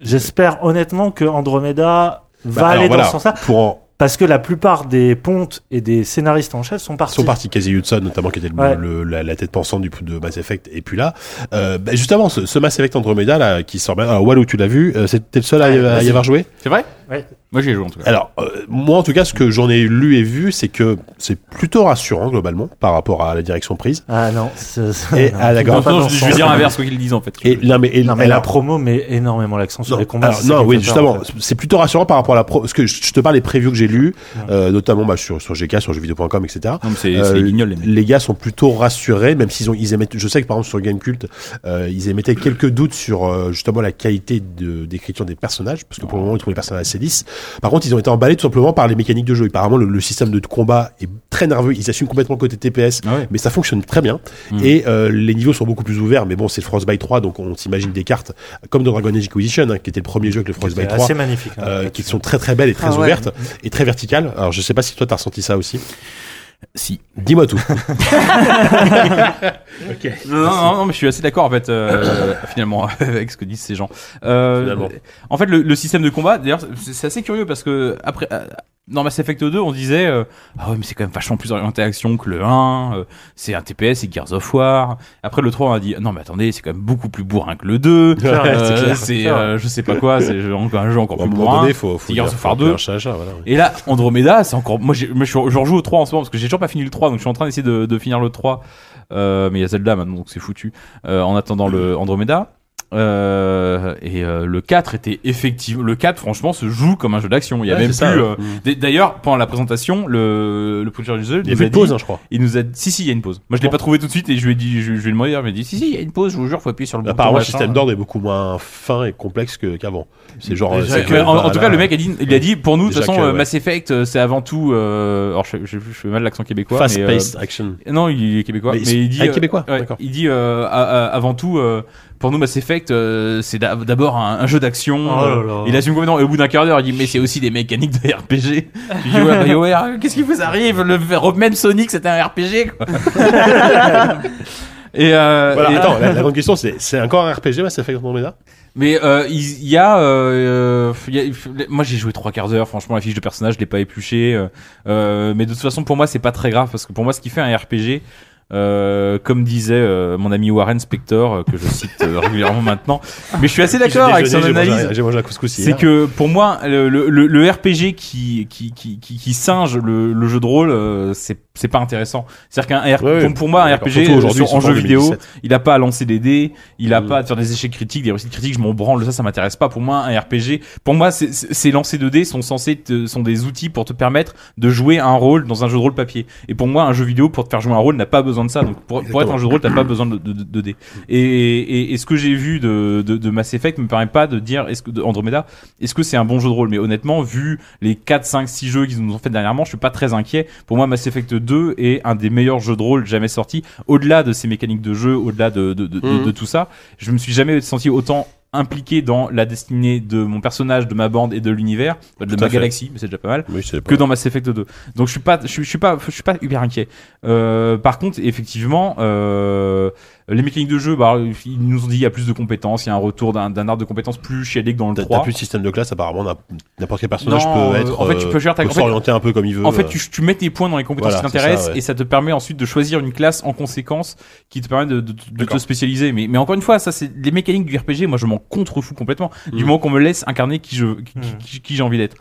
S5: j'espère honnêtement que Andromeda va
S3: Bah, alors,
S5: aller dans
S3: voilà,
S5: ce sens-là.
S3: pour en-
S5: Parce que la plupart des pontes et des scénaristes en chef sont partis.
S3: sont partis. Casey Hudson, notamment, qui était le-
S5: Ouais.
S3: le- la, la tête pensante du, de Mass Effect, et puis là, euh, bah, justement, ce, ce Mass Effect Andromeda là, qui sort. Alors, Walou, tu l'as vu, euh, c'était le seul à, y- à y
S7: vas-y.
S3: avoir joué.
S7: C'est vrai
S5: Ouais.
S7: Moi, j'y ai joué en tout cas.
S3: Alors, euh, moi, en tout cas, ce que j'en ai lu et vu, c'est que c'est plutôt rassurant globalement par rapport à la direction prise.
S5: Ah non, c'est-
S3: Et
S5: non,
S3: ah,
S5: tout
S3: d'accord.
S5: va pas dans ce sens.
S7: qu'ils disent en fait.
S3: Et, non, mais, et-
S5: Non, mais
S3: et
S5: la
S3: la-
S5: promo met énormément l'accent sur les combats.
S3: Alors,
S5: c'est ça
S3: non,
S5: qui
S3: oui,
S5: fait peur,
S3: justement,
S5: en fait.
S3: c'est plutôt rassurant par rapport à la pro. Parce que je je te parle des previews que j'ai lues, euh, notamment bah, sur, sur GK, sur jeuxvideo.com, etc.
S7: Non, mais c'est- c'est les guignols, les mecs.
S3: Euh, gars sont plutôt rassurés, même s'ils ont, ils émettent, je sais que par exemple sur Gamecult, euh, ils émettaient quelques doutes sur euh, justement la qualité de, d'écriture des personnages, parce que pour le moment, ils trouvent les personnages assez lisses. Par contre, ils ont été emballés tout simplement par les mécaniques de jeu. Et apparemment, le, le système de combat est très nerveux. Ils assument complètement le côté TPS,
S5: Ah
S3: mais ça fonctionne très bien.
S7: Mm.
S3: Et euh, les niveaux sont beaucoup plus ouverts, mais bon, c'est le Frostbite 3, donc on s'imagine des cartes comme dans Dragon Age Inquisition, hein, qui était le premier jeu avec le Frostbite
S5: était
S3: 3.
S5: assez magnifique, hein,
S3: euh, qui sont très très belles et très
S5: Ah ouais.
S3: ouvertes et très verticales. Alors, je sais pas si toi, t'as ressenti ça aussi.
S7: Si.
S3: Dis-moi tout.
S7: Non, non, non, non, mais je suis assez d'accord en fait, euh, finalement, avec ce que disent ces gens. Euh,
S3: Finalement.
S7: en fait, le, le système de combat, d'ailleurs, c'est c'est assez curieux parce que après. euh, dans Mass Effect 2, on disait euh, ah ouais mais c'est quand même vachement plus orienté action que le 1, euh, c'est un TPS, c'est Gears of War. Après le 3, on a dit non mais attendez, c'est quand même beaucoup plus bourrin que le 2.
S3: C'est clair,
S7: Euh,
S3: c'est clair.
S7: c'est euh, je sais pas quoi, c'est encore un jeu encore
S3: Bon, à
S7: plus
S3: un moment
S7: bourrin.
S3: donné, faut- faut
S7: C'est
S3: dire-
S7: Gears of War
S3: faut faire
S7: 2.
S3: un chat-chat, voilà, ouais.
S7: Et là, Andromeda, c'est encore. Moi, j'ai- moi, je suis- j'en joue au 3 en ce moment parce que j'ai toujours pas fini le 3, donc je suis en train d'essayer de, de finir le 3. Euh, mais il y a Zelda maintenant, donc c'est foutu. Euh, en attendant le Andromeda. Euh, et euh, le 4 était effectivement. Le 4, franchement, se joue comme un jeu d'action. Il y a
S3: Ouais,
S7: même plus.
S3: c'est ça,
S7: euh,
S3: ouais. Mm.
S7: d- D'ailleurs, pendant la présentation, le, le producteur du jeu.
S3: Il y
S7: nous
S3: avait
S7: a
S3: une pause,
S7: dit-
S3: hein, je crois.
S7: Il nous a Si, si, il y a une pause. Moi, je l'ai
S3: Bon.
S7: pas trouvé tout de suite et je lui ai dit, je, je lui ai demandé, il m'a dit, si, si, il y a une pause, je vous jure, faut appuyer sur le bouton.
S3: Apparemment, le
S7: machin.
S3: système d'ordre est beaucoup moins fin et complexe que- qu'avant. C'est genre.
S7: Déjà
S3: euh,
S7: que-
S3: c'est que-
S7: en, en tout
S3: voilà.
S7: cas, le mec a dit, il a dit pour nous, de toute
S3: Déjà
S7: façon,
S3: que,
S7: euh,
S3: ouais.
S7: Mass Effect, euh, c'est avant tout. euh, alors, je, je- je fais mal l'accent québécois. mais, euh,
S3: Fast-paced action.
S7: Non, il est québécois.
S3: Mais
S7: Mais,
S3: c'est-
S7: il dit.
S3: ah,
S7: euh,
S3: québécois,
S7: ouais,
S3: d'accord.
S7: Il dit euh, à- à- avant tout. euh, pour nous, Mass Effect, euh, c'est d'a- d'abord un, un jeu d'action.
S5: Oh là
S7: euh,
S5: là.
S7: Il assume complètement. Et au bout d'un quart d'heure, il dit mais c'est aussi des mécaniques de RPG. Je dis ouais, BioWare, euh, qu'est-ce qui vous arrive Le même Sonic, c'était un RPG. Quoi. et euh,
S3: Voilà,
S7: et-
S3: attends, la, la grande question, c'est c'est encore un RPG, Mass Effect Andromeda
S7: mais euh, il il y, a, euh, euh, il y a- moi j'ai joué trois quarts d'heure. Franchement, la fiche de personnage, je l'ai pas épluchée. euh, euh, mais de toute façon, pour moi, c'est pas très grave parce que pour moi, ce qui fait un RPG, Euh, comme disait euh, mon ami Warren Spector, euh, que je cite euh, régulièrement maintenant. Mais je suis assez d'accord
S3: J'ai
S7: avec son
S3: déjeuné, j'ai mangé
S7: analyse.
S3: un- j'ai mangé un couscous hier.
S7: C'est que pour moi, le, le- le- le RPG qui, qui, qui, qui, qui singe le, le jeu de rôle, euh, c'est c'est pas intéressant. C'est-à-dire qu'un R-
S3: Ouais,
S7: pour, pour moi, un
S3: d'accord.
S7: RPG
S3: Surtout aujourd'hui,
S7: sur- en
S3: surtout
S7: jeu
S3: en
S7: vidéo,
S3: 2017.
S7: il a pas à lancer des dés, il
S3: Mm.
S7: a pas à faire des échecs critiques, des réussites critiques, je m'en branle, ça, ça m'intéresse pas. Pour moi, un RPG, pour moi, c'est- c'est- ces lancers de dés sont censés, te- sont des outils pour te permettre de jouer un rôle dans un jeu de rôle papier. Et pour moi, un jeu vidéo, pour te faire jouer un rôle, n'a pas besoin de ça. Donc, pour, pour être un jeu de rôle, t'as pas besoin de, de, de- de dés. Et, et, et ce que j'ai vu de, de, de Mass Effect me permet pas de dire, est-ce que, de Andromeda, est-ce que c'est un bon jeu de rôle? Mais honnêtement, vu les 4, 5, 6 jeux qu'ils nous ont fait dernièrement, je suis pas très inquiet. Pour moi, Mass Effect 2 est un des meilleurs jeux de rôle jamais sortis. Au-delà de ses mécaniques de jeu, au-delà de, de, de, de-
S13: Mhm.
S7: de tout ça, je me suis jamais senti autant impliqué dans la destinée de mon personnage, de ma bande et de l'univers, de
S3: Tout à
S7: ma
S3: fait.
S7: galaxie, mais c'est déjà pas mal,
S3: Oui, c'est pas
S7: que
S3: mal.
S7: dans Mass Effect 2. Donc je suis pas, je, suis- je suis pas, je suis pas hyper inquiet. Euh, par contre, effectivement, euh, les mécaniques de jeu, bah, ils nous ont dit il y a plus de compétences, il y a un retour d'un d'un arbre de compétences plus chialé que dans le
S3: T'as
S7: 3.
S3: t'as plus de système de classe, apparemment, n'a- n'importe quel personnage
S7: Non,
S3: peut
S7: euh,
S3: être.
S7: En fait, tu
S3: euh,
S7: peux gérer ta-
S3: peut
S7: en fait-
S3: s'orienter un peu comme il veut.
S7: En fait,
S3: euh.
S7: tu, tu mets tes points dans les compétences
S3: Voilà,
S7: qui
S3: c'est ça,
S7: t'intéressent
S3: ouais.
S7: et ça te permet ensuite de choisir une classe en conséquence qui te permet de, de- de te spécialiser. Mais, mais encore une fois, ça, c'est les mécaniques du RPG. Moi, je m'en contrefous complètement du
S3: Mm.
S7: moment qu'on me laisse incarner qui je qui, qui- qui j'ai envie d'être.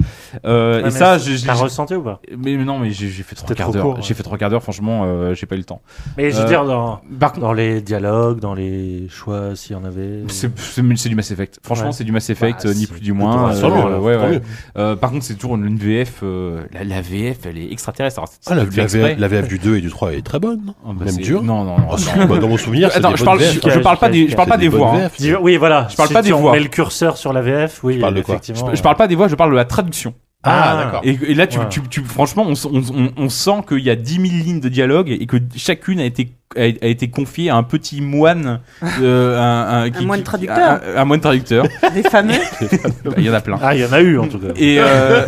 S7: Euh,
S5: Ouais,
S7: et
S5: Mm. Ah, mais
S7: ça,
S5: c'est-
S7: je- je-
S5: t'as
S7: je-
S5: ressenti ou pas
S7: Mais mais non, mais j'ai j'ai fait trois
S5: C'était
S7: quarts
S5: trop
S7: d'heure.
S5: court, ouais.
S7: J'ai fait trois quarts d'heure. Franchement, euh, j'ai pas eu le temps.
S5: Mais je veux
S7: Euh,
S5: dire, dans,
S7: par
S5: dans les dialogues, dans les choix, s'il y en avait. euh,
S7: C'est c'est- c'est du Mass Effect. Franchement,
S5: Mm. Ouais.
S7: c'est du Mass Effect,
S5: Bah,
S7: euh, ni
S5: c'est
S7: plus ni moins.
S5: plutôt rassurant, alors,
S7: ouais,
S5: tant
S7: ouais.
S5: mieux.
S7: Euh, par contre, c'est toujours une, une VF. euh, la, la VF, elle est extraterrestre. Alors, c'est-
S3: Ah, la,
S7: c'est fait
S3: la
S7: exprès.
S3: VF, la VF du 2 et du 3 est très bonne.
S7: Ah, bah,
S3: Même
S7: c'est-
S3: dure.
S7: Non, non, non.
S3: Ah, si, bah, dans mon souvenir, c'est
S7: Attends,
S3: des
S7: je
S3: bonnes
S7: parle, je,
S3: VF.
S7: je parle pas des, je parle
S3: C'est
S7: pas des,
S3: des bonnes
S7: voix. hein.
S3: VF.
S5: Dis- Oui, voilà.
S7: Je parle
S5: Si
S7: pas
S5: tu
S7: des
S5: en
S7: voix.
S5: mets le curseur sur la VF, oui.
S3: parles de quoi
S5: effectivement.
S7: Je, je parle pas des voix, je parle de la traduction.
S5: Ah, d'accord.
S7: Et, et là, tu,
S5: Ouais.
S7: tu, tu- franchement, on, s- on- on- on sent qu'il y a 10 000 lignes de dialogue et que chacune a été, a, a été confiée à un petit moine. euh, un,
S8: Un moine traducteur.
S7: Un, un moine traducteur.
S8: Des fameux.
S7: Bah, Il y en a plein.
S5: Ah, il y en a eu en tout cas.
S7: et, euh,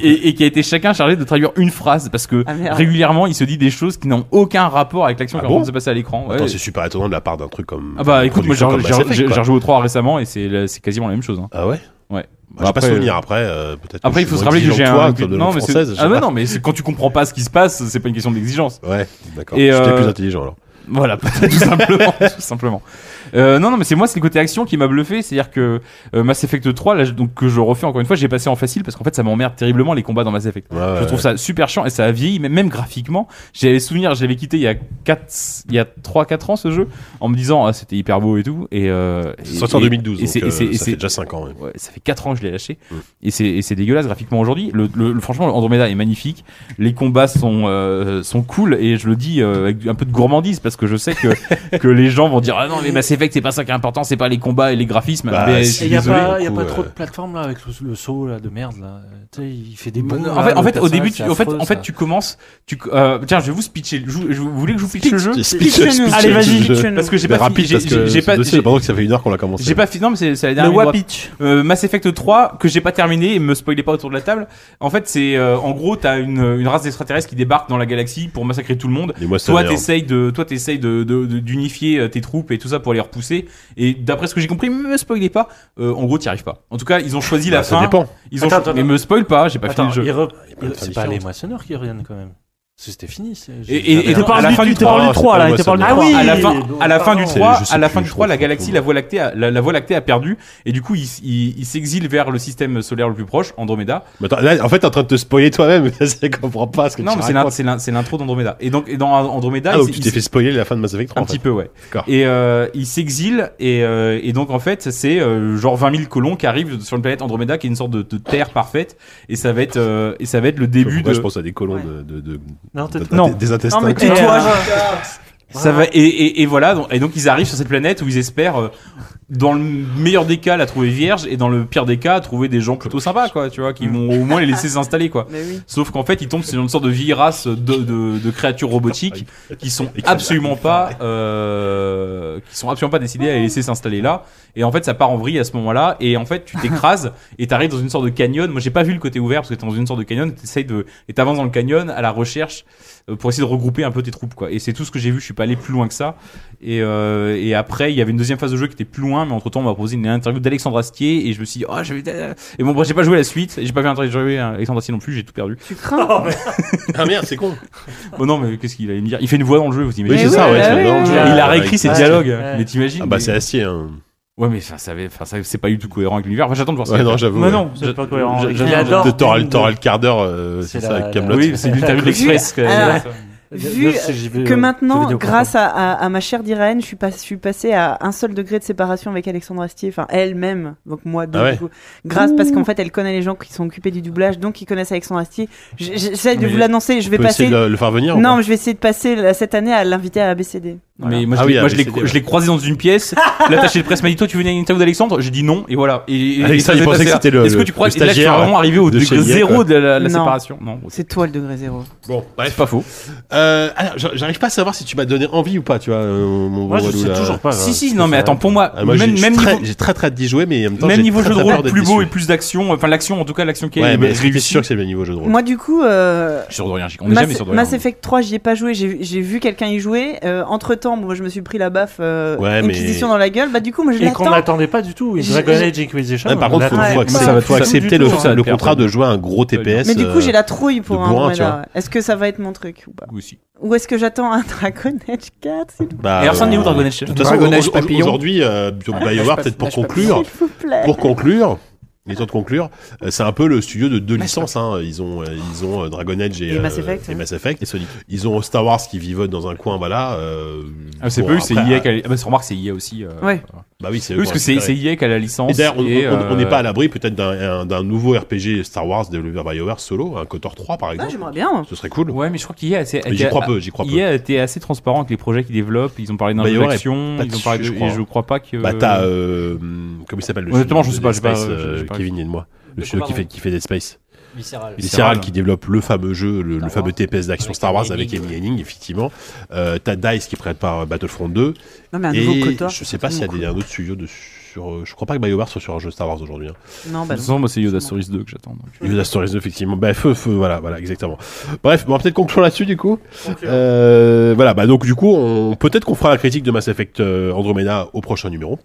S7: qui- et, et qui a été chacun chargé de traduire une phrase parce que
S8: Ah, merde.
S7: régulièrement il se dit des choses qui n'ont aucun rapport avec l'action
S3: Ah
S7: qui est en
S3: bon
S7: train de se passer à l'écran. Ouais.
S3: Attends, c'est super étonnant de la part d'un truc comme.
S7: Ah bah écoute, moi j'ai
S3: producteur comme
S7: j'ai-
S3: Mass Effect,
S7: j'ai-
S3: quoi.
S7: j'ai rejoué au 3 récemment et c'est la- c'est quasiment la même chose. hein.
S3: Ah ouais
S7: Ouais.
S3: Bah, j'ai pas souvenir.
S7: euh,
S3: Après, euh, peut-être que
S7: Après,
S3: je
S7: il faut
S3: suis
S7: se
S3: moins
S7: rappeler que j'ai
S3: exigeant que
S7: un.
S3: toi, de la
S7: non,
S3: langue
S7: mais c'est-
S3: française, je
S7: ah,
S3: sais
S7: bah
S3: pas.
S7: non, mais c'est- quand tu comprends pas ce qui se passe, c'est pas une question d'exigence.
S3: Ouais, d'accord.
S7: Et,
S3: J'étais plus
S7: euh,
S3: intelligent alors.
S7: Voilà, peut-être tout simplement. tout simplement. Euh, non, non, mais c'est moi, c'est le côté action qui m'a bluffé. C'est-à-dire que euh, Mass Effect 3, là, je- donc, que je refais encore une fois, j'ai passé en facile parce qu'en fait, ça m'emmerde terriblement les combats dans Mass Effect. je trouve
S3: ouais.
S7: ça super chiant et ça a vieilli, mais même graphiquement. J'avais souvenir, j'avais quitté il y a 4, il y a 3-4 ans ce jeu en me disant, ah, c'était hyper beau et tout. Et, euh, et-
S3: C'est sorti en
S7: et-
S3: 2012.
S7: et c'est-
S3: donc,
S7: et c'est-
S3: euh,
S7: et
S3: Ça
S7: c'est-
S3: fait déjà 5 ans. ouais.
S7: Ouais, ça fait 4 ans que je l'ai lâché
S3: Mm.
S7: et c'est et c'est dégueulasse graphiquement aujourd'hui. Le, le- le- franchement, Andromeda est magnifique. Les combats sont euh, sont cool et je le dis euh, avec un peu de gourmandise parce que je sais que que les gens vont dire ah non mais Mass Effect c'est pas ça qui est important, c'est pas les combats et les graphismes.
S3: Bah,
S7: mais je
S5: Et
S7: suis
S5: il n'y a,
S7: désolé.
S5: pas, y a
S3: du
S5: pas
S3: coup,
S5: trop
S3: euh,
S5: de plateformes là avec le, le saut là, de merde là. Tu sais, il fait des
S7: Mais
S5: bons.
S7: non, en fait, en fait, au début, tu, en fait, en fait, tu commences, tu, euh, tiens, je vais vous pitcher. Je, vous- je vous- vous voulez que je vous pitche le jeu
S3: Speech- speech-
S7: Allez,
S3: speech-
S7: vas-y. Parce que j'ai
S3: Mais
S7: pas, fi-
S3: rapide
S7: j'ai-
S3: parce que
S7: j'ai- j'ai
S3: ce
S7: pas,
S3: dossier,
S7: j'ai-
S3: j'ai pas que ça fait une heure qu'on l'a commencé.
S7: J'ai pas fini, non mais c'est c'est la dernière.
S3: Le
S7: ligne droite.
S3: Wapitch.
S7: Euh, Mass Effect 3 que j'ai pas terminé et me spoilez pas autour de la table. En fait, c'est euh, en gros t'as une, une race d'extraterrestres qui débarque dans la galaxie pour massacrer tout le monde.
S3: Et moi, c'est
S7: toi
S3: la merde.
S7: t'essayes de toi t'essayes de de- de- d'unifier euh, tes troupes et tout ça pour les repousser. Et d'après ce que j'ai compris, me spoilez pas. euh, en gros, t'y arrives pas. En tout cas, ils ont choisi la
S3: Bah, ça
S7: fin.
S3: dépend.
S7: Ils ont
S5: Attends,
S7: cho-
S5: attends,
S7: mais
S5: attends.
S7: me spoil pas, j'ai pas
S5: Attends,
S7: fini le
S5: il
S7: jeu.
S5: re-
S3: pas de
S5: C'est
S3: traduction,
S5: pas les
S3: ça.
S5: moissonneurs qui reviennent quand même. Parce que c'était fini. c'est-
S7: Et,
S5: j'ai-
S7: et, et
S5: Attends,
S7: à la fin
S5: trois,
S7: trois-
S5: là, il
S7: ouais,
S5: te parle
S7: c'est
S5: du
S7: bon.
S5: trois.
S7: à la fin, à la fin du
S5: Pardon.
S7: 3,
S5: C'est-
S7: à
S5: je
S7: la
S5: sais
S7: fin
S5: plus,
S7: du 3, la galaxie, la voie lactée, a- la, la voie lactée a perdu, et du coup, il, s- il, il s'exile vers le système solaire le plus proche, Andromeda.
S3: Mais attends, là, en fait, t'es en train de te spoiler toi-même. Je comprends pas ce que
S7: Non,
S3: tu
S7: mais c'est
S3: racontes.
S7: l'in- c'est l'in- c'est l'intro d'Andromeda. Et donc, et dans Andromeda,
S3: Ah,
S7: il
S3: donc
S7: s-
S3: tu
S7: il
S3: t'es
S7: s-
S3: fait spoiler la fin de Mass Effect 3.
S7: un
S3: en fait.
S7: petit peu, ouais.
S3: D'accord.
S7: Et euh, il s'exile, et, euh, et donc en fait, c'est euh, genre 20 000 colons qui arrivent sur une planète Andromeda, qui est une sorte de, de terre parfaite, et ça va être, euh, et ça va être le début
S3: Moi,
S7: de.
S3: je pense à des colons de, de, de-
S5: Non,
S3: de-
S5: t'es- non.
S3: des- des intestins.
S5: Non, mais
S3: quoi.
S5: tais-toi,
S3: Et, euh,
S7: Ça va, et, et, et voilà, donc- et donc ils arrivent sur cette planète où ils espèrent, euh, dans le meilleur des cas, la trouver vierge, et dans le pire des cas, trouver des gens plutôt sympas, quoi, tu vois, qui
S3: Mm.
S7: vont au moins les laisser s'installer, quoi.
S8: Mais oui.
S7: Sauf qu'en fait, ils tombent sur une sorte de vieille race de, de, de créatures robotiques qui sont absolument pas, euh, qui sont absolument pas décidés à les laisser s'installer là. Et en fait, ça part en vrille à ce moment-là, et en fait, tu t'écrases, et t'arrives dans une sorte de canyon. Moi, j'ai pas vu le côté ouvert, parce que t'es dans une sorte de canyon, t'essayes de, et t'avances dans le canyon à la recherche, euh, pour essayer de regrouper un peu tes troupes, quoi. Et c'est tout ce que j'ai vu, je suis pas pas aller plus loin que ça. Et, euh, et après, il y avait une deuxième phase de jeu qui était plus loin, mais entre temps, on m'a proposé une interview d'Alexandre Astier et je me suis dit, oh, j'avais. Et bon, bref, j'ai pas joué à la suite, j'ai pas fait interviewer Alexandre Astier non plus, j'ai tout perdu.
S8: Tu crains
S3: Ah merde, c'est con
S7: Bon, non, mais qu'est-ce qu'il allait me dire Il fait une voix dans le jeu, vous imaginez
S3: Oui, c'est ça, ouais, c'est dans le jeu.
S7: Il a réécrit ses
S3: Ouais.
S7: dialogues,
S3: Ouais.
S7: mais t'imagines
S3: Ah bah,
S7: mais-
S3: c'est Astier, hein.
S7: Ouais, mais ça, ça avait- enfin, ça- c'est pas du tout cohérent avec l'univers. Enfin, j'attends de voir ça.
S3: Ouais, non, j'avoue. ouais. J'a- j'a- J'adore. De- T'auras le t'auras le quart d'heure, euh, c'est
S7: C'est
S3: ça,
S7: la-
S3: avec Camelot.
S7: Oui, c'est l'interview de l'Express. que-
S8: Alors,
S7: Là,
S8: Euh, Vu
S7: c'est- j'y vais,
S8: que
S7: euh, jeux
S8: maintenant,
S7: vidéo,
S8: grâce à, à- à ma chère Diraen, je suis, pas, je suis passée à un seul degré de séparation avec Alexandre Astier, enfin elle-même, donc moi deux,
S7: Ah ouais.
S8: du coup. Grâce, parce qu'en
S7: Ouh.
S8: fait, elle connaît les gens qui sont occupés du doublage, donc qui connaissent Alexandre Astier. J- J'essaie de
S3: Ah, Mais
S8: vous l'annoncer, je
S3: on
S8: vais
S3: peut
S8: passer.
S3: essayer de le- le faire venir, ou
S8: Non,
S3: pas
S8: mais je vais essayer de passer la- cette année à l'inviter à ABCD.
S7: Mais moi,
S3: Ah
S7: je
S3: oui,
S7: l'ai- moi, je
S3: avec
S7: l'ai
S3: CD,
S7: cro-
S3: ouais.
S7: je l'ai croisé dans une pièce. L'attaché de presse m'a dit Toi, tu venais à une interview d'Alexandre J'ai dit non, et voilà. Et, et-
S3: Alexandre,
S7: et ça
S3: il pensait
S7: s'est passé
S3: que
S7: là.
S3: c'était le-
S7: Est-ce que
S3: le-
S7: tu crois
S3: le
S7: que là, tu es
S3: stagiaire
S7: vraiment arrivé au
S3: de chez
S7: degré
S3: Yelp,
S7: zéro
S3: quoi.
S7: de la, la
S8: Non.
S7: séparation Non, bon,
S8: C'est toi le degré zéro.
S3: Bon,
S7: c'est pas faux.
S3: Euh, alors, j'a- j'arrive pas à savoir si tu m'as donné envie ou pas, tu vois, euh, mon
S7: Moi, je
S3: Walou,
S7: sais
S3: là.
S7: toujours pas, Si, là, si, c'est non, mais vrai. attends, pour moi,
S3: Ah, moi,
S7: même-
S3: j'ai-
S7: même
S3: j'ai très-
S7: niveau-
S3: j'ai très très hâte d'y jouer, mais en même temps,
S7: Même
S3: j'ai
S7: niveau
S3: très,
S7: jeu de
S3: très peur
S7: rôle,
S3: d'être
S7: plus beau
S3: déçu.
S7: et plus d'action. Enfin, l'action, en tout cas, l'action qui est
S3: Ouais, mais je suis
S7: réussie.
S3: sûr que c'est le même niveau jeu de rôle.
S8: Moi, du coup. euh,
S7: Sur de rien, on n'est jamais
S8: Mass-
S7: sur de rien.
S8: Mass Effect 3, j'y ai pas joué, j'ai j'ai vu quelqu'un y jouer. entre temps, moi je me suis pris la baffe euh,
S3: Ouais, mais-
S8: Inquisition dans la gueule. Bah, du coup, moi je
S5: Et qu'on
S8: l'attends.
S5: n'attendait pas du tout. et
S8: Je-
S5: Dragon
S8: je-
S5: Age Inquisition.
S3: Ouais, par
S5: on
S3: contre, faut,
S5: l'attendait
S3: faut
S5: pas
S3: accepter,
S5: du
S3: faut
S5: tout,
S3: accepter le,
S5: hein.
S3: le contrat de jouer à un gros TPS.
S8: Mais du coup,
S3: euh,
S8: j'ai la trouille pour
S3: de
S8: un
S3: bourrin, tu
S8: Andromeda,
S3: vois.
S8: ouais. Est-ce que ça va être mon truc ou pas
S7: Ou aussi.
S8: Ou est-ce que j'attends un Dragon Age 4 s'il vous plaît
S3: Bah,
S7: Et alors, ça, on est où,
S3: euh,
S7: Dragon Age
S3: De toute façon,
S7: Dragon Age
S3: au- au-
S7: Papillon Ah,
S3: aujourd'hui, euh, sur
S7: Ouais,
S3: BioWare,
S7: Age
S3: peut-être pour
S7: Papillon.
S3: conclure,
S7: S'il vous plaît.
S3: pour conclure, il est temps de conclure, euh, c'est un peu le studio de deux licences. Hein. Ils ont, euh, ils ont euh, Dragon Age et,
S8: Et Mass
S3: euh,
S8: Effect,
S3: et
S8: ouais.
S3: Mass Effect. Ils ont Star Wars qui vivote dans un coin, voilà. euh,
S7: Ah, c'est
S3: bon,
S7: pas eux, c'est
S3: après,
S7: IA qui a. Ah, bah, se remarque, c'est IA aussi. euh,
S8: Ouais.
S7: voilà.
S3: Bah oui, c'est eux
S7: Eux, Parce
S3: qui
S7: que
S3: ont
S7: c'est c'est
S3: récupéré.
S7: IA qui a la licence.
S3: Et d'ailleurs, on-
S7: et,
S3: on on n'est
S7: euh,
S3: pas à l'abri peut-être d'un- un- d'un nouveau RPG Star Wars développé par BioWare solo, un KOTOR 3 par exemple.
S8: j'aimerais bien.
S3: Ce serait cool.
S7: Ouais, bah, mais je crois qu'hier a assez.
S3: Mais Ah, j'y crois peu, j'y crois peu. Bah,
S7: Hier a été assez transparent avec les projets qu'ils développent. Ils ont parlé d'un jeu
S3: BioWare est
S7: d'action,
S3: pas
S7: ils ont
S3: dessus,
S7: parlé de.
S3: je
S7: et
S3: crois.
S7: je crois pas que.
S3: Bah t'as euh, comment il s'appelle le
S7: Honnêtement,
S3: studio
S7: je
S3: de
S7: sais pas,
S3: Dead
S7: j'ai pas-
S3: Space,
S7: j'ai- j'ai
S3: euh,
S7: pas-
S3: Kevin et moi, le
S7: quoi,
S3: studio qui
S7: pardon
S3: fait qui fait Dead Space.
S7: Visceral.
S3: Visceral
S7: Visceral.
S3: qui développe le fameux jeu, le, le fameux TPS d'action Star Wars avec Amy Henning, effectivement. Euh, t'as Dice qui prépare Battlefront 2.
S8: Non, mais un
S3: et
S8: nouveau KOTOR,
S3: je
S8: c'est
S3: sais pas s'il y a des, un autre studio de sur. euh, Je crois pas que BioWare soit sur un jeu Star Wars aujourd'hui. hein.
S8: Non,
S7: De
S8: bah
S7: toute façon, moi, c'est Yoda Stories 2 que j'attends. donc.
S3: Yoda Stories 2, effectivement. Bah, feu, feu, voilà, voilà, exactement. Bref, bon, on va peut-être conclure là-dessus, du coup. Euh, voilà, bah, donc, du coup, on, peut-être qu'on fera la critique de Mass Effect euh, Andromeda au prochain numéro.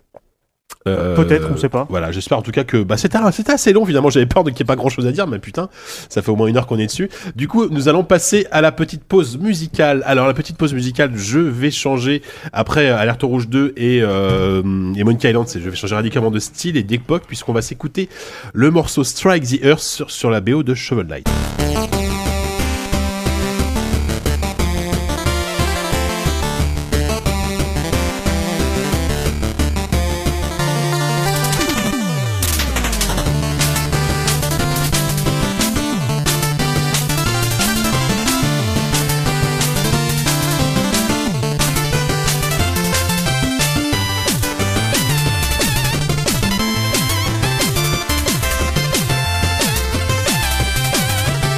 S3: Euh,
S4: Peut-être, on sait pas.
S3: Voilà, j'espère en tout cas que bah, c'était, un- c'était assez long finalement. J'avais peur de qu'il n'y ait pas grand chose à dire, mais putain, ça fait au moins une heure qu'on est dessus. Du coup, nous allons passer à la petite pause musicale. Alors, la petite pause musicale, je vais changer après euh, Alerte Rouge 2 et, euh, et Monkey Island. c'est- Je vais changer radicalement de style et d'époque puisqu'on va s'écouter le morceau Strike the Earth sur, sur la BO de Shovel Knight.
S13: Strike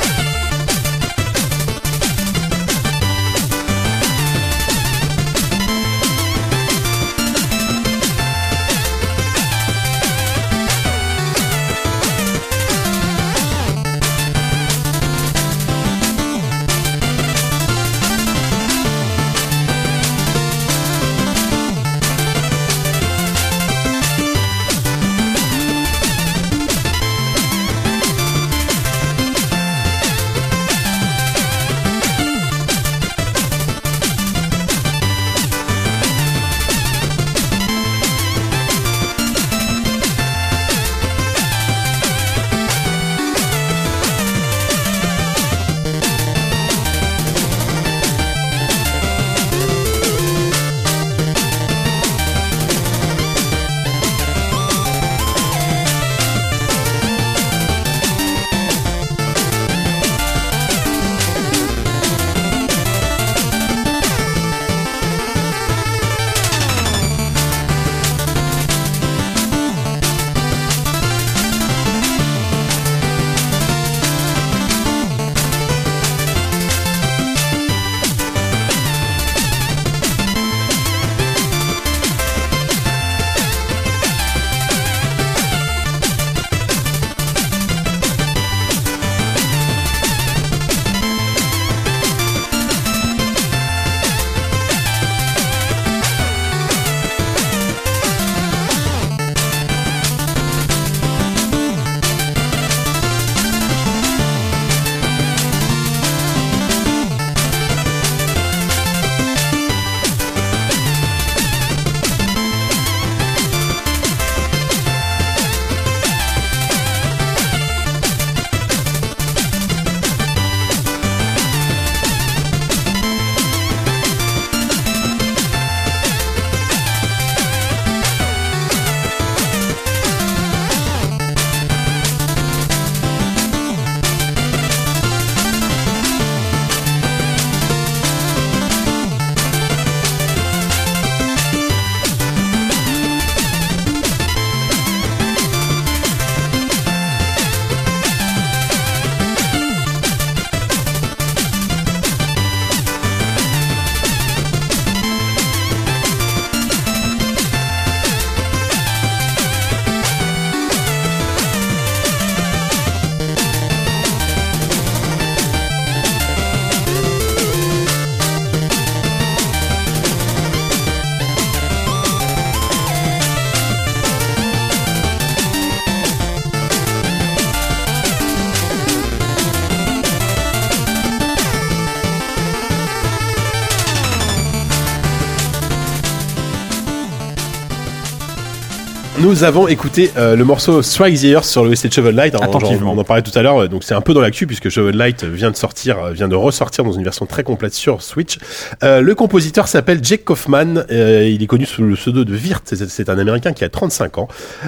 S3: Nous avons écouté euh, le morceau Strike the Earth sur le OST de Shovel Light. Alors,
S7: Attentivement.
S3: On en parlait tout à l'heure, euh, donc c'est un peu dans l'actu puisque Shovel Light vient de sortir, euh, vient de ressortir dans une version très complète sur Switch. Euh, le compositeur s'appelle Jake Kaufman. euh, il est connu sous le pseudo de Virt. C'est c'est un Américain qui a 35 ans.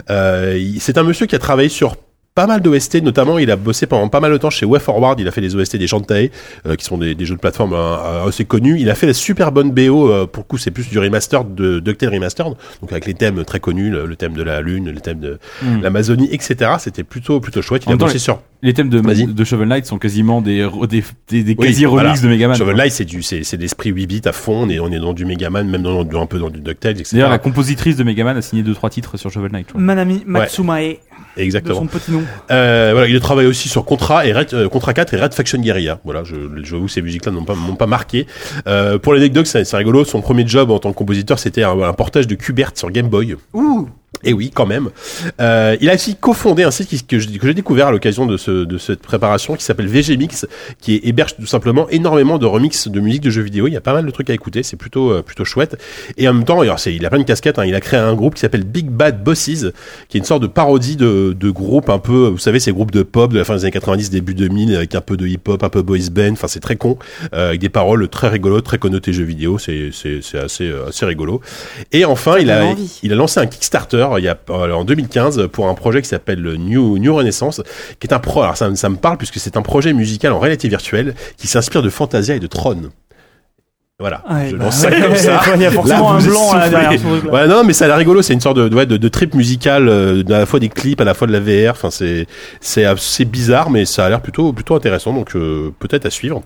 S3: Euh, il- c'est un monsieur qui a travaillé sur pas mal d'OST, notamment il a bossé pendant pas mal de temps chez WayForward, il a fait les OST des Shantae, euh, qui sont des, des jeux de plateforme euh, assez connus, il a fait la super bonne BO, euh, pour le coup c'est plus du remaster de DuckTales Remastered, donc avec les thèmes très connus, le, le thème de la Lune, le thème de
S7: Hmm.
S3: l'Amazonie, etc. C'était plutôt plutôt chouette, il
S7: En
S3: a
S7: même temps,
S3: bossé
S7: les-
S3: sur...
S7: Les thèmes de,
S3: Vas-y.
S7: de Shovel Knight sont quasiment des, re- des, des, des
S3: Oui,
S7: quasi remix
S3: voilà.
S7: de Megaman.
S3: Shovel
S7: quoi.
S3: Knight, c'est du, c'est, c'est l'esprit 8 bits à fond, on est, on est dans du Megaman, même dans, dans- un peu dans du DuckTales, etc.
S7: D'ailleurs, la compositrice de Megaman a signé 2-3 titres sur Shovel Knight. je crois.
S4: Manami Matsumae.
S3: Matsumae. Exactement.
S4: De son petit nom.
S3: Euh, voilà, il a travaillé aussi sur Contra et Red, euh, Contra 4 et Red Faction Guerrilla. Voilà, je, je vous ces musiques-là n'ont pas, m'ont pas marqué. Euh, pour l'anecdote, c'est c'est rigolo. Son premier job en tant que compositeur, c'était un, un portage de Cubert sur Game Boy.
S8: Ouh.
S3: Et oui, quand même. Euh, il a aussi cofondé un site qui- que j'ai que j'ai découvert à l'occasion de, ce- de cette préparation qui s'appelle VGMix, qui est- héberge tout simplement énormément de remix de musique de jeux vidéo. Il y a pas mal de trucs à écouter, c'est plutôt euh, plutôt chouette. Et en même temps, alors, c'est- il a plein de casquettes. hein. Il a créé un groupe qui s'appelle Big Bad Bosses, qui est une sorte de parodie de, de groupe un peu, vous savez, ces groupes de pop de la fin des années 90, début 2000, avec un peu de hip-hop, un peu boys band. Enfin, c'est très con, euh, avec des paroles très rigolotes, très connotées jeux vidéo. C'est c'est c'est assez euh, assez rigolo. Et enfin, il a
S8: donne envie.
S3: il a lancé un Kickstarter il y a, euh, en 2015 pour un projet qui s'appelle le New, New Renaissance, qui est un pro. Alors ça, ça me parle puisque c'est un projet musical en réalité virtuelle qui s'inspire de Fantasia et de Tron. Voilà,
S4: Ouais,
S3: je
S4: bah,
S3: lance ça
S4: ouais.
S3: comme ça.
S4: Il y a forcément
S3: Là,
S4: un
S3: vous
S4: blanc, là,
S3: soufflez.
S4: derrière ce truc-là.
S3: Ouais, non, mais ça a l'air rigolo. C'est une sorte de, ouais, de, de trip musical, euh, à la fois des clips, à la fois de la VR. Enfin, c'est c'est assez bizarre, mais ça a l'air plutôt plutôt intéressant. Donc euh, peut-être à suivre.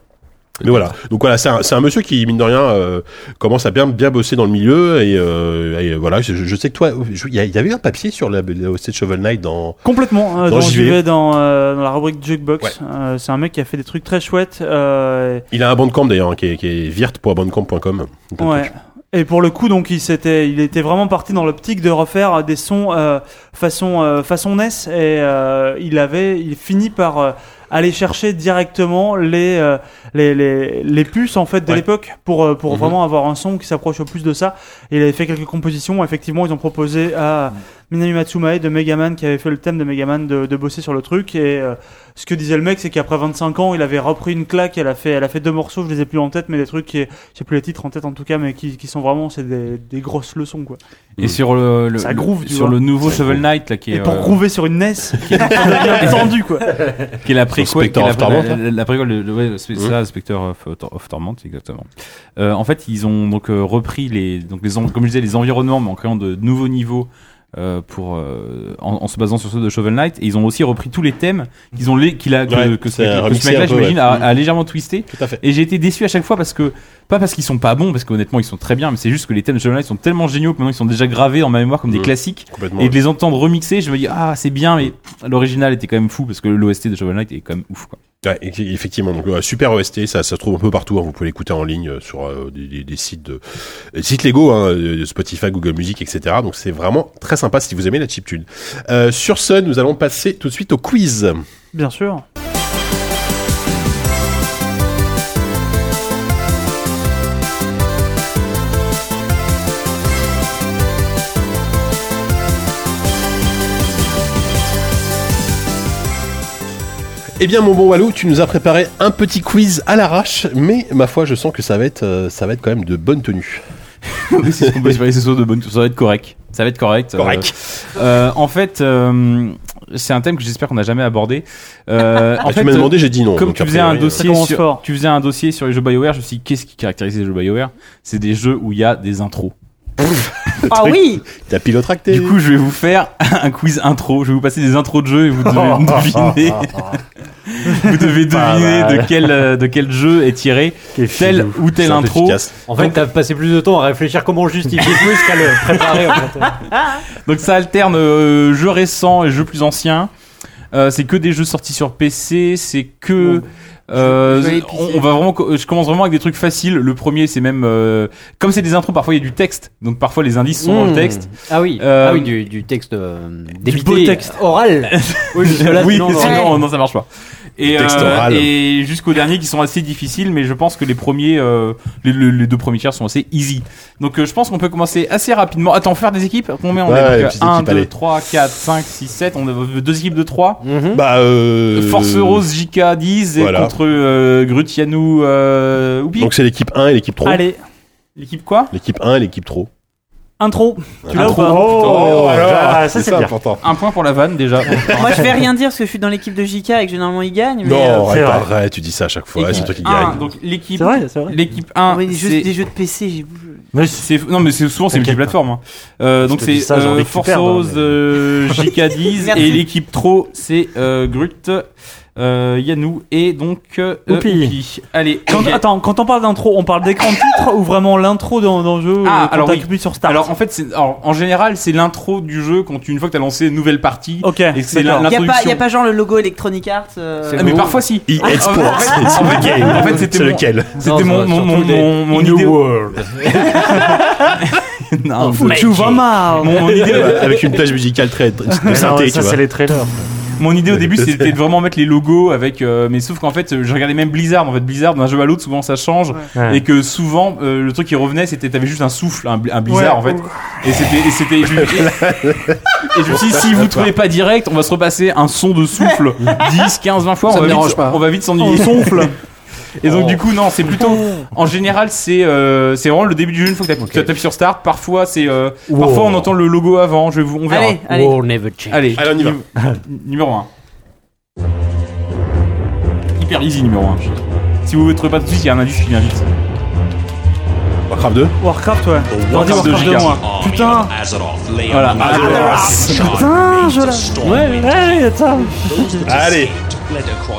S3: Mais voilà, donc voilà, c'est un, c'est un monsieur qui, mine de rien, euh, commence à bien, bien bosser dans le milieu. Et, euh, et voilà, je, je sais que toi, je- il y, a- il y avait un papier sur la, la OST de Shovel Knight dans.
S4: Complètement. euh,
S3: Dans
S4: dans,
S3: JV.
S4: JV, dans, euh, dans la rubrique Jukebox. Euh, c'est un mec qui a fait des trucs très chouettes. euh,
S3: Il a un bandcamp d'ailleurs, hein, qui est, qui est virt.bandcamp.com. euh,
S4: Ouais. Et pour le coup, donc, il s'était, il était vraiment parti dans l'optique de refaire euh, des sons euh, façon euh, façon NES, et euh, il avait, il finit par euh, aller chercher directement les, euh, les les les puces en fait de
S3: Ouais.
S4: l'époque pour euh, pour
S3: Mhm.
S4: vraiment avoir un son qui s'approche au plus de ça. Et il avait fait quelques compositions. Effectivement, ils ont proposé à Minami Matsumae de Megaman qui avait fait le thème de Megaman de, de bosser sur le truc. Et euh, ce que disait le mec, c'est qu'après 25 ans, il avait repris une claque. Elle a fait, elle a fait deux morceaux. Je les ai plus en tête, mais des trucs qui, j'ai plus les titres en tête en tout cas, mais qui, qui sont vraiment, c'est des, des grosses leçons quoi.
S3: Hmm.
S7: Et sur le, le-
S4: Ça groove, tu
S7: sur
S4: vois.
S7: le nouveau
S4: Ça
S7: Shovel
S4: groove.
S7: Knight là, qui est
S4: Et pour
S7: euh,
S4: groover sur une NES, qui est bien tendu quoi.
S7: qui est la préquelle, qui est
S3: Spectre
S7: la,
S3: of Torment, hein.
S7: la- la- la préquelle de- de- ouais, c'est
S3: Mhm.
S7: ça, Spectre of, of Torment, exactement. Euh, en fait, ils ont donc euh, repris les, donc les, en- comme je disais, les environnements, mais en créant de nouveaux niveaux. euh, pour euh, en, en se basant sur ceux de Shovel Knight et ils ont aussi repris tous les thèmes qu'ils ont les- qu'il a que,
S3: Ouais,
S7: que ce
S3: c'est
S7: mec- que ce
S3: remixé
S7: mec-là
S3: un peu,
S7: j'imagine
S3: ouais.
S7: a,
S3: Mhm.
S7: a légèrement twisté
S3: Tout à fait.
S7: et j'ai été déçu à chaque fois parce que pas parce qu'ils sont pas bons parce qu'honnêtement ils sont très bien mais c'est juste que les thèmes de Shovel Knight sont tellement géniaux que maintenant ils sont déjà gravés dans ma mémoire comme des
S3: Mhm.
S7: classiques
S3: Complètement,
S7: et
S3: ouais.
S7: de les entendre remixer je me dis ah c'est bien mais l'original était quand même fou parce que l'OST de Shovel Knight est quand même ouf quoi.
S3: Ouais, et- et- effectivement, donc ouais, super OST, ça, ça se trouve un peu partout. hein. Vous pouvez l'écouter en ligne euh, sur euh, des, des- des sites de des sites légaux, hein, de Spotify, Google Music, etc. Donc c'est vraiment très sympa si vous aimez la chiptune. Euh, sur ce, nous allons passer tout de suite au quiz.
S4: Bien sûr.
S3: Eh bien, mon bon Walou, tu nous as préparé un petit quiz à l'arrache, mais ma foi, je sens que ça va être, euh, ça va être quand même de bonne tenue.
S7: Oui, c'est ce qu'on peut espérer, c'est ça, de bonne- ça va être correct. Ça va être correct.
S3: Correct.
S7: Euh, euh, en fait, euh, c'est un thème que j'espère qu'on n'a jamais abordé. Euh,
S3: Ah, tu m'as demandé, j'ai dit non,
S7: Comme
S3: donc
S7: tu
S3: a
S7: faisais,
S3: priori,
S7: un
S3: euh,
S4: Ça
S7: dossier
S4: commence
S7: sur,
S4: fort.
S7: tu faisais un dossier sur les jeux BioWare, je me suis dit, qu'est-ce qui caractérise les jeux BioWare C'est des jeux où il y a des intros.
S8: Ah oui
S3: T'as pilotracté.
S7: Du coup, je vais vous faire un quiz intro. Je vais vous passer des intros de jeux et vous devez me deviner. vous devez
S5: Pas
S7: deviner
S5: mal.
S7: de quel, euh, de quel jeu est tiré
S5: Quel
S7: tel
S5: filou.
S7: ou telle
S3: C'est un peu
S7: intro.
S3: efficace.
S9: En fait, t'as passé plus de temps à réfléchir comment justifier plus qu'à le préparer. En fait.
S7: Donc ça alterne euh, jeux récents et jeux plus anciens. Euh, c'est que des jeux sortis sur PC, c'est que Euh,
S12: je vais aller
S7: on, on va vraiment, co- je commence vraiment avec des trucs faciles. Le premier, c'est même euh, comme c'est des intros, parfois il y a du texte, donc parfois les indices sont dans
S12: Hmm.
S7: le
S9: Mmh.
S7: texte.
S9: Ah oui.
S7: Euh,
S9: Ah oui, du, du texte euh, débité,
S7: beau texte.
S9: oral.
S7: oui,
S9: parce que là,
S7: oui,
S9: sinon,
S7: sinon,
S9: non.
S7: non, ça marche pas. Et, euh,
S9: Texte oral.
S7: et jusqu'aux derniers qui sont assez difficiles, mais je pense que les premiers, euh, les, les- les deux premiers tiers sont assez easy. Donc euh, je pense qu'on peut commencer assez rapidement. Attends, faire des équipes Combien on
S3: Ouais,
S7: est
S3: les
S7: Donc,
S3: petites
S7: 1,
S3: équipes,
S7: 2,
S3: allez.
S7: 3, 4, 5, 6, 7. On a deux équipes de 3.
S3: Bah, euh,
S7: Mhm. Force Rose, JK 10 et
S3: voilà.
S7: contre euh, Grutianu, euh, Oupi.
S3: Donc c'est l'équipe 1 et l'équipe 3.
S7: Allez. L'équipe quoi
S3: L'équipe 1 et l'équipe trop.
S4: Intro. Tu l'as ou
S3: Intro.
S4: pas
S3: Oh, alors,
S7: Ah,
S3: ça, c'est
S7: ça,
S3: bien.
S7: important. Un point pour la vanne déjà.
S8: Moi, je vais rien dire parce que je suis dans l'équipe de JK et que généralement il gagne. Mais
S3: Non,
S8: euh,
S3: arrête, pas vrai, tu dis ça à chaque fois,
S7: Équipe
S3: c'est toi qui
S7: un,
S3: gagne.
S7: donc l'équipe
S8: C'est vrai, c'est vrai.
S7: l'équipe 1
S8: mais des, jeux,
S7: c'est-
S8: des jeux de PC, j'ai.
S7: mais c'est non mais c'est souvent c'est multiplateforme hein. Euh, donc
S5: te dis
S7: c'est
S5: ça, j'ai envie
S7: euh,
S5: que tu
S7: Force
S5: perdes, hein,
S7: Rose
S5: mais-
S7: euh, JK10
S5: Merci.
S7: et l'équipe Tro c'est euh, Grut euh, Yanou et donc euh,
S4: Oupi.
S7: Oupi. allez
S4: Quand-
S7: ok.
S4: Attends, quand on parle d'intro, on parle d'écran de titre ou vraiment l'intro dans, dans le jeu
S7: Ah,
S4: euh, quand
S7: alors oui.
S4: t'appuies sur Start
S7: Alors en fait, c'est- alors, en général, c'est l'intro du jeu quand tu, une fois que t'as lancé une nouvelle partie.
S4: Ok.
S7: Et c'est
S8: Il n'y
S7: la-
S8: a, pas-
S7: l'introduction.
S8: y a pas genre le logo Electronic Arts. euh,
S7: Ah, mais parfois si.
S3: EA
S7: Ah, en
S3: Sports,
S7: fait-
S3: it's
S7: en
S3: the
S7: fait-
S3: game.
S7: en fait, c'était
S3: C'est
S7: mon-
S3: lequel Non,
S7: C'était
S3: ça
S7: mon
S3: va,
S7: mon
S3: surtout
S7: mon
S3: les-
S7: mon mon
S3: In the
S7: idée.
S3: world.
S7: Non,
S4: Foutu
S7: mec.
S4: Vamar.
S7: Mon mon idée
S3: Avec une plage musicale très de synthé, tu vois.
S5: trailers.
S7: Mon idée au début c'était de vraiment mettre les logos avec euh, mais sauf qu'en fait euh, je regardais même Blizzard en fait Blizzard d'un jeu à l'autre souvent ça change
S5: Ouais.
S7: et que souvent euh, le truc qui revenait c'était t'avais juste un souffle un, bl- un Blizzard
S5: Ouais.
S7: en fait et c'était et c'était et, je- et- et je me suis dit si vous trouvez pas direct on va se repasser un son de souffle 10 15 20 fois
S11: Ça
S7: on
S11: me
S7: va vite-
S11: dérange pas.
S7: on va vite s'ennuyer
S11: On souffle. Oh.
S7: et donc du coup non c'est plutôt en général c'est euh, c'est vraiment le début du jeu une fois que t'appuies t'appuies sur start parfois c'est euh,
S9: Wow.
S7: parfois on entend le logo avant je vais vous on verra
S8: Allez, allez.
S9: War never change.
S7: Allez,
S3: Allez, on y va.
S7: nu- numéro 1. Hyper easy numéro 1. Si vous ne trouvez pas tout de suite, il y a un indice qui vient vite.
S3: Warcraft 2
S4: Warcraft, ouais.
S7: Warcraft
S4: Vas-y, Warcraft
S7: de
S4: de
S7: Giga.
S4: moi. Putain.
S7: Voilà.
S3: Ah,
S4: Putain, je l'ai. Ouais, ouais, attends.
S3: Allez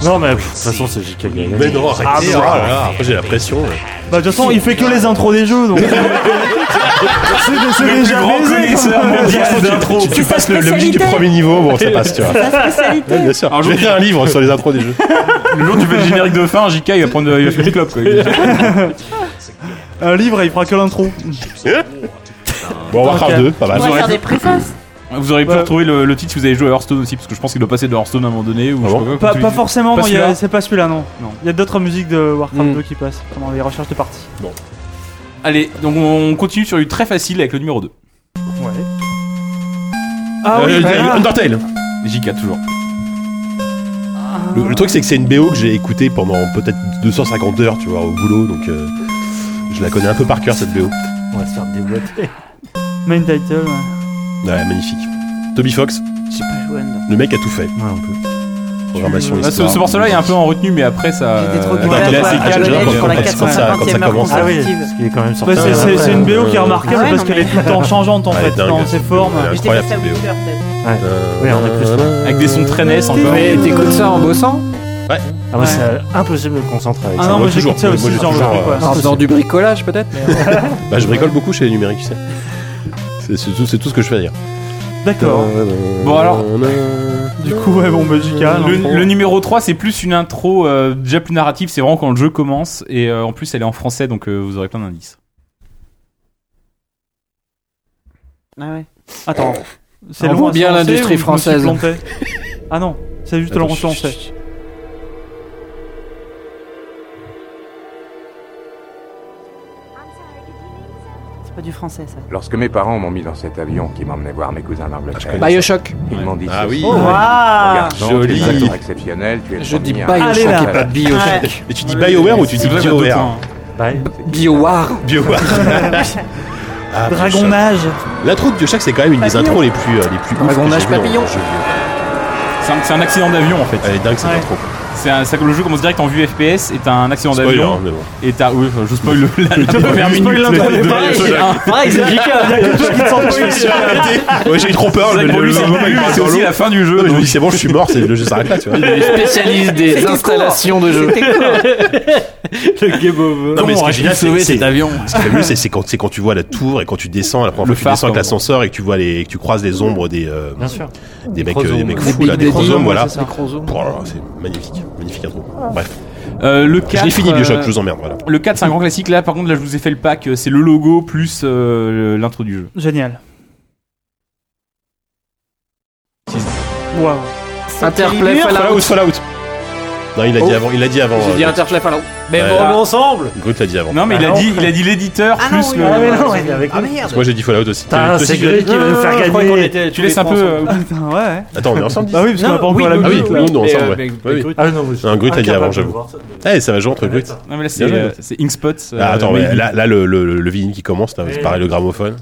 S5: Non, mais pff, de toute façon, c'est JK qui a gagné.
S3: Mais non, arrêtez
S4: Ah, mais
S3: oh là
S4: ouais.
S3: là, Après, j'ai la pression. ouais.
S4: Bah, de toute façon, il fait que les intros des jeux, donc. C'est- C'est déjà
S7: Ah,
S4: baisé.
S3: Tu, tu passes le, le musique du premier niveau, bon, ça passe, tu vois. Ouais, bien sûr.
S7: Un
S3: je
S7: jour,
S3: vais faire un livre sur les intros des jeux.
S7: Le jour où tu fais le générique de fin, JK il va prendre il va fumer une clope quoi.
S4: Un livre, il fera que l'intro.
S3: Bon, Warcraft
S4: Ok.
S3: 2, pas mal.
S8: On va
S7: aurez
S8: faire
S7: pu-
S8: des préfaces.
S7: Vous aurez pu
S4: Ouais.
S7: retrouver le, le titre si vous avez joué à Hearthstone aussi, parce que je pense qu'il doit passer de Hearthstone à un moment donné. Ou
S3: Ah
S7: je
S3: bon
S7: sais quoi,
S4: Pas,
S7: quand
S4: pas
S7: tu-
S4: forcément,
S7: pas
S4: moi, il y a-
S7: celui-là
S4: c'est pas celui-là, non.
S7: Non. Hmm.
S4: Il y a d'autres musiques de Warcraft
S9: Mm.
S4: 2 qui passent pendant les recherches de parties.
S7: Allez, donc on continue sur du très facile avec le numéro 2.
S4: Ouais. Ah
S3: Euh,
S4: oui,
S3: le-
S4: voilà.
S3: Undertale
S7: JK toujours.
S3: Le, le truc, c'est que c'est une BO que j'ai écoutée pendant peut-être 250 heures, tu vois, au boulot, donc euh, je la connais un peu par cœur, cette BO.
S9: On va se faire déboîter.
S4: Main title. ouais.
S3: Ouais, magnifique. Toby Fox,
S8: J'ai pas joué à Undertale.
S3: le mec a tout fait.
S5: Ouais, un peu.
S3: Programmation,
S7: Ah, ce
S3: histoire.
S7: ce morceau-là est un peu en retenue, mais après ça.
S8: J'étais trop
S7: euh,
S3: il
S8: content
S3: est
S8: de
S3: assez
S8: voir
S3: calme,
S8: Undertale
S3: genre, quand-
S8: pour la
S3: quand ça- quand ça
S8: 450e heure
S3: commence à-
S5: Ah oui,
S8: consécutive.
S5: ce qui est quand même
S4: Bah,
S5: sorti.
S4: c'est- c'est c'est une BO qui est
S3: Euh,
S4: remarquable
S8: ah ouais,
S4: parce
S8: non,
S4: qu'elle est tout le temps changeante en
S3: Ouais,
S4: fait
S3: dingue.
S4: dans ses formes.
S3: Ouais.
S8: J'étais
S3: Incroyable,
S8: passé à
S3: cette BO.
S8: Witcher peut-être.
S5: Ouais, on est plus là.
S7: Avec des sons très NES encore.
S9: Mais t'écoutes ça en bossant
S5: Ah, bah, c'est impossible de me concentrer avec
S4: Ah
S5: ça.
S4: non,
S3: moi,
S4: moi j'écoute
S3: toujours.
S4: ça
S3: Moi,
S4: aussi,
S3: j'ai
S4: genre le
S3: toujours,
S4: truc,
S3: euh,
S4: ouais.
S9: En faisant du bricolage peut-être
S3: Bah, je bricole beaucoup chez les numériques, tu sais. C'est- C'est tout, c'est tout ce que je fais à dire.
S4: D'accord.
S7: Bon, alors.
S4: Du coup, ouais, bon, bah, Jika, non.
S7: Le, le numéro 3, c'est plus une intro euh, déjà plus narrative, c'est vraiment quand le jeu commence et euh, en plus elle est en français donc euh, vous aurez plein d'indices.
S8: Ah ouais.
S4: Attends. C'est
S9: On
S4: Laurent
S9: voit bien
S4: Sanchez
S9: l'industrie
S4: ou je me suis
S9: française.
S4: planté Ah non, c'est juste Laurent
S3: Attends,
S4: Sanchez.
S8: C'est pas du français ça.
S13: Lorsque mes parents m'ont mis dans cet avion qui m'emmenait voir mes cousins d'Angleterre,
S12: Bah,
S9: Bioshock.
S13: ils m'ont dit
S3: Ah oui.
S13: ceci.
S3: Oh,
S8: Waouh
S13: Garçon,
S3: joli.
S13: tu es un acteur exceptionnel, tu es le
S9: Je dis
S13: premier à-
S9: Bioshock
S4: Allez, là.
S9: et pas Bioshock.
S8: Ouais.
S3: Et tu dis BioWare ou tu dis
S7: C'est vrai qu'il y a deux
S3: BioWare
S7: points, hein.
S5: Bye.
S9: BioWare.
S3: BioWare. Ah,
S4: Dragon
S3: Bioshock.
S4: Age.
S3: L'intro de Bioshock, c'est quand même une des intros les plus, euh, les plus ouf
S9: Dragon
S3: que j'ai
S9: Age
S3: vues en-
S9: papillon.
S3: en jeu vidéo.
S7: hein. C'est un, c'est un accident d'avion en fait.
S3: Elle est dingue cette
S4: Ouais.
S3: intro.
S7: C'est un- ça- le jeu commence direct en vue FPS et t'as un accident
S3: Spoiler, hein,
S7: d'avion
S3: mais bon.
S7: et t'as. Oui, enfin, je spoil le- la, la première minute. de- de-
S8: Pareil, c'est
S3: Ouais, j'ai eu trop peur.
S7: C'est
S3: le-
S7: pour
S3: le- le-
S7: lui,
S3: le-
S7: c'est le
S3: le-
S7: début, mais
S3: le-
S7: c'est aussi la fin du jeu.
S3: Non, mais je me
S7: donc.
S3: dis, c'est bon, je suis mort, c'est- le jeu s'arrête là, tu vois.
S9: Le spécialiste des
S8: C'était
S9: installations de jeux. Le game over.
S3: Non, mais ce qui est génial, c'est- c'est-
S9: avion
S3: Ce qui est fabuleux, c'est- c'est quand, c'est quand tu vois la tour et quand tu descends, la première fois
S7: Le
S3: que tu
S7: phare,
S3: descends avec
S7: comme-
S3: l'ascenseur et que tu vois les, et que tu croises les ombres des, euh,
S5: Bien sûr.
S3: des mecs, euh, des mecs
S9: Des
S3: fous là,
S9: Big
S3: des
S9: Daddy.
S3: chromosomes, voilà.
S9: C'est ça.
S3: Oh là là, C'est magnifique, magnifique intro. Bref,
S7: Euh, le 4.
S3: l'ai fini,
S7: euh,
S3: Bioshock, je vous emmerde, voilà.
S7: Le 4, c'est un grand classique. Là, par contre, là, je vous ai fait le pack. euh, C'est le logo plus euh, l'intro du jeu.
S4: Génial. Waouh.
S12: Interplay Fallout.
S3: Fallout. Non, il l'a dit
S12: Oh.
S3: avant. Il l'a dit avant.
S12: J'ai dit
S3: euh,
S12: Interplay Fallout. Mais
S3: Ouais.
S12: bon, on est ensemble
S3: Groot l'a dit avant.
S7: Non, mais il a dit, il a dit l'éditeur
S12: Ah non,
S7: plus
S12: oui,
S7: le.
S12: ah oui, non,
S4: il est avec
S12: Ah
S4: nous.
S12: merde
S3: Moi j'ai dit Fallout aussi.
S5: Putain,
S3: T'as- t'as-
S5: c'est
S3: t'as-
S5: Greg qui veut me faire gagner.
S7: Tu laisses un peu. euh,
S4: Putain, ouais.
S3: Attends, on est ensemble
S4: Bah oui, parce qu'on
S3: Non,
S4: a pas
S3: oui,
S4: encore la
S3: Ah oui,
S4: musique. là.
S3: nous on est
S9: Mais, euh,
S3: ensemble. ouais.
S9: mais-
S3: Oui, oui.
S5: Ah non, oui,
S3: Un Groot a dit
S5: incapable
S3: avant,
S5: de
S3: j'avoue.
S5: voir ça.
S3: Eh, ça va jouer entre Groot.
S7: Non, mais là, c'est
S3: Bien joué.
S7: euh, c'est Inkspot. euh,
S3: Ah, attends,
S7: oui.
S3: mais là, là, le, le, le vinyle qui commence, là, c'est
S5: Ouais.
S3: pareil, le gramophone.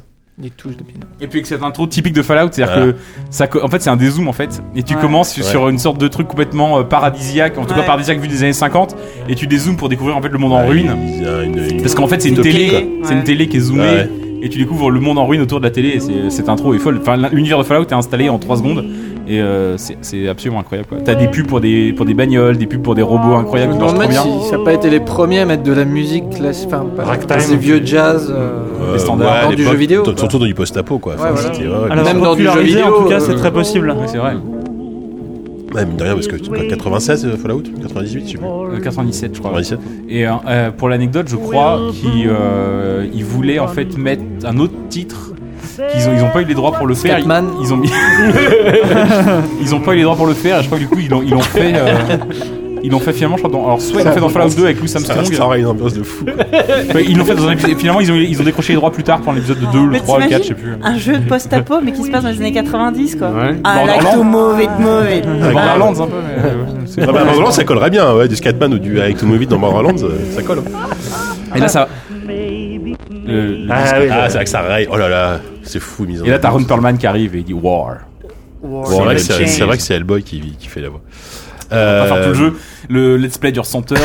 S12: Les touches de piano.
S7: Et puis que cette intro typique de Fallout, c'est-à-dire
S3: Voilà.
S7: que ça, co- en fait, c'est un dézoom en fait, et tu
S4: Ouais.
S7: commences
S3: Ouais.
S7: sur une sorte de truc complètement euh, paradisiaque, en tout
S12: Ouais.
S7: cas paradisiaque vu des années 50, et tu dézoomes pour découvrir en fait le monde en
S3: Ah,
S7: ruine.
S3: il- il y a une- une-
S7: Parce qu'en fait, c'est une
S3: Utopie,
S7: télé,
S3: quoi.
S7: c'est une
S4: Ouais.
S7: télé qui est zoomée.
S3: Ouais.
S7: Et tu découvres le monde en ruine autour de la télé. Et c'est- cette intro est folle. Enfin, l'un- l'univers de Fallout est installé en 3 secondes. Et euh, c'est- c'est absolument incroyable. quoi. T'as des pubs pour des, pour des bagnoles, des pubs pour des robots
S12: Ah, Je me
S7: incroyables qui marchent
S12: demande
S7: trop
S12: même
S7: bien.
S12: si ça n'a pas été les premiers à mettre de la musique classique, enfin, pas-
S5: Ragtime.
S12: ces vieux jazz. euh,
S3: Euh,
S7: Les standards.
S3: ouais, à
S12: Dans du
S3: l'époque,
S12: jeu vidéo,
S3: t-
S12: quoi.
S3: Surtout dans du post-apo, quoi. Enfin,
S12: Ouais, voilà.
S3: c'était- ouais,
S4: Alors,
S12: Même dans du jeu
S4: popularisé,
S12: vidéo,
S4: En tout cas, c'est
S12: euh,
S4: très possible.
S7: Ouais, c'est vrai.
S3: Ouais, mine de rien, parce que quoi, 96 euh, Fallout 98, je sais plus.
S8: Oh
S7: Euh, 97, je crois.
S3: 97
S7: Et euh, euh, pour l'anecdote, je crois
S8: hein.
S7: qu'ils euh, ils voulaient en fait mettre un autre titre. Qu'ils ont, ils ont pas eu les droits pour le faire. Ils,
S12: Scatman.
S7: ils ont mis. ils ont pas eu les droits pour le faire. Et je crois que du coup, ils l'ont, ils l'ont fait. euh, ils l'ont fait finalement, je crois. Dans, alors, soit ils l'ont fait dans Fallout 2 avec Louis
S3: Ça reste-
S7: Armstrong.
S3: ça aura une ambiance de fou. quoi.
S7: Ouais, ils l'ont fait dans un épisode. et Finalement, ils ont, ils ont décroché les droits plus tard pendant l'épisode de 2, le
S8: Mais
S7: 3, le 4, je sais
S8: t'imagines
S7: plus.
S8: Un jeu de post-apo, mais qui se passe dans les années 90, quoi.
S9: Ouais.
S8: Ah,
S7: Borderlands.
S8: like to move it, move it.
S7: Borderlands un peu, mais. euh, c'est-
S3: Non, mais à Borderlands, ça collerait bien, ouais, du Scatman ou du avec Tom Movie dans Borderlands, euh, ça colle. hein.
S7: Et là, ça. Le- le-
S5: Ah oui,
S3: Ah, c'est vrai que ça raille. Oh là là, c'est fou, mise en
S7: Et là,
S3: ambiance.
S7: t'as Ron Perlman qui arrive et il dit War.
S3: Bon, c'est vrai que
S7: Change.
S3: c'est c'est vrai que c'est Hellboy qui, qui fait la voix.
S7: On va
S3: Euh,
S7: faire tout le jeu. Le let's play dure 100 heures.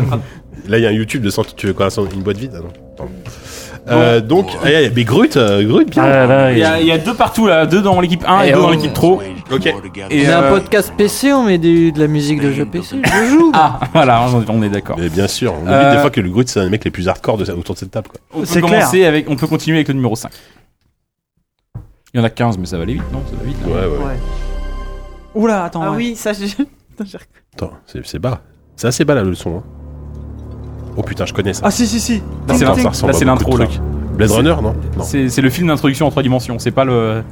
S3: Là, il y a un YouTube de 100. Tu veux quoi 100 Une boîte vide Ah non. Pardon. Euh, donc, aïe, aïe, mais Grut, euh, Grut, bien.
S5: Ah, là,
S7: Il y, a, il y a deux partout là, deux dans l'équipe 1 et,
S12: Et
S7: deux
S12: on-
S7: dans l'équipe trop.
S3: Ok.
S7: Et
S12: On a un
S7: euh,
S12: podcast PC, on met des- de la musique de jeu PC. Je joue
S7: Ah, voilà, on, on est d'accord.
S3: Mais bien sûr, on oublie
S7: Euh,
S3: des fois que le Grut, c'est un des mecs les plus hardcore de, autour de cette table. Quoi.
S7: On peut
S4: C'est
S7: commencer avec, on peut continuer avec le numéro 5. Il y en a 15, mais ça va aller vite, non Ça va vite. là.
S3: Ouais, ouais.
S8: Ouais.
S4: Oula, attends.
S8: Ah
S4: ouais.
S8: oui, ça, j'ai. Putain, j'ai reconnu.
S3: Attends, c'est c'est bas. C'est assez bas la leçon. Hein. Oh putain, je connais ça.
S4: Ah si, si, si.
S7: Là, c'est
S3: Putain, ça
S7: l'intro.
S3: ressemble
S7: Là,
S3: à
S7: c'est
S3: beaucoup de
S7: l'intro. là.
S3: trucs. Blade
S7: C'est-
S3: Runner, non Non.
S7: C'est c'est le film d'introduction en 3 dimensions. C'est pas le,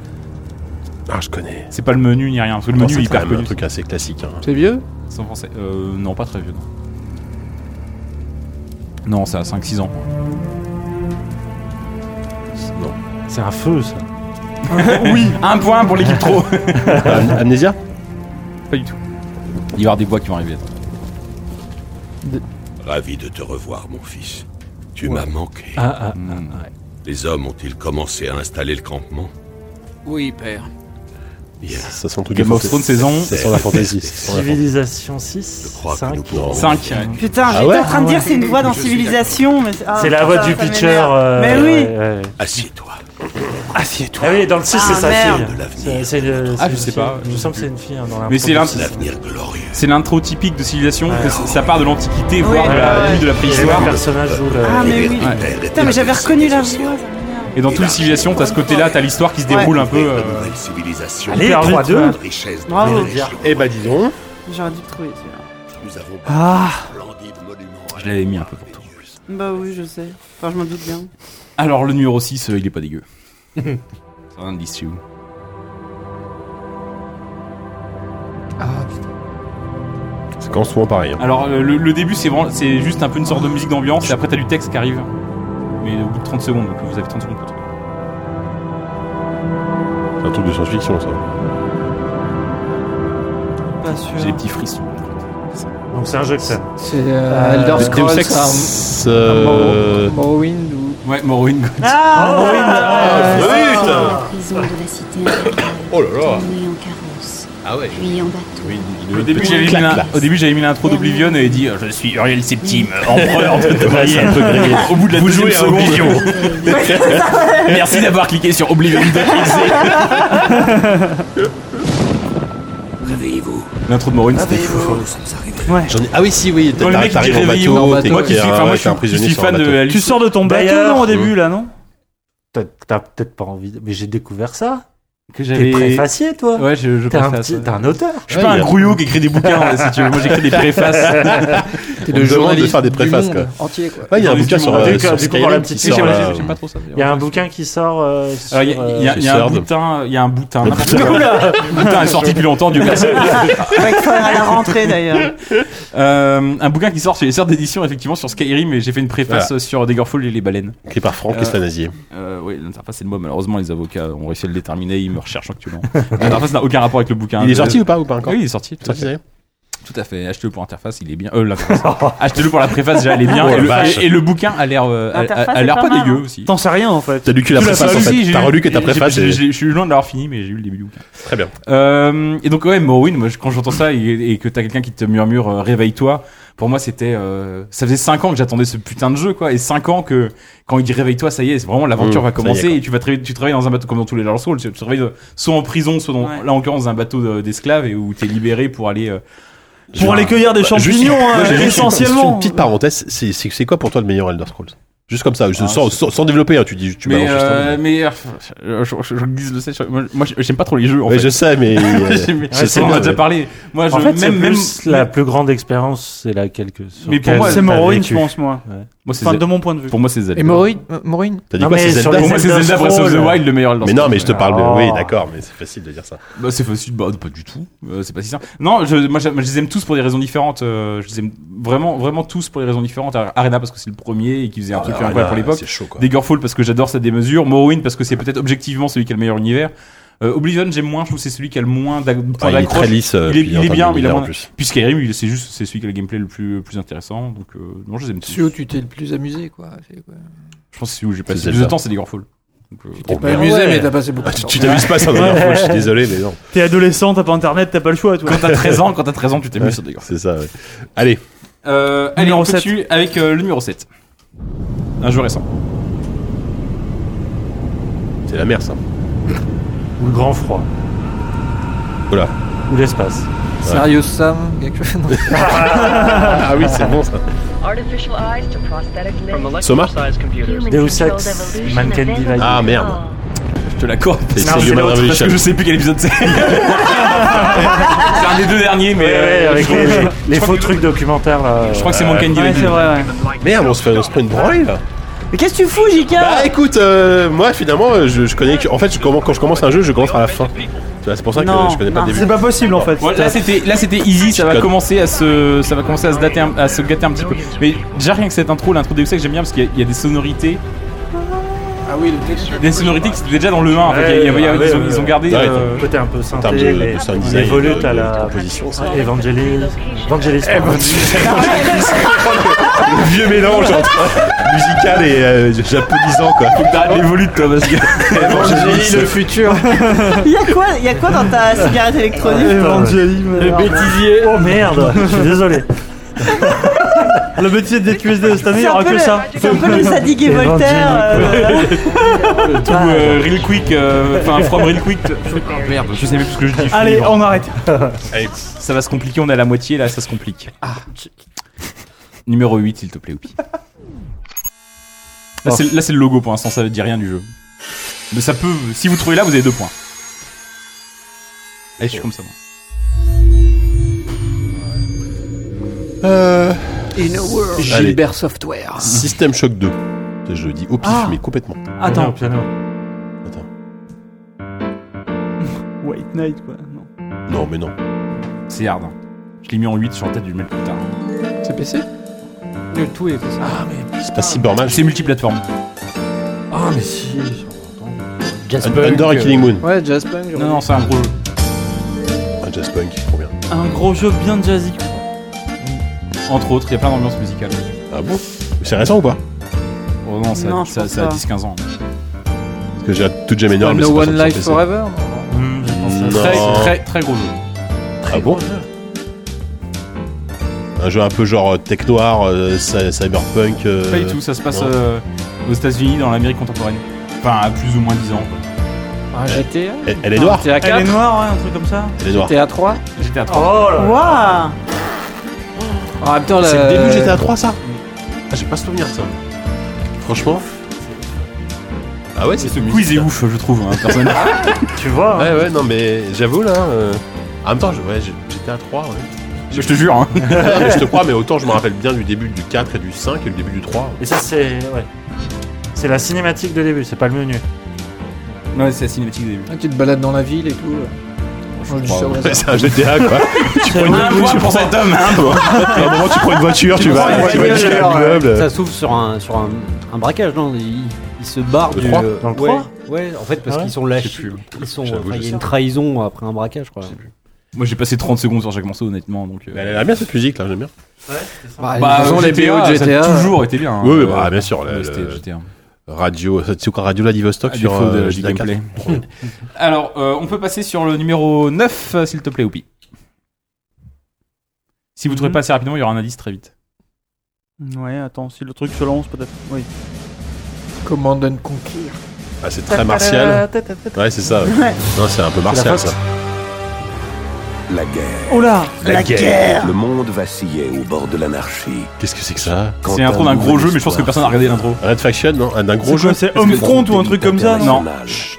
S3: Ah, je connais.
S7: c'est pas le menu ni rien. Parce que le
S3: Non,
S7: menu
S3: c'est
S7: est hyper
S3: quand même un
S7: connu.
S3: truc assez classique. hein.
S12: C'est vieux
S7: C'est en français. Euh, non, pas très vieux. Non, non ça a 5-6 ans.
S3: Non.
S5: C'est un feu, ça.
S7: oui, un point pour l'équipe trop.
S3: Am- Amnesia
S7: Pas du tout. Il va y avoir des voix qui vont arriver.
S14: Ravi de te revoir, mon fils. Tu m'as manqué.
S5: Ah, ah.
S14: Les hommes ont-ils commencé à installer le campement
S12: Oui, père.
S14: Bien.
S3: Ça sent le truc
S7: Game
S3: de
S7: of
S3: fantasy.
S7: Thrones saison
S3: Ça sent la fantasy. ça sent la fantasy.
S5: Civilisation 6.
S14: Je crois que nous pourrons-
S7: 5.
S8: Putain,
S3: Ah
S8: j'étais
S3: ouais
S8: en train de dire c'est une voix dans
S14: suis
S8: Civilisation. mais ah,
S5: C'est la voix
S8: ça,
S5: du
S8: ça
S5: pitcher.
S8: m'énerve.
S5: euh,
S8: Mais oui.
S5: ouais, ouais.
S14: Assieds-toi.
S5: Ah oui, dans le 6,
S8: Ah,
S5: c'est sa
S8: merde.
S5: fille.
S14: De l'avenir.
S5: C'est- c'est le-
S7: Ah,
S5: c'est
S7: je
S5: une
S7: sais
S5: fille.
S7: pas,
S5: Il
S7: je
S5: me
S7: sais
S5: semble que
S7: plus.
S5: c'est une fille. hein, dans
S7: Mais c'est l'un-
S5: l'introduction.
S14: L'avenir glorieux.
S7: C'est l'intro typique de Civilisation, que c- ça part de
S8: Oui.
S7: l'antiquité, voire de la
S8: Ouais.
S7: limite de
S5: Il y a
S7: la
S5: le
S7: préhistoire.
S5: même personnage où le-
S8: Ah, mais oui.
S14: Père était
S8: Putain, mais j'avais
S14: adressé
S8: reconnu
S14: des
S8: la
S14: anciens.
S8: voix.
S7: Et dans toute les Civilisation, t'as ce côté-là, t'as l'histoire qui se déroule un peu.
S14: Une
S7: euh,
S14: nouvelle civilisation.
S5: Allez,
S14: pleine
S5: 3-2.
S14: de richesses, de
S8: Bravo.
S14: belles richesses.
S3: Eh bah, dis donc.
S8: J'aurais dû le trouver celui-là.
S14: Nous avons
S4: Ah.
S14: splendide monument. à
S7: Je l'avais mis un peu pour toi.
S8: Bah oui, je sais. Enfin, je m'en doute bien.
S7: Alors le numéro 6, euh, il est pas dégueu. C'est un indice, you.
S3: C'est quand souvent pareil. hein.
S7: Alors euh, le, le début, c'est vraiment- c'est juste un peu une sorte de musique d'ambiance, et après t'as du texte qui arrive. Mais au bout de 30 secondes, donc vous avez 30 secondes pour trouver.
S3: C'est un truc de science-fiction, ça.
S12: Pas
S7: J'ai des
S12: sûr.
S7: petits frissons.
S5: Donc c'est un jeu que ça.
S12: C'est euh, Elder Scrolls
S3: Deus Ex,
S12: Arm-
S3: euh,
S12: Morrowind ou.
S7: Ouais, Morrowind.
S8: Ah,
S3: Ah,
S8: ouais.
S3: putain.
S15: Prison de la cité impériale,
S3: Oh là là.
S15: tournée en carrosse,
S14: Ah ouais.
S15: puis en bateau.
S3: Oui, une- une
S7: Au début,
S3: petite
S7: j'avais mis
S3: claque,
S7: l'in-
S3: là.
S7: au début, j'avais mis l'intro d'Oblivion et il dit euh, Je suis Uriel Septime, empereur de
S3: Ouais, c'est un peu grillé.
S7: Au bout de la
S3: Vous
S7: deuxième
S3: jouez à
S7: seconde.
S3: Oblivion.
S7: Merci d'avoir cliqué sur Oblivion.
S14: Réveillez-vous.
S7: L'intro de Morrowind, c'était fou.
S14: Nous sommes arrivés.
S3: J'en ai- Ah oui, si, oui.
S7: Quand le mec
S3: t'arrives- T'arrives
S7: il dit
S3: en
S7: réveillez-vous,
S3: bateau,
S12: en
S3: t'es
S12: bateau.
S7: moi
S3: t'es
S7: qui suis, enfin,
S3: un-
S7: moi,
S3: ouais, t'es
S7: je suis-
S3: un
S7: je
S3: prisonnier
S7: suis
S3: sur un
S7: fan de
S3: bateau.
S7: Alice.
S4: Tu sors de ton bateau
S5: D'ailleurs-
S4: non, au début là, non
S5: T'as- T'as peut-être pas envie, mais j'ai découvert ça
S7: que
S5: T'es préfacier, toi
S7: Ouais, je, je
S5: T'es un
S7: préface,
S5: petit-
S7: ouais.
S5: t'es un auteur.
S7: Je suis pas
S5: Ouais,
S7: un
S5: il y a-
S7: grouillot qui écrit des bouquins, ouais, si tu veux. Moi, j'écris des préfaces.
S5: T'es le
S3: On me demande de
S5: journaliste
S3: faire des
S5: du
S3: préfaces.
S5: monde
S3: quoi.
S5: entier, quoi.
S3: Ouais, il y a un
S5: Journaliste
S3: bouquin
S5: du
S3: sur,
S5: monde
S3: euh,
S5: entier,
S3: sur
S5: quoi. Du coup, pour la
S3: Skyrim
S5: petite
S3: qui sort.
S5: histoire,
S3: euh,
S5: j'aime pas trop ça, Il y a un bouquin qui sort. euh, sur,
S7: Alors, Il y a- il y a- il y a un
S3: Sard.
S7: boutin, il y a un boutin.
S3: Le
S7: n'importe
S3: boutin.
S7: quoi.
S3: Oula
S7: Le boutin est sorti depuis longtemps, Dieu merci.
S8: à la rentrée d'ailleurs.
S7: Euh, un bouquin qui sort chez les sœurs d'édition, effectivement, sur Skyrim, et j'ai fait une préface
S3: Voilà.
S7: sur Daggerfall et les baleines.
S3: Écrit par Franck Estanasier.
S7: Euh, oui, l'interface est le mot. Malheureusement, les avocats ont réussi à le déterminer, ils me recherchent actuellement. l'interface n'a aucun rapport avec le bouquin.
S3: Il est
S7: Je-
S3: sorti ou pas, ou pas encore
S7: Oui, il est sorti. Tout à
S3: Sorti,
S7: fait. Tout à fait. Achetez-le pour l'interface, il est bien. Euh, l'interface. Achetez-le pour la préface, déjà, elle est bien.
S3: Oh,
S7: et,
S3: la
S7: le,
S3: vache.
S7: et- et le bouquin a l'air, euh, a, a-
S4: L'interface
S7: a
S4: est
S7: l'air
S4: pas
S7: pas,
S4: mal,
S7: dégueu
S4: hein.
S7: aussi.
S4: T'en sais rien en fait.
S3: T'as lu que la
S7: Tu l'as
S3: préface,
S7: pas
S3: en
S7: lu,
S3: fait.
S7: si,
S3: T'as
S7: j'ai-
S3: relu que ta
S7: j'ai-
S3: préface
S7: j'ai-
S3: et-
S7: j'ai- Je suis loin de l'avoir fini, mais j'ai eu le début du bouquin.
S3: Très bien.
S7: Euh, et donc ouais, Morrowind, moi, je- quand j'entends ça et, et que t'as quelqu'un qui te murmure euh, réveille-toi, pour moi c'était, euh, ça faisait 5 ans que j'attendais ce putain de jeu quoi, et 5 ans que quand il dit réveille-toi, ça y est, c'est vraiment l'aventure
S3: Mmh,
S7: va
S3: ça y est,
S7: commencer
S3: quoi.
S7: et tu vas travailler, tu travailles dans un bateau comme dans tous les Dark Souls, tu, tu travailles euh, soit en prison, soit dans, là encore dans un bateau de- d'esclaves et où t'es libéré pour aller euh,
S4: Pour aller cueillir des
S7: Bah, juste-
S4: champignons, hein,
S7: Moi, j'ai juste une-
S4: essentiellement.
S3: Une petite parenthèse, c'est- c'est c'est quoi pour toi le meilleur Elder Scrolls Juste comme ça, je-
S7: Ah,
S3: sans, sans, sans développer, hein, tu dis, tu
S7: mais,
S3: balances juste un-
S7: euh, mais euh, je, je, je- je glisse le sel sur- moi, moi, j'aime pas trop les jeux en
S3: Ouais,
S7: fait.
S3: je sais, mais, euh,
S7: J'aime-
S3: Ouais,
S7: je sais,
S3: c'est
S7: on en a
S3: bien,
S7: déjà
S3: ouais.
S7: parlé. Moi, je,
S5: en fait, c'est
S7: même, même,
S5: plus la plus grande expérience, c'est laquelle que. sur
S7: Mais pour
S5: laquelle
S7: moi,
S5: t'as
S7: c'est Morrowind,
S5: vécu.
S7: je pense, moi.
S5: Ouais.
S7: Moi, c'est Enfin, Zelda. de mon point de vue. Pour moi, c'est Zelda.
S11: Et Morrowind euh, Morrowind
S3: T'as dit
S5: Non,
S3: quoi,
S5: mais
S3: c'est
S5: sur
S3: Zelda
S5: les
S7: Pour moi, c'est
S5: Elder
S7: Zelda Breath of the
S5: Scrolls,
S7: Wild, le meilleur Elder
S3: Mais non,
S7: Scrolls.
S3: mais je te parle de.
S7: Oh.
S3: Oui, d'accord, mais c'est facile de dire ça.
S7: Bah, c'est facile, bah, pas du tout. Euh, c'est pas si simple. Non, je, moi, j'aime- je les aime tous pour des raisons différentes. Euh, je les aime vraiment, vraiment tous pour des raisons différentes. Ar- Arena parce que c'est le premier et qui faisait un
S3: Ah,
S7: truc
S3: Arena,
S7: incroyable pour l'époque.
S3: c'est chaud, quoi.
S7: Daggerfall parce que j'adore sa démesure. Morrowind parce que c'est peut-être objectivement celui qui a le meilleur univers. Euh, Oblivion, j'aime moins. Je trouve que c'est celui qui a le moins d'ac-
S3: Ah,
S7: points
S3: il est
S7: d'accroche.
S3: très lisse, euh,
S7: Il est,
S3: puis
S7: il
S3: en
S7: est
S3: termes
S7: bien, mais il a
S3: d'univers, en
S7: moins.
S3: plus.
S7: Puis Skyrim, il- c'est juste, c'est celui qui a le gameplay le plus, le plus intéressant. Donc, euh, non, je les aime tous.
S11: Celui où tu t'es le plus amusé, quoi. C'est quoi
S7: Je pense que c'est où j'ai
S3: C'est
S7: passé le plus de
S3: Zelda. Oh.
S7: temps, c'est Daggerfall. Donc, euh,
S11: t'es pas amusé, mais t'as passé beaucoup de
S3: Eh ben Ah, tu-
S11: temps.
S3: Tu t'amuses pas sur Daggerfall, je suis désolé, mais non.
S4: T'es adolescent, t'as pas internet, t'as pas le choix. Toi.
S7: Quand t'as 13 ans, quand t'as 13 ans, tu t'amuses
S3: Ouais,
S7: sur Daggerfall.
S3: C'est ça, ouais. Allez.
S7: Euh, allez,
S4: Numéro
S7: on
S4: sept.
S7: continue avec euh, le numéro 7. Un jeu récent.
S3: C'est la mer, ça.
S5: Ou le grand froid.
S3: Voilà.
S5: Ou l'espace.
S11: Sérieux Sam quelque chose Non.
S3: Ah oui, c'est bon ça.
S16: Artificial eyes to prosthetic limbs.
S3: Soma
S5: Deus Ex, Human Candy Valley.
S3: Ah merde.
S7: Je te l'accorde.
S3: C'est-
S7: Non,
S3: c'est Human
S7: l'autre, Parce
S3: Revolution.
S7: que je sais plus quel épisode c'est. c'est un des deux derniers, mais. euh,
S5: avec
S7: je crois
S5: les,
S7: que-
S5: les- les faux trucs documentaires là. Euh,
S7: Je crois que c'est mon candy.
S4: Ouais, c'est vrai. ouais.
S3: Merde, on se fait, on se prend une branlée là.
S8: Mais qu'est-ce que tu fous, JK
S3: Bah écoute, euh, moi finalement, euh, je, je connais. que- En fait, je commence- quand je commence un jeu, je commence par la fin. Tu vois, c'est pour ça que
S4: Non,
S3: je connais pas
S4: non,
S3: le début.
S4: C'est pas possible en fait.
S7: Ouais, là c'était là c'était easy, ça va
S3: code.
S7: commencer à se ça va commencer à se dater un- à se gâter un petit peu. Mais déjà rien que cette intro, l'intro Deus Ex, j'aime bien parce qu'il y, a- il y a des sonorités,
S11: Ah oui, le texte.
S7: des sonorités qui étaient déjà dans le 1. En fait. Il y a- il y a-
S5: Ouais,
S7: ils, ont,
S5: ouais,
S7: ils ont gardé.
S3: ouais.
S7: euh,
S5: Côté un peu synthé,
S3: termes de- de
S5: les,
S3: sound
S5: les
S3: design,
S5: volutes
S3: de-
S5: à
S3: de
S5: la
S3: composition, ça.
S5: Evangelis. Evangelis.
S3: Le vieux mélange entre musical et euh, japonisant quoi.
S7: faut que t'arrêtes les volutes toi parce que.
S3: Ah, Évangéliste.
S11: futur.
S8: Il y a quoi, il y a quoi dans ta cigarette électronique
S4: Le
S5: bêtisier. Oh merde, je suis désolé.
S4: Le métier des QSD de cette année, il y aura
S8: un peu
S4: Eh que
S8: le-
S4: ça.
S8: C'est un peu le Sadig et Voltaire. euh,
S7: Tout euh, real quick, euh, enfin from real quick. Merde, je sais même plus ce que je dis. je suis
S4: Allez,
S7: mort.
S4: on arrête.
S3: Allez.
S7: Ça va se compliquer, on est à la moitié là, ça se complique.
S8: Ah.
S7: Numéro 8, s'il te plaît, Oupi. Là, c'est là, c'est le logo pour l'instant, ça ne dit rien du jeu. Mais ça peut. Si vous trouvez là, vous avez deux points. Allez, je suis comme ça, moi.
S3: Euh,
S12: In a world.
S11: Gilbert Software.
S3: System Shock 2. Je le dis au pif,
S11: Ah.
S3: mais complètement.
S5: Piano,
S11: Attends.
S5: piano.
S3: Attends.
S4: White Knight quoi. Non.
S3: Non, mais non.
S7: C'est hard. hein. Je l'ai mis en 8, sur la tête du mettre plus tard.
S11: C'est PC Le tout est PC. Ah mais.
S3: C'est pas Cyberman.
S7: C'est multiplateforme.
S11: Ah mais si.
S3: Un- Under et Killing Moon.
S11: Ouais, Jazz Punk.
S7: Non, non, c'est un gros jeu.
S3: Ah, Jazz Punk, trop bien.
S4: Un gros jeu bien jazzy.
S7: Entre autres, il y a plein d'ambiances musicales.
S3: Ah bon C'est récent ou pas
S7: Oh non, ça,
S8: Non, je
S7: ça,
S8: pense
S7: ça a
S8: pas.
S7: 10-15 ans.
S3: Parce que j'ai tout jamais énorme, mais c'est
S11: Ah, No
S3: pas
S11: One
S3: sorti sur
S11: Life
S3: PC.
S11: Forever
S3: Non.
S7: Très, très, très gros jeu.
S3: Ah bon Un jeu un peu genre euh, tech noir, euh, cy- cyberpunk. euh,
S7: Pas du tout, ça se passe
S3: non.
S7: euh, aux États-Unis, dans l'Amérique contemporaine. Enfin, à plus ou moins 10 ans. quoi.
S11: Un GTA
S3: Elle, elle est noire
S11: GTA
S4: Elle est
S11: 4
S4: noire, ouais, un truc comme ça.
S3: Elle est noire.
S11: GTA 3
S7: J'étais à 3.
S4: Oh là.
S8: Waouh
S11: En même temps,
S3: C'est le début de
S11: Ah, la-
S3: GTA 3 ça Ah, j'ai pas souvenir ça. Franchement Ah ouais, c'est ce
S7: quiz est ouf, je trouve, hein, personnellement.
S4: tu vois.
S3: Ouais, ouais, non, mais j'avoue, là. euh, En même temps, je- ouais, j'ai- j'étais à 3, ouais.
S7: Je te jure, hein.
S3: Non, mais je te crois, mais autant je me rappelle bien du début du 4 et du 5 et le début du 3.
S11: Et ça, c'est. Ouais. C'est la cinématique de début, c'est pas le menu.
S7: Ouais, c'est la cinématique du début.
S12: Ah, tu te balades dans la ville et tout. euh. Change du sabre laser.
S3: C'est un GTA, quoi. tu prends une voiture, tu
S7: Un point Ah, pour
S3: prends-
S7: cet homme, hein,
S3: Bon. À un moment, tu prends une voiture, tu vas, tu vas jusqu'à l'immeuble.
S9: Ça s'ouvre sur un sur un, un braquage, non il, il se barre
S3: Le
S9: du.
S3: trois
S9: euh,
S3: Dans le
S9: ouais,
S3: trois
S9: ouais, en fait parce
S3: Ah ouais
S9: qu'ils sont
S3: Je sais
S9: lâchés.
S3: plus.
S9: Ils sont.
S3: J'avoue,
S9: enfin,
S3: je
S9: Il y a
S3: sais
S9: une
S3: plus.
S9: trahison après un braquage, je crois.
S7: Moi, j'ai passé 30 secondes sur chaque morceau, honnêtement. Donc, euh,
S3: Mais Elle a bien cette musique, là, j'aime bien.
S12: Bah,
S7: Bah,
S12: ils ont les
S7: GTA,
S12: BO de
S7: ça a
S12: GTA.
S7: toujours été bien. hein.
S3: Oui, oui,
S7: Euh,
S3: bah, bien sûr. le-
S7: ouais, c'était
S3: le-
S7: GTA.
S3: Radio, c'est quoi Radio Vladivostok
S7: À
S3: sur
S7: défaut de-
S3: euh,
S7: Ah, du
S3: GTA quatre.
S7: gameplay. Alors, euh, on peut passer sur le numéro 9, euh, s'il te plaît, Oupi. Si vous trouvez pas assez rapidement, il y aura un indice très vite.
S4: Ouais, attends, si le truc se lance, peut-être. Oui.
S12: Command and Conquer.
S3: Ah, c'est très martial. Ouais, c'est ça. ouais.
S4: Ouais.
S3: Non, c'est un peu martial, ça.
S17: La guerre.
S4: Oh là
S17: La guerre. Le monde vacillait au bord de l'anarchie.
S3: Qu'est-ce que c'est que ça
S17: Quand
S7: C'est l'intro
S17: un
S7: d'un gros
S17: nouvel
S7: jeu, mais je pense que
S17: espoir
S7: personne n'a regardé l'intro.
S3: Red Faction, non Ah, D'un gros
S4: C'est
S3: jeu
S4: quoi, c'est Homefront ou un truc comme ça
S7: Non.
S17: Chut.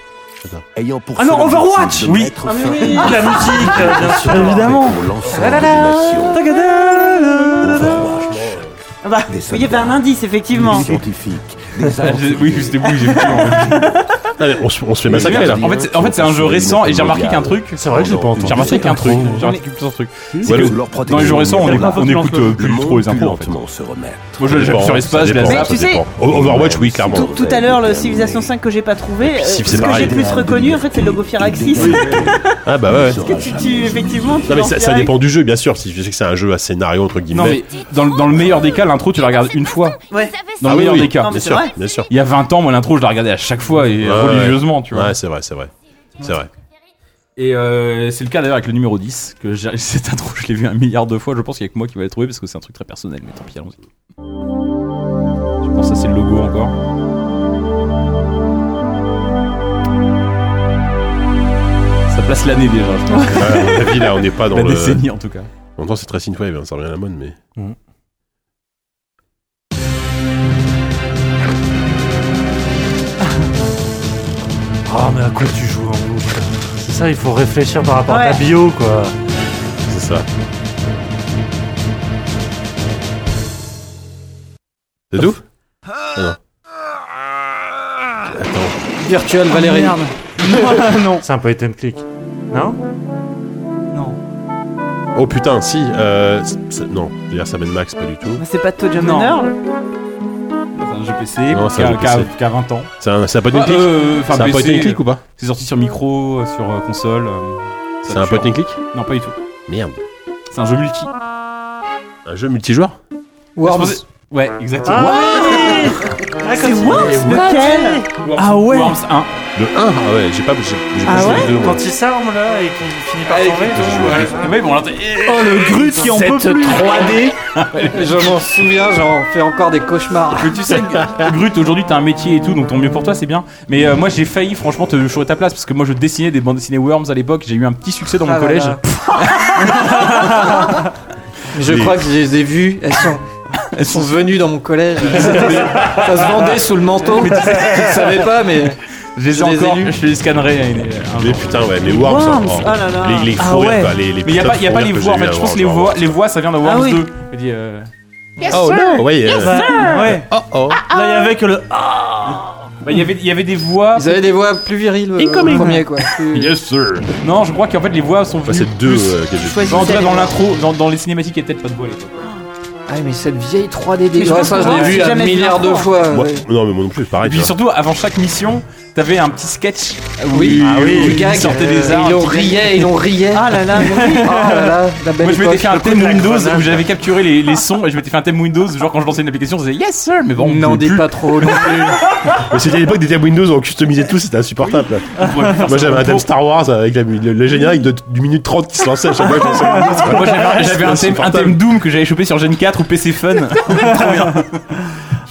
S17: Ayant pour
S4: Ah non,
S17: seul objectif
S4: Overwatch
S17: de
S4: Oui.
S17: mettre
S4: Ah mais
S17: fin
S4: oui,
S17: à
S4: la musique, euh, bien sûr,
S17: Pour
S4: évidemment.
S17: l'ensemble des nations.
S4: Tagada.
S17: Overwatch.
S8: Ah bah,
S17: Des
S8: oui, il y avait un indice, effectivement.
S17: Des scientifiques. Des
S7: Ah, j'ai- oui, c'était vous, j'ai plus envie.
S3: Ah, mais on, se- on se fait massacrer, là.
S7: En fait, en fait, c'est un jeu récent et j'ai remarqué qu'un truc.
S5: C'est vrai que je l'ai pas entendu.
S7: J'ai remarqué qu'un truc. J'ai remarqué plusieurs trucs. C'est que dans les jeux récents, on, écoute- on écoute euh, plus trop les impôts en fait.
S17: se remettre.
S7: Moi, je
S3: dépend,
S7: l'ai sur
S3: ça
S7: l'espace, je l'ai
S3: dépend,
S7: la
S8: ça Mais tu sais- dépend.
S3: O- Overwatch, oui, clairement.
S8: Tout à l'heure, le Civilization 5 que j'ai pas trouvé, euh,
S3: si,
S8: ce
S3: c'est
S8: que
S3: pareil.
S8: j'ai plus reconnu, en fait, c'est le logo Firaxis.
S3: Ah, bah ouais.
S8: Parce que tu, tu- effectivement, tu
S3: Non, mais
S8: lances
S3: ça, ça
S8: Firaxis.
S3: dépend du jeu, bien sûr. Si je sais que c'est un jeu à scénario, entre
S7: Non,
S3: guillemets.
S7: mais dans, le- dans le meilleur des cas, l'intro, tu la regardes une fois.
S8: Ouais.
S7: Dans
S3: Ah
S7: le
S3: oui,
S7: meilleur
S3: oui,
S7: des cas.
S3: bien sûr, bien sûr.
S7: Il y a 20 ans, moi, l'intro, je la regardais à chaque fois et
S3: Ouais,
S7: religieusement, tu vois.
S3: Ouais, c'est vrai, c'est vrai. C'est vrai.
S7: Et euh, c'est le cas d'ailleurs avec le numéro 10, que j'ai- cette intro, je l'ai vu un milliard de fois. Je pense qu'il y a que moi qui va la trouver parce que c'est un truc très personnel, mais tant pis, allons-y. Je pense que ça, c'est le logo encore. Ça place l'année déjà, je pense.
S3: Ah Ouais, à mon avis, là, on n'est pas dans
S7: La
S3: le.
S7: décennie, en tout cas.
S3: En même temps, c'est très synthwave, hein, ça revient à la mode, mais.
S5: Mhm. Ah, mais à quoi tu joues en boucle C'est ça, il faut réfléchir par rapport à ta
S8: Ouais.
S5: bio, quoi.
S3: C'est ça. C'est tout Ah non. Attends.
S12: Virtual Valérie.
S4: Merde. non.
S5: C'est un peu hit and click. Non
S4: Non.
S3: Oh putain, si. Euh, c- c- non, je veux dire, ça mène Max, pas du tout.
S8: Mais C'est pas Toe Jam
S4: Non.
S8: Earl
S7: C'est un jeu PC
S3: Non, c'est
S7: qui
S3: un
S7: a,
S3: jeu
S7: qui a-
S3: PC.
S7: qui a 20 ans.
S3: C'est un, c'est un point and
S7: Ah,
S3: click
S7: euh, enfin,
S3: C'est un point
S7: PC,
S3: and click ou pas
S7: C'est sorti sur micro, euh, sur euh, console. euh, ça
S3: C'est un
S7: tue,
S3: point and
S7: hein.
S3: click
S7: Non, pas du tout.
S3: Merde.
S7: C'est un jeu multi.
S3: Un jeu multijoueur
S7: Je
S12: Worms.
S7: pensais- Ouais, exactement.
S8: C'est Worms lequel
S4: Ah ouais
S7: Worms 1.
S3: Le 1 Ah ouais, j'ai pas, j'ai, j'ai pas
S8: Ah
S3: joué
S8: ouais
S3: le 2 moi.
S11: Quand il s'arme là et qu'il finit par tomber.
S7: Ouais, bon, alors, t'es-
S4: Oh le grut qui en peut
S12: Cette
S4: plus.
S12: 3D, je m'en souviens, j'en fais encore des cauchemars.
S7: Mais tu sais, que, Grut, aujourd'hui t'as un métier et tout, donc tant mieux pour toi, c'est bien. Mais euh, moi j'ai failli, franchement, te jouer ta place parce que moi je dessinais des bandes dessinées Worms à l'époque, j'ai eu un petit succès dans mon
S12: Ah,
S7: collège.
S12: voilà. Je
S3: Les-
S12: crois que je les ai vues. Elles sont, elles sont venues dans mon collège. Ça se vendait sous le manteau. Tu ne savais pas, mais
S7: Je les ai
S12: Je les ai
S7: encore,
S12: lus.
S7: je les scannerai. euh, un
S3: Mais
S7: jour.
S3: putain, ouais, mais Worms,
S8: Worms,
S3: oh,
S8: ah là là.
S3: Les, les
S4: Ah
S3: fourrures,
S4: ouais.
S3: quoi, les, les
S7: Mais y a
S3: putains
S7: pas,
S3: de
S7: y a pas les
S3: fourrures que
S7: voix, en
S3: j'ai eues
S7: fait, je
S3: à
S7: pense que les
S3: Worms,
S7: voix, les voix ça vient
S4: Ah
S7: de Worms 2. Je dis, euh,
S3: Oh non, ouais, euh,
S4: Ah, Ouais. Ah,
S3: oh oh.
S4: Là, il y avait que le.
S7: bah, y avait- y avait des voix.
S12: ils avaient des voix plus viriles. euh,
S4: Incoming.
S12: au premier, quoi. Plus-
S3: Yes sir.
S7: Non, je crois qu'en fait les voix sont
S3: Bah,
S7: venues.
S3: c'est deux
S7: plus-
S3: euh, que j'ai joué.
S8: Choisis
S7: En tout cas,
S8: celle-
S7: dans l'intro, dans, dans les cinématiques, il y a peut-être pas de voix à l'époque.
S12: Ah, mais cette vieille 3D
S8: Mais je
S12: dégueulasse,
S8: pense
S12: ça, je
S8: que
S12: l'ai
S8: moi,
S12: vu
S8: j'ai
S12: un
S8: jamais vu
S12: milliard de
S8: l'enfant.
S12: fois.
S3: Moi-
S12: ouais.
S7: Ah
S3: Non, mais moi non plus,
S7: Et
S3: pareil. tu
S7: puis
S3: vois.
S7: surtout, avant chaque mission, t'avais un petit sketch où
S12: Oui, du
S7: il- où Ah il
S12: gag,
S7: sortait
S12: euh,
S7: des arts.
S12: Ils ont
S7: un petit gag.
S12: riait, ils ont riait.
S8: Ah là là,
S12: Oh là là, la belle
S7: Moi, je m'étais
S12: époque.
S7: fait un thème Windows où j'avais capturé les, les sons et je m'étais fait un thème Windows. Genre, quand je lançais une application, je disais Yes, sir! Mais bon, on
S12: N'en
S7: pouvait
S12: dis
S7: plus,
S12: pas trop non plus.
S3: Mais c'était à l'époque des thèmes Windows où on customisait tout, c'était insupportable. là.
S7: on pouvait plus faire
S3: Moi
S7: ça.
S3: j'avais un thème Star Wars avec la, mu- le, le générique de, du minute 30 qui se lançait à chaque fois que je Euh, lançais Windows. quoi.
S7: Moi, j'avais- j'avais un thème, un thème Doom que j'avais chopé sur Gen 4 ou PC Fun.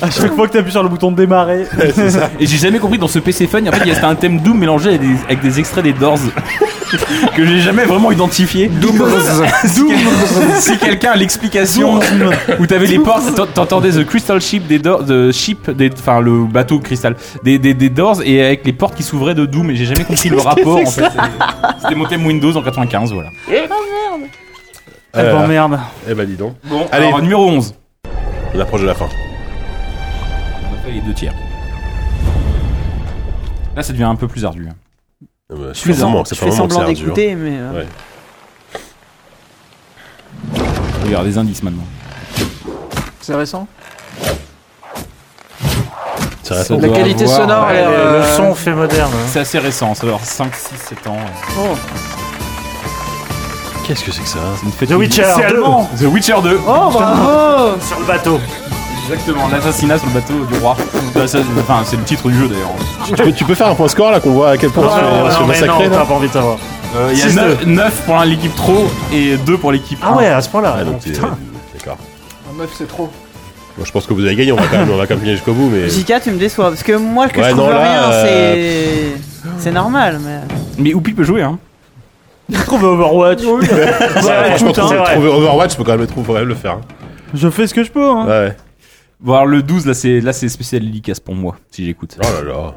S4: À chaque fois que t'appuies sur le bouton de démarrer.
S7: Et j'ai jamais compris dans ce PC Fun, en fait, il y a c'était un thème Doom mélangé avec des, avec des extraits des Doors que j'ai jamais vraiment identifié. Doom. si quelqu'un a l'explication où t'avais les portes, t'en- t'entendais The Crystal Ship des Doors, the ship des, enfin le bateau cristal des, des, des Doors et avec les portes qui s'ouvraient de Doom. Et j'ai jamais compris le
S4: Qu'est-ce que
S7: rapport.
S4: c'est
S7: En
S4: que
S7: fait,
S4: ça
S7: c'était mon thème Windows en 95, voilà.
S16: Oh merde
S4: Eh ben, merde.
S3: Eh ben dis donc.
S7: Bon, alors, numéro 11.
S3: On approche de la fin.
S7: On a fait les deux tiers. Là, ça devient un peu plus ardu. hein.
S3: Euh,
S8: Je fais
S3: sûrement,
S8: semblant,
S3: c'est
S8: je
S3: pas
S8: fais
S3: vraiment que
S8: semblant
S3: c'est ardu,
S8: d'écouter,
S4: Eh,
S3: hein.
S8: mais, euh,
S3: Ouais.
S7: Regarde les indices maintenant.
S12: C'est récent
S3: C'est
S7: récent.
S12: La qualité sonore, elle a l'air, euh,
S5: hein.
S7: C'est assez récent, ça doit avoir 5, 6, 7 ans.
S12: Oh.
S3: Qu'est-ce que c'est que ça
S7: The
S5: Witcher
S7: C'est
S5: 2.
S7: allemand bah. The Witcher 2
S12: Oh bravo
S5: Sur le bateau.
S3: Ah,
S7: Exactement, l'assassinat sur le bateau du roi. Euh, Ça, ça, Enfin, c'est le titre du jeu d'ailleurs.
S3: Tu peux, tu peux faire un point score là qu'on voit à quel point
S4: Ah,
S3: tu es-
S7: Non,
S3: tu
S7: non,
S3: es
S7: non, mais
S3: massacré
S7: non,
S3: là
S7: t'as pas envie de savoir. Euh, Il y a 9, pour l'équipe trop et 2 pour l'équipe.
S5: Ah
S7: un.
S5: ouais, à ce point-là.
S3: Ah,
S5: non,
S3: donc t'es-
S5: putain.
S3: D'accord.
S12: Meuf, c'est trop.
S3: Bon, je pense que vous avez gagné, on va quand même, on va quand même gagner jusqu'au bout, mais.
S8: Jika, tu me déçois parce que moi, que
S3: Euh. Ouais,
S8: je trouve
S3: non, là,
S8: rien,
S3: euh,
S8: c'est c'est normal, mais
S7: Mais Oupi peut jouer, hein.
S4: Je trouve Overwatch.
S3: Ouais, franchement, trouver, trouver Overwatch, peut quand même, trouver, le faire. hein.
S4: Je fais ce que je peux. Hein.
S3: Ouais.
S7: Bon, alors le 12, là c'est, là, c'est spécial dédicace pour moi, si j'écoute.
S3: Oh là là.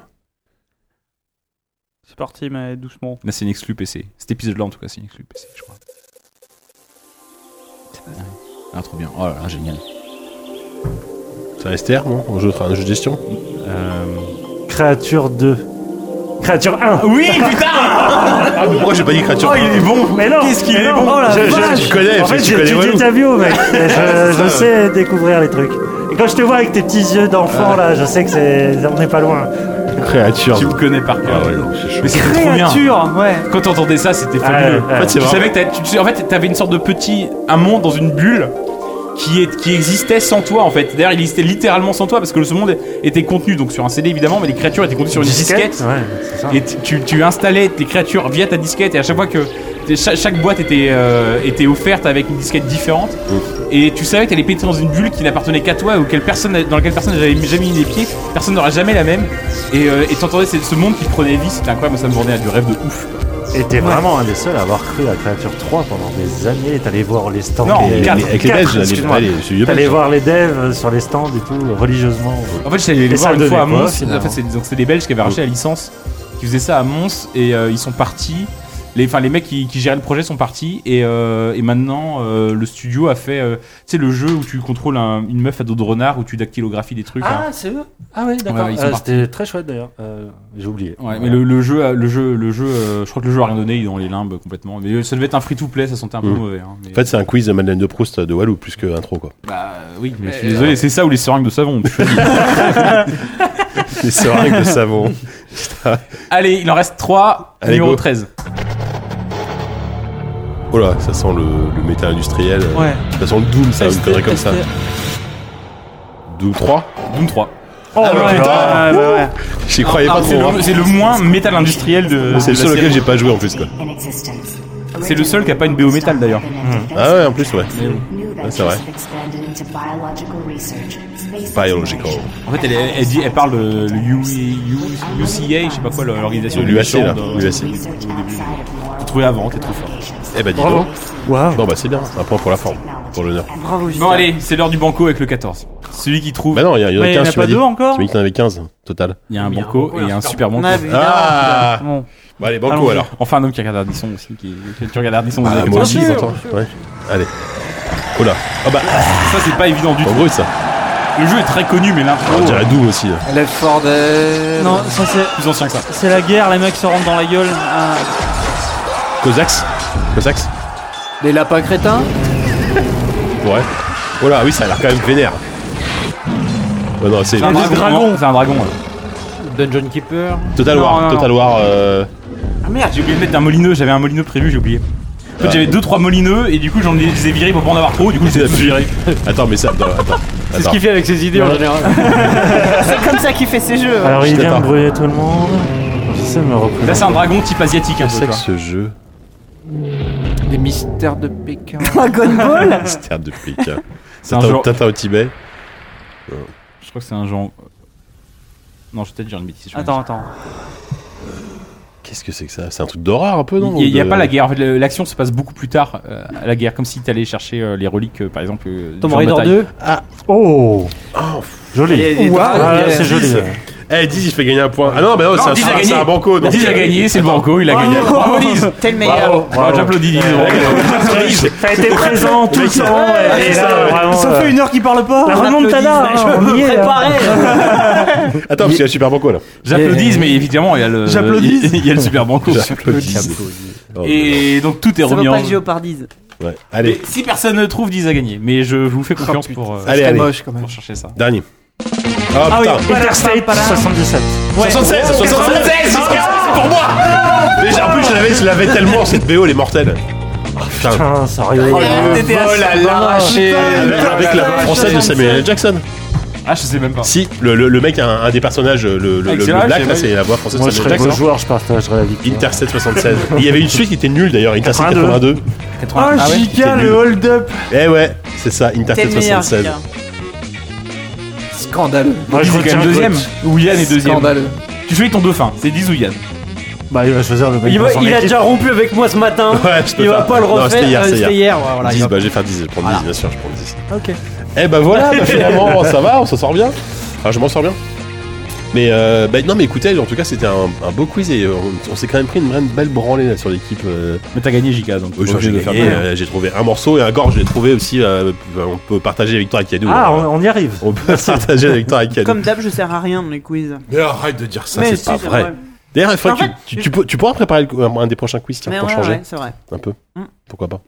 S4: C'est parti, mais doucement.
S7: Là, c'est une exclu PC. Cet épisode-là, en tout cas, c'est une exclu PC, je crois. Ah, trop bien. Oh là là, génial.
S3: C'est un STR, non un jeu, un jeu de gestion
S5: Créature 2. Créature 1.
S7: Oui, putain
S3: Ah, mais pourquoi j'ai pas dit créature
S5: Oh, il est
S7: bon
S5: Mais non
S7: Qu'est-ce qu'il
S5: mais
S7: est
S5: non,
S7: bon
S5: oh, la
S3: Je- je-
S5: vache.
S3: tu connais,
S5: En
S3: tu-
S5: fait,
S3: tu
S5: j'ai
S3: connais
S5: étudié
S3: Walou.
S5: ta bio, mec.
S3: C'est
S5: Je,
S3: ça.
S5: je sais découvrir les trucs. Et quand je te vois avec tes petits yeux d'enfant, là, je sais que c'est... on n'est pas loin.
S3: Créature.
S7: Tu me connais par cœur. Mais c'était trop bien.
S4: Créature, ouais.
S7: Quand t'entendais ça, c'était fabuleux.
S5: ouais.
S7: En fait,
S3: C'est
S7: tu
S3: vrai.
S7: savais que t'as- tu- tu- en fait, t'avais une sorte de petit un monde dans une bulle qui est qui existait sans toi en fait. D'ailleurs, il existait littéralement sans toi parce que ce monde était contenu donc sur un CD évidemment, mais les créatures étaient contenues sur une disquette. Et tu- tu, tu installais tes créatures via ta disquette et à chaque fois que t'es- cha- chaque, boîte était euh, était offerte avec une disquette différente et tu savais que t'allais péter dans une bulle qui n'appartenait qu'à toi ou quelle personne dans laquelle personne n'avait jamais mis les pieds. Personne n'aura jamais la même. Et euh, et t'entendais ce ce monde qui prenait vie. C'était incroyable. Moi, ça me rendait à du rêve de ouf.
S5: Et t'es vraiment un des seuls à avoir cru à Créature 3 pendant des années. T'allais voir les stands.
S7: Non,
S5: des-
S7: quatre.
S5: des-
S7: Avec les
S5: quatre,
S7: devs, j'allais-
S5: excuse-moi.
S7: allez, je suis vieux
S5: T'allais
S7: belge.
S5: voir les devs sur les stands et tout, religieusement.
S7: En fait, j'allais
S5: Et
S7: les voir
S5: ça
S7: une
S5: donnait
S7: fois à
S5: quoi,
S7: Mons. En
S5: finalement
S7: fait, c'est donc c'est des Belges qui avaient racheté la licence, qui faisaient ça à Mons et euh, ils sont partis. Les, enfin, les mecs qui, qui géraient le projet sont partis et, euh, et maintenant euh, le studio a fait euh, tu sais le jeu où tu contrôles un- une meuf à dos de renard où tu dactylographies des trucs. hein.
S5: Ah, c'est eux Ah oui, d'accord.
S7: Ouais, ils sont
S5: Euh,
S7: partis.
S5: C'était très chouette d'ailleurs. Euh, J'ai oublié.
S7: Ouais, mais le, le jeu, a- le jeu, le jeu, euh, je crois que le jeu a rien donné, il est dans les limbes complètement. Mais euh, ça devait être un free to play, ça sentait un peu
S3: Mm.
S7: mauvais. hein, mais-
S3: En fait, c'est un quiz de Madeleine de Proust de Walou, plus qu'un trop, quoi.
S7: Bah oui, mais je suis désolé, c'est ça ou les seringues de savon. je te dis.
S3: Les seringues de savon. Putain.
S7: Allez, il en reste 3,
S3: Allez,
S7: numéro
S3: go.
S7: 13.
S3: Oh là, ça sent le, le métal industriel.
S4: Ouais.
S3: Ça sent le Doom, ça, une connerie comme ça. Doom 3
S7: Doom 3.
S4: Oh
S3: Ah, bah,
S4: ouais,
S3: putain.
S4: ouais, ouais, ouais.
S3: J'y croyais
S7: Ah,
S3: pas
S7: c'est
S3: trop.
S7: le-
S3: hein.
S7: C'est le moins métal industriel de.
S3: C'est
S7: de
S3: le
S7: la
S3: seul auquel
S7: série.
S3: j'ai pas joué en plus, quoi.
S7: C'est le seul qui a pas une BO métal d'ailleurs.
S3: Ah ouais, en plus, ouais. Ouais, c'est vrai.
S15: Biological.
S3: Biological.
S7: En fait, elle, elle dit, elle parle de le E, U- U- UCA, je sais pas quoi, l'organisation.
S3: Le UAC, là,
S7: de-
S3: l'UAC.
S7: T'as trouvé avant, t'es trop fort.
S3: Eh bah, dis
S7: Bravo.
S3: donc. Bon, bah, c'est bien. Un point pour la forme. Pour l'honneur.
S7: Bon, allez, c'est l'heure du banco avec le 14. Celui qui trouve.
S3: Bah, non, il y, en
S4: Mais
S3: a
S4: il y en
S3: 15.
S4: a
S3: tu m'as
S4: pas
S3: dit.
S4: deux encore
S3: Tu m'as dit que t'en avais 15 total.
S7: Il y a un banco et il y a un super banco.
S8: On a vu.
S3: Ah
S4: Bon.
S3: Bah, allez, banco
S7: Allons-y.
S3: alors.
S7: Enfin, un homme qui regarde Ardisson aussi. Qui, qui- tu regardes Ardisson
S3: Ah, moi aussi, j'entends. Ouais. Allez. Oh là. Ah bah,
S7: Ça, c'est pas évident du
S3: en
S7: tout.
S3: gros, ça.
S7: Le jeu est très connu, mais l'intro. euh,
S3: On dirait Doom aussi. là.
S12: Left 4 Dead.
S4: Non, ça c'est.
S7: Plus ancien que ça.
S4: C'est la guerre, les mecs se rentrent dans la gueule. Ah,
S3: Cossacks Cossacks
S12: Les lapins crétins.
S3: Ouais. Oh là, oui, ça a l'air quand même vénère. Oh non, c'est
S7: un dragon.
S4: dragon.
S7: C'est un dragon. ouais.
S9: Dungeon Keeper.
S3: Total
S7: Non,
S3: War,
S7: non, non.
S3: Total War. euh,
S7: Ah merde, j'ai oublié de mettre un molineux, j'avais un molineux prévu, j'ai oublié. En fait, j'avais 2-3 molineux et du coup, j'en ai, je les ai virés pour pas en avoir trop, du coup, je les ai tous virés.
S3: Attends, mais ça. Attends, attends.
S9: C'est ce qu'il fait avec ses idées en général.
S8: c'est comme ça qu'il fait ses jeux.
S5: Alors il
S3: J'étais
S5: vient
S3: pas.
S7: hein.
S5: de brûler tout le monde. J'essaie de me reprendre.
S7: Là, c'est un dragon type asiatique un peu,
S3: C'est
S7: tu
S3: que
S7: vois.
S3: ce jeu
S12: Les mystères de Pékin.
S8: Dragon Ball.
S3: Mystère de hein. Pékin.
S7: C'est Ah. un
S3: Tintin
S7: genre-
S3: Tintin au Tibet.
S7: Je crois que c'est un genre. euh, Non, je vais peut-être dire une bêtise. je vais
S4: Attends,
S7: me dire.
S4: attends.
S3: Qu'est-ce que c'est que ça C'est un truc d'horreur un peu, non
S7: Il n'y a,
S3: De-
S7: pas la guerre. En fait, le- L'action se passe beaucoup plus tard euh, à la guerre, comme si tu allais chercher euh, les reliques, euh, par exemple. euh, du
S3: Tomb
S7: champ de
S3: Raider
S7: bataille.
S3: 2.
S5: Ah. Oh
S7: Joli.
S3: Joli.
S7: Ouah,
S5: ah, c'est joli.
S3: Eh, 10, il fait gagner un point. Ah non, mais non,
S7: Non,
S3: c'est un,
S7: Diz a
S3: c'est un-
S7: gagné.
S3: c'est un banco. donc- euh,
S7: Diz a gagné, c'est le banco,
S3: Ah.
S7: il a gagné. Bravo, Diz.
S8: T'es le
S7: Bravo,
S8: meilleur.
S7: bravo, j'applaudis Diz.
S5: T'as été présent tout le temps.
S4: Ouais,
S5: et
S4: c'est
S5: là,
S4: ça, ouais.
S5: vraiment,
S4: Ça
S5: euh,
S4: fait une heure qu'il parle pas.
S5: La
S4: on
S5: remontada,
S4: applaudit.
S5: hein, on y est, là.
S3: Attends, parce qu'il y a super banco là.
S7: J'applaudis, mais évidemment, il y a le,
S3: J'applaudis.
S7: il y a le super banco.
S3: J'applaudis.
S7: Et donc tout est
S8: Ça
S7: remis
S8: vaut
S7: en
S8: pas que Géopardise.
S3: Oh, Ouais, allez.
S7: Si personne ne trouve, Diz a gagné. Mais je vous fais confiance pour, euh,
S3: Oh, Allez,
S7: pour
S3: allez.
S7: pour chercher ça.
S3: Dernier. Ah, putain.
S5: Interstate 77.
S3: 76, 76, c'est pour moi Mais j'ai- en plus, je l'avais, je l'avais tellement, cette BO, elle est mortelle. Oh, putain.
S5: Putain, sérieux.
S3: Oh, le
S7: TTS.
S3: vol à l'arraché avec, avec la voix française de Samuel L. Jackson.
S7: Ah, je sais même pas.
S3: Si, le, le- le mec, un, un des personnages, le, le, le- le
S7: Excellent,
S3: black,
S7: j'ai
S3: là,
S7: pas
S3: c'est
S7: eu.
S3: la voix française
S5: Moi,
S3: de
S5: je
S3: Samuel
S5: serais
S3: Jackson.
S5: beau joueur, je partagerais la victoire.
S3: Intercept 76. Et Il y avait une suite qui était nulle d'ailleurs, Intercept 82.
S5: 82.
S4: Ah,
S3: Ah ouais,
S4: Giga,
S3: c'est
S4: le
S3: nul.
S4: hold-up.
S3: Eh ouais, c'est ça,
S8: T'es
S3: Intercept
S8: le meilleur.
S3: 76.
S8: Giga.
S12: Scandaleux.
S5: Moi, je
S7: Diz est quand
S5: retiens
S7: même deuxième.
S5: Coach.
S7: Ou Yann est deuxième.
S12: Scandaleux.
S7: Tu choisis ton dauphin, c'est Diz ou Yann
S3: Euh,
S5: Bah, il va choisir le mec.
S9: Il,
S5: de
S9: va-
S5: son
S9: il a
S5: équipe.
S9: déjà rompu avec moi ce matin.
S3: Ouais, je peux
S9: il va pas le
S3: Non,
S9: refaire.
S3: c'était hier,
S9: euh,
S3: c'est
S9: C'était hier. ouais, voilà, il
S3: 10,
S9: va-
S3: bah j'ai fait 10, je vais prendre 10, bien sûr, je prends 10.
S9: Ok.
S3: Eh bah voilà, bah finalement, ça va, on s'en sort bien. Enfin, je m'en sors bien. Mais euh, bah, non, mais écoutez, en tout cas, c'était un, un beau quiz et euh, on, on s'est quand même pris une vraie belle branlée là, sur l'équipe. euh.
S7: Mais t'as gagné Giga, donc.
S3: Oh,
S7: obligé
S3: j'ai
S7: de
S3: gagné,
S7: faire bien.
S3: euh, j'ai trouvé un morceau et un gorge, j'ai trouvé aussi. euh, on peut partager la victoire avec Yannou.
S5: Ah,
S3: hein.
S5: on, on y arrive.
S3: on peut partager la victoire avec Yannou.
S8: Comme d'hab, je sers à rien dans les quiz.
S3: Mais arrête de dire ça,
S8: Mais
S3: c'est
S8: si,
S3: pas
S8: c'est
S3: vrai.
S8: vrai.
S3: D'ailleurs, il faudrait
S8: En
S3: que
S8: fait,
S3: tu, tu, tu peux- tu pourras préparer le- un des prochains quiz tiens,
S8: Mais
S3: pour
S8: ouais,
S3: changer
S8: ouais, c'est vrai.
S3: un peu.
S8: Mm.
S3: Pourquoi pas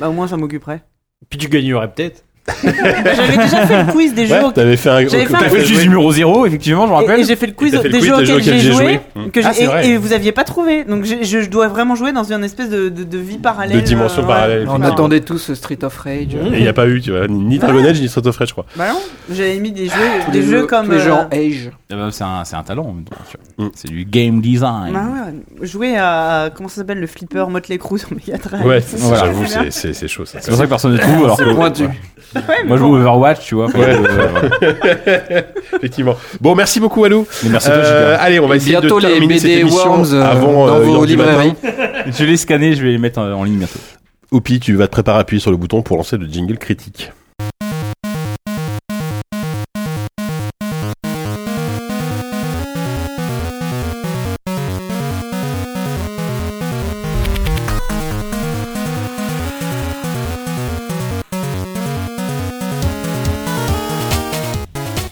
S8: Bah au moins ça m'occuperait.
S9: Puis tu gagnerais peut-être.
S8: J'avais déjà fait le quiz des jeux.
S3: Ouais,
S8: auxquels-
S3: t'avais fait un.
S8: J'avais fait un-
S7: T'as fait le quiz numéro 0, effectivement, je me
S8: Et,
S7: rappelle.
S8: et j'ai fait le quiz
S3: Et t'as fait le
S8: des
S3: quiz
S8: jeux
S3: des jeux
S8: auxquels
S3: auxquels j'ai
S8: j'ai joué,
S3: joué.
S8: que
S3: Ah,
S8: j'ai-
S3: c'est vrai.
S8: et, et vous aviez pas trouvé. Donc je, je- je dois vraiment jouer dans une espèce de, de- de vie parallèle.
S3: De dimension
S8: euh, ouais.
S3: parallèle.
S12: On
S3: effectivement. Mmh.
S12: attendait tous euh, Street of Rage. euh,
S3: Et il n'y a pas eu, tu vois, ni ni Dragon Age, ni Street of Rage, je crois.
S8: Bah non, j'avais mis des jeux,
S12: tous
S8: des
S12: les
S8: jeux, comme.
S12: tous les jeux en
S8: euh,
S12: Age.
S7: Ah bah, C'est un, c'est un talent, en même temps, tu vois. c'est du game design.
S8: bah ouais, jouer à. Comment ça s'appelle le flipper Motley Crue sur Mega Drive.
S3: Ouais,
S8: C'est
S7: voilà.
S3: j'avoue,
S8: bien.
S3: c'est- c'est c'est chaud ça.
S7: C'est pour ça que personne ne trouve. Alors que,
S12: C'est pointu.
S7: ouais.
S8: Ouais, mais
S7: Moi, je
S3: euh,
S7: joue Overwatch, tu vois. parce que, euh, voilà.
S3: Effectivement. Bon, merci beaucoup, Alou. Euh,
S7: Mais merci à toi, Giga.
S3: allez, on va
S12: Et
S3: essayer
S12: bientôt
S3: de
S12: les
S3: terminer cette
S12: BD
S3: émission
S12: Worms euh,
S3: avant
S12: dans
S3: euh, une
S12: vos
S3: heure du matin.
S12: librairies.
S7: Je l'ai scanné, je vais les mettre euh, en en ligne bientôt.
S3: Oupi, tu vas te préparer à appuyer sur le bouton pour lancer le jingle critique.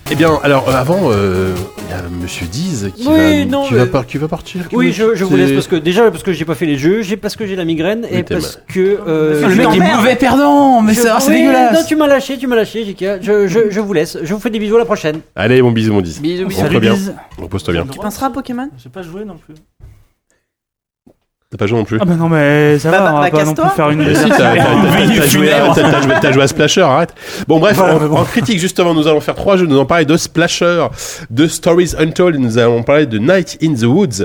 S3: Eh bien, alors euh, avant, euh, il y a Monsieur Diz qui,
S9: Oui,
S3: va,
S9: non,
S3: qui,
S9: euh,
S3: va par- qui va partir. qui
S9: Oui,
S3: va-
S9: je, je vous laisse
S3: c'est-
S9: parce que déjà parce que j'ai pas fait les jeux, j'ai parce que j'ai la migraine
S3: Oui,
S9: et
S3: t'es
S9: parce que
S7: Ah,
S9: euh,
S8: Le
S9: je-
S8: mec est
S9: je-
S7: mauvais perdant, Ah, mais ça, c'est
S9: Oui,
S7: dégueulasse.
S9: Non, tu m'as lâché, tu m'as lâché, Jika. Je, je, je vous laisse. Je vous fais des bisous à la prochaine.
S3: Allez, bon bisou, mon Diz.
S12: Bisous, bisous.
S3: Repose-toi bien. Repose-toi bien.
S8: Tu penseras à Pokémon
S4: J'ai pas joué non plus.
S3: T'as pas joué non plus
S4: Ah bah non, mais ça
S8: Bah,
S4: va,
S8: bah,
S4: on
S8: bah,
S4: va pas non plus
S8: casse-toi.
S4: faire une.
S3: Mais si, t'as- t'as- t'as- t'as joué à- t'as- t'as joué- t'as joué à Splasher, arrête. Bon, bref, en, en critique, justement, nous allons faire trois jeux. Nous allons parler de Splasher, de Stories Untold, et nous allons parler de Night in the Woods.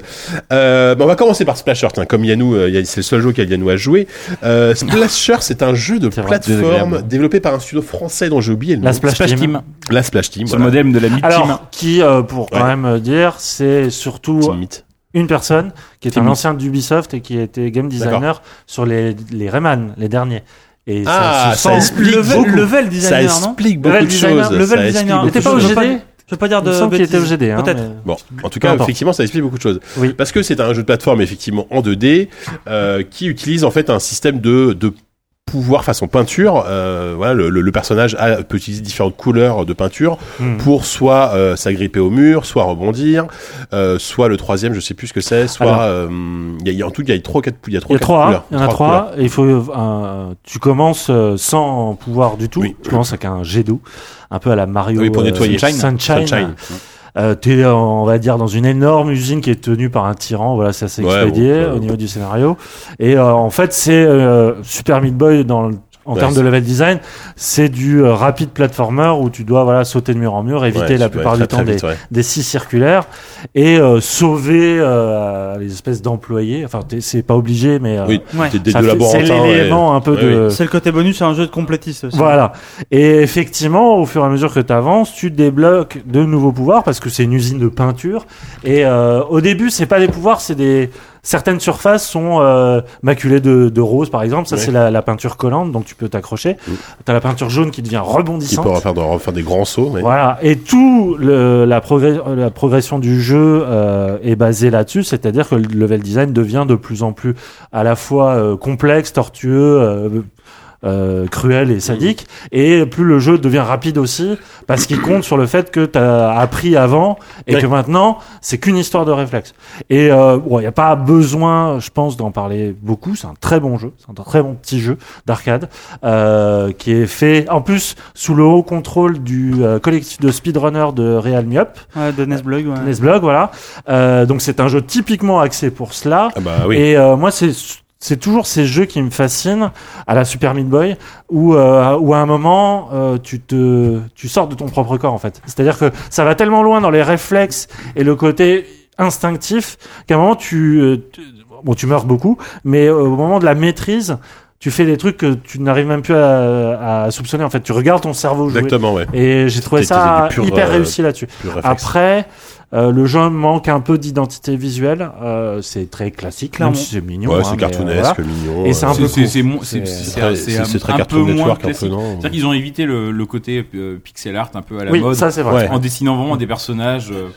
S3: Euh, bah, on va commencer par Splasher, tiens, comme Yannou, euh, Yann- c'est le seul jeu qu'Yannou a joué. Euh, Splasher, c'est un jeu de
S5: C'est vrai,
S3: plateforme
S5: désagréable.
S3: développé par un studio français dont j'ai oublié le nom.
S5: La Splash
S7: Splash
S5: Team.
S7: Team.
S3: La Splash Team.
S7: C'est le
S3: voilà.
S7: modem de la mythe Team.
S5: Alors, qui, euh, pour
S3: Ouais.
S5: quand même euh, dire, c'est surtout
S3: Team Meat.
S5: une personne qui est
S7: Team
S5: un
S7: Meat.
S5: ancien d'Ubisoft et qui était game designer sur les, les Rayman, les derniers. Et
S3: Ah,
S5: ça se
S3: ça
S5: sent
S3: explique
S5: level-
S3: beaucoup.
S4: Level
S3: Ça
S4: designer, non
S3: explique beaucoup
S5: Level
S3: de
S5: designer,
S3: choses.
S4: level
S3: ça explique
S4: designer.
S3: beaucoup
S5: T'étais
S3: de
S5: pas au
S3: choses.
S4: Je veux
S5: GD
S4: Je veux pas dire
S5: Il me
S4: de.
S5: semble qu'il était au
S4: bêtises.
S5: GD. hein,
S4: Peut-être.
S5: mais-
S3: Bon, en tout cas,
S5: importe.
S3: effectivement, ça explique beaucoup de choses.
S5: Oui.
S3: Parce que c'est un jeu de plateforme, effectivement, en 2D, euh, qui utilise en fait un système de, de pouvoir façon peinture. Euh, voilà, le, le- le personnage a, peut utiliser différentes couleurs de peinture
S5: Hmm.
S3: pour soit euh, s'agripper au mur, soit rebondir, euh, soit le troisième, je sais plus ce que c'est, soit...
S5: Alors.
S3: euh, Il y a- il y a, en tout, il y a trois, quatre, il y a
S5: Il y
S3: trois,
S5: a
S3: quatre
S5: trois, hein.
S3: couleurs.
S5: il y en a
S3: Trois couleurs.
S5: trois, et il faut, euh, tu commences euh, sans pouvoir du tout,
S3: Oui.
S5: tu commences avec un jet d'eau, un peu à la Mario
S3: Oui, pour
S5: euh,
S3: nettoyer.
S5: Sunshine.
S3: Sunshine.
S5: Euh, t'es, euh, on va dire, dans une énorme usine qui est tenue par un tyran. Voilà, ça s'est
S3: Ouais,
S5: expédié
S3: bon, euh,
S5: au niveau du scénario. Et euh, en fait, c'est euh, Super Meat Boy dans le en
S3: Ouais,
S5: termes de
S3: c'est-
S5: level design, c'est du euh, rapide platformer où tu dois voilà sauter de mur en mur,
S3: Ouais,
S5: éviter la
S3: tu dois
S5: plupart
S3: aller
S5: du
S3: très,
S5: temps
S3: très vite, hein.
S5: des,
S3: ouais.
S5: des scies circulaires et euh, sauver euh, les espèces d'employés. Enfin, t'es- c'est pas obligé, mais euh,
S3: Oui, Ouais. t'es des
S5: ça
S3: deux
S5: fait- c'est
S3: laborantins et-
S5: l'élément un peu
S3: Ouais,
S5: de.
S3: oui.
S4: C'est le côté bonus, c'est un jeu de complétiste aussi.
S5: Voilà. Et effectivement, au fur et à mesure que tu avances, tu débloques de nouveaux pouvoirs parce que c'est une usine de peinture. Et euh, au début, c'est pas des pouvoirs, c'est des certaines surfaces sont euh, maculées de, de rose, par exemple. Ça,
S3: Ouais. Mm.
S5: c'est la, la peinture collante, donc tu peux t'accrocher. T'as la peinture jaune qui devient
S3: Qui
S5: rebondissante.
S3: peut refaire, de- refaire des grands sauts. mais-
S5: Voilà, et tout le- la, progrès- la progression du jeu euh, est basée là-dessus, c'est-à-dire que le level design devient de plus en plus à la fois euh, complexe, tortueux, euh, euh, cruel et sadique,
S3: Mm.
S5: et plus le jeu devient rapide aussi, parce qu'il compte sur le fait que tu as appris avant et
S3: Ouais.
S5: que maintenant, c'est qu'une histoire de réflexe. Et il euh, n'y a pas besoin, je pense, d'en parler beaucoup, c'est un très bon jeu, c'est un très bon petit jeu d'arcade, euh, qui est fait, en plus, sous le haut contrôle du euh, collectif de speedrunner de Real Myop.
S4: Ouais, de Nesblog, ouais.
S5: Nesblog, voilà. Euh, donc c'est un jeu typiquement axé pour cela.
S3: Ah bah oui.
S5: Et euh, moi, c'est c'est toujours ces jeux qui me fascinent à la Super Meat Boy où euh, où à un moment euh, tu te tu sors de ton propre corps en fait. C'est-à-dire que ça va tellement loin dans les réflexes et le côté instinctif qu'à un moment tu, euh, tu- bon tu meurs beaucoup mais euh, au moment de la maîtrise tu fais des trucs que tu n'arrives même plus à, à soupçonner en fait tu regardes ton cerveau jouer.
S3: Exactement, ouais.
S5: et j'ai trouvé
S3: C'est-
S5: ça
S3: c'est du pur,
S5: hyper
S3: euh,
S5: réussi là-dessus
S3: pur réflexe.
S5: après euh, le jeu manque un peu d'identité visuelle euh, c'est très classique
S7: Clairement.
S5: même si c'est mignon
S3: Ouais,
S5: hein,
S3: c'est
S5: mais,
S3: cartoonesque,
S5: voilà.
S3: mignon,
S5: et c'est un
S3: euh,
S5: peu
S7: C'est-
S5: court.
S7: c'est mon- c'est-
S3: C'est
S7: c'est-
S3: très-
S7: c'est
S3: c'est-
S7: un-
S3: c'est très
S7: un
S3: Cartoon
S7: peu moins
S3: Network, un peu,
S7: classique.
S3: non
S7: C'est-à-dire qu'ils ont évité le, le côté euh, pixel art un peu à la
S5: Oui,
S7: mode.
S5: ça, c'est vrai.
S7: En dessinant vraiment des personnages. euh,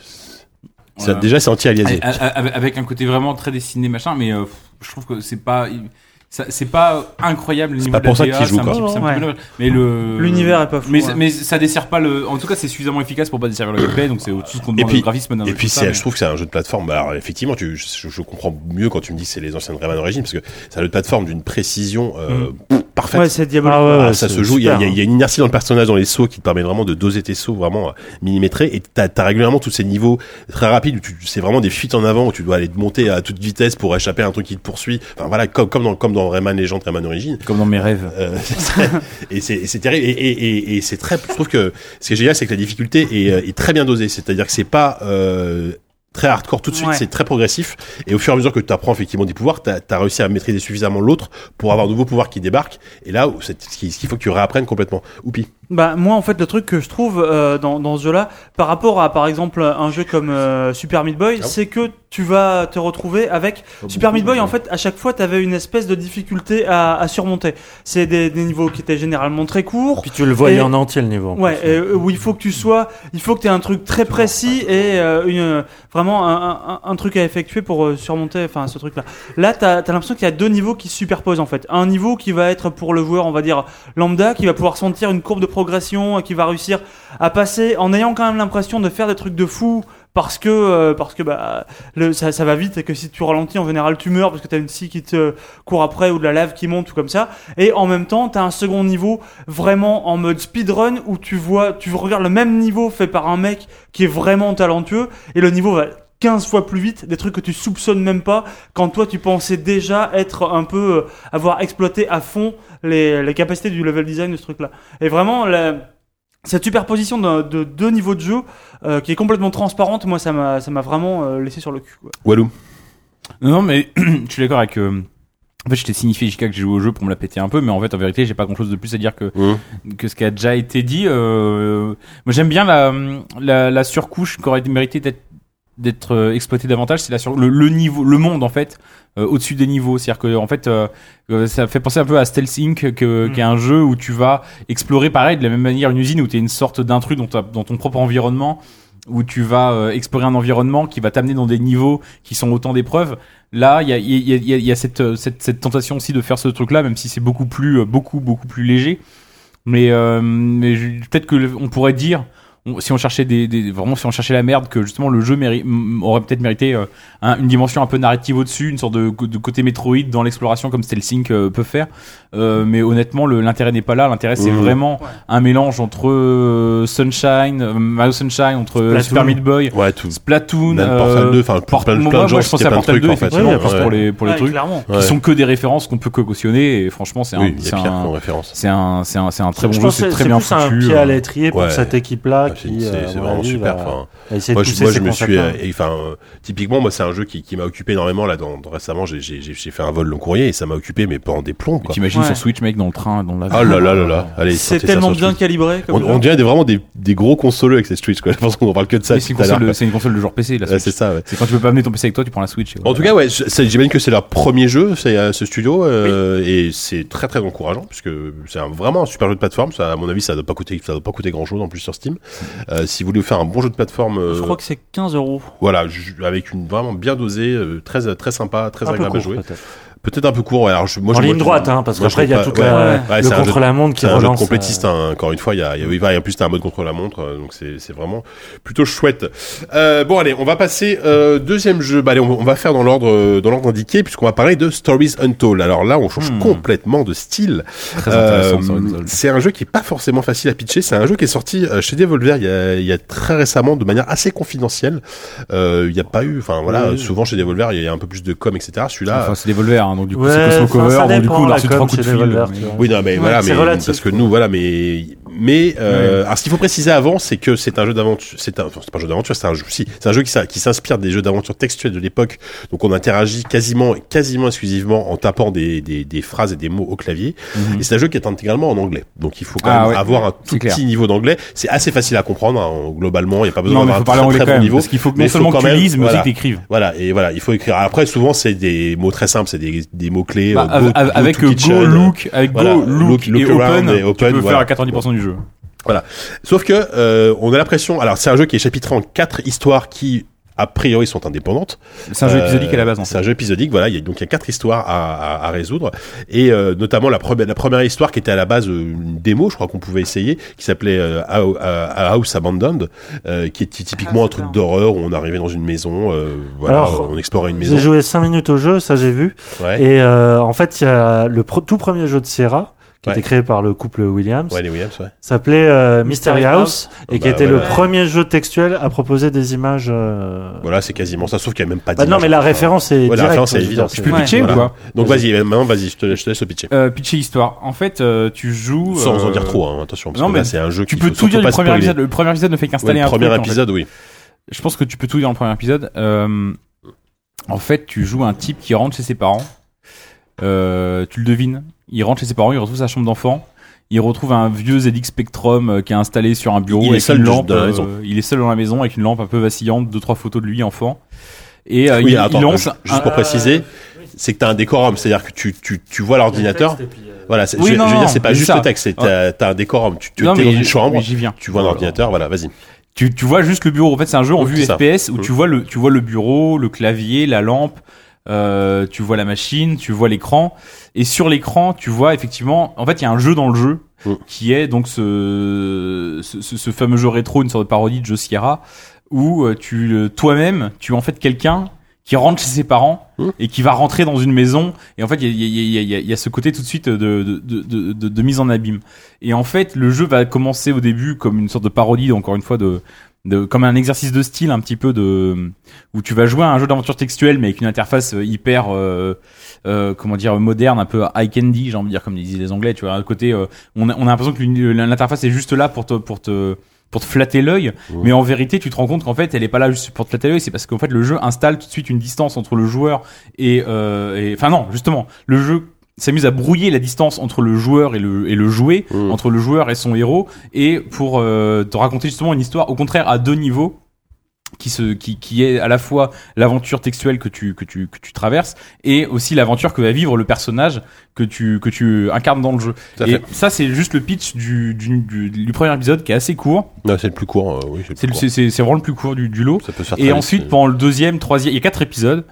S3: Ça, déjà, c'est anti-aliasé.
S7: a- a- Avec, avec un côté vraiment très dessiné, machin, mais euh, pff, je trouve que c'est pas. il- ça- C'est pas incroyable le niveau
S3: pas
S7: de la
S3: pour ça
S7: DA,
S3: qu'ils jouent,
S7: c'est un
S3: quoi.
S7: petit- c'est un petit
S4: Ouais.
S7: peu dommage. mais le
S4: L'univers est pas fou, hein.
S7: Mais,
S4: ouais.
S7: mais ça dessert pas le. En tout cas, c'est suffisamment efficace pour pas desservir le gameplay, donc c'est au-dessus de ce qu'on
S3: Et
S7: demande
S3: puis,
S7: le graphisme d'un
S3: et
S7: jeu
S3: puis
S7: comme ça,
S3: c'est-
S7: mais-
S3: je trouve que c'est un jeu de plateforme. Bah, Alors, effectivement, tu, je, je comprends mieux quand tu me dis que c'est les anciennes Rayman Origins, parce que c'est un jeu de plateforme d'une précision euh, pff, parfaite.
S4: Ouais, c'est diabolique.
S5: Ah ouais,
S3: Ah,
S5: ouais,
S3: ça
S5: c'est
S3: se joue. Il y, a- il
S5: super, hein.
S3: y a- il y a une inertie dans le personnage, dans les sauts, qui te permet vraiment de doser tes sauts vraiment euh, millimétrés. Et t'as as régulièrement tous ces niveaux très rapides où tu- c'est vraiment des fuites en avant où tu dois aller te monter à toute vitesse pour échapper à un truc qui te poursuit. Enfin voilà, comme, comme dans comme dans Rayman Legend, Rayman Origins. Euh,
S7: Comme dans mes rêves.
S3: et c'est et c'est terrible. Et, et, et, et c'est très. Je trouve que ce qui est génial, c'est que la difficulté est, euh, est très bien dosée. C'est-à-dire que c'est pas euh, très hardcore tout de suite,
S4: Ouais.
S3: c'est très progressif. Et au fur et à mesure que tu apprends effectivement des pouvoirs, t'as as réussi à maîtriser suffisamment l'autre pour avoir de nouveaux pouvoirs qui débarquent. Et là, où c'est ce qui- ce qu'il faut que tu réapprennes complètement. Oupi.
S4: Bah moi en fait le truc que je trouve euh, dans, dans ce jeu-là par rapport à par exemple un jeu comme euh, Super Meat Boy c'est que tu vas te retrouver avec Super Meat Boy en fait à chaque fois t'avais une espèce de difficulté à, à surmonter c'est des, des niveaux qui étaient généralement très courts
S5: puis tu le voyais
S4: Et-
S5: en entier le niveau en
S4: ouais
S5: plus.
S4: et, euh, où il faut que tu sois il faut que tu aies un truc très précis et euh, une, vraiment un, un- un truc à effectuer pour euh, surmonter enfin ce truc là là t'as as, l'impression qu'il y a deux niveaux qui se superposent en fait un niveau qui va être pour le joueur on va dire lambda qui va pouvoir sentir une courbe de progression euh, qui va réussir à passer en ayant quand même l'impression de faire des trucs de fou parce que euh, parce que bah le, ça, ça va vite et que si tu ralentis en général tu meurs parce que t'as une scie qui te court après ou de la lave qui monte ou comme ça et en même temps t'as un second niveau vraiment en mode speedrun où tu vois tu regardes le même niveau fait par un mec qui est vraiment talentueux et le niveau va 15 fois plus vite, des trucs que tu soupçonnes même pas, quand toi tu pensais déjà être un peu, euh, avoir exploité à fond les, les capacités du level design de ce truc-là. Et vraiment, la, cette superposition d'un- de, deux niveaux de jeu euh, qui est complètement transparente, moi ça m'a ça m'a vraiment euh, laissé sur le cul. Quoi.
S3: Walou.
S7: Non, non, mais je suis d'accord avec. euh, En fait, je t'ai signifié jusqu'à que j'ai joué au jeu pour me la péter un peu, mais en fait, en vérité, j'ai pas grand chose de plus à dire que, que ce qui a déjà été dit. euh, Moi, j'aime bien la, la, la surcouche qui aurait mérité d'être d'être euh, exploitée davantage, c'est la sur le, le niveau, le monde en fait, euh, au-dessus des niveaux. C'est-à-dire que en fait, euh, euh, ça fait penser un peu à Stealth Inc, que, qui est un jeu où tu vas explorer pareil de la même manière une usine où tu es une sorte d'intrus dans, ta- dans ton propre environnement où tu vas euh, explorer un environnement qui va t'amener dans des niveaux qui sont autant d'épreuves. Là, il y a, il y a- il y a- il y a cette, euh, cette, cette tentation aussi de faire ce truc-là, même si c'est beaucoup plus, euh, beaucoup, beaucoup plus léger. Mais, euh, mais je- peut-être que le- on pourrait dire, on- si on cherchait des, des- vraiment si on cherchait la merde que justement le jeu méri- m- aurait peut-être mérité euh, un- une dimension un peu narrative au-dessus, une sorte de, de côté Metroid dans l'exploration comme Stelsync euh, peut faire. Euh, mais honnêtement le- l'intérêt n'est pas là, l'intérêt c'est
S3: Mhm.
S7: vraiment un mélange entre euh, Sunshine, euh, Mario Sunshine, entre euh, Super Meat Boy,
S3: ouais, tout.
S7: Splatoon,
S3: Même Portal
S7: euh,
S3: 2, enfin,
S7: Port-
S3: plein, plein
S7: moi,
S3: de
S7: moi,
S3: gens
S7: je pensais
S3: qui
S7: à
S3: plein de
S7: Portal
S3: trucs,
S7: 2
S3: en fait.
S7: effectivement
S3: Ouais, ouais,
S7: pour
S3: ouais.
S7: les pour les
S3: Ouais,
S7: trucs
S3: clairement.
S7: qui
S3: Ouais.
S7: sont que des références qu'on peut que cautionner et franchement c'est
S3: Oui,
S7: un
S3: il y a
S7: c'est
S3: pire
S7: un-
S3: qu'en référence.
S7: c'est un c'est un c'est un très
S5: Je
S7: bon jeu
S5: pense
S7: c'est
S5: que
S7: très
S5: c'est
S7: bien
S5: plus un
S7: foutu
S5: pied à
S7: euh.
S5: l'étrier pour cette équipe-là
S3: hein. Ah, c'est-
S5: qui,
S3: c'est-
S5: euh, à
S3: c'est
S5: mon
S3: vraiment
S5: avis,
S3: super.
S5: va-
S3: enfin.
S5: va essayer de
S3: moi, je,
S5: pousser
S3: moi,
S5: ses hein.
S3: je me suis,
S5: consacrants.
S3: euh, et, enfin, euh, typiquement, moi, c'est un jeu qui, qui m'a occupé énormément là. Dans, récemment, j'ai- j'ai j'ai- j'ai fait un vol long courrier et ça m'a occupé, mais pas en des plombs. quoi.
S7: T'imagines sur Switch mec dans le train dans la
S3: Ah là là là là. Allez,
S4: C'est
S3: sortez ça
S4: tellement
S3: sur
S4: bien
S3: Switch.
S4: calibré comme
S3: On,
S4: jeu.
S3: on dirait des- vraiment des, des gros consoleux avec cette Switch. Quoi. Je pense qu'on parle que de ça.
S7: Mais c'est une
S3: tout à l'heure,
S7: console de-
S3: quoi.
S7: c'est une console de genre PC la
S3: Ouais,
S7: Switch.
S3: c'est ça. ouais.
S7: C'est quand tu peux pas amener ton PC avec toi tu prends la Switch et
S3: En
S7: voilà.
S3: tout cas, ouais, je- c'est- j'imagine que c'est leur premier jeu, c'est euh, ce studio, euh, et c'est très très encourageant puisque c'est un- vraiment un super jeu de plateforme. Ça, à mon avis, ça doit pas coûter, ça doit pas coûter grand chose en plus sur Steam. Euh, si vous voulez faire un bon jeu de plateforme, euh,
S4: Je crois que c'est 15 euros.
S3: voilà, ju- avec une vraiment bien dosée, euh, très très sympa, très
S4: Un peu
S3: agréable à
S4: court,
S3: jouer.
S4: peut-être.
S3: Peut-être un peu court. ouais, alors je- moi,
S5: En
S3: je- moi,
S5: ligne
S3: je-
S5: droite, hein, parce
S3: moi,
S5: qu'après,
S3: je
S5: il y a
S3: trouve
S5: toute
S3: pas-
S5: la- le
S3: c'est un jeu de-
S5: contre-la-montre qui
S3: C'est un jeu de
S5: relance,
S3: complétiste,
S7: euh,
S3: hein, encore une fois. Il y a, il y a- oui, bah, et en plus, c'est un mode contre-la-montre, euh, donc c'est c'est vraiment plutôt chouette. Euh, bon, allez, on va passer euh, deuxième jeu. Bah, allez, on, on va faire dans l'ordre euh, dans l'ordre indiqué, puisqu'on va parler de Stories Untold. Alors là, on change complètement de style.
S7: Hmm.
S3: Euh,
S7: Très intéressant, Stories Untold.
S3: C'est un jeu qui est pas forcément facile à pitcher. C'est un jeu qui est sorti euh, chez Devolver il y, a, il y a très récemment, de manière assez confidentielle. Euh, Il y a pas eu, enfin voilà,
S7: Oui.
S3: souvent chez Devolver, il y a un peu plus de com, etc. Celui-là,
S7: Enfin, c'est Devolver, hein, donc du coup,
S3: Ouais,
S7: c'est Cosmo
S3: enfin,
S7: Cover,
S3: ça
S7: donc du coup,
S3: dépend,
S7: on a
S3: la
S7: reçu trois
S3: com
S7: coups de
S3: chez
S7: fil.
S3: Devolver,
S7: mais-
S3: tu vois. Oui, non, mais voilà,
S7: c'est
S3: mais
S7: relatif,
S3: parce que nous, voilà, mais mais euh, alors, ce qu'il faut préciser avant, c'est que c'est un jeu d'aventure, c'est un, enfin, c'est pas un jeu d'aventure, c'est un jeu, si, c'est un jeu qui, s'in- qui s'inspire des jeux d'aventure textuels de l'époque. Donc, on interagit quasiment, quasiment exclusivement en tapant des, des, des phrases et des mots au clavier.
S7: Mhm.
S3: Et c'est un jeu qui est intégralement en anglais. Donc, il faut quand
S7: Ah
S3: même
S7: ouais,
S3: avoir un
S7: c'est
S3: tout
S7: clair.
S3: petit niveau d'anglais. C'est assez facile à comprendre hein, globalement. Il n'y a pas besoin
S7: Non, mais
S3: d'avoir
S7: faut
S3: un
S7: parler
S3: très,
S7: anglais
S3: très bon
S7: quand même,
S3: niveau.
S7: parce qu'il faut que non
S3: il
S7: seulement
S3: quand
S7: que tu
S3: même-
S7: lises, mais aussi
S3: voilà.
S7: que t'écrives.
S3: Voilà, et voilà, il faut écrire. Après, souvent, c'est des mots très simples, c'est des, des euh, mots clés.
S7: Bah, av- av- avec Go, look, avec Go, look et
S3: around
S7: open, tu peux
S3: voilà.
S7: faire 90% du jeu.
S3: Voilà. Sauf que euh, on a l'impression. Alors c'est un jeu qui est chapitré en quatre histoires qui a priori sont indépendantes. Euh,
S7: C'est un jeu épisodique à la base, en
S3: C'est un jeu épisodique. Voilà. Il y a, donc il y a quatre histoires à, à- à résoudre et euh, notamment la première la première histoire qui était à la base euh, une démo, je crois qu'on pouvait essayer, qui s'appelait euh, How- euh, House Abandoned, euh, qui est typiquement un truc d'horreur où on arrivait dans une maison, euh, voilà,
S5: Alors,
S3: on explorait une maison.
S5: J'ai joué 5 minutes au jeu, ça j'ai vu.
S3: Ouais.
S5: Et euh, en fait, il y a le pro- tout premier jeu de Sierra, qui
S3: Ouais.
S5: était créé par le couple Williams.
S3: Ouais, les Williams, ouais.
S5: s'appelait euh, Mystery,
S3: Mystery
S5: House,
S3: House.
S5: et qui
S3: Bah,
S5: était
S3: voilà.
S5: le premier jeu textuel à proposer des images. euh,
S3: Voilà, c'est quasiment ça, sauf qu'il n'y a même pas
S5: Bah non,
S3: d'image.
S5: mais la
S3: Enfin,
S5: référence est
S3: ouais, la
S5: directe,
S3: référence est
S5: je veux
S3: évidente.
S5: dire, Tu peux le c'est- pitcher
S3: Voilà.
S5: ou pas
S3: Donc vas-y, maintenant, vas-y, je te, je te laisse le pitcher.
S7: Euh, pitcher histoire. En fait, euh, tu joues.
S3: Sans en
S7: euh,
S3: dire trop, hein, attention, parce que là, c'est un jeu
S7: Tu
S3: qu'il
S7: peux
S3: faut
S7: tout
S3: surtout
S7: dire du
S3: pas
S7: premier
S3: spoiler.
S7: épisode. Le premier épisode ne fait qu'installer
S3: Ouais, le
S7: un
S3: premier
S7: truc, en fait.
S3: épisode, oui.
S7: Je pense que tu peux tout dire dans le premier épisode. Euh, en fait, tu joues un type qui rentre chez ses parents. Euh, tu le devines. Il rentre chez ses parents, il retrouve sa chambre d'enfant. Il retrouve un vieux ZX Spectrum euh, qui est installé sur un bureau
S3: Il est
S7: avec
S3: seul
S7: une
S3: juste
S7: lampe.
S3: dans la
S7: euh,
S3: maison.
S7: il est seul dans la maison avec une lampe un peu vacillante, deux trois photos de lui enfant. Et euh,
S3: oui,
S7: il,
S3: attends,
S7: il lance
S3: ju- juste
S7: un-
S3: pour préciser, c'est que t'as un décorum, c'est-à-dire que tu, tu, tu vois l'ordinateur. Voilà, c'est-
S7: Oui,
S3: je,
S7: non,
S3: je veux
S7: non,
S3: dire, c'est pas
S7: mais
S3: juste
S7: ça.
S3: le texte, c'est t'as t'as un décorum. Tu, tu
S7: Non,
S3: es
S7: mais
S3: dans une
S7: j'y-
S3: chambre,
S7: mais j'y viens.
S3: tu vois l'ordinateur, voilà, vas-y.
S7: tu, tu vois juste le bureau. En fait, c'est un jeu en
S3: Oui,
S7: vue
S3: c'est ça.
S7: FPS où tu
S3: Mm.
S7: vois le tu vois le bureau, le clavier, la lampe, euh, tu vois la machine, tu vois l'écran. Et sur l'écran, tu vois effectivement. En fait, il y a un jeu dans le jeu
S3: Mmh.
S7: qui est donc ce ce, ce- ce fameux jeu rétro, une sorte de parodie de jeu Sierra, où euh, tu euh, toi-même, tu es en fait quelqu'un qui rentre chez ses parents
S3: Mmh.
S7: et qui va rentrer dans une maison et en fait il y a, il y a- il y a- il y a ce côté tout de suite de, de, de, de- de mise en abîme et en fait le jeu va commencer au début comme une sorte de parodie encore une fois de, de comme un exercice de style un petit peu de où tu vas jouer à un jeu d'aventure textuelle mais avec une interface euh, hyper euh, euh, comment dire moderne un peu high candy j'ai envie de dire comme disent les anglais tu vois à côté euh, on a, on a l'impression que l'uni- euh, l'interface est juste là pour te pour te pour te flatter l'œil, mais en vérité, tu te rends compte qu'en fait, elle est pas là juste pour te flatter l'œil, c'est parce qu'en fait, le jeu installe tout de suite une distance entre le joueur et, euh, et- enfin non, justement, le jeu s'amuse à brouiller la distance entre le joueur et le, et le jouet,
S3: Mm.
S7: entre le joueur et son héros, et pour euh, te raconter justement une histoire, au contraire, à deux niveaux qui se qui, qui est à la fois l'aventure textuelle que tu que tu que tu traverses et aussi l'aventure que va vivre le personnage que tu que tu incarnes dans le jeu.
S3: Tout à
S7: Et
S3: fait.
S7: ça c'est juste le pitch du du, du du premier épisode qui est assez court.
S3: Non, c'est le plus court, oui.
S7: C'est le- c'est- c'est- c'est vraiment le plus court du, du lot.
S3: Ça peut se faire
S7: et
S3: très
S7: ensuite,
S3: vite, mais-
S7: pendant le deuxième, troisième, il y a quatre épisodes.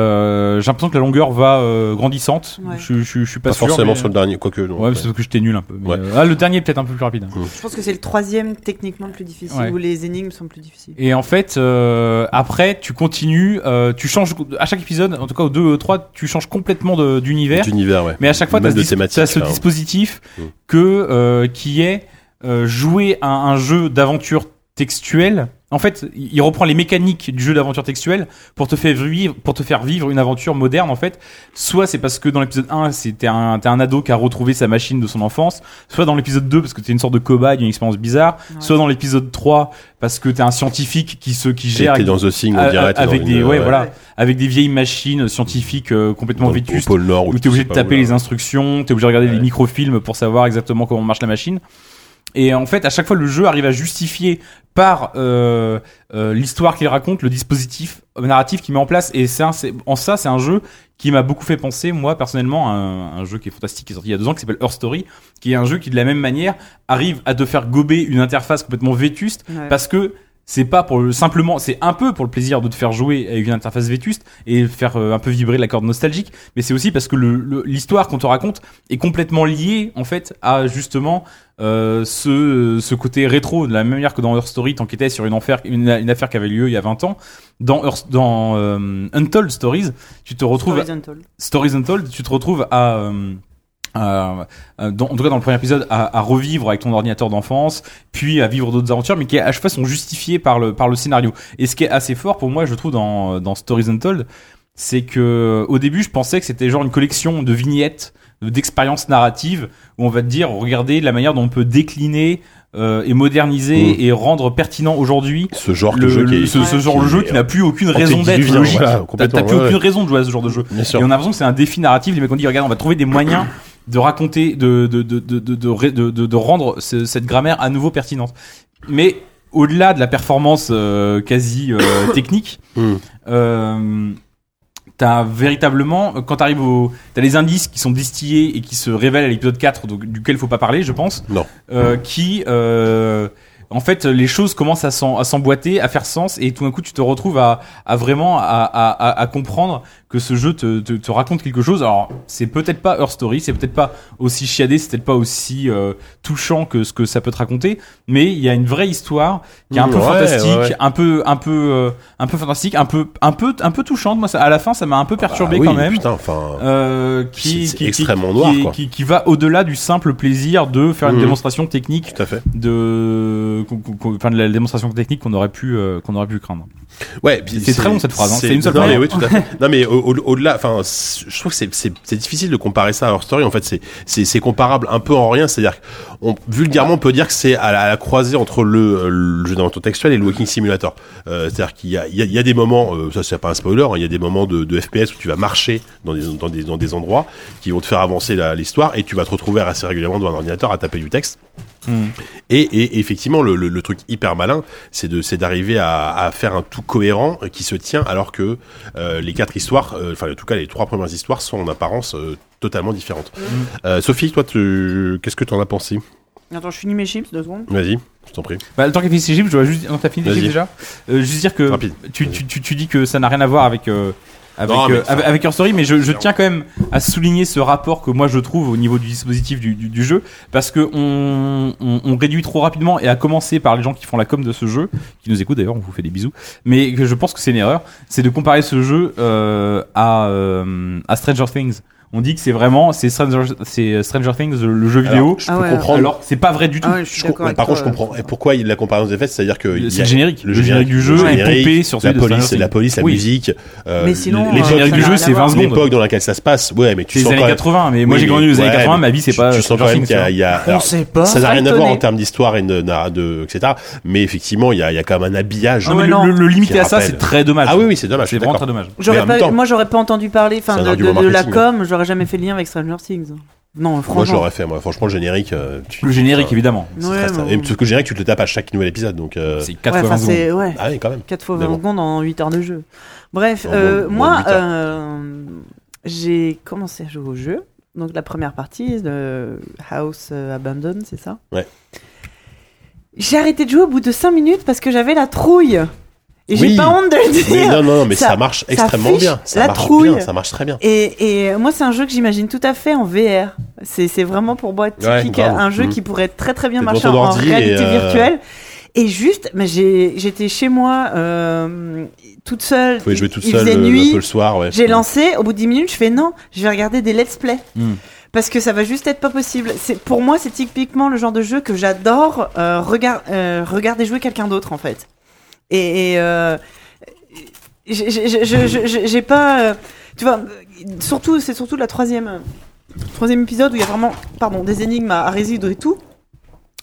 S7: Euh, j'ai l'impression que la longueur va euh, grandissante.
S8: Ouais.
S7: Je, je- je suis pas,
S3: Pas
S7: sûr,
S3: forcément
S7: mais-
S3: sur le dernier, quoique, non,
S7: Ouais,
S3: ouais.
S7: c'est parce que j'étais nul un peu. mais,
S3: Ouais. Mm.
S7: euh, ah, le dernier est peut-être un peu plus rapide. hein.
S8: Je pense que c'est le troisième techniquement le plus difficile,
S7: Ouais.
S8: où les énigmes sont plus difficiles.
S7: Et en fait, euh, après, tu continues, euh, tu changes à chaque épisode, en tout cas aux deux, aux trois, tu changes complètement de- d'univers.
S3: D'univers, ouais.
S7: Mais à chaque fois, tu
S3: Même de
S7: as,
S3: thématique,
S7: ce
S3: là, hein.
S7: dispositif
S3: Mm.
S7: que euh, qui est euh, jouer à un jeu d'aventure textuelle. En fait, il reprend les mécaniques du jeu d'aventure textuelle pour te faire vivre, pour te faire vivre une aventure moderne. En fait, soit c'est parce que dans l'épisode 1, c'était un, t'es un ado qui a retrouvé sa machine de son enfance, soit dans l'épisode 2 parce que t'es une sorte de cobaye, une expérience bizarre, soit dans l'épisode 3 parce que t'es un scientifique qui se qui
S3: T'es-
S7: gère
S3: t'es dans The Thing, on
S7: a-
S3: dirait, t'es
S7: avec
S3: dans
S7: des
S3: une-
S7: ouais,
S3: ouais.
S7: voilà avec des vieilles machines scientifiques euh, complètement
S3: Dans le- au
S7: vétustes
S3: pôle Nord, ou
S7: où
S3: je
S7: t'es obligé
S3: sais
S7: de
S3: pas où,
S7: taper
S3: là.
S7: les instructions, t'es obligé de regarder les microfilms pour savoir exactement comment marche la machine. Et en fait, à chaque fois, le jeu arrive à justifier par euh, euh, l'histoire qu'il raconte, le dispositif narratif qu'il met en place. Et c'est un- c'est- en ça, c'est un jeu qui m'a beaucoup fait penser, moi personnellement, à un, un jeu qui est fantastique, qui est sorti il y a deux ans, qui s'appelle Her Story, qui est un jeu qui, de la même manière, arrive à te faire gober une interface complètement vétuste,
S11: Ouais.
S7: parce que c'est pas pour le, simplement, c'est un peu pour le plaisir de te faire jouer avec une interface vétuste et faire euh, un peu vibrer la corde nostalgique, mais c'est aussi parce que le- le- l'histoire qu'on te raconte est complètement liée en fait à justement euh, ce, ce côté rétro de la même manière que dans Her Story, t'enquêtais sur une, enfer- une, une affaire qui avait lieu il y a 20 ans. Dans, Her- dans euh, Untold Stories, tu te retrouves
S8: Stories Untold.
S7: Stories Untold, tu te retrouves à euh, à- à- dans- en tout cas dans le premier épisode, à, à revivre avec ton ordinateur d'enfance, puis à vivre d'autres aventures, mais qui à chaque fois sont justifiées par le, par le scénario. Et ce qui est assez fort pour moi, je trouve, dans, dans Stories Untold, c'est que au début, je pensais que c'était genre une collection de vignettes, d'expériences narratives, où on va te dire, regardez la manière dont on peut décliner euh, et moderniser
S3: Mm.
S7: et rendre pertinent aujourd'hui
S3: Ce genre de
S7: le,
S3: jeu qui
S7: le-
S3: est-
S7: ce, ce genre de
S3: qui
S7: jeu
S3: est
S7: qui n'a plus aucune
S3: antédiluvien,
S7: raison d'être
S3: ouais,
S7: logique. T'as-
S3: complètement,
S7: T'as plus
S3: ouais, ouais.
S7: aucune raison de jouer à ce genre de jeu.
S3: sûr.
S7: Et on a l'impression que c'est un défi narratif. Les mecs ont dit, regarde, on va trouver des moyens de raconter, de, de, de, de, de, de ré- de- de- de rendre ce- cette grammaire à nouveau pertinente. Mais au-delà de la performance euh, quasi euh, technique, euh, T'as véritablement, euh, quand t'arrives au. T'as les indices qui sont distillés et qui se révèlent à l'épisode 4, donc, duquel faut pas parler, je pense.
S3: Non.
S7: Euh, qui. euh, en fait, les choses commencent à s'en- à s'emboîter, à faire sens, et tout d'un coup, tu te retrouves à, à vraiment à, à- à- à comprendre que ce jeu te, te- te raconte quelque chose. Alors, c'est peut-être pas Her Story, c'est peut-être pas aussi chiadé, c'est peut-être pas aussi euh, touchant que ce que ça peut te raconter, mais il y a une vraie histoire qui est un peu
S3: Ouais,
S7: fantastique,
S3: ouais, ouais.
S7: un peu un peu euh, un peu fantastique un peu un peu un peu touchante moi ça, à la fin ça m'a un peu perturbé
S3: Ah oui,
S7: quand même
S3: putain, enfin,
S7: Euh,
S3: c'est-
S7: qui,
S3: c'est
S7: qui- qui-
S3: extrêmement
S7: qui-
S3: noir,
S7: qui,
S3: quoi.
S7: qui- qui va au-delà du simple plaisir de faire une
S3: Mhm.
S7: démonstration technique de qu'on- qu'on- qu'on- enfin de la démonstration technique qu'on aurait pu euh, qu'on aurait pu craindre
S3: Ouais, puis
S7: c'est très long cette phrase hein. c'est une seule
S3: non,
S7: phrase
S3: mais oui, tout à fait. non, mais au- au- au-delà, enfin, c'est- je trouve que c'est- c'est c'est difficile de comparer ça à Her Story. En fait, c'est- c'est c'est comparable un peu en rien. C'est-à-dire, qu'on- vulgairement, on peut dire que c'est à, la- à la croisée entre le, euh, le jeu d'aventure textuel et le Walking Simulator. Euh, C'est-à-dire qu'il y, a- il y a- il y a des moments, euh, ça c'est pas un spoiler, hein, il y a des moments de, de FPS où tu vas marcher dans des, dans des, dans des endroits qui vont te faire avancer la- l'histoire et tu vas te retrouver assez régulièrement devant un ordinateur à taper du texte.
S7: Hmm.
S3: Et, et effectivement, le, le- le truc hyper malin, c'est de c'est d'arriver à, à faire un tout cohérent euh, qui se tient, alors que euh, les quatre histoires, euh, enfin en tout cas les trois premières histoires, sont en apparence euh, totalement différentes.
S7: Mm.
S3: Euh, Sophie, toi, tu- qu'est-ce que t'en as pensé
S8: Attends, je finis mes chips deux secondes.
S3: Vas-y, je t'en prie.
S7: Bah, le temps qu'il finisse ses chiffres, je dois juste. Non, t'as fini les
S3: Vas-y.
S7: chiffres déjà Euh, Juste dire que tu, tu, tu, tu dis que ça n'a rien à voir avec. euh, avec,
S3: Non, mais
S7: euh,
S3: ça-
S7: avec- avec Your Story, mais je, je tiens quand même à souligner ce rapport que moi je trouve au niveau du dispositif du, du- du jeu, parce que on, on- on réduit trop rapidement et à commencer par les gens qui font la com de ce jeu, qui nous écoutent d'ailleurs, on vous fait des bisous, mais que je pense que c'est une erreur, c'est de comparer ce jeu euh, à, euh, à Stranger Things. On dit que c'est vraiment c'est Stranger, c'est Stranger Things le jeu vidéo.
S3: Alors, je peux comprendre.
S7: Alors que c'est pas vrai du
S12: Ah
S7: tout.
S3: Je com- par contre, je
S7: euh,
S3: comprends. Et pourquoi il- la comparaison des faits, c'est-à-dire que Ah il y
S7: c'est
S3: a
S7: le générique. Le générique du jeu
S3: le
S7: est
S3: générique,
S7: pompé sur
S3: la
S7: celui de
S3: police,
S7: Stranger
S3: la
S7: Things.
S3: police, la
S7: Oui.
S3: musique. euh,
S7: Mais sinon,
S3: l'époque-
S7: euh, ça n'a rien à voir.
S3: L'époque dans laquelle ça se passe. Ouais, mais tu
S7: C'est les
S3: sens
S7: années
S3: quand même-
S7: 80, mais moi,
S3: Oui,
S7: j'ai grandi aux années
S3: ouais,
S7: 80,
S3: mais
S7: ma vie, c'est
S3: tu-
S7: pas
S3: Tu sens
S7: Stranger
S3: quand même
S7: Things,
S3: qu'il y a- il y a.
S7: On
S3: alors,
S7: sait pas.
S8: Hein
S3: Ça n'a rien à
S7: Étonné.
S3: voir en termes d'histoire et de, na- de- etc. Mais effectivement, il y a, il y a quand même un habillage.
S7: Non, mais
S3: qui
S7: le- le- le limiter
S3: qui
S7: à ça,
S3: rappelle.
S7: c'est très dommage.
S3: Ah oui, oui, c'est dommage.
S7: Ah C'est
S3: je suis
S7: vraiment
S3: d'accord.
S7: très dommage.
S3: Mais en
S8: J'aurais
S3: même
S8: pas,
S3: temps,
S8: moi, j'aurais pas entendu parler
S3: C'est
S8: enfin,
S3: un
S8: de,
S3: argument
S8: de- de la
S3: marketing, hein.
S8: com, j'aurais jamais fait le lien avec Stranger Things. Non, franchement.
S3: Moi, je l'aurais fait, moi. Franchement, le générique. euh, tu-
S7: Le générique,
S3: enfin,
S7: évidemment.
S3: c'est
S8: Ouais,
S3: très simple.
S8: mais
S3: Et parce que le générique, tu te le tapes à chaque nouvel épisode. donc. euh,
S8: ouais, enfin, c'est- ouais.
S3: Ah oui, quand même.
S8: 4 fois
S3: Mais
S8: 20
S3: bon.
S8: secondes en 8 heures de jeu. Bref,
S3: Non,
S8: euh,
S3: bon, bon,
S8: moi,
S3: huit heures.
S8: euh, j'ai commencé à jouer au jeu. Donc la première partie, de House euh, Abandon, c'est ça
S3: Ouais.
S8: J'ai arrêté de jouer au bout de 5 minutes parce que j'avais la trouille. Et j'ai
S3: Oui.
S8: pas honte de le dire.
S3: Mais non, non, mais ça marche extrêmement
S8: fiche
S3: bien. Ça
S8: la
S3: marche
S8: trouille.
S3: bien, ça marche très bien.
S8: Et, et moi, c'est un jeu que j'imagine tout à fait en VR. C'est c'est vraiment pour moi typique
S3: Ouais, grave.
S8: un jeu
S3: Mhm.
S8: qui pourrait très très bien
S3: T'es
S8: marcher
S3: devant ton
S8: en
S3: ordi et,
S8: réalité
S3: euh,
S8: virtuelle. Et juste, mais j'ai- j'étais chez moi euh, toute seule.
S3: Faut y jouer toute
S8: Il
S3: seule,
S8: faisait
S3: euh, un
S8: nuit.
S3: peu le soir, ouais.
S8: J'ai lancé. Au bout de 10 minutes, je fais non, je vais regarder des let's play
S3: Hmm.
S8: parce que ça va juste être pas possible. C'est pour moi, c'est typiquement le genre de jeu que j'adore euh, regar- euh, regarder jouer quelqu'un d'autre en fait. Et, et, euh, j'ai- j'ai j'ai- j'ai- j'ai pas, euh, tu vois, surtout c'est surtout la troisième troisième épisode où il y a vraiment, pardon, des énigmes à, à résoudre et tout.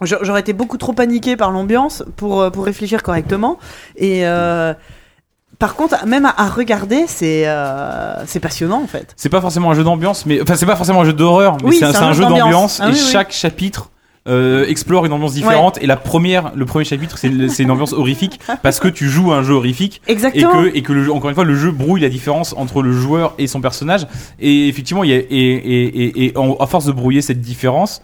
S8: J'a- J'aurais été beaucoup trop paniqué par l'ambiance pour euh, pour réfléchir correctement et euh, par contre, même à, à regarder, c'est euh, c'est passionnant en fait.
S7: C'est pas forcément un jeu d'ambiance, mais enfin c'est pas forcément un jeu d'horreur, mais
S8: Oui,
S7: c'est un, c'est un jeu d'ambiance
S8: Ah
S7: et
S8: oui, oui.
S7: chaque chapitre euh, explore une ambiance différente. Et la première, le premier chapitre, c'est le- c'est une ambiance horrifique parce que tu joues à un jeu horrifique
S8: Exactement.
S7: et que et que le jeu- encore une fois le jeu brouille la différence entre le joueur et son personnage. Et effectivement, il y a et et, et, et en- à force de brouiller cette différence.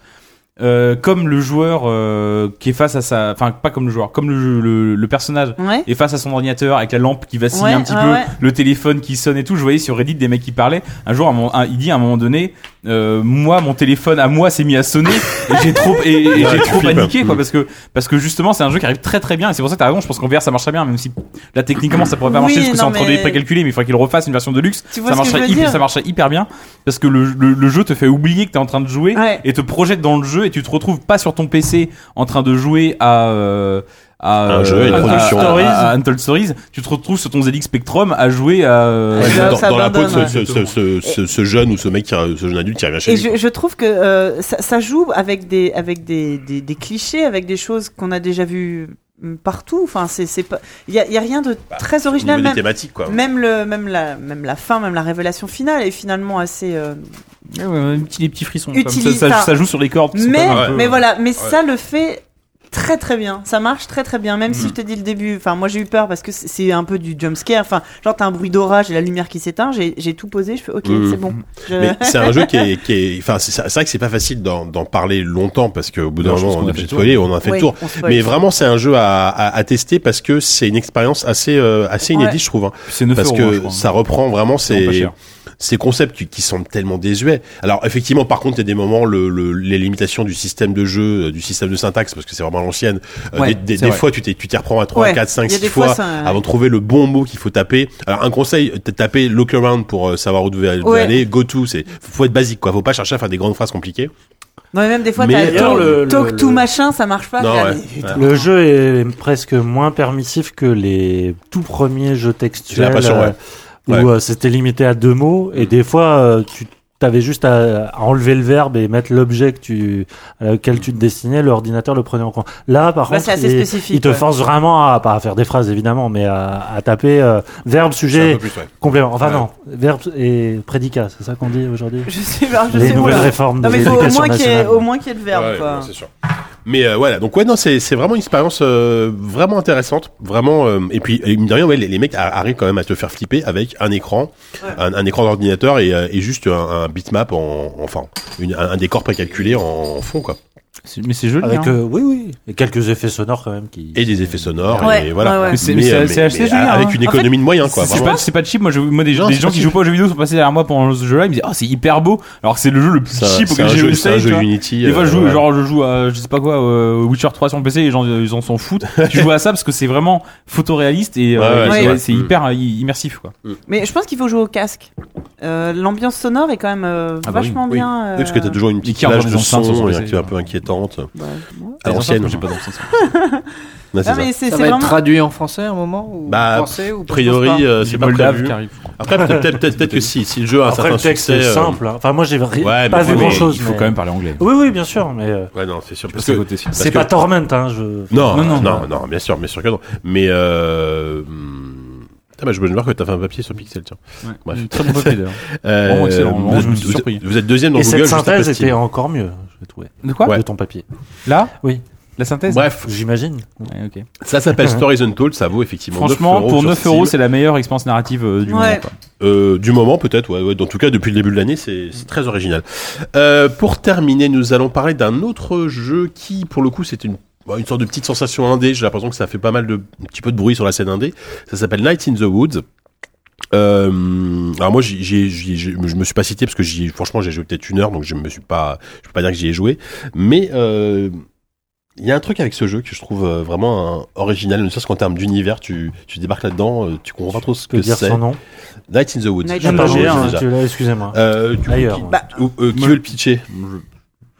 S7: euh, comme le joueur euh, qui est face à sa, enfin pas comme le joueur, comme le, le, le personnage
S8: Ouais.
S7: est face à son ordinateur avec la lampe qui vacille
S8: Ouais,
S7: un petit
S8: ouais,
S7: peu,
S8: ouais.
S7: le téléphone qui sonne et tout. Je voyais sur Reddit des mecs qui parlaient. Un jour, à un moment- un- il dit à un moment donné, euh, moi, mon téléphone à moi s'est mis à sonner et j'ai trop et, et
S3: Ouais,
S7: j'ai
S3: tu
S7: trop
S3: flippes.
S7: paniqué quoi parce que parce que justement c'est un jeu qui arrive très très bien et c'est pour ça que t'as raison. Je pense qu'en VR ça marche très bien même si là techniquement ça pourrait pas
S8: Oui,
S7: marcher parce que c'est
S8: non,
S7: entre
S8: mais-
S7: des précalculés mais il faudrait qu'il refasse une version de luxe.
S8: Tu
S7: Ça
S8: vois ce que je
S7: marcherait
S8: veux
S7: hyper,
S8: dire
S7: ça marcherait hyper bien parce que le, le- le jeu te fait oublier que t'es en train de jouer et te projette dans le jeu et tu te retrouves pas sur ton PC en train de jouer à euh, à,
S3: Un jeu, une
S7: à-
S3: production.
S7: à- à- à Untold Stories, tu te retrouves sur ton ZX Spectrum à jouer à euh,
S3: Ouais, dans, dans la peau de
S7: s'abandonne,
S3: ce,
S7: ouais.
S3: ce- ce- ce- ce jeune ou ce mec, qui, a- ce jeune adulte qui revient chez
S8: Et
S3: lui.
S8: je, je trouve que euh, ça, ça joue avec des avec des, des, des clichés, avec des choses qu'on a déjà vues hum, partout. Enfin, c'est c'est pas il y a, il y a rien de très original.
S3: niveau des
S8: même,
S3: thématiques, quoi.
S8: Même le même la même la fin, même la révélation finale est finalement assez euh,
S7: Ouais, ouais, ouais, petit- les petits frissons. comme
S8: utilitaire.
S7: Ça, ça- ça joue sur les cordes. qui sont
S8: Mais
S7: quand même un peu-
S3: Mmh.
S8: mais voilà, mais
S7: Ouais.
S8: ça le fait. Très très bien, ça marche très très bien,
S3: Mmh.
S8: même si je te dis le début, enfin moi j'ai eu peur parce que c'est- c'est un peu du jump scare, enfin genre t'as un bruit d'orage et la lumière qui s'éteint, j'ai j'ai tout posé, je fais ok
S3: Mm.
S8: c'est bon. Je-
S3: Mais c'est un jeu qui est, qui est- enfin, c'est c'est vrai que c'est pas facile d'en d'en parler longtemps parce qu'au bout d'un
S17: Non, je
S3: moment,
S17: pense qu'on
S3: on
S17: a
S3: a
S17: fait
S3: fait
S17: le
S3: le
S17: tour.
S3: spoiler, on a fait
S17: Oui,
S3: le tour.
S17: on spoil.
S3: Mais vraiment, c'est un jeu à, à, à tester parce que c'est une expérience assez, euh, assez inédite,
S17: Ouais.
S3: je trouve. hein.
S7: C'est 9
S3: parce
S7: euros, je
S3: que
S7: crois, hein.
S3: ça reprend vraiment
S7: C'est pas
S3: ces,
S7: cher.
S3: ces concepts qui, qui semblent tellement désuets. Alors, effectivement, par contre, il y a des moments, le, le- les limitations du système de jeu, euh, du système de syntaxe, parce que c'est vraiment à l'ancienne. Euh,
S17: Ouais,
S3: des- des
S17: c'est
S3: des
S17: vrai.
S3: fois, tu t'es- tu t'y reprends à 3,
S17: Ouais,
S3: 4, 5,
S17: il y a
S3: 6
S17: des fois,
S3: fois
S17: ça,
S3: Ah
S17: ouais.
S3: avant de trouver le bon mot qu'il faut taper. Alors, un conseil, euh, t- tapez look around pour euh, savoir où vous devez
S8: Ouais.
S3: aller, go to, c'est, faut être basique, quoi. Faut pas chercher à faire des grandes phrases compliquées.
S8: Non mais même des fois
S3: Mais,
S8: t'as
S3: euh,
S8: talk,
S3: le-
S8: talk
S3: le-
S8: to machin, ça marche pas.
S3: Non,
S8: regarde,
S3: ouais.
S8: mais-
S3: Ouais.
S5: Le jeu est presque moins permissif que les tout premiers jeux
S3: J'ai
S5: textuels
S3: l'impression, ouais.
S5: euh, où
S3: Ouais.
S5: euh, c'était limité à deux mots et des fois euh, tu avais juste à, à enlever le verbe et mettre l'objet que tu à laquelle tu te destinais, l'ordinateur le prenait en compte. Là par
S8: Bah,
S5: contre,
S8: c'est assez
S5: il,
S8: spécifique,
S5: il te
S8: ouais.
S5: force vraiment à pas à faire des phrases évidemment mais à, à taper euh, verbe, sujet, complément. Enfin
S17: Ouais.
S5: non, verbe et prédicat, c'est ça qu'on dit aujourd'hui.
S8: Je sais pas, je
S5: Les
S8: sais
S5: nouvelles
S8: pas.
S5: réformes de
S8: Non, mais faut au
S5: l'éducation
S8: moins qu'il y ait-
S5: nationale.
S8: au moins qu'il y ait le verbe
S3: Ouais,
S8: quoi.
S3: ouais, c'est sûr. Mais euh, voilà, donc ouais, non, c'est c'est vraiment une expérience euh, vraiment intéressante, vraiment. euh, et puis, et mine de rien, ouais, les, les mecs a- arrivent quand même à te faire flipper avec un écran, un, un écran d'ordinateur et, euh, et juste un, un bitmap en, enfin, une- un, un décor précalculé en, en fond, quoi.
S7: Mais c'est joli.
S5: Avec
S7: hein.
S5: euh, oui oui, et quelques effets sonores quand même qui
S3: Et des effets sonores,
S5: Ouais,
S3: et voilà.
S5: ouais, ouais.
S7: Mais c'est
S3: Mais, euh,
S7: mais c'est-
S3: mais-
S7: c'est assez
S3: mais
S7: joli, hein.
S3: Avec une
S7: En
S3: économie
S7: fait,
S3: de moyens, quoi.
S7: C'est c'est
S3: vraiment.
S7: pas, c'est pas cheap. Moi, je- moi des gens,
S3: Non,
S7: des
S3: c'est
S7: gens
S3: pas
S7: qui
S3: cheap.
S7: jouent pas aux jeux vidéo sont passés derrière moi pendant ce jeu-là. Ils me disaient, oh, c'est hyper beau. Alors que c'est le jeu le plus
S3: C'est un-
S7: cheap
S3: c'est
S7: auquel
S3: un
S7: j'ai
S3: jeu-
S7: joué.
S3: c'est un jeu Unity,
S7: Des fois, je
S3: euh,
S7: joue,
S3: ouais.
S7: genre, je joue à, je sais pas quoi, euh, Witcher 3 sur le PC. Les gens, ils en s'en foutent. tu joues à ça parce que c'est vraiment photoréaliste et euh,
S3: Ouais, ouais,
S7: c'est-
S3: ouais.
S7: c'est
S3: Mm.
S7: hyper euh, immersif, quoi.
S8: Mais je pense qu'il faut jouer au casque. Euh, L'ambiance sonore est quand même euh,
S7: Ah bah oui,
S8: vachement
S7: oui.
S8: bien.
S3: Oui,
S8: euh,
S3: parce que t'as toujours une petite
S7: qui entend
S3: plage
S7: les
S3: de son
S7: enceintes sur son
S3: euh,
S7: PC,
S3: qui est un peu inquiétante. À
S7: Les
S3: l'ancienne.
S7: enceintes, moi, j'ai pas d'enceinte.
S3: Ah, Ouais, c'est
S12: Ah, mais c'est-
S3: ça.
S12: Ça c'est va être vraiment- traduit en français à un moment ou
S3: Bah,
S12: en français, ou
S3: a priori,
S12: je pense pas.
S3: euh,
S12: Du
S3: c'est pas
S12: moldave
S3: prévu.
S12: qui arrive.
S3: Après, peut-être peut-être- peut-être que si, si le jeu a un
S5: Après,
S3: certain
S5: le texte
S3: succès.
S5: est
S3: euh,
S5: simple. hein. Enfin, moi, j'ai ri-
S3: Ouais, mais
S5: pas vu
S3: bon, mais Mm.
S5: grand chose.
S3: il faut quand même parler anglais.
S5: Oui, oui, bien sûr, mais euh,
S3: Ouais, non, c'est sûr. Parce
S5: c'est
S3: que-
S5: côté-
S3: parce
S5: c'est
S3: que-
S5: pas Torment, hein, je-
S3: Non,
S5: Non,
S3: non,
S5: non.
S3: non, non, bien sûr, bien sûr que non. Mais euh... hum, Ah bah, je me voir que t'as fait un papier sur Pixel, tiens.
S7: Ouais.
S3: Bref.
S7: Mm, très bon papier, d'ailleurs.
S3: Euh,
S7: Vraiment excellent, vraiment,
S3: vous,
S7: je me suis
S3: vous-
S7: surpris.
S3: vous êtes deuxième dans
S5: Et
S3: Google.
S5: cette
S3: juste après
S5: synthèse
S3: Steam.
S5: était encore mieux, je trouvais.
S7: De quoi
S5: De ton papier.
S7: Là
S5: Oui.
S7: La synthèse
S3: Bref.
S5: J'imagine.
S7: Ouais, ok.
S3: Ça s'appelle Stories Untold, ça vaut effectivement 9
S7: Franchement,
S3: euros
S7: pour
S3: sur
S7: 9 euros,
S3: Steam.
S7: c'est la meilleure expérience narrative euh, du moment. quoi.
S3: Euh, du moment peut-être, ouais, ouais. En tout cas, depuis le début de l'année, c'est c'est très original. Euh, pour terminer, nous allons parler d'un autre jeu qui, pour le coup, c'est une bah, une sorte de petite sensation indé. J'ai l'impression que ça fait pas mal de un petit peu de bruit sur la scène indé. Ça s'appelle Night in the Woods. Euh, alors moi, j'y- j'y- j'y- j'y- je me suis pas cité parce que j'y, franchement, j'ai joué peut-être une heure, donc je me suis pas, je peux pas dire que j'y ai joué. Mais euh, il y a un truc avec ce jeu que je trouve euh, vraiment hein, original, ne serait-ce qu'en termes d'univers, tu, tu débarques là-dedans, euh, tu comprends pas trop ce
S5: peux
S3: que
S5: dire
S3: c'est.
S5: son nom
S3: Night in the Woods.
S5: Night
S7: Ah,
S3: Je
S5: in the
S3: parle
S5: Woods,
S3: déjà.
S5: hein, tu l'as- excusez-moi.
S3: Euh, du coup,
S5: Ailleurs, Bah,
S3: qui,
S5: ouais.
S3: ou- euh, qui
S7: Moi-
S3: veut le pitcher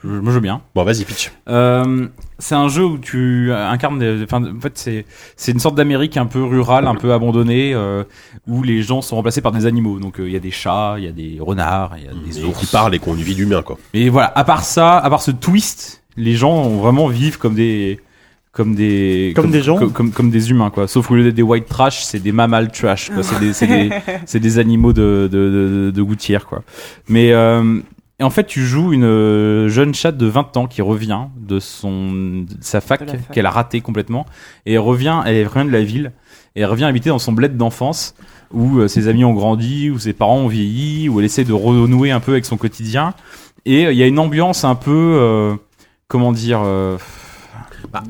S7: Je, moi, je veux bien.
S3: Bon, vas-y, pitch.
S7: Euh, c'est un jeu où tu incarnes des. Enfin, en fait, c'est c'est une sorte d'Amérique un peu rurale, un peu abandonnée, euh, où les gens sont remplacés par des animaux. Donc, euh, il y a des chats, il y a des renards, il y a des ours.
S3: qui parlent et qu'on vit d'humains, quoi.
S7: Et voilà. À part ça, à part ce twist, les gens ont vraiment vivent comme des comme des
S4: Comme des gens
S7: comme, comme, comme des humains quoi sauf au lieu d'être des white trash c'est des mammal trash quoi c'est des c'est des, c'est des animaux de de, de, de gouttière quoi mais euh, et en fait tu joues une euh, jeune chatte de 20 ans qui revient de son de sa fac,
S12: De la fac.
S7: qu'elle a ratée complètement et elle revient elle revient de la ville et elle revient habiter dans son bled d'enfance où euh, ses amis ont grandi où ses parents ont vieilli où elle essaie de renouer un peu avec son quotidien et euh, il y a une ambiance un peu euh, comment dire euh,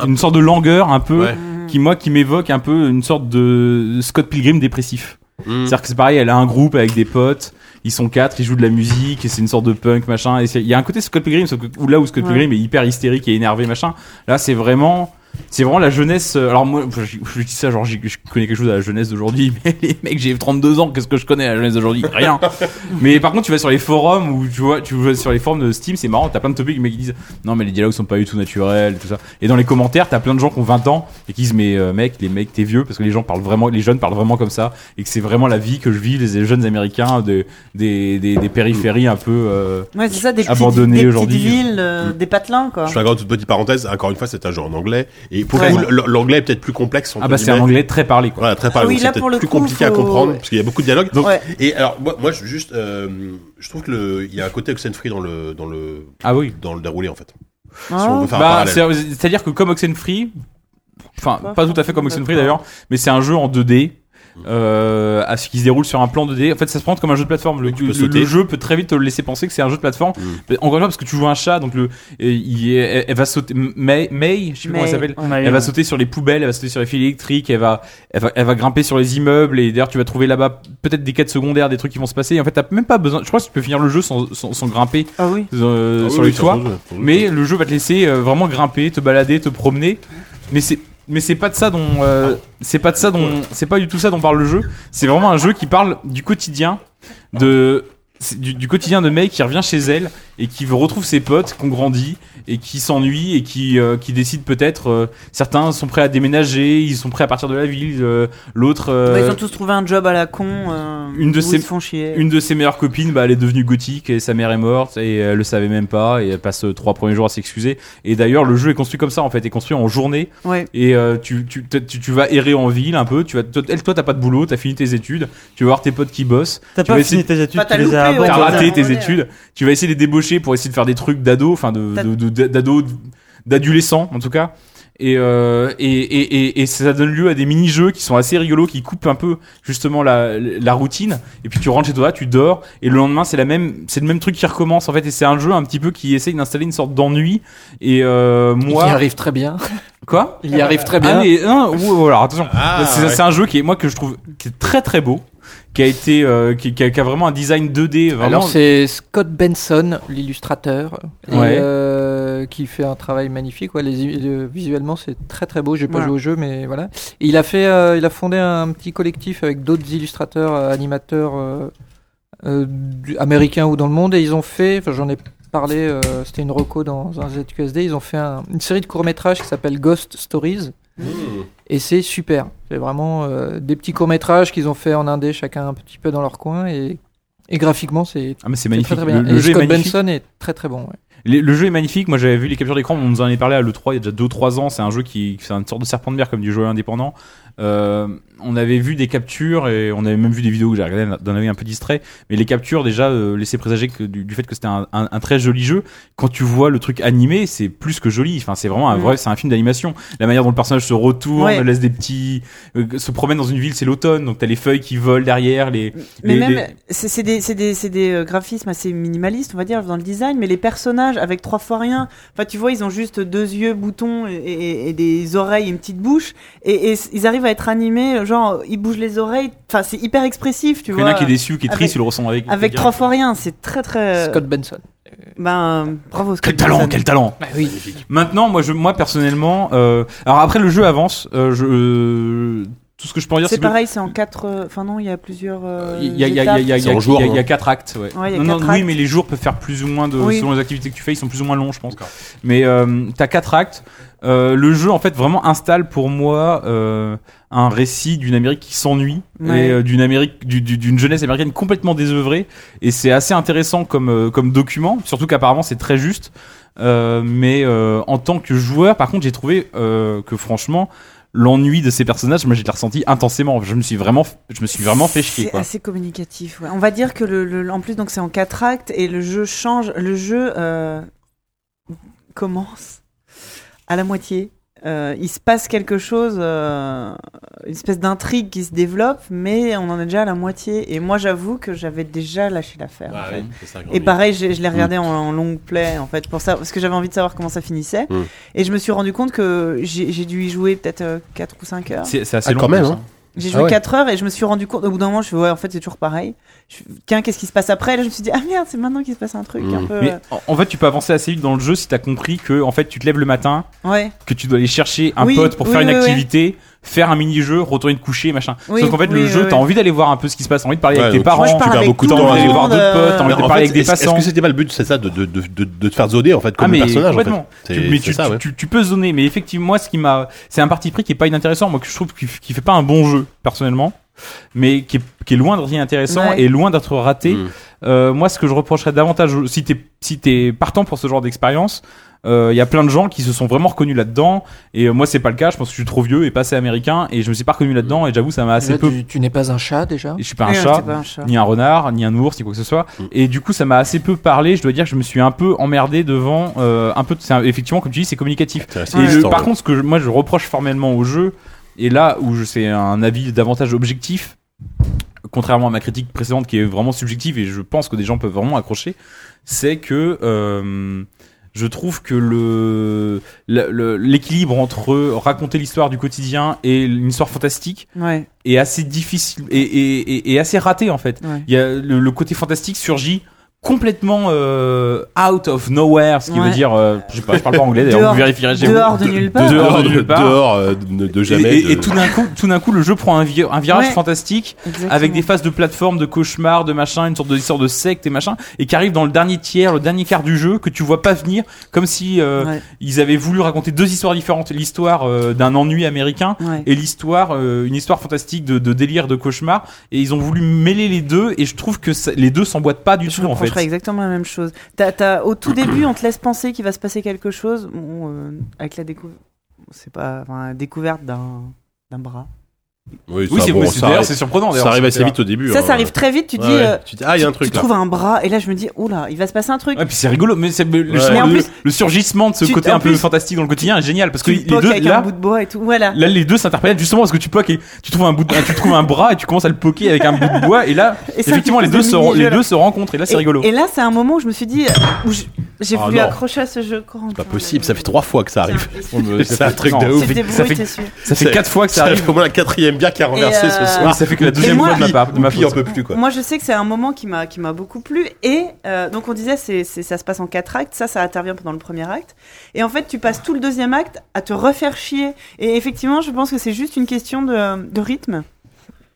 S7: une sorte de langueur un peu
S3: Ah, Ouais.
S7: qui moi qui m'évoque un peu une sorte de Scott Pilgrim dépressif.
S3: Mm.
S7: C'est-à-dire que c'est pareil, elle a un groupe avec des potes, ils sont quatre, ils jouent de la musique et c'est une sorte de punk machin. Et c'est- il y a un côté Scott Pilgrim, sauf que où là où Scott
S12: Ouais.
S7: Pilgrim est hyper hystérique et énervé machin, là c'est vraiment c'est vraiment la jeunesse. euh, Alors moi, je, je dis ça genre j'y- je connais quelque chose à la jeunesse d'aujourd'hui, mais les mecs j'ai 32 ans, qu'est-ce que je connais à la jeunesse d'aujourd'hui Rien. mais par contre tu vas sur les forums ou tu vois, tu vas sur les forums de Steam, c'est marrant, t'as plein de topics, les mecs qui disent non mais les dialogues sont pas du tout naturels, tout ça. Et dans les commentaires t'as plein de gens qui ont 20 ans et qui disent mais euh, mec les mecs t'es vieux parce que les gens parlent vraiment, les jeunes parlent vraiment comme ça et que c'est vraiment la vie que je vis les jeunes américains de, des, des, des périphéries un peu euh,
S8: Ouais, c'est ça, des petites,
S7: abandonnées
S8: des
S7: aujourd'hui.
S8: petites villes, euh, des patelins, quoi.
S3: Je fais
S7: bah.
S3: encore une toute petite parenthèse. Encore une fois, c'est un jeu en anglais. Et pour
S7: Ouais.
S3: le coup, l- l'anglais est peut-être plus complexe. entre
S7: Ah bah, c'est
S3: guillemets.
S7: un anglais très parlé. Quoi.
S3: Voilà, très parlé.
S7: Ah oui,
S3: donc
S7: là,
S3: c'est
S7: pour
S3: peut-être
S7: le
S3: plus
S7: coup,
S3: compliqué à
S7: faut-
S3: comprendre
S7: ouais.
S3: parce qu'il y a beaucoup de dialogues. Donc,
S7: Ouais.
S3: Et alors, moi, moi je, juste, euh, je trouve que le, il y a un côté Oxenfree dans le, dans le,
S7: ah oui,
S3: dans le déroulé en fait. Si
S7: Ah.
S3: on veut faire un
S7: Bah,
S3: parallèle.
S7: c'est- C'est-à-dire que comme Oxenfree, enfin
S12: Pas
S7: pas tout à fait comme
S12: forcément
S7: Oxenfree
S12: d'accord.
S7: d'ailleurs, mais c'est un jeu en 2D. Euh, à ce qui se déroule sur un plan 2D. En fait, ça se présente comme un jeu de plateforme. Le, le- le
S3: sauter.
S7: jeu peut très vite te laisser penser que c'est un jeu de plateforme. Mais Encore une fois, parce que tu joues un chat, donc le, et il est- elle, elle va sauter. May, May, je sais plus comment elle
S12: May.
S7: s'appelle.
S12: Ouais.
S7: Elle va sauter sur les poubelles, elle va sauter sur les fils électriques, elle va, elle va, elle va grimper sur les immeubles. Et d'ailleurs, tu vas trouver là-bas peut-être des quêtes secondaires, des trucs qui vont se passer. Et en fait, t'as même pas besoin. Je crois que tu peux finir le jeu sans, sans, sans grimper euh,
S12: Ah oui,
S7: sur
S12: oui,
S7: les
S12: sans
S7: toits.
S12: doute, sans doute.
S7: Mais le jeu va te laisser euh, vraiment grimper, te balader, te promener. Mais c'est mais c'est pas de ça dont euh, c'est pas de ça dont c'est pas du tout ça dont parle le jeu. C'est vraiment un jeu qui parle du quotidien de c'est du, du quotidien de May qui revient chez elle et qui retrouve ses potes qu'on grandit et qui s'ennuie et qui euh, qui décide peut-être euh, certains sont prêts à déménager, ils sont prêts à partir de la ville, euh, l'autre euh,
S8: Bah, ils ont tous trouvé un job à la con. euh,
S7: une de
S8: où
S7: ses
S8: ils se font chier.
S7: une de ses meilleures copines bah, elle est devenue gothique et sa mère est morte et elle le savait même pas et elle passe euh, trois premiers jours à s'excuser et d'ailleurs le jeu est construit comme ça en fait est construit en journée
S8: Ouais.
S7: et euh, tu, tu, tu, tu- tu vas errer en ville un peu tu vas toi toi, t'as pas de boulot t'as fini tes études tu vas voir tes potes qui bossent
S4: T'as
S7: tu
S4: pas
S7: vas
S4: fini tes études, Bah, t'as tu les as loupé, ouais,
S7: t'as
S4: t'as
S7: raté
S4: raté,
S7: tes
S4: ouais.
S7: études tu vas essayer de les débaucher pour essayer de faire des trucs d'ado enfin de
S4: T'as-
S7: de- de- d'ado d'adolescent en tout cas et, euh, et, et, et, et ça donne lieu à des mini-jeux qui sont assez rigolos, qui coupent un peu justement la, la routine. Et puis tu rentres chez toi, tu dors, et le lendemain c'est la même, c'est le même truc qui recommence en fait. Et c'est un jeu un petit peu qui essaye d'installer une sorte d'ennui. Et euh, moi,
S12: Il y arrive très bien.
S7: Quoi
S12: Il y arrive très bien.
S7: Ah, mais, hein, ou- ou alors, attention,
S12: Ah,
S7: c'est
S12: ouais.
S7: c'est un jeu qui est moi que je trouve qui est très très beau, qui a été, euh, qui, qui a, qui a vraiment un design 2D. Vraiment,
S12: Alors c'est Scott Benson, l'illustrateur, et,
S7: Ouais.
S12: euh, qui fait un travail magnifique. ouais, les, euh, visuellement, c'est très très beau. J'ai pas
S7: Voilà.
S12: joué au jeu, mais voilà. Et il a fait, euh, il a fondé un petit collectif avec d'autres illustrateurs, euh, animateurs euh, euh, du- américains ou dans le monde, et ils ont fait. enfin, J'en ai parlé. euh, C'était une reco dans un ZQSD. Ils ont fait un- une série de courts métrages qui s'appelle Ghost Stories. Et c'est super. C'est vraiment euh, des petits courts-métrages qu'ils ont fait en indé, chacun un petit peu dans leur coin. Et, et graphiquement, c'est
S7: Ah, mais c'est
S12: c'est Très,
S7: magnifique.
S12: très bien.
S7: Le-
S12: Et
S7: le jeu est
S12: Scott
S7: magnifique.
S12: Benson est très très bon. ouais.
S7: Le, le jeu est magnifique. Moi, j'avais vu les captures d'écran. On nous en avait parlé à l'E3 il y a déjà 2-3 ans. C'est un jeu qui, c'est une sorte de serpent de mer comme du jeu indépendant. Euh, on avait vu des captures et on avait même vu des vidéos que j'ai regardé d'un œil un peu distrait. Mais les captures, déjà, euh, laissaient présager que du, du fait que c'était un, un- un très joli jeu. Quand tu vois le truc animé, c'est plus que joli. Enfin, c'est vraiment un
S12: Mm.
S7: vrai, c'est un film d'animation. La manière dont le personnage se retourne,
S12: Ouais.
S7: laisse des petits, euh, se promène dans une ville, c'est l'automne. Donc t'as les feuilles qui volent derrière, les,
S8: Mais
S7: les-
S8: même,
S7: les-
S8: c'est c'est des, c'est des, c'est des euh, graphismes assez minimalistes, on va dire, dans le design, mais les personnages personnages avec trois fois rien. Enfin, tu vois, ils ont juste deux yeux, boutons et, et- et des oreilles, et une petite bouche. Et, et s- ils arrivent à être animés, genre, ils bougent les oreilles. Enfin, c'est hyper expressif, tu
S7: Il y
S8: vois.
S7: en a qui est déçu, qui est triste,
S8: Avec-
S7: il le ressent avec.
S8: Avec trois fois rien, c'est très très.
S12: Scott Benson.
S8: Ben, bravo Scott
S7: Quel talent,
S8: Benson.
S7: quel talent
S12: Bah
S7: Maintenant, moi, je, moi personnellement, euh, alors après le jeu avance, euh, je, euh, tout ce que je peux en dire,
S8: C'est
S7: que-
S8: pareil, c'est en quatre. euh, Enfin non, il y a plusieurs. euh,
S7: Il y a, il y a- il y a- il y a-
S8: étapes.
S7: il y a- il y a- il y a quatre actes. ouais.
S8: Ouais, il y a
S7: Non, non,
S8: quatre
S7: Oui,
S8: actes.
S7: mais les jours peuvent faire plus ou moins de.
S8: Oui.
S7: Selon les activités que tu fais, ils sont plus ou moins longs, je pense. Mais euh, t'as quatre actes. Euh, le jeu, en fait, vraiment installe pour moi euh, un récit d'une Amérique qui s'ennuie
S11: Ouais.
S7: et euh, d'une Amérique, du- du- d'une jeunesse américaine complètement désœuvrée. Et c'est assez intéressant comme euh, comme document, surtout qu'apparemment c'est très juste. Euh, mais euh, en tant que joueur, par contre, j'ai trouvé euh, que franchement. L'ennui de ces personnages, moi, j'ai ressenti intensément. Je me suis vraiment, je me suis vraiment fait chier.
S8: C'est
S7: quoi.
S8: assez communicatif. ouais. On va dire que le, le- en plus donc c'est en quatre actes et le jeu change. Le jeu euh, commence à la moitié. Euh, il se passe quelque chose, euh, une espèce d'intrigue qui se développe, mais on en est déjà à la moitié. Et moi, j'avoue que j'avais déjà lâché l'affaire.
S3: Ah
S8: en
S3: oui,
S8: fait.
S3: c'est ça, grand
S8: et
S3: livre.
S8: pareil, j'ai- je l'ai regardé
S3: Mm.
S8: en, en long play, en fait, pour ça, parce que j'avais envie de savoir comment ça finissait.
S3: Mm.
S8: Et je me suis rendu compte que j'ai j'ai dû y jouer peut-être 4 ou 5 heures.
S7: C'est- c'est assez Ah, long, quand même, ça. hein.
S8: J'ai
S7: Ah
S8: joué
S7: ouais.
S8: 4 heures et je me suis rendu compte, au bout d'un moment, je fais, ouais, en fait, c'est toujours pareil. Je fais, Tiens, qu'est-ce qui se passe après Et Là, je me suis dit, ah merde, c'est maintenant qu'il se passe un truc un peu.
S7: Mm. Mais
S8: euh,
S7: en- en fait, tu peux avancer assez vite dans le jeu si t'as compris que en fait, tu te lèves le matin,
S8: euh, Ouais.
S7: que tu dois aller chercher un
S8: Oui,
S7: pote pour
S8: oui,
S7: faire une
S8: oui, oui.
S7: activité, faire un mini-jeu, retourner te coucher, machin.
S8: Oui,
S7: Sauf qu'en fait, le
S8: oui,
S7: jeu,
S8: oui,
S7: t'as
S8: oui.
S7: envie d'aller voir un peu ce qui se passe, t'as envie de parler
S3: Ouais,
S7: avec tes
S3: donc
S7: parents,
S3: tu- tu perds beaucoup de temps,
S7: envie d'aller
S3: ouais.
S7: voir d'autres potes, t'as envie
S3: Mais
S7: de
S3: en
S7: parler
S3: fait,
S7: avec des
S3: est-ce-
S7: passants. Ah,
S3: Est-ce que c'était pas le but, c'est ça, de, de, de, de- de te faire zoner en fait comme le personnage en fait.
S7: complètement.
S3: C'est-
S7: Tu, mais
S3: c'est
S7: tu,
S3: ça,
S7: tu-
S3: ouais.
S7: tu- tu peux se donner, mais effectivement, moi, ce qui m'a, c'est un parti pris qui est pas inintéressant, moi que je trouve qui, f- qui fait pas un bon jeu personnellement, mais qui est, qui est loin d'être inintéressant
S11: Ouais.
S7: et loin d'être raté.
S3: Mmh,
S7: Euh, moi, ce que je reprocherais davantage, au- si t'es si t'es partant pour ce genre d'expérience. euh, Il y a plein de gens qui se sont vraiment reconnus là-dedans et euh, moi c'est pas le cas je pense que je suis trop vieux et pas assez américain et je me suis pas reconnu là-dedans et j'avoue ça m'a assez
S12: Là,
S7: Ah, peu
S12: tu, tu n'es pas un chat déjà.
S7: et je suis pas un, chat, ni un renard, ni un ours, ni quoi que ce soit. Et du coup, ça m'a assez peu parlé. Je dois dire que je me suis un peu emmerdé devant. euh, un peu, c'est un- effectivement, comme tu dis, c'est communicatif.
S3: assez
S7: Et le-
S3: distant,
S7: par
S3: ouais.
S7: contre, ce que je- moi, je reproche formellement au jeu, et là où je- c'est un avis davantage objectif, contrairement à ma critique précédente qui est vraiment subjective et je pense que des gens peuvent vraiment accrocher, c'est que euh, je trouve que le le- le- l'équilibre entre raconter l'histoire du quotidien et une histoire fantastique
S8: Ouais.
S7: est assez difficile et, et- et- et assez raté en fait.
S8: Ouais.
S7: Il y a le, le côté fantastique surgit complètement euh, out of nowhere, ce qui veut
S8: Ouais.
S7: dire, euh, je, sais pas, je parle pas anglais
S3: Bah,
S7: d'ailleurs,
S8: Dehors-
S7: vous vérifierez chez
S8: dehors
S7: vous.
S8: de nulle part.
S7: Dehors de nulle part.
S3: Dehors, euh, de- de jamais,
S7: Et, et- et
S3: de-
S7: tout d'un coup, tout d'un coup, le jeu prend un, vi- un virage
S3: Ouais.
S7: fantastique
S3: Exactement.
S7: avec des phases de plateforme, de cauchemar, de machin, une sorte de histoire de secte et machin, et qui arrive dans le dernier tiers, le dernier quart du jeu que tu vois pas venir, comme si euh, ils avaient voulu raconter deux histoires différentes, l'histoire euh, d'un ennui américain
S8: Ouais.
S7: et l'histoire, euh, une histoire fantastique de, de délire, de cauchemar, et ils ont voulu mêler les deux, et je trouve que ça- les deux s'emboîtent pas du tout en
S8: reprocherais
S7: fait.
S8: exactement la même chose. T'as- t'as- au tout début, on te laisse penser qu'il va se passer quelque chose. Bon, euh, avec la décou- c'est pas, enfin, la découverte d'un d'un bras.
S3: Oui,
S7: Oui,
S3: ça,
S7: c'est-
S3: bon,
S7: mais
S3: ça
S7: c'est- d'ailleurs,
S3: arrive-
S7: c'est surprenant,
S3: Ça
S7: d'ailleurs,
S3: arrive
S7: c'est
S3: assez
S7: clair.
S3: vite au début.
S8: Ça,
S3: hein.
S8: ça arrive très vite. Tu
S3: Ouais,
S8: dis,
S3: ouais.
S8: euh,
S3: Tu dis, ah, il y a un
S8: tu-
S3: truc
S8: tu
S3: là.
S8: trouves un bras, et là, je me dis, oula, il va se passer un truc.
S7: Ouais, puis c'est rigolo, mais c'est- le,
S3: Ouais. Mais en
S7: le-
S3: plus-
S7: le surgissement de ce
S3: tu-
S7: côté
S3: en
S7: un peu
S3: plus,
S7: fantastique dans le quotidien est génial parce que les
S8: Tu poques
S7: deux
S8: avec un
S7: là,
S8: bout de bois et tout. Voilà.
S7: Là, les deux s'interprètent justement parce que tu poques et tu trouves un bout, de- tu trouves un bras et tu commences à le poquer avec un bout de bois et là,
S8: Et ça,
S7: effectivement,
S8: tu
S7: les deux
S8: fais
S7: se,
S8: des
S7: ren-
S8: mini-jeux,
S7: les
S8: là.
S7: deux se rencontrent et là, c'est
S8: Et-
S7: rigolo.
S8: Et là, c'est un moment où je me suis dit, euh, où je- j'ai
S7: Ah,
S8: voulu
S7: non.
S8: accrocher à ce jeu. Corentin.
S3: Pas possible, ça fait trois fois que ça arrive.
S7: mais
S3: C'est un truc
S7: non,
S3: de ouf.
S7: tu te débrouilles,
S3: Ça fait-
S8: t'es sûr.
S7: ça fait quatre fois que ça
S3: Ça fait au moins la quatrième bière qui a renversé
S8: renversé
S3: ce
S8: euh,
S3: soir.
S7: Oui, ça fait Ah, que la deuxième
S8: Et moi-
S7: fois de ma part, de ma
S3: Oupi,
S7: faute.
S3: un peu plus quoi.
S8: Moi, je sais que c'est un moment qui m'a qui m'a beaucoup plu. Et euh, donc, on disait, c'est c'est- ça se passe en quatre actes. Ça, ça intervient pendant le premier acte. Et en fait, tu passes tout le deuxième acte à te refaire chier. Et effectivement, je pense que c'est juste une question de, de rythme.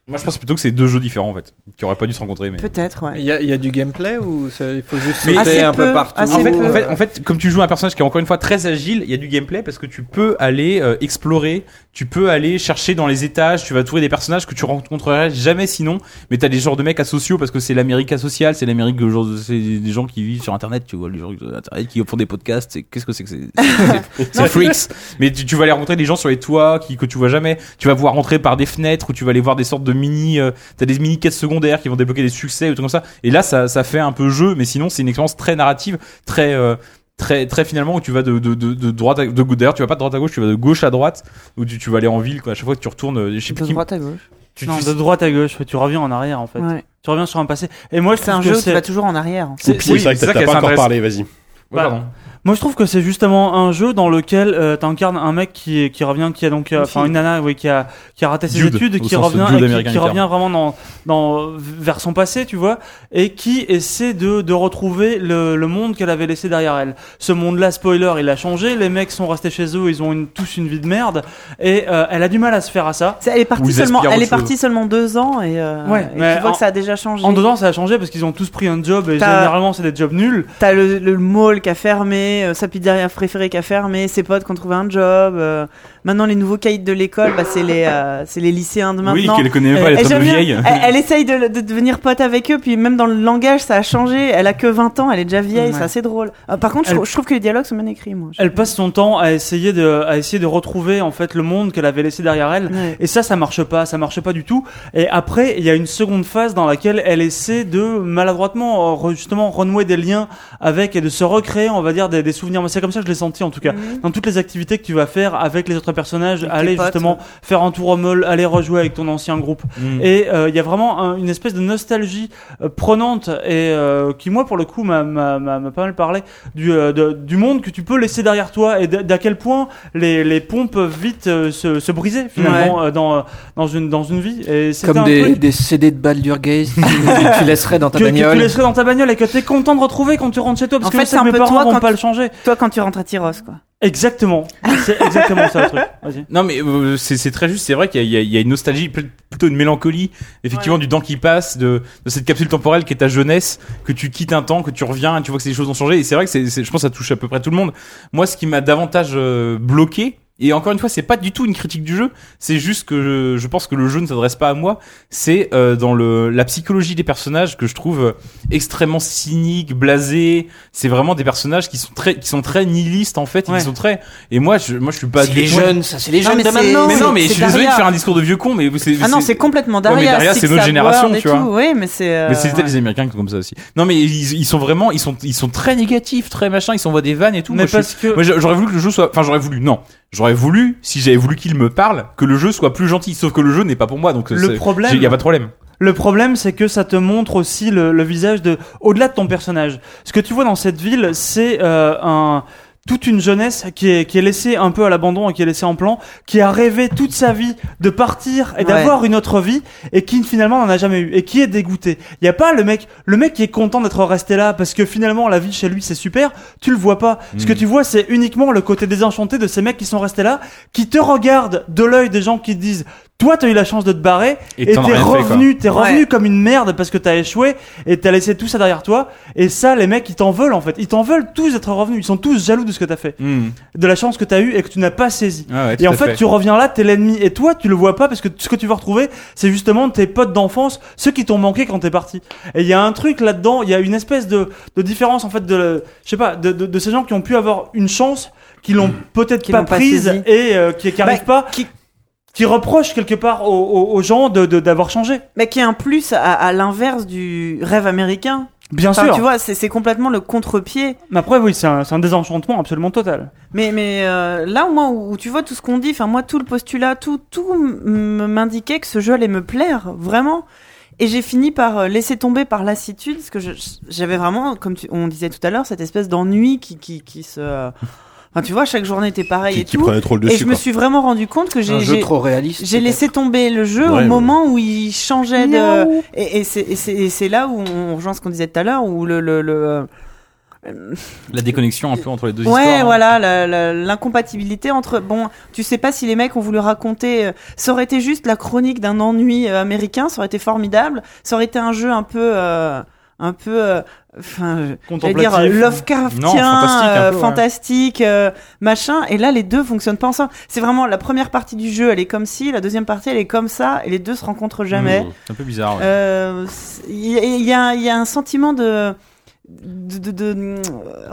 S7: Moi, je pense plutôt que c'est deux jeux différents en fait, qui auraient pas dû se rencontrer. Mais...
S8: Peut-être, ouais.
S12: Il y, a- il y a du gameplay ou ça- il faut juste
S7: Mais-
S12: sauter un peu, partout
S7: En fait, en, fait, en fait, comme tu joues un personnage qui est encore une fois très agile, il y a du gameplay parce que tu peux aller euh, explorer, tu peux aller chercher dans les étages, tu vas trouver des personnages que tu rencontrerais jamais sinon. Mais t'as des genres de mecs asociaux parce que c'est l'Amérique asociale, c'est l'Amérique de genre- c'est des gens qui vivent sur Internet, tu vois, les gens sur Internet qui font des podcasts. c'est- Qu'est-ce que c'est que c'est c'est-
S11: Non,
S7: C'est freaks. Mais tu, tu vas aller rencontrer des gens sur les toits qui, que tu vois jamais. Tu vas pouvoir rentrer par des fenêtres où tu vas aller voir des sortes de mini. euh, T'as des mini quêtes secondaires qui vont débloquer des succès ou des trucs comme ça. Et là, ça, ça fait un peu jeu, mais sinon, c'est une expérience très narrative, très. euh, Très, très finalement où tu vas de, de, de, de droite à de d'ailleurs tu vas pas de droite à gauche tu vas de gauche à droite où tu, tu vas aller en ville quoi à chaque fois que tu retournes euh, je sais plus qui- tu-
S4: oh, non,
S7: tu-
S4: de droite à gauche, tu reviens en arrière en fait.
S8: Ouais.
S4: Tu reviens sur un passé. Et moi, je
S8: C'est un
S4: trouve que
S8: jeu où tu vas toujours en arrière.
S3: C'est- c'est vrai que t'as
S7: qui est
S3: pas encore
S7: intéressant.
S3: parlé, vas-y.
S4: Bah,
S7: pardon.
S4: Moi, je trouve que c'est justement un jeu dans lequel euh, t'incarnes un mec qui, est- qui revient, qui a donc, euh, enfin, une nana, oui, qui a, qui a raté ses
S7: Dude,
S4: études,
S7: au
S4: qui
S7: sens dude
S4: revient, et qui- qui,
S7: américain du terme.
S4: revient vraiment dans, dans, vers son passé, tu vois, et qui essaie de, de retrouver le, le monde qu'elle avait laissé derrière elle. Ce monde-là, spoiler, il a changé. Les mecs sont restés chez eux, ils ont une, tous une vie de merde, et euh, elle a du mal à se faire à ça.
S8: Elle est partie seulement, elle est partie seulement deux ans et, euh,
S4: Ouais,
S8: et
S4: mais
S8: tu vois
S4: en-
S8: que ça a déjà changé.
S4: En deux ans, ça a changé parce qu'ils ont tous pris un job et
S8: T'as-
S4: généralement, c'est des jobs nuls.
S8: T'as le, le mall qui a fermé, euh, sa pizzeria préférée qui a fermé, ses potes qui ont trouvé un job. euh, maintenant, les nouveaux caïds de l'école, bah, c'est les, euh, c'est les lycéens de
S7: Oui,
S8: maintenant.
S7: qu'elle connaît pas, elle est
S8: Et
S7: un peu
S8: j'aime bien,
S7: vieille.
S8: Elle, elle essaye de, de devenir pote avec eux, puis même dans le langage, ça a changé. Elle a que 20 ans, elle est déjà vieille,
S4: Ouais.
S8: c'est assez drôle. Euh, par contre, je,
S4: Elle-
S8: trouve- je trouve que les dialogues sont bien écrits, moi.
S4: Elle passe son temps à essayer de, à essayer de retrouver en fait le monde qu'elle avait laissé derrière elle. Et ça, ça marche pas, ça marche pas du tout. Et après, il y a une seconde phase dans laquelle elle essaie de maladroitement, euh, re- justement, renouer des liens avec et de se recréer, on va dire, des, des souvenirs. Moi, c'est comme ça que je l'ai senti en tout cas. Dans toutes les activités que tu vas faire avec les autres personnages, aller
S7: potes,
S4: justement faire un tour au mall, aller rejouer avec ton ancien groupe.
S12: Mm.
S7: Mhm.
S4: Et euh, il y a vraiment un- une espèce de nostalgie euh, prenante et euh, qui, moi, pour le coup, m'a- m'a m'a- m'a pas mal parlé du, euh, de- du monde que tu peux laisser derrière toi et d'à d'à quel point les, les ponts peuvent vite euh, se, se briser finalement euh, dans, euh, dans, une, dans une vie. Et c'était
S12: Comme
S4: un
S12: des,
S4: truc
S12: des CD de Baldur Gaze que tu- tu laisserais dans ta
S4: que, que tu
S12: bagnole.
S4: laisserais dans ta bagnole et que t'es content de retrouver quand tu rentres chez toi parce
S8: En
S4: que
S8: fait,
S4: je
S8: c'est
S4: sais que
S8: un
S4: mes
S8: peu
S4: parents
S8: toi
S4: vont
S8: quand
S4: pas
S8: tu-
S4: le changer.
S8: Toi, quand tu rentres à Tyros, quoi.
S4: Exactement. C'est exactement ça le truc. Vas-y.
S7: Non mais euh, c'est c'est très juste, c'est vrai qu'il y, a- il y a- il y a une nostalgie, pl- plutôt une mélancolie, effectivement du temps qui passe, de, de cette capsule temporelle qui est ta jeunesse, que tu quittes un temps, que tu reviens, tu vois que ces choses ont changé, et c'est vrai que c'est, c'est- je pense que ça touche à peu près tout le monde. Moi ce qui m'a davantage euh, bloqué, et encore une fois c'est pas du tout une critique du jeu, c'est juste que je, je pense que le jeu ne s'adresse pas à moi, c'est euh, dans le, la psychologie des personnages que je trouve euh, extrêmement cynique, blasé, c'est vraiment des personnages qui sont très, qui sont très nihilistes en fait,
S12: Ouais.
S7: ils sont très... Et moi je, moi je suis pas...
S12: C'est
S7: du
S12: les
S7: tout-
S12: jeunes, ça, c'est les
S8: Non, jeunes mais de c'est- maintenant.
S7: Mais non, mais
S8: c'est-
S7: je suis
S8: c'est
S7: désolé de
S8: Daria.
S7: faire un discours de vieux con, mais c'est.
S8: Ah non, c'est complètement
S7: Ouais, mais
S8: Daria.
S7: Daria,
S8: Six
S7: c'est notre
S8: Sabord
S7: génération,
S8: et
S7: tu vois.
S8: tout, Oui, mais c'est. euh,
S7: Mais c'est les-
S8: ouais.
S7: les Américains qui sont comme ça aussi. Non, mais ils, ils sont vraiment, ils sont, ils sont très négatifs, très machin. Ils s'envoient des vannes et tout.
S4: Mais
S7: Moi, je
S4: parce
S7: suis-
S4: que-
S7: moi, j'a- j'aurais voulu que le jeu soit, enfin, j'aurais voulu, non, j'aurais voulu, si j'avais voulu qu'il me parle, que le jeu soit plus gentil. Sauf que le jeu n'est pas pour moi, donc
S4: Le
S7: c'est-
S4: problème-
S7: j'ai- il y a pas de problème.
S4: Le problème, c'est que ça te montre aussi le, le visage de, au-delà de ton personnage. Ce que tu vois dans cette ville, c'est euh, un, toute une jeunesse qui est, qui est laissée un peu à l'abandon et qui est laissée en plan, qui a rêvé toute sa vie de partir et d'avoir une autre vie et qui finalement n'en a jamais eu et qui est dégoûté. Il y a pas le mec, le mec qui est content d'être resté là parce que finalement la vie chez lui c'est super, tu le vois pas. Ce que tu vois, c'est uniquement le côté désenchanté de ces mecs qui sont restés là, qui te regardent de l'œil des gens qui te disent toi t'as eu la chance de te barrer
S7: Et
S4: et t'es
S7: t'en as rien fait, quoi.
S4: revenu, t'es revenu comme une merde parce que t'as échoué et t'as laissé tout ça derrière toi. Et ça, les mecs, ils t'en veulent en fait. Ils t'en veulent tous d'être revenus. Ils sont tous jaloux de ce que t'as
S7: Mm.
S4: fait,
S7: Hmm.
S4: de la chance que t'as eue et que tu n'as pas saisie.
S7: Ah ouais, tout
S4: et en
S7: à
S4: fait,
S7: fait.
S4: tu reviens là, t'es l'ennemi. Et toi, tu le vois pas parce que ce que tu vas retrouver, c'est justement tes potes d'enfance, ceux qui t'ont manqué quand t'es parti. Et il y a un truc là-dedans, il y a une espèce de, de différence en fait de, je sais pas, de, de, de ces gens qui ont pu avoir une chance, qui l'ont
S7: Mmh.
S4: peut-être
S8: Qui
S4: pas
S8: l'ont pas
S4: prise
S8: saisie.
S4: et euh, qui, qui
S8: Bah,
S4: arrivent pas. Qui... reproche quelque part aux, aux- aux gens de- de- d'avoir changé.
S8: Mais qui est un plus à, à l'inverse du rêve américain.
S4: Bien
S8: Enfin,
S4: sûr.
S8: Tu vois, c'est c'est complètement le contre-pied.
S4: Ma preuve, oui, c'est un, c'est un désenchantement absolument total.
S8: Mais, mais euh, là, au moins, où, où tu vois tout ce qu'on dit, enfin, moi, tout le postulat, tout, tout m- m- m'indiquait que ce jeu allait me plaire, vraiment. Et j'ai fini par euh, laisser tomber par lassitude, parce que je- j'avais vraiment, comme tu- on disait tout à l'heure, cette espèce d'ennui qui, qui, qui se. euh, Enfin, tu vois, chaque journée était pareil
S3: Qui-
S8: Ah, et
S3: qui
S8: tout.
S3: prenait trop le
S8: et
S3: dessus,
S8: je me
S3: quoi.
S8: suis vraiment rendu compte que j'ai
S12: Un jeu
S8: j'ai-
S12: trop réaliste,
S8: J'ai laissé tomber le jeu
S12: Ouais,
S8: au
S12: ouais.
S8: moment où il changeait de.
S12: Miaou.
S8: Et, et c'est- et c'est et c'est là où on rejoint ce qu'on disait tout à l'heure, où le- le- le euh,
S7: La déconnexion un peu entre les deux
S8: ouais,
S7: histoires. hein.
S8: voilà, la- la- l'incompatibilité entre. Bon, tu sais pas si les mecs ont voulu raconter. euh, ça aurait été juste la chronique d'un ennui euh, américain, ça aurait été formidable. Ça aurait été un jeu un peu. euh, un peu. euh, Enfin, euh, j'allais dire euh,
S4: Contemplatif.
S8: Lovecraftien,
S4: Non, fantastique un
S8: euh,
S4: peu, ouais.
S8: fantastique, euh, machin. Et là, les deux fonctionnent pas ensemble. C'est vraiment la première partie du jeu, elle est comme ci, la deuxième partie, elle est comme ça, et les deux se rencontrent jamais.
S4: Mm.
S7: Mmh, c'est un peu bizarre, ouais.
S8: Euh, c'est- Il y, a- il y a- il y a un sentiment de de, de, de-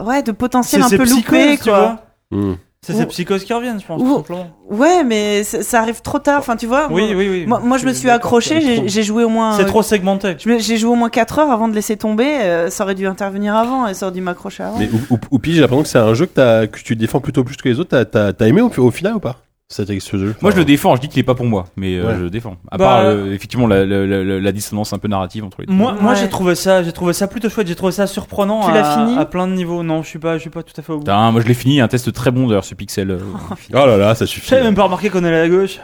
S8: ouais, de potentiel un
S4: C'est
S8: peu
S4: ces
S8: loupé,
S4: psychoses, tu
S8: quoi.
S7: Mmh.
S4: vois. C'est ces
S8: Ou-
S4: psychoses qui reviennent, je pense.
S8: Ou-
S4: tout simplement.
S8: Ouais, mais ça ça arrive trop tard. Enfin, tu vois.
S4: Oui,
S8: moi-
S4: oui, oui.
S8: Moi, moi, je me suis
S4: d'accord,
S8: accroché.
S4: c'est
S8: J'ai
S4: trop-
S8: j'ai joué au moins.
S4: C'est
S8: euh,
S4: trop segmenté.
S8: je me- J'ai joué au moins 4 heures avant de laisser tomber. euh, ça aurait dû intervenir avant. Et ça aurait dû m'accrocher avant.
S3: Mais ou, ou, ou pige, j'ai l'impression que c'est un jeu que, t'as- que tu défends plutôt plus que les autres. T'as- T'as t'as aimé au, au final ou pas Cet ex- ce jeu.
S7: Moi, je le défends. Je dis qu'il est pas pour moi, mais euh,
S3: Ouais.
S7: je le défends. À
S4: Bah,
S7: part
S4: euh,
S7: euh, effectivement la, la- la- la dissonance un peu narrative entre les deux.
S4: Moi, moi
S8: Ouais.
S4: j'ai trouvé ça, j'ai trouvé ça plutôt chouette, j'ai trouvé ça surprenant
S8: Tu
S4: à,
S8: l'as fini
S4: à plein de niveaux. Non, je suis pas, je suis pas tout à fait au bout.
S7: Putain, moi, je l'ai fini. Un test très bon d'ailleurs, ce pixel. euh,
S3: Oh là là, ça suffit.
S4: J'avais même pas remarqué qu'on allait à la gauche.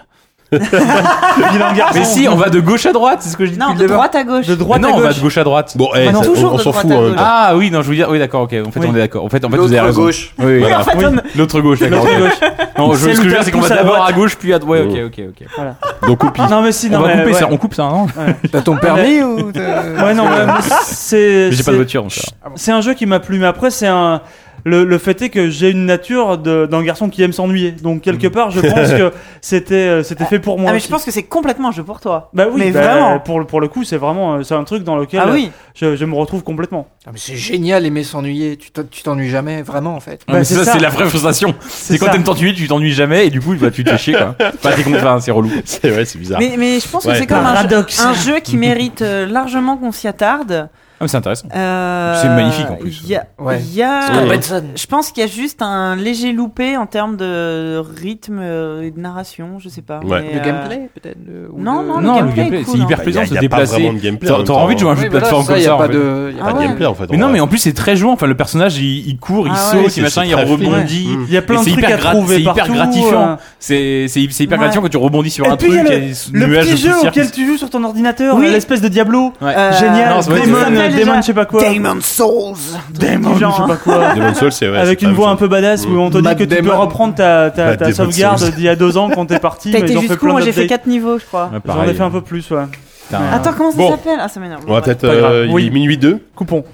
S4: Vilain garçon.
S7: Mais si, on va de gauche à droite, c'est ce que je dis.
S8: Non,
S7: depuis
S8: de
S7: le départ.
S8: droite à gauche.
S7: De droite non,
S8: à
S7: on va
S8: gauche.
S7: de gauche à droite.
S3: Bon,
S8: eh, Bah non, ça- toujours on- on de s'en droite fout, à hein. gauche.
S7: Ah oui, non, je veux dire, oui, d'accord, ok. En fait,
S4: Oui.
S7: on est d'accord. En fait, en fait,
S11: L'autre
S7: vous avez raison.
S11: gauche.
S7: Oui, oui,
S4: Oui,
S7: voilà.
S4: en fait,
S7: Oui.
S4: on-
S7: L'autre gauche, d'accord.
S4: L'autre
S7: ok. Non, je,
S4: C'est
S7: ce que
S4: le
S7: je veux dire,
S4: test
S7: c'est qu'on va
S4: pouce à
S7: d'abord
S4: droite.
S7: à gauche, puis à droite. Ouais, ok, ok, ok.
S4: Voilà.
S3: Ah, Donc, on pisse.
S4: Non mais si, non
S7: on va
S4: mais
S7: couper
S4: ouais.
S7: ça, on coupe ça, non
S12: T'as ton permis ou t'as-
S4: Ouais, non, ouais, moi, c'est.
S7: Mais j'ai pas
S4: c'est-
S7: de voiture, donc ça va.
S4: C'est un jeu qui m'a plu, mais après, c'est un. Le, le fait est que j'ai une nature de- d'un garçon qui aime s'ennuyer. Donc,
S7: Mm.
S4: quelque part, je pense que c'était euh, c'était fait pour moi.
S8: Ah mais je
S4: aussi.
S8: pense que c'est complètement un jeu pour toi.
S4: Bah oui,
S8: mais
S4: bah,
S8: vraiment.
S4: Pour, le- pour le coup, c'est vraiment euh, c'est un truc dans lequel
S8: Ah oui.
S4: euh, je, je me retrouve complètement.
S12: Ah, mais c'est génial aimer s'ennuyer. Tu t'en- tu t'ennuies jamais, vraiment en fait.
S7: Ah, mais ça, c'est la vraie frustration. C'est quand
S4: ça.
S7: t'aimes t'ennuyer, tu t'ennuies jamais, et du coup, bah, tu te fais chier, quoi. Bah, t'es content, hein, c'est relou.
S3: C'est vrai, c'est bizarre.
S8: Mais, mais je pense
S7: Ouais.
S8: que c'est comme un jeu,
S4: Paradoxe.
S8: un jeu qui mérite euh, largement qu'on s'y attarde.
S7: Ah, mais c'est intéressant.
S8: Euh,
S7: C'est magnifique, en plus.
S8: il Y a,
S12: Ouais.
S8: il y a-
S12: Scott Benson.
S8: je pense qu'il y a juste un léger loupé en termes de rythme euh, et de narration, je sais pas.
S3: Ouais.
S8: mais,
S12: Le
S8: euh,
S12: gameplay peut-être. le- ou
S8: Non,
S12: de-
S8: non,
S7: Non,
S8: le
S7: le
S8: gameplay, est
S7: gameplay,
S8: cool,
S7: c'est
S8: hein.
S7: hyper
S3: Bah, y
S7: plaisant
S3: a-
S7: de se
S3: y a pas
S7: déplacer.
S3: vraiment de gameplay
S7: T'auras
S3: en même
S7: t'auras envie de jouer à un jeu
S12: Oui,
S7: de
S12: voilà,
S7: plateforme
S12: ça, y
S7: comme
S12: a
S7: ça. en
S12: pas
S7: fait.
S12: de- y a
S8: Ah
S12: pas de
S8: ouais.
S3: gameplay en fait. en
S7: Mais non,
S3: vrai.
S7: mais en plus, c'est très jouant. Enfin, le personnage, il, il court, il
S8: Ah ouais.
S7: saute,
S3: C'est-
S7: il machin,
S3: c'est
S7: il
S3: très
S7: rebondit.
S3: fluide.
S4: Il y a plein
S7: Et
S4: de
S7: c'est
S4: trucs à
S7: hyper, grat-
S4: trouver
S7: c'est hyper
S4: partout,
S7: gratifiant.
S4: euh.
S7: C'est c'est- c'est hyper
S8: Ouais.
S7: gratifiant quand tu rebondis sur
S4: Et
S7: un
S4: puis, il y
S7: truc
S4: a
S7: et ce
S4: le
S7: nuage de
S4: petit jeu
S7: poussière qui
S4: auquel tu joues sur ton ordinateur,
S8: Oui.
S4: l'espèce de Diablo.
S7: Ouais.
S8: Euh,
S4: Génial.
S7: Non, c'est vrai,
S4: Demon,
S7: c'est
S8: vrai.
S4: Demon, je sais pas quoi.
S1: Damon Souls.
S4: Demon, je sais pas quoi.
S3: Demon's Souls, c'est vrai.
S4: Avec
S3: c'est
S4: une
S3: pas
S4: voix
S3: mal.
S4: un peu badass
S3: Mm.
S4: où on te dit
S12: Matt
S4: que tu peux
S12: Damon.
S4: reprendre ta, ta,
S3: Matt
S4: ta
S3: Damon
S4: sauvegarde
S3: Souls.
S4: d'il y a deux ans quand t'es parti.
S8: T'as
S4: mais ils
S8: été
S4: ont fait
S8: jusqu'où
S4: plein
S8: Moi j'ai fait
S4: d'updates.
S8: 4 niveaux, je crois.
S7: Ouais,
S4: J'en ai
S7: pareil.
S4: fait un peu plus, ouais.
S7: Putain.
S8: Attends, comment ça
S3: Bon.
S8: s'appelle Ah, ça m'énerve.
S3: On va
S8: Bref.
S3: peut-être
S7: Pas grave.
S3: euh, il est
S7: Oui.
S3: minuit 2.
S4: Coupon.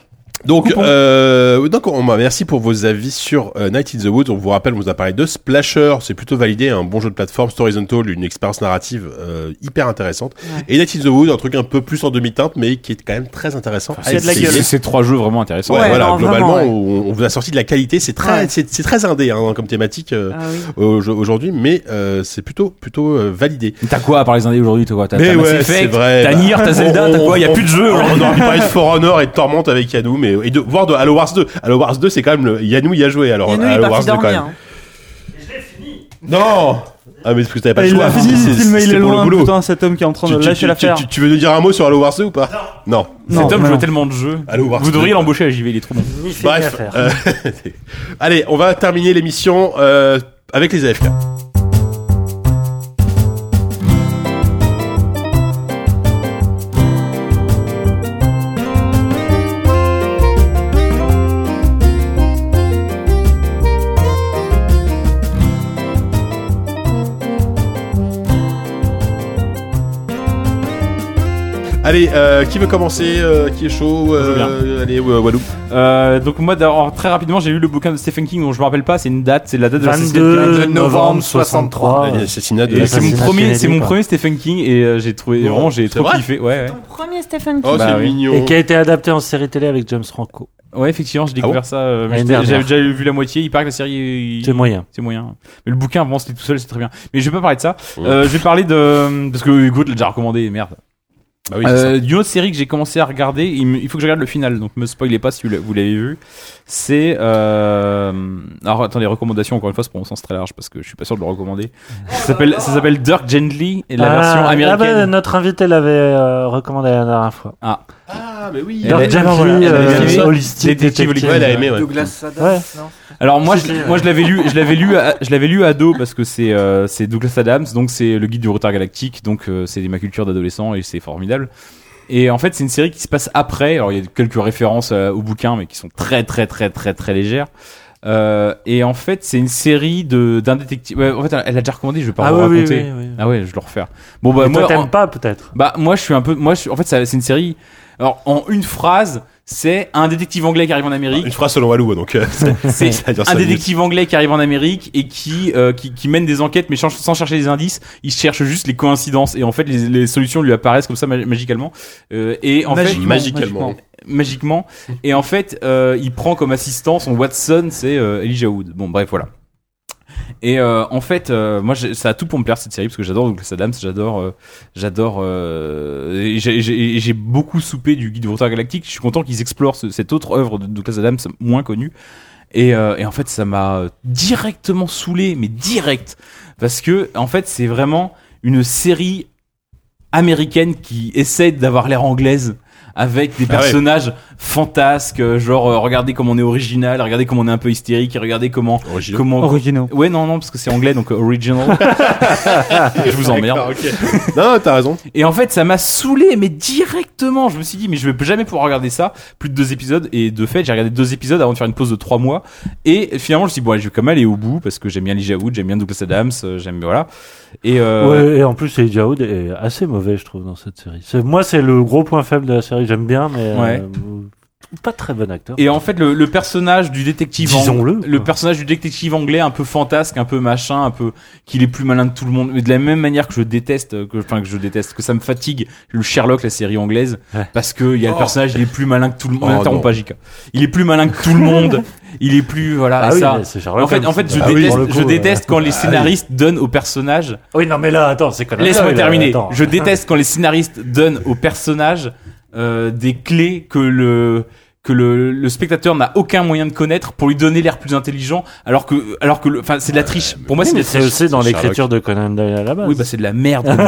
S3: Donc,
S4: Coupons.
S3: euh, donc on, m'a- merci pour vos avis sur euh, Night in the Woods. On vous rappelle, on vous a parlé de Splasher. C'est plutôt validé, un bon jeu de plateforme, c'est horizontal, une expérience narrative euh, hyper intéressante. Et Night in the Woods, un truc un peu plus en demi-teinte, mais qui est quand même très intéressant.
S4: c'est de la
S3: essayer.
S4: gueule.
S7: C'est c'est trois jeux vraiment intéressants.
S3: Ouais,
S8: Ouais,
S3: voilà,
S8: non,
S3: globalement,
S8: vraiment,
S3: on, on vous a sorti de la qualité. C'est très,
S8: Ouais.
S3: c'est, c'est très indé hein, comme thématique euh,
S8: Ah oui.
S3: au- aujourd'hui, mais euh, c'est plutôt, plutôt euh, validé.
S7: Mais T'as quoi à part les indés aujourd'hui, toi quoi T'as
S3: Mais
S7: t'as Mass
S3: ouais,
S7: Effect,
S3: c'est vrai,
S7: T'as
S3: bah,
S7: Nier, t'as Zelda,
S3: on-
S7: t'as quoi Y a
S3: on-
S7: plus de jeux
S3: On
S7: aujourd'hui.
S3: aurait pu parler de For Honor et de Torment avec Yanou, mais et de voir de Halo Wars 2. Halo Wars 2, c'est quand même le Yanou y a joué. Alors
S8: Et nous, il est
S3: Halo Wars
S8: parti
S3: 2 quand même.
S8: dormir. hein.
S3: Non. Ah mais parce que t'avais pas
S4: Et
S3: le
S4: il
S3: choix.
S4: a fini
S3: C'est-
S4: le film, mais il
S3: c'était
S4: est
S3: pour
S4: loin.
S3: le boulot.
S4: Putain, cet homme qui est en train
S3: Tu,
S4: de
S3: tu-
S4: lâcher
S3: tu-
S4: l'affaire.
S3: tu- tu veux nous dire un mot sur Halo Wars 2 ou pas Non.
S4: Non,
S7: Cet homme joue
S4: non.
S7: à tellement de jeux.
S3: Halo Wars
S7: Vous
S3: 2.
S7: devriez l'embaucher à JV, il est trop bon.
S3: Bref. euh, Allez, on va terminer l'émission euh, avec les AFK. Allez, euh, qui veut commencer euh, Qui est chaud euh, Allez, Wa- Walou.
S7: Euh, donc moi d'abord très rapidement j'ai lu le bouquin de Stephen King dont je me rappelle pas c'est une date c'est la date de l'assassinat de
S5: 22
S7: Kennedy.
S5: novembre 63.
S3: Il y a L'assassinat de
S7: Ah. Et c'est mon
S5: L'assassinat de
S7: premier
S5: Kennedy,
S7: c'est mon
S5: quoi.
S7: premier Stephen King et euh, j'ai trouvé
S3: Bon,
S7: vraiment j'ai
S3: c'est
S7: trop
S3: vrai
S7: kiffé ouais ouais.
S8: Ton premier Stephen
S3: Oh,
S8: King.
S7: Bah
S3: c'est
S7: oui.
S3: mignon.
S5: Et qui a été adapté en série télé avec James Franco.
S7: Ouais, effectivement, j'ai
S3: Ah bon
S7: découvert ça. euh, mais
S5: L'année
S7: j'étais- J'avais
S5: dernière.
S7: déjà vu la moitié. Il paraît que la série. il-
S5: C'est moyen.
S7: C'est moyen. Mais le bouquin, avant, c'était tout seul, c'est très bien. Mais je vais pas parler de ça. Euh, je vais parler de. Parce que Hugo te l'a déjà recommandé, merde.
S3: Bah oui, c'est ça.
S7: Euh, D'une autre série que j'ai commencé à regarder, il, me- il faut que je regarde le final, donc me spoilez pas si vous l'a- vous l'avez vu. C'est. Euh... Alors attendez, recommandations encore une fois, c'est pour mon sens très large parce que je suis pas sûr de le recommander. Ça s'appelle- ça s'appelle Dirk Gently et la
S5: Ah,
S7: version
S5: ah bah,
S7: américaine.
S5: notre invité l'avait euh, recommandé la dernière fois.
S3: Ah, mais oui.
S7: Elle a-
S5: Dirk Gently,
S7: voilà, elle a
S5: euh,
S7: aimé.
S5: holistique,
S7: Détective
S5: détective.
S3: Ouais, elle a aimé, ouais.
S12: Douglas Adams,
S5: Ouais.
S12: non
S7: Alors moi, je, moi je l'avais lu, je l'avais lu, à- je l'avais lu ado parce que c'est euh, c'est Douglas Adams, donc c'est le guide du retard galactique, donc euh, c'est ma culture d'adolescent et c'est formidable. Et en fait, c'est une série qui se passe après. Alors il y a quelques références euh, au bouquin, mais qui sont très très très très très légères. Euh, et en fait, c'est une série de d'un détective. ouais, en fait, elle a déjà recommandé. Je vais pas
S5: Ah
S7: vous
S5: oui, oui,
S7: raconter.
S5: oui, oui.
S7: Ah ouais, je vais le refaire. Bon bah
S5: Mais
S7: moi,
S5: toi,
S7: en-
S5: t'aimes pas peut-être
S7: bah moi je suis un peu moi je suis- en fait ça- c'est une série. Alors en une phrase, c'est un détective anglais qui arrive en Amérique
S3: Une phrase selon Walou, donc. euh,
S7: c'est
S3: ça dure
S7: un
S3: cinq minutes.
S7: détective anglais qui arrive en Amérique et qui, euh, qui, qui mène des enquêtes mais cherche- sans chercher des indices. Il cherche juste les coïncidences et en fait les, les solutions lui apparaissent comme ça ma- magicalement. Euh, et en fait,
S3: Magiquement.
S7: magiquement. Et en fait, euh, il prend comme assistant son Watson, c'est euh, Elijah Wood. Bon, bref, voilà. Et euh, en fait, euh, moi, j'ai- ça a tout pour me plaire cette série parce que j'adore Douglas Adams, j'adore, euh, j'adore. euh, et j'ai- j'ai j'ai beaucoup soupé du Guide du retard galactique. Je suis content qu'ils explorent ce- cette autre œuvre de Douglas Adams moins connue. Et, euh, et en fait, ça m'a directement saoulé, mais direct. Parce que, en fait, c'est vraiment une série américaine qui essaie d'avoir l'air anglaise avec des
S3: Ah ouais.
S7: personnages fantasques, euh, genre euh, regardez comme on est original, regardez comme on est un peu hystérique, et regardez comment comment
S4: Originaux.
S7: Ouais non non parce que c'est anglais donc euh, original. je vous
S3: D'accord,
S7: emmerde.
S3: Ah, ok. Non, t'as raison.
S7: Et en fait ça m'a saoulé mais directement. Je me suis dit mais je vais jamais pouvoir regarder ça plus de deux épisodes et de fait j'ai regardé deux épisodes avant de faire une pause de trois mois et finalement je me suis dit bon allez, je vais quand même aller au bout parce que j'aime bien Elijah Wood, j'aime bien Douglas Adams, euh, j'aime voilà et euh,
S5: Ouais, et en plus, Elijah Wood est assez mauvais, je trouve, dans cette série. C'est- Moi, c'est le gros point faible de la série. J'aime bien, mais euh,
S7: Ouais.
S5: pas très bon acteur.
S7: Et en fait, le, le personnage du détective,
S5: Disons-le,
S7: ang- le personnage du détective anglais, un peu fantasque, un peu machin, un peu qu'il est plus malin de tout le monde, mais de la même manière que je déteste, euh, que enfin que je déteste, que ça me fatigue le Sherlock, la série anglaise, parce que il y a le
S3: Oh.
S7: personnage, il est plus malin que tout le
S3: Oh,
S7: monde. N'interromps
S3: non.
S7: pas, JK. Il est plus malin que tout le monde. Il est plus voilà.
S5: Ah
S7: et
S5: oui,
S7: ça.
S5: mais c'est Sherlock
S7: en fait,
S5: Holmes.
S7: en fait, je
S5: Ah oui,
S7: déteste,
S5: pour le coup,
S7: je
S5: euh.
S7: déteste quand les
S5: Ah oui.
S7: scénaristes donnent au personnage.
S5: Oui, non, mais là, attends, c'est quand même.
S7: Laisse-moi
S5: Ah,
S7: terminer.
S5: attends.
S7: Je déteste quand les scénaristes donnent aux personnages euh, des clés que le que le, le spectateur n'a aucun moyen de connaître pour lui donner l'air plus intelligent, alors que alors que le- enfin c'est de la triche. Pour
S5: Oui,
S7: moi, c'est de
S5: mais
S7: la
S5: c'est
S7: triche.
S5: aussi dans
S7: Sherlock.
S5: l'écriture de Conan Doyle à la base.
S7: Oui, bah c'est de la merde.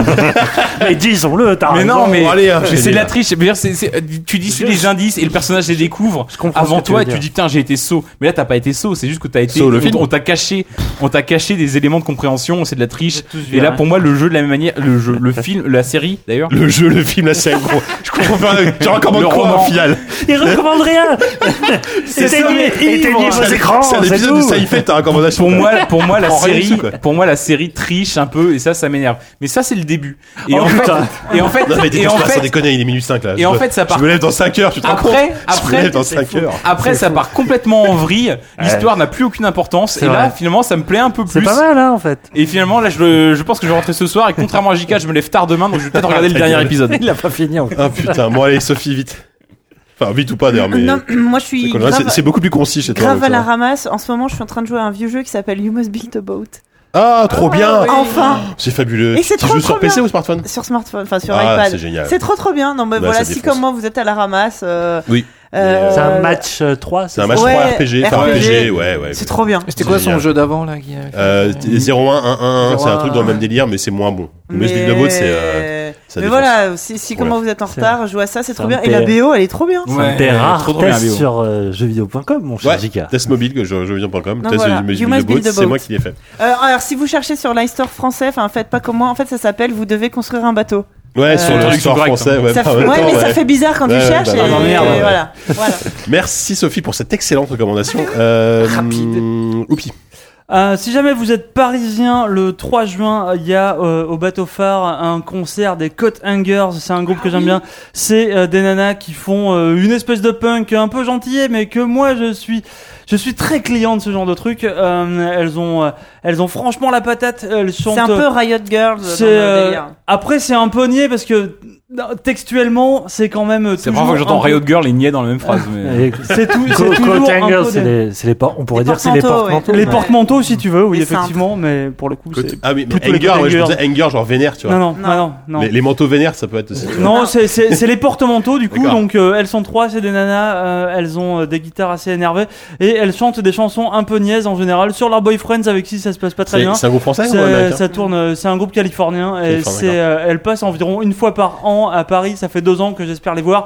S5: mais disons-le, t'as
S7: Mais
S5: raison.
S7: non, mais,
S5: Allez, hein,
S7: mais
S5: j'ai
S7: c'est de
S5: dit.
S7: la triche. Je veux dire, c'est- c'est- tu dis les indices et le personnage les découvre
S5: comprends ce
S7: avant
S5: que tu
S7: toi
S5: veux
S7: et tu
S5: dire.
S7: dis putain j'ai été sot. Mais là t'as pas été sot, c'est juste que t'as été
S3: Sot, le
S7: on-
S3: film.
S7: On t'a caché, on t'a caché des éléments de compréhension. C'est de la triche. Et
S3: vu,
S7: là
S3: ouais.
S7: pour moi le jeu de la même manière, le jeu, le film, la série d'ailleurs.
S3: Le jeu, le film, la série, gros. Je comprends pas. Tu recommandes
S7: Le
S3: quoi,
S7: roman.
S3: au final
S5: Il recommande rien
S7: C'est ça,
S5: Éteignez
S7: mais-
S5: éteignez vos
S3: C'est un-
S5: écrans
S3: C'est un
S5: c'est
S3: épisode de
S5: tout.
S3: Sci-Fi, ta recommandation.
S7: Pour moi, pour moi la
S3: Prends rien
S7: série,
S3: dessus, quoi.
S7: pour moi la série triche un peu et ça ça m'énerve. Mais ça c'est le début. Et
S3: Oh,
S7: en
S3: putain.
S7: fait, et en fait,
S3: Non, mais
S7: et
S3: déteste
S7: en
S3: pas, sans
S7: fait,
S3: déconner, il est minuit 5 là.
S7: Et
S3: Je
S7: en
S3: me-
S7: fait, ça part.
S3: Je me lève dans 5 heures, tu te racontes
S7: Après,
S3: Je me
S7: après,
S3: lève dans 5 heures.
S7: après ça part complètement en vrille. L'histoire n'a plus aucune importance.
S5: C'est
S7: Et là,
S5: vrai.
S7: finalement, ça me plaît un peu plus.
S5: C'est pas mal, hein, en fait.
S7: Et finalement, là, je, je pense que je vais rentrer ce soir. Et contrairement à JK, je me lève tard demain, donc je vais peut-être regarder le
S3: Ta
S7: dernier
S3: gueule.
S7: épisode.
S5: Il a pas fini en fait.
S3: Ah putain, bon allez, Sophie, vite. Enfin, vite ou pas d'ailleurs, Oh, mais.
S8: Non, moi je suis.
S3: C'est con-
S8: grave-
S3: c'est- C'est beaucoup plus concis chez toi.
S8: Grave
S3: donc, euh.
S8: à
S3: ça
S8: la
S3: va.
S8: ramasse. En ce moment, je suis en train de jouer à un vieux jeu qui s'appelle You Must Build a Boat.
S3: Ah, trop bien Oh,
S8: Enfin.
S3: C'est fabuleux.
S8: Et c'est
S3: Tu
S8: trop,
S3: joues
S8: trop
S3: sur PC
S8: bien.
S3: ou smartphone
S8: Sur smartphone, enfin sur
S3: Ah,
S8: iPad.
S3: c'est génial.
S8: trop trop bien. Non, mais
S3: Bah, ça
S8: voilà, si
S3: défonce.
S8: comme moi vous êtes à la ramasse. euh,
S3: Oui.
S8: euh,
S5: C'est un match 3,
S3: C'est un match
S8: Ouais,
S3: 3 RPG, enfin
S8: RPG.
S3: RPG, ouais, ouais.
S8: C'est trop bien.
S12: C'était quoi son
S3: Génial.
S12: jeu d'avant là qui avait fait-
S3: Euh, t- 0111, c'est un
S12: 01.
S3: truc dans le même délire, mais c'est moins bon. Le Must Build a Boat, c'est. euh, ça
S8: mais
S3: défonce.
S8: voilà, si, si
S3: Trop
S8: comme moi
S3: bien.
S8: vous êtes en
S5: C'est-
S8: retard, jouez à ça, c'est trop
S5: un
S8: bien. Et la
S5: PL.
S8: BO, elle est trop bien.
S5: C'est
S7: Ouais,
S5: un rare
S7: trop, trop bien, la
S5: test
S7: BO.
S5: sur euh, jeuxvideo.com, mon cher
S3: Ouais,
S5: Jika.
S3: test mobile que je, je viens pas comme.
S8: Non,
S3: Test
S8: voilà.
S3: du Must
S8: You
S3: Build a
S8: Must
S3: Boat,
S8: Build a
S3: c'est
S8: Boat.
S3: moi qui l'ai fait.
S8: Euh, alors, si vous cherchez sur l'Instore français, enfin, faites pas comme moi. En fait, ça s'appelle Vous devez construire un bateau.
S3: Ouais,
S8: Euh,
S3: sur le
S7: truc
S3: sort
S7: correct,
S3: français,
S7: hein.
S3: ouais. bah,
S8: Ça
S3: pas
S8: fait-
S3: en même
S8: ouais,
S3: temps,
S8: mais ça fait bizarre quand tu cherches et- et voilà, voilà.
S3: Merci Sophie pour cette excellente recommandation. Euh, Rapide. Oupi.
S4: Euh, si jamais vous êtes parisien, le 3 juin, il y a euh, au Bateau Phare un concert des Cut Hangers. C'est un
S8: Ah
S4: groupe que j'aime bien. C'est euh, des nanas qui font euh, une espèce de punk un peu gentillet, mais que moi je suis, je suis très client de ce genre de truc. Euh, elles ont, euh, elles ont franchement la patate. Elles chantent.
S8: C'est un peu Riot Girls. dans
S4: C'est,
S8: le
S4: euh,
S8: délire.
S4: après c'est un peu niais parce que euh, textuellement c'est quand même. euh,
S7: C'est la première fois que j'entends Riot Girl et Niais dans la même phrase. mais- euh.
S5: Et-
S4: C'est tout.
S5: Co-
S4: C'est toujours un
S5: Coathanger,
S4: peu
S5: c'est
S4: des-
S5: les, c'est les por- on pourrait dire c'est les
S4: porte-manteaux,
S5: porte-manteaux.
S4: Les porte-manteaux, si tu veux, oui,
S8: Les
S4: effectivement, mais pour le coup, c'est.
S3: Ah oui, mais
S4: plutôt les
S3: Hanger, ouais, je me
S4: Hanger.
S3: disais Hanger, genre vénère, tu vois.
S4: Non, non, non, non. non.
S3: Les, les manteaux vénères, ça peut être aussi.
S4: Non, c'est- c'est c'est les porte-manteaux du coup,
S3: D'accord.
S4: donc euh, elles sont trois, c'est des nanas, euh, elles ont euh, des guitares assez énervées et elles chantent des chansons un peu niaises en général sur leurs boyfriends avec qui ça se passe pas très
S3: C'est-
S4: bien.
S3: c'est un groupe français ou
S4: C'est-
S3: américain
S4: Ça tourne, euh, c'est un groupe californien et
S3: Californien,
S4: c'est, euh, elles passent environ une fois par an à Paris, ça fait deux ans que j'espère les voir.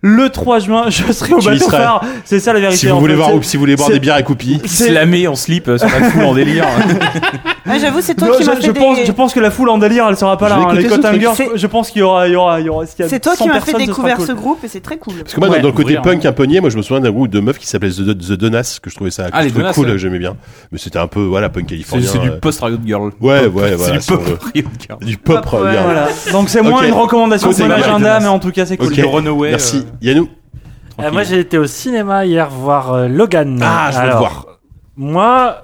S4: Le 3 juin, je serai au
S3: Tu y
S4: bateau
S3: seras.
S4: phare, c'est ça la vérité.
S3: Si vous
S4: en
S3: voulez
S4: fait.
S3: voir,
S4: C'est-
S3: ou si vous voulez boire
S4: c'est-
S3: des bières à coupie.
S4: c'est-
S7: Slamé en slip euh, sur la foule en délire.
S8: Ah, J'avoue, c'est toi
S4: Non,
S8: qui
S4: je,
S8: m'as
S4: je
S8: fait
S4: pense,
S8: des-
S4: je pense que la foule en délire, elle sera pas
S3: Je
S4: là.
S3: vais
S4: hein. Les
S3: écouter ce
S4: Cotton
S3: truc.
S4: Girls,
S8: C'est-
S4: je pense qu'il y aura, il y aura, il y aura. s'il y a
S8: C'est toi
S4: 100
S8: qui m'as fait
S4: personnes, ce sera
S8: découvrir
S4: cool.
S8: ce groupe et c'est très cool.
S3: Parce que moi, dans-
S4: Ouais,
S3: dans le côté
S7: ouvrir, hein.
S3: punk un peu niais, moi je me souviens d'un groupe de meufs qui s'appelait The, Do- The Donas, que je trouvais ça
S7: Ah, les
S3: un truc
S7: Donas,
S3: cool, euh,
S7: ouais.
S3: j'aimais bien. Mais c'était un peu, voilà, punk
S7: C'est
S3: californien.
S7: c'est du
S3: euh,
S7: post Riot Girl.
S3: Ouais,
S7: Pop-
S3: ouais,
S7: c'est
S3: voilà,
S7: du
S3: sur
S7: pop Riot Girl.
S3: du pop,
S8: Pop, ouais,
S3: bien.
S4: Voilà. Donc c'est moins
S3: Ok.
S4: une recommandation
S3: Côté
S4: pour
S3: Riot
S4: l'agenda,
S3: Donas.
S4: mais en tout cas c'est cool.
S3: Ok.
S7: De Runaway,
S3: Merci.
S7: euh,
S3: Yannou
S5: Euh, moi, j'ai été au cinéma hier voir euh, Logan.
S3: Ah, je veux le
S5: Alors,
S3: voir.
S5: Moi,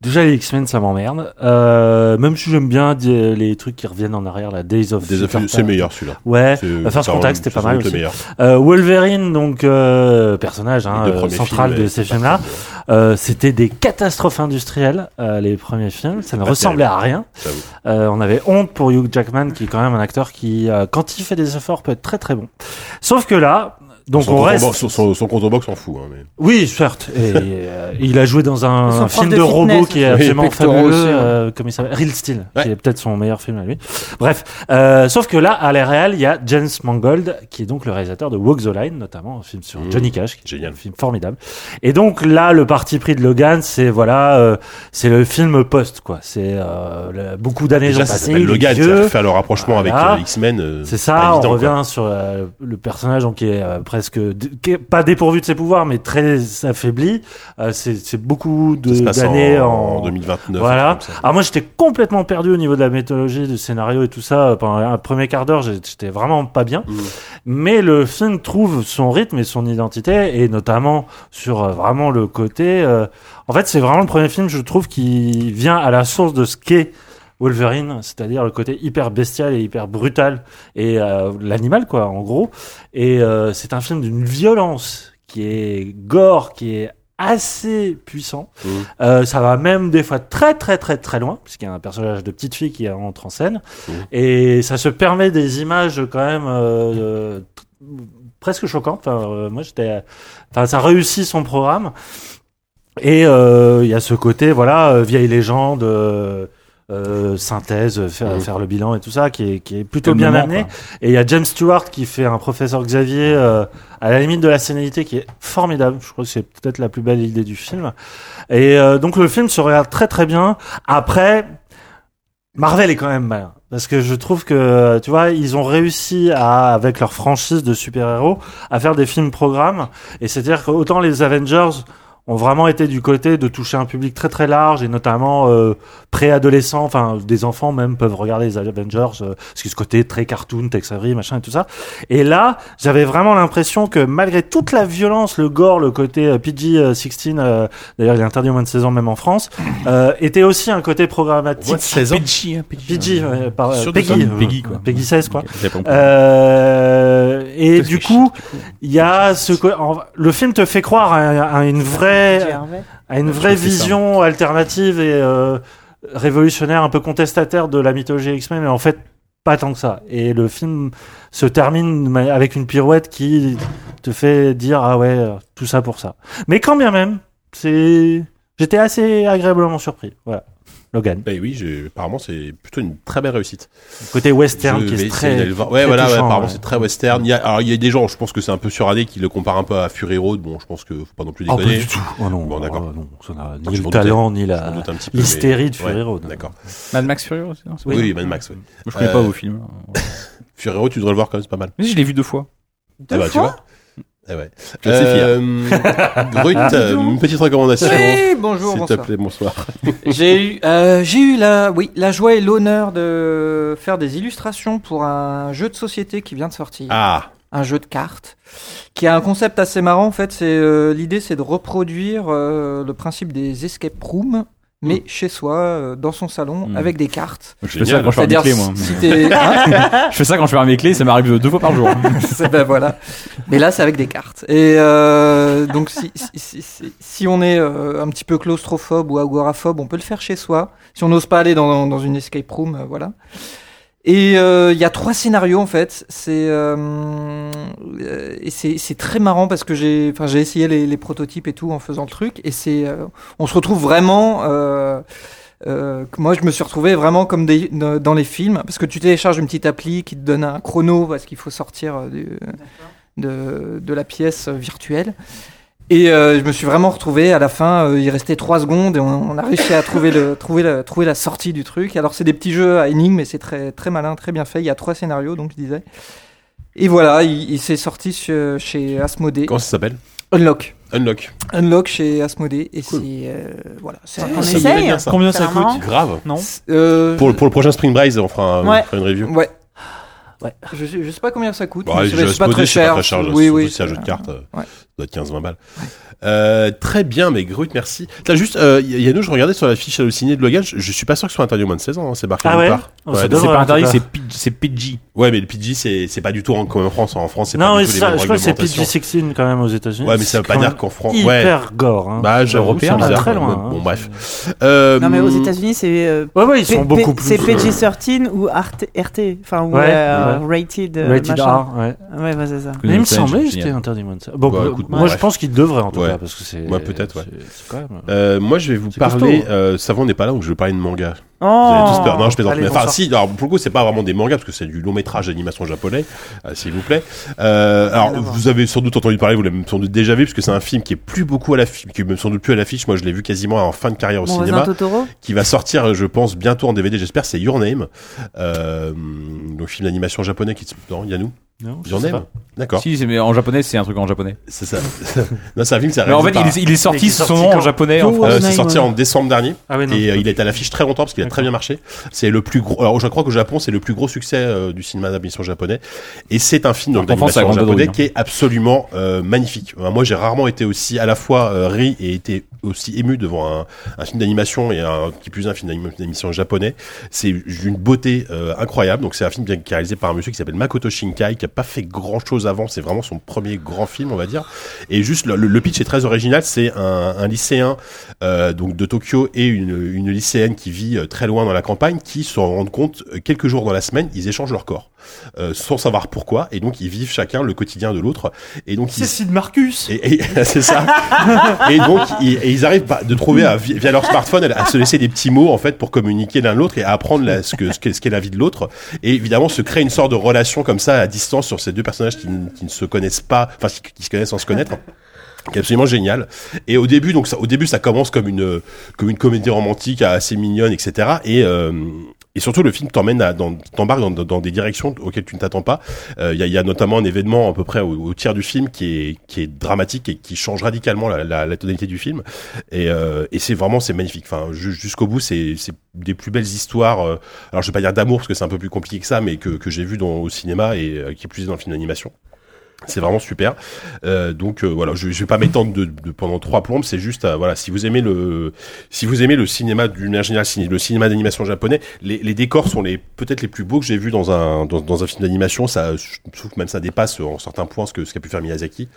S5: déjà les X-Men, ça m'emmerde. Euh, même si j'aime bien di- les trucs qui reviennent en arrière, la Days of
S3: Days of
S5: Future
S3: Future, c'est
S5: Past.
S3: meilleur, celui-là.
S5: Ouais,
S3: C'est-
S5: euh, First
S3: c'est
S5: Contact,
S3: un-
S5: c'était
S3: c'est
S5: pas
S3: sans
S5: mal
S3: doute le
S5: aussi.
S3: meilleur.
S5: Euh, Wolverine, donc euh, personnage hein,
S3: Les deux
S5: euh,
S3: premiers
S5: central
S3: films,
S5: de
S3: mais
S5: ces
S3: c'est pas
S5: films-là,
S3: terrible.
S5: euh, c'était des catastrophes industrielles, euh, les premiers films. Ça ne
S3: Pas
S5: ressemblait
S3: terrible.
S5: à rien.
S3: J'avoue.
S5: Euh, on avait honte pour Hugh Jackman, qui est quand même un acteur qui, euh, quand il fait des efforts, peut être très très bon. Sauf que là, Donc
S3: son
S5: on
S3: contre-
S5: reste.
S3: bon, son, son, son contre-box s'en fout. hein, mais-
S5: Oui, certes. Et euh, il a joué dans un,
S3: Son prof
S5: film
S3: de
S5: de, robot
S3: fitness,
S5: qui est
S3: aussi. Oui,
S5: absolument
S3: Pectoraux
S5: fabuleux.
S3: aussi, ouais.
S5: euh, comment il s'appelle Real Steel, qui est peut-être son meilleur film à lui. Bref, euh, sauf que là, à l'air réel, il y a James Mangold, qui est donc le réalisateur de Walk the Line, notamment un film sur
S3: Mmh.
S5: Johnny Cash, qui est un film formidable. Et donc là, le parti pris de Logan, c'est voilà, euh, c'est le film post quoi. C'est euh, le- beaucoup d'années
S3: Déjà,
S5: ont
S3: ça
S5: passé,
S3: s'appelle
S5: il est
S3: Logan,
S5: vieux.
S3: ça fait faire le rapprochement avec
S5: Voilà.
S3: euh, X-Men. euh,
S5: C'est
S3: pas
S5: ça,
S3: évident,
S5: on
S3: quoi.
S5: revient sur euh, le personnage donc, qui est euh, presque d- qui est pas dépourvu de ses pouvoirs, mais très affaibli. Euh, c'est c'est beaucoup de-
S3: Ça se passe
S5: d'années
S3: en-
S5: en,
S3: en 2029, un
S5: Voilà.
S3: truc comme ça.
S5: Alors moi j'étais complètement perdu au niveau de la méthodologie, du scénario et tout ça. Pendant un premier quart d'heure, j'ai- j'étais vraiment pas bien.
S3: Mm.
S5: Mais le film trouve son rythme et son identité, et notamment sur euh, vraiment le côté. euh, En fait, c'est vraiment le premier film, je trouve, qui vient à la source de ce qu'est Wolverine, c'est-à-dire le côté hyper bestial et hyper brutal et euh, l'animal quoi en gros. Et euh, c'est un film d'une violence qui est gore, qui est assez puissant. Euh, ça va même des fois très très très très loin, puisqu'il y a un personnage de petite fille qui entre en scène. Et ça se permet des images quand même euh, euh, presque choquantes. Enfin, euh, moi j'étais... Enfin, ça réussit son programme. Et euh, il y a ce côté, voilà, euh, vieille légende, euh, euh, synthèse, faire, faire le bilan et tout ça, qui est, qui est plutôt
S7: Quel
S5: bien
S7: moment,
S5: amené.
S7: quoi.
S5: Et il y a James Stewart qui fait un professeur Xavier euh, à la limite de la sénilité, qui est formidable. Je crois que c'est peut-être la plus belle idée du film. Et euh, donc le film se regarde très très bien. Après, Marvel est quand même malin. Parce que je trouve que, tu vois, ils ont réussi à, avec leur franchise de super-héros, à faire des films programmes. Et c'est-à-dire qu'autant les Avengers ont vraiment été du côté de toucher un public très très large et notamment euh, préadolescents, enfin des enfants même peuvent regarder les Avengers, euh, parce que ce côté très cartoon, Tex Avery, machin et tout ça. Et là, j'avais vraiment l'impression que malgré toute la violence, le gore, le côté euh, PG-16, euh, d'ailleurs il est interdit au moins de 16 ans même en France, euh, était aussi un côté programmatique. 16 ans PG,
S7: hein,
S5: ouais, par- euh,
S7: Sûr de
S5: Peggy,
S7: ça
S5: euh,
S7: Peggy, quoi.
S5: Peggy 16 quoi.
S7: j'avais pas compris.
S5: Euh, et du coup, il y a ce co- en- le film te fait croire à, à une vraie à une vraie
S7: trouve que c'est ça.
S5: vision alternative et euh, révolutionnaire un peu contestataire de la mythologie X-Men mais en fait pas tant que ça et le film se termine ma- avec une pirouette qui te fait dire ah ouais euh, tout ça pour ça. Mais quand bien même, c'est j'étais assez agréablement surpris. Voilà. Logan.
S3: Ben oui, j'ai- apparemment c'est plutôt une très belle réussite.
S5: Côté western qui est
S3: vais
S5: très-
S3: essayer d'aller le voir.
S5: très
S3: Ouais, voilà, ouais,
S5: touchant,
S3: apparemment
S5: ouais.
S3: c'est très western. Il y a, alors il y a des gens, je pense que c'est un peu suradé, qui le comparent un peu à Fury Road. Bon, je pense que faut pas non plus
S5: Oh, pas
S3: déconner.
S5: du tout. Oh non,
S3: bon, d'accord.
S5: oh non, ça n'a
S3: Je
S5: ni le
S3: m'en doutais.
S5: talent, ni
S3: Je
S5: la-
S3: m'en doutais un petit peu,
S5: l'hystérie
S3: mais-
S5: de Fury
S3: ouais,
S5: Road.
S3: D'accord.
S7: Mad Max Fury aussi, non, c'est
S3: Oui,
S7: pas-
S3: oui, Mad Max. Oui.
S7: Moi, je connais pas vos films.
S3: Fury Road, tu devrais le voir quand même, c'est pas mal.
S7: Mais je l'ai vu deux fois.
S3: Ah bah, tu vois. Eh ouais.
S7: Je sais
S3: Euh, Brut, euh, une petite recommandation.
S12: Oui, bonjour,
S3: S'il te
S12: bonsoir.
S3: plaît, bonsoir.
S12: J'ai eu, euh, j'ai eu la, oui, la joie et l'honneur de faire des illustrations pour un jeu de société qui vient de sortir.
S3: Ah.
S12: Un jeu de cartes qui a un concept assez marrant en fait. C'est euh, l'idée, c'est de reproduire euh, le principe des escape rooms. Mais
S7: Mm.
S12: chez soi, euh, dans son salon, avec des cartes.
S7: Je fais ça quand je ferme mes
S12: C'est-à-dire,
S7: Mm. clés, moi.
S12: si t'es- hein
S7: je fais ça quand je ferme mes clés, ça m'arrive euh, deux fois par jour. hein.
S12: C'est- ben voilà. Mais là, c'est avec des cartes. Et euh, donc, si, si- si- si- si on est euh, un petit peu claustrophobe ou agoraphobe, on peut le faire chez soi. Si on n'ose pas aller dans, dans une escape room, euh, voilà. Et euh, il y a trois scénarios en fait. C'est euh, euh, et c'est c'est très marrant parce que j'ai enfin j'ai essayé les, les prototypes et tout en faisant le truc et c'est euh, on se retrouve vraiment. euh, euh, que moi, je me suis retrouvé vraiment comme des, dans dans les films, parce que tu télécharges une petite appli qui te donne un chrono parce qu'il faut sortir euh, du- de, de la pièce euh, virtuelle. Et euh, je me suis vraiment retrouvé à la fin, euh, il restait 3 secondes et on, on a réussi à trouver, le, trouver, la, trouver la sortie du truc. Alors c'est des petits jeux à énigmes mais c'est très, très malin, très bien fait. Il y a trois scénarios, donc je disais. Et voilà, il, il s'est sorti che- chez Asmodée.
S3: Comment ça s'appelle
S12: Unlock.
S3: Unlock.
S12: Unlock chez Asmodée. Et c'est... euh, voilà. c'est-
S8: On Ça me essaye plaît bien, ça. Combien ça
S12: C'est
S4: hein,
S12: marrant.
S8: coûte
S3: Grave.
S12: Non. C'est- euh,
S3: Pour, pour le prochain Spring Break, on fera, un- on
S12: Ouais.
S3: fera une review.
S12: Ouais. Je, sais- je sais pas combien ça coûte.
S3: Bon,
S12: mais
S3: allez,
S12: c'est
S3: Bah, je
S12: c'est pas
S3: suppose,
S12: très
S3: c'est pas
S12: cher.
S3: très cher,
S12: oui,
S3: surtout
S12: oui.
S3: si c'est un jeu de cartes, euh, doit être 15-20 balles. Euh, très bien, mais Grut, merci. T'as juste, euh, Y- Yannou, je regardais sur la fiche hallucinée de Logan, je, je suis pas sûr que ce soit interdit au moins de 16 ans, hein, c'est marqué
S5: Ah
S3: nulle
S5: ouais
S3: part.
S5: Oh, ça devrait, en tout cas.
S3: P- c'est PG. Ouais, mais le PG, c'est c'est pas du tout en, comme en France. hein. En France, c'est
S5: Non,
S3: pas
S5: oui,
S3: du tout
S5: c'est
S3: les
S5: ça,
S3: mêmes
S5: je crois que c'est
S3: réglementations.
S5: PG-16 quand même aux États-Unis.
S3: Ouais, mais ça veut
S5: C'est
S3: pas
S5: quand
S3: dire
S5: même
S3: qu'en France.
S5: Hyper
S3: ouais.
S5: gore. Hein.
S3: Bah, j'avoue,
S5: européen,
S3: c'est
S5: on est
S3: bizarre,
S5: très
S3: ouais.
S5: loin.
S3: Bon,
S5: hein.
S3: bref. Euh,
S8: Non mais aux États-Unis c'est euh,
S5: Ouais, ouais, ils sont beaucoup plus,
S8: c'est
S5: euh,
S8: PG-13 ou RT, RT, enfin ou
S5: Ouais,
S8: euh,
S5: ouais.
S8: rated euh,
S5: Rated
S8: machin.
S5: R, ouais.
S8: Ouais, bah, c'est ça.
S5: Mais il me semblait que
S3: génial.
S5: c'était interdit moins de ça. Bon,
S3: Bah,
S5: bah,
S3: écoute,
S5: moi
S3: bon,
S5: je
S3: bref.
S5: pense qu'il devrait en tout
S3: Ouais.
S5: cas parce que c'est.
S3: Ouais, peut-être, ouais.
S5: c'est- c'est quand même-
S3: Euh, moi, je vais vous
S5: C'est
S3: parler.
S5: costaud, hein.
S3: Euh, ça va, on n'est pas là, donc je vais parler de manga.
S5: Oh.
S3: Vous avez tous peur. Non, je plaisante.
S5: Allez,
S3: mais enfin,
S5: bonsoir.
S3: si. Alors, pour le coup, c'est pas vraiment des mangas parce que c'est du long métrage d'animation japonais, euh, s'il vous plaît. Euh, alors, vous avez sans doute entendu parler, vous l'avez sans doute déjà vu, parce que c'est un film qui est plus beaucoup à l'affiche, qui est même sans doute plus à l'affiche. Moi, je l'ai vu quasiment en fin de carrière au
S8: Mon
S3: cinéma,
S8: voisin Totoro
S3: qui va sortir, je pense, bientôt en DVD. J'espère. C'est Your Name, euh, donc film d'animation japonais qui se dans Yanou.
S7: Non, je
S3: Your
S7: sais
S3: Name.
S7: pas.
S3: D'accord.
S7: Si, c'est- mais en japonais, c'est un truc en japonais.
S3: C'est ça. Non, c'est un film. Ah, c'est
S7: Mais en fait,
S3: réalisé par-
S7: il est, il est sorti sous son nom en japonais. en
S3: Euh,
S7: français.
S3: c'est sorti en décembre dernier.
S7: Ah ouais, non.
S3: et euh, il est à l'affiche très longtemps parce qu'il a très bien marché. C'est le plus gros. Alors, je crois qu'au Japon, c'est le plus gros succès euh, du cinéma d'animation japonais. Et c'est un film donc,
S7: Alors qu'en Ah, France,
S3: d'animation
S7: hein. ça grandit
S3: japonais
S7: de
S3: qui est absolument euh, magnifique. Euh, Moi, j'ai rarement été aussi à la fois euh, ri et été aussi ému devant un, un film d'animation et un qui plus est, un film d'anim- d'animation japonais. C'est d'une beauté euh, incroyable. Donc, c'est un film bien- qui est réalisé par un monsieur qui s'appelle Makoto Shinkai, qui a pas fait grand chose avant. C'est vraiment son premier grand film, on va dire. Et juste, le, le- le pitch est très original. C'est un, un lycéen euh, donc de Tokyo et une, une lycéenne qui vit euh, très loin dans la campagne qui se rendent compte euh, quelques jours dans la semaine, ils échangent leur corps euh, sans savoir pourquoi. Et donc, ils vivent chacun le quotidien de l'autre. Et donc, ils-
S4: C'est Sid Marcus.
S3: et- et- c'est ça. et donc, ils, et ils arrivent pas- de trouver à- via leur smartphone à se laisser des petits mots en fait pour communiquer l'un l'autre et à apprendre la- ce que ce qu'est ce qu'est la vie de l'autre. Et évidemment, se créer une sorte de relation comme ça à distance sur ces deux personnages qui, n- qui ne se connaissent pas, enfin qui, qui se connaissent sans se connaître qui est absolument génial. Et au début, donc ça, au début, ça commence comme une comme une comédie romantique assez mignonne, etc. Et euh, et surtout, le film t'emmène à, dans, t'embarque dans, dans- dans des directions auxquelles tu ne t'attends pas. Euh, Il y, a, il y a notamment un événement à peu près au, au tiers du film qui est, qui est dramatique et qui change radicalement la, la, la tonalité du film. Et, euh, et c'est vraiment, c'est magnifique. Enfin, ju- jusqu'au bout, c'est, c'est des plus belles histoires. euh, alors, je vais pas dire d'amour parce que c'est un peu plus compliqué que ça, mais que, que j'ai vu dans, au cinéma et euh, qui est plus dans le film d'animation. C'est vraiment super. Euh, donc euh, voilà, je, je vais pas m'étendre de, de- pendant trois plombes. C'est juste euh, voilà, si vous aimez le si vous aimez le cinéma d'une manière générale, ciné- le cinéma d'animation japonais, les, les décors sont les peut-être les plus beaux que j'ai vus dans un dans, dans un film d'animation. Ça, je trouve que même ça dépasse euh, en certains points ce que ce qu'a pu faire Miyazaki.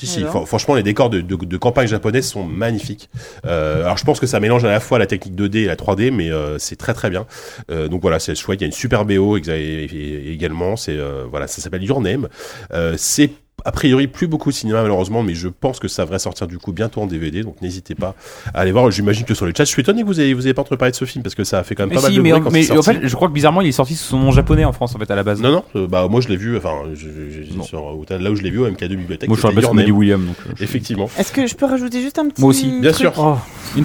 S3: Si, si,
S7: Alors
S3: fran- franchement, les décors de, de, de campagne japonaise sont magnifiques. Euh, alors, je pense que ça mélange à la fois la technique 2D et la 3D, mais euh, c'est très très bien. Euh, donc voilà, c'est chouette. Il y a une super BO exa- et- et- également. C'est euh, voilà, ça s'appelle Your Name. Euh, c'est a priori plus beaucoup au cinéma malheureusement, mais je pense que ça devrait sortir du coup bientôt en DVD. Donc n'hésitez pas à aller voir. J'imagine que sur le chat, je suis étonné que vous ayez vous ayez pas entendu parler de ce film parce que ça a fait quand même
S7: Mais
S3: pas mal
S7: si,
S3: de
S7: mais
S3: bruit
S7: en-
S3: quand
S7: mais
S3: c'est
S7: en
S3: sorti.
S7: fait, je crois que bizarrement, il est sorti sous son nom japonais en France, en fait, à la base.
S3: Non, non, euh, bah moi je l'ai vu, enfin, je- je- je- sur- au- là où je l'ai vu au MK2 Bibliothèque.
S7: Moi, je
S3: c'était
S7: suis un peu
S3: Your
S7: sur Nelly
S3: Name.
S7: Williams, donc, euh,
S3: Effectivement.
S8: Est-ce que je peux rajouter juste un petit
S7: Moi aussi,
S3: Bien sûr.
S8: truc
S7: euh, Une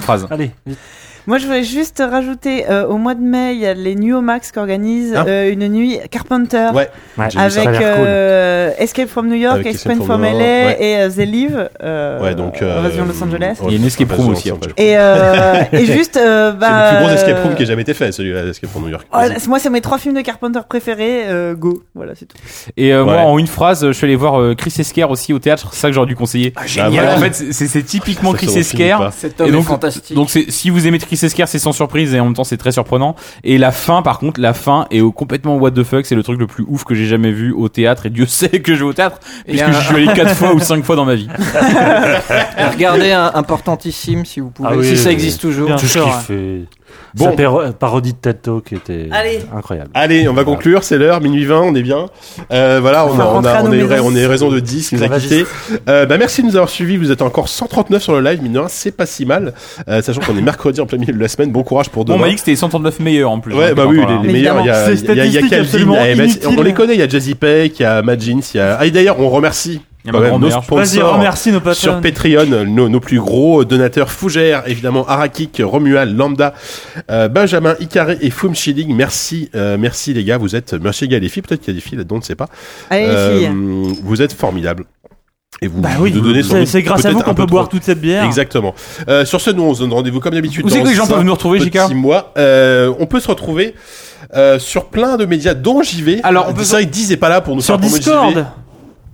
S7: phrase.
S5: Allez.
S8: Moi, je voulais juste rajouter, euh, au mois de mai, il y a les Nuomax qui organisent
S3: Hein
S8: euh, une nuit Carpenter
S3: Ouais. Ouais, j'ai vu ça.
S8: avec
S3: Ça a l'air cool.
S8: euh, Escape from New York,
S3: Avec
S8: Escape,
S3: Escape from
S8: from LA
S3: New York, ouais.
S8: et euh, The Live, euh,
S3: Ouais, donc. euh,
S8: Invasion Los Angeles.
S3: ouais,
S7: Il y a une escape room
S3: Invasion
S7: aussi,
S3: Los
S7: en
S3: Angeles.
S8: Et, euh, et juste, euh, bah,
S3: C'est le plus gros escape room qui ait jamais été fait, celui-là, l'escape room New York.
S8: Oh, là, moi, c'est mes trois films de Carpenter préférés. euh, go, voilà, c'est tout.
S7: Et euh,
S3: Ouais.
S7: moi, en une phrase, je suis allé voir euh, Chris Esquire aussi au théâtre. C'est ça que j'aurais dû conseiller.
S3: génial.
S7: Bah, voilà, en fait, c'est- c'est c'est typiquement
S3: Ah, Ça, ça
S7: Chris
S3: refile
S7: Esquire.
S3: pas. Cet homme
S7: Et
S3: est
S7: donc,
S11: fantastique.
S7: Donc, c'est- si vous aimez Chris Esquire, c'est sans surprise et en même temps, c'est très surprenant. Et la fin, par contre, la fin est au- complètement what the fuck. C'est le truc le plus ouf que j'ai jamais vu au théâtre. Et Dieu sait que je vais au théâtre,
S12: Il y
S7: puisque
S12: a
S7: je
S12: un-
S7: suis allé quatre fois ou cinq fois dans ma vie.
S12: Et Regardez un importantissime si vous pouvez,
S5: Ah oui,
S12: si ça
S5: oui,
S12: existe
S5: oui.
S12: toujours.
S5: Bien Tout ce sûr, qu'il ouais. fait. Sa
S12: Bon.
S5: péro- parodie de TED Talk était incroyable.
S3: Allez, on va conclure, c'est l'heure, minuit 20, on est bien. Euh, voilà, on,
S5: On va
S3: a, on,
S5: rentrer
S3: a,
S5: à
S3: on,
S5: nos
S3: a eu,
S5: maisons.
S3: on a eu raison de 10, il nous a
S5: Ça va,
S3: quittés. Euh, bah, merci de nous avoir suivis, vous êtes encore 139 sur le live, mine de rien, c'est pas si mal. Euh, sachant qu'on est mercredi en plein milieu de la semaine, bon courage pour
S7: Bon,
S3: demain.
S7: on m'a dit que c'était 139 meilleurs en plus.
S3: Ouais,
S7: hein,
S3: bah
S7: quand
S3: oui,
S7: on parle,
S3: les, les
S7: hein.
S3: meilleurs. Il y a,
S7: C'est
S3: il y a- il y a
S7: statistique
S3: Calvin,
S7: absolument
S3: il y a MS,
S7: inutile.
S3: on les connaît, il y a Jazzy Peck, il y a Mad Jeans, il y a. Ah, et d'ailleurs, on remercie.
S7: Il y a
S3: quand
S7: ma
S3: même nos
S7: grand-mère. Vas-y,
S3: sponsors
S7: remercie nos patrons.
S3: sur Patreon, nos, nos plus gros donateurs Fougère, évidemment Arakik, Romual, Lambda, euh, Benjamin, Icaré et Fum Shilling. Merci, euh, merci les gars, vous êtes. Merci les gars, les filles, peut-être qu'il y a des filles là-dedans, on ne sait pas.
S8: Allez, les
S3: Euh,
S8: filles.
S3: vous êtes formidables. Et vous,
S4: Bah
S3: vous
S4: oui,
S3: nous donnez sans
S4: c'est-
S3: doute
S4: c'est grâce à
S3: peut-être
S4: vous qu'on
S3: un peu
S4: peut boire
S3: trop.
S4: toute cette bière.
S3: Exactement. Euh, sur ce, nous, on se donne rendez-vous comme d'habitude.
S7: Où c'est
S3: dans
S7: que les gens
S3: cinq
S7: peuvent nous retrouver,
S3: petits
S7: JK?
S3: mois. Euh, on peut se retrouver euh, sur plein de médias, dont JV. Alors, on peut. C'est vrai que Diz est pas là pour nous
S4: Sur
S3: faire promo de
S4: Discord.
S3: JV.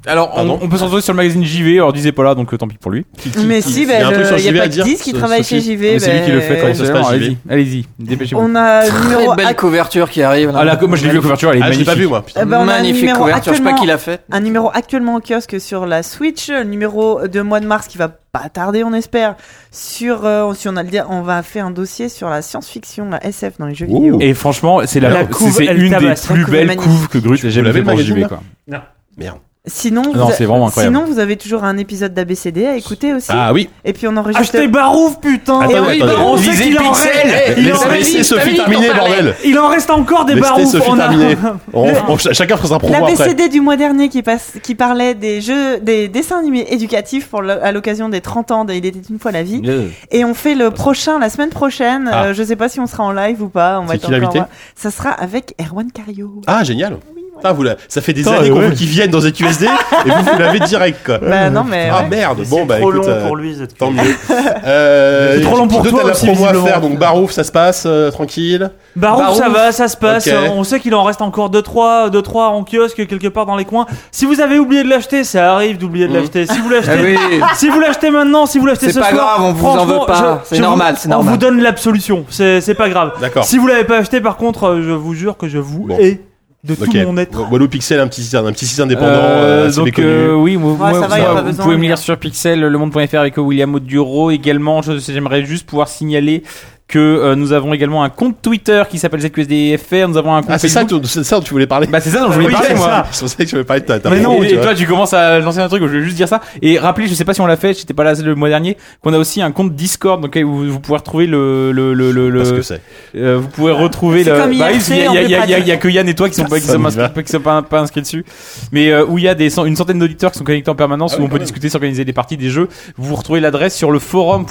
S7: Alors, on, on peut s'en sur le magazine JV, alors disait pas là, donc euh, tant pis pour lui.
S8: Mais si, ben, je- y a pas que 10 qui travaille chez JV,
S7: Mais C'est lui
S8: ben,
S7: qui le fait quand il se
S8: évidemment,
S7: passe JV. Allez-y, dépêchez-vous.
S8: euh, On a le
S12: Très
S8: numéro
S12: belle
S8: ac-
S12: couverture qui arrive. là.
S7: Ah, la- moi, je l'ai vu, la couverture, elle est Ah, je l'ai pas magnifique. vu, moi, putain.
S8: Eh ben, on a un
S12: Magnifique
S8: numéro
S12: couverture, je sais pas
S8: actuellement-
S12: qui l'a fait.
S8: Un numéro actuellement en kiosque sur la Switch, le numéro de mois de mars qui va pas tarder, on espère. Sur, euh, si on a le dire, on va faire un dossier sur la science-fiction, la SF dans les jeux vidéo.
S7: Et franchement, c'est la,
S8: La couve,
S7: c'est- c'est
S8: elle
S7: une des
S8: tabasse, la
S7: plus
S8: couve est
S7: belles
S8: magnifique.
S7: couves que Grut ait jamais
S3: l'avez,
S7: fait
S3: le
S7: pour
S3: magazine,
S7: JV,
S3: là
S7: quoi. euh,
S3: Merde.
S8: Sinon,
S7: Ah Non,
S8: vous
S7: c'est vraiment incroyable.
S8: sinon, vous avez toujours un épisode d'ABCD à écouter aussi.
S7: Ah oui.
S8: Et puis on enregistre.
S4: Achetez Barouf, putain Ah
S8: Et
S3: Attendez,
S8: on-
S3: attendez.
S4: On sait
S3: Lisez
S4: qu'il en
S3: Pixel.
S4: reste. Il en
S3: Laissez-
S4: reste-
S3: laissez Sophie terminer, bordel.
S4: Il en reste encore eh, des
S3: Laissez
S4: baroufs.
S3: Sophie
S4: on a-
S3: terminer. Bah, On-
S4: Le-
S3: on- ch- Chacun fera sa promo
S8: La
S3: après.
S8: BCD du mois dernier qui, passe, qui parlait des jeux, des dessins animés éducatifs pour le- à l'occasion des 30 ans de Il était une fois la vie.
S3: Yeah.
S8: Et on fait le prochain, la semaine prochaine.
S3: Ah.
S8: Euh, je sais pas si on sera en live ou pas. On va
S3: C'est
S8: être
S3: qui
S8: encore
S3: l'invité
S8: voir. Ça sera avec Erwan Cario.
S3: Ah, génial. Putain, vous la- ça fait des
S5: Putain,
S3: années qu'on
S5: ouais.
S3: veut qu'ils viennent dans ZQSD et vous, vous l'avez direct quoi.
S8: Bah, non, mais
S3: Ah
S8: ouais.
S3: merde, bon bah
S4: trop
S3: écoute.
S4: long pour lui, ZQSD.
S3: Tant mieux. Euh,
S4: C'est trop long
S3: qui
S4: pour
S3: d'autre
S4: toi
S3: a de la
S4: aussi,
S3: promo à
S4: visiblement.
S3: faire, donc Barouf, ça se passe euh, tranquille.
S4: Barouf, ça va, ça se passe.
S3: Ok.
S4: On sait qu'il en reste encore 2-3 deux, trois en kiosque quelque part dans les coins. Si vous avez oublié de l'acheter, ça arrive d'oublier
S3: Mm.
S4: de l'acheter. Si vous
S12: Ah
S4: l'achetez,
S12: oui.
S4: si vous l'achetez maintenant, si vous l'achetez
S12: C'est
S4: ce
S12: pas
S4: soir,
S12: grave, on vous en
S4: franchement,
S12: veut pas.
S4: je-
S12: C'est
S4: je
S12: normal,
S4: vous-
S12: c'est normal.
S4: On vous donne l'absolution. C'est c'est pas grave.
S3: D'accord.
S4: Si vous l'avez pas acheté, par contre, euh, je vous jure que je vous
S3: Bon.
S4: hais de
S3: Ok.
S4: tout mon être.
S3: Walou Pixel, un petit site, un petit site indépendant.
S7: Euh,
S3: euh, assez
S7: donc
S3: méconnu.
S7: euh, oui, vous,
S8: Ouais,
S7: moi,
S8: ça va,
S7: vous-
S8: y a pas
S7: vous
S8: besoin
S7: pouvez
S8: de
S7: me
S8: lire.
S7: lire sur Pixel, lemonde.fr avec William Oduro également. Je- J'aimerais juste pouvoir signaler que euh, nous avons également un compte Twitter qui s'appppelle ZQSDFR. Nous avons un compte
S3: Ah, c'est ça,
S7: Facebook.
S3: dont- c'est ça dont tu voulais parler.
S7: Bah c'est ça dont je voulais
S3: Oui,
S7: parler
S3: c'est
S7: moi.
S3: ça. Je pensais que tu voulais parler de ta, ta
S7: Mais
S3: promo,
S7: non,
S3: tu
S7: et
S3: vois.
S7: toi tu commences à lancer un truc, je voulais juste dire ça. Et rappeler, je sais pas si on l'a fait, j'étais pas là le mois dernier, qu'on a aussi un compte Discord dans lequel vous, vous pouvez retrouver le. le, le, le,
S3: Parce
S7: le-
S3: que c'est.
S7: euh, vous pouvez retrouver
S8: C'est
S7: le.
S8: comme
S7: bah oui,
S8: IRC,
S7: parce qu'il y a-
S8: on
S7: il y, a-
S8: peut
S7: il y a-
S8: pas
S7: il y a- il y a
S8: dire.
S7: que Yann et toi qui sont pas, qui
S3: Ça
S7: sont
S3: n'y
S7: inscrits-
S3: va.
S7: pas- qui sont pas, pas inscrits dessus. Mais euh, où il y a des, cent- une centaine d'auditeurs qui sont connectés en permanence,
S3: Ah
S7: où
S3: oui,
S7: on
S3: quand
S7: peut
S3: même.
S7: discuter, s'organiser des parties, des jeux. Vous retrouvez l'adresse sur le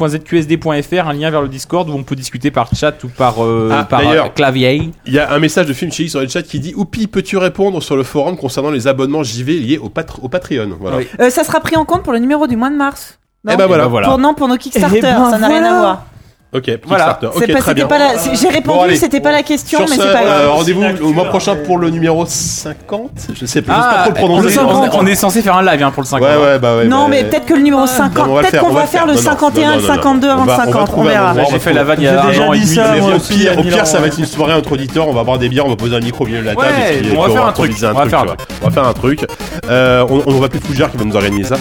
S7: forum.zqsd.fr, un lien vers le Discord où on peut discuter par chat ou par, euh,
S3: Ah,
S7: par
S3: d'ailleurs.
S7: euh, clavier.
S3: Il y a un message de Film Chili sur le chat qui dit Oupi, peux-tu répondre sur le forum concernant les abonnements JV liés au, patr- au Patreon Voilà.
S7: Oui.
S8: Euh, ça sera pris en compte pour le numéro du mois de mars. Non
S3: Eh ben voilà.
S7: Eh ben voilà.
S8: Pour, non, pour nos Kickstarter,
S4: Eh ben
S8: ça n'a rien
S4: voilà.
S8: à voir.
S3: Ok,
S7: Voilà.
S3: Kickstarter.
S8: C'est
S3: Ok,
S8: pas-
S3: très
S8: c'était
S3: bien.
S8: pas la- c'est- J'ai
S3: Bon,
S8: répondu,
S3: allez.
S8: c'était pas la question,
S3: Sur
S8: mais
S3: ce,
S8: c'est pas grave.
S3: euh, rendez-vous au mois prochain pour le numéro 50 Je sais plus, je sais pas trop le
S7: Ah, on, est,
S3: prononcer.
S7: on est- on est censé faire un live hein, pour le 50.
S3: Ouais, ouais, bah ouais.
S8: non,
S3: bah,
S8: mais peut-être que le numéro
S3: Non,
S8: 50,
S3: mais on va le
S8: peut-être qu'on
S3: on
S8: va
S3: le
S8: faire le
S3: Non, non,
S8: 51 et le
S3: non, non, non.
S8: 52
S3: On
S8: avant le
S3: va- on va
S8: 50, on
S3: trouver un
S8: verra.
S3: endroit, on va
S7: J'ai fait la
S3: trouver-
S7: vanne il y a
S4: J'ai déjà
S7: un an et
S4: dit
S7: demi.
S4: ça,
S7: mais-
S4: moi.
S3: Et au
S4: aussi,
S3: pire, au
S4: Daniel
S3: pire, ça
S4: Laurent.
S3: va être une soirée entre auditeurs. On va boire des bières, on va poser un micro au milieu de la
S7: Ouais,
S3: table. et puis,
S7: on va
S3: puis
S7: faire un
S3: improviser
S7: truc, on va faire un
S3: tu vois. On va faire un truc. Euh, on, on va appeler Fougère qui va nous organiser ça.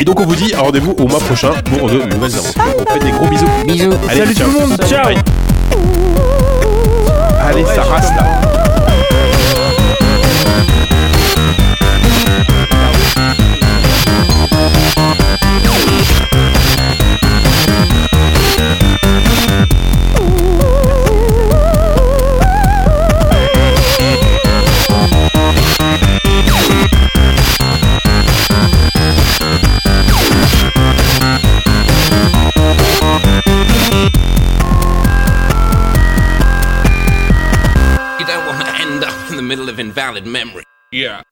S3: Et donc, on vous dit rendez-vous au mois prochain pour de nouvelles aventures. On fait des gros bisous.
S12: Bisous.
S3: Allez,
S4: Salut tout
S3: ciao.
S4: le monde, ciao
S3: Allez, ça rase là.
S2: You don't want to end up in the middle of invalid memory. Yeah.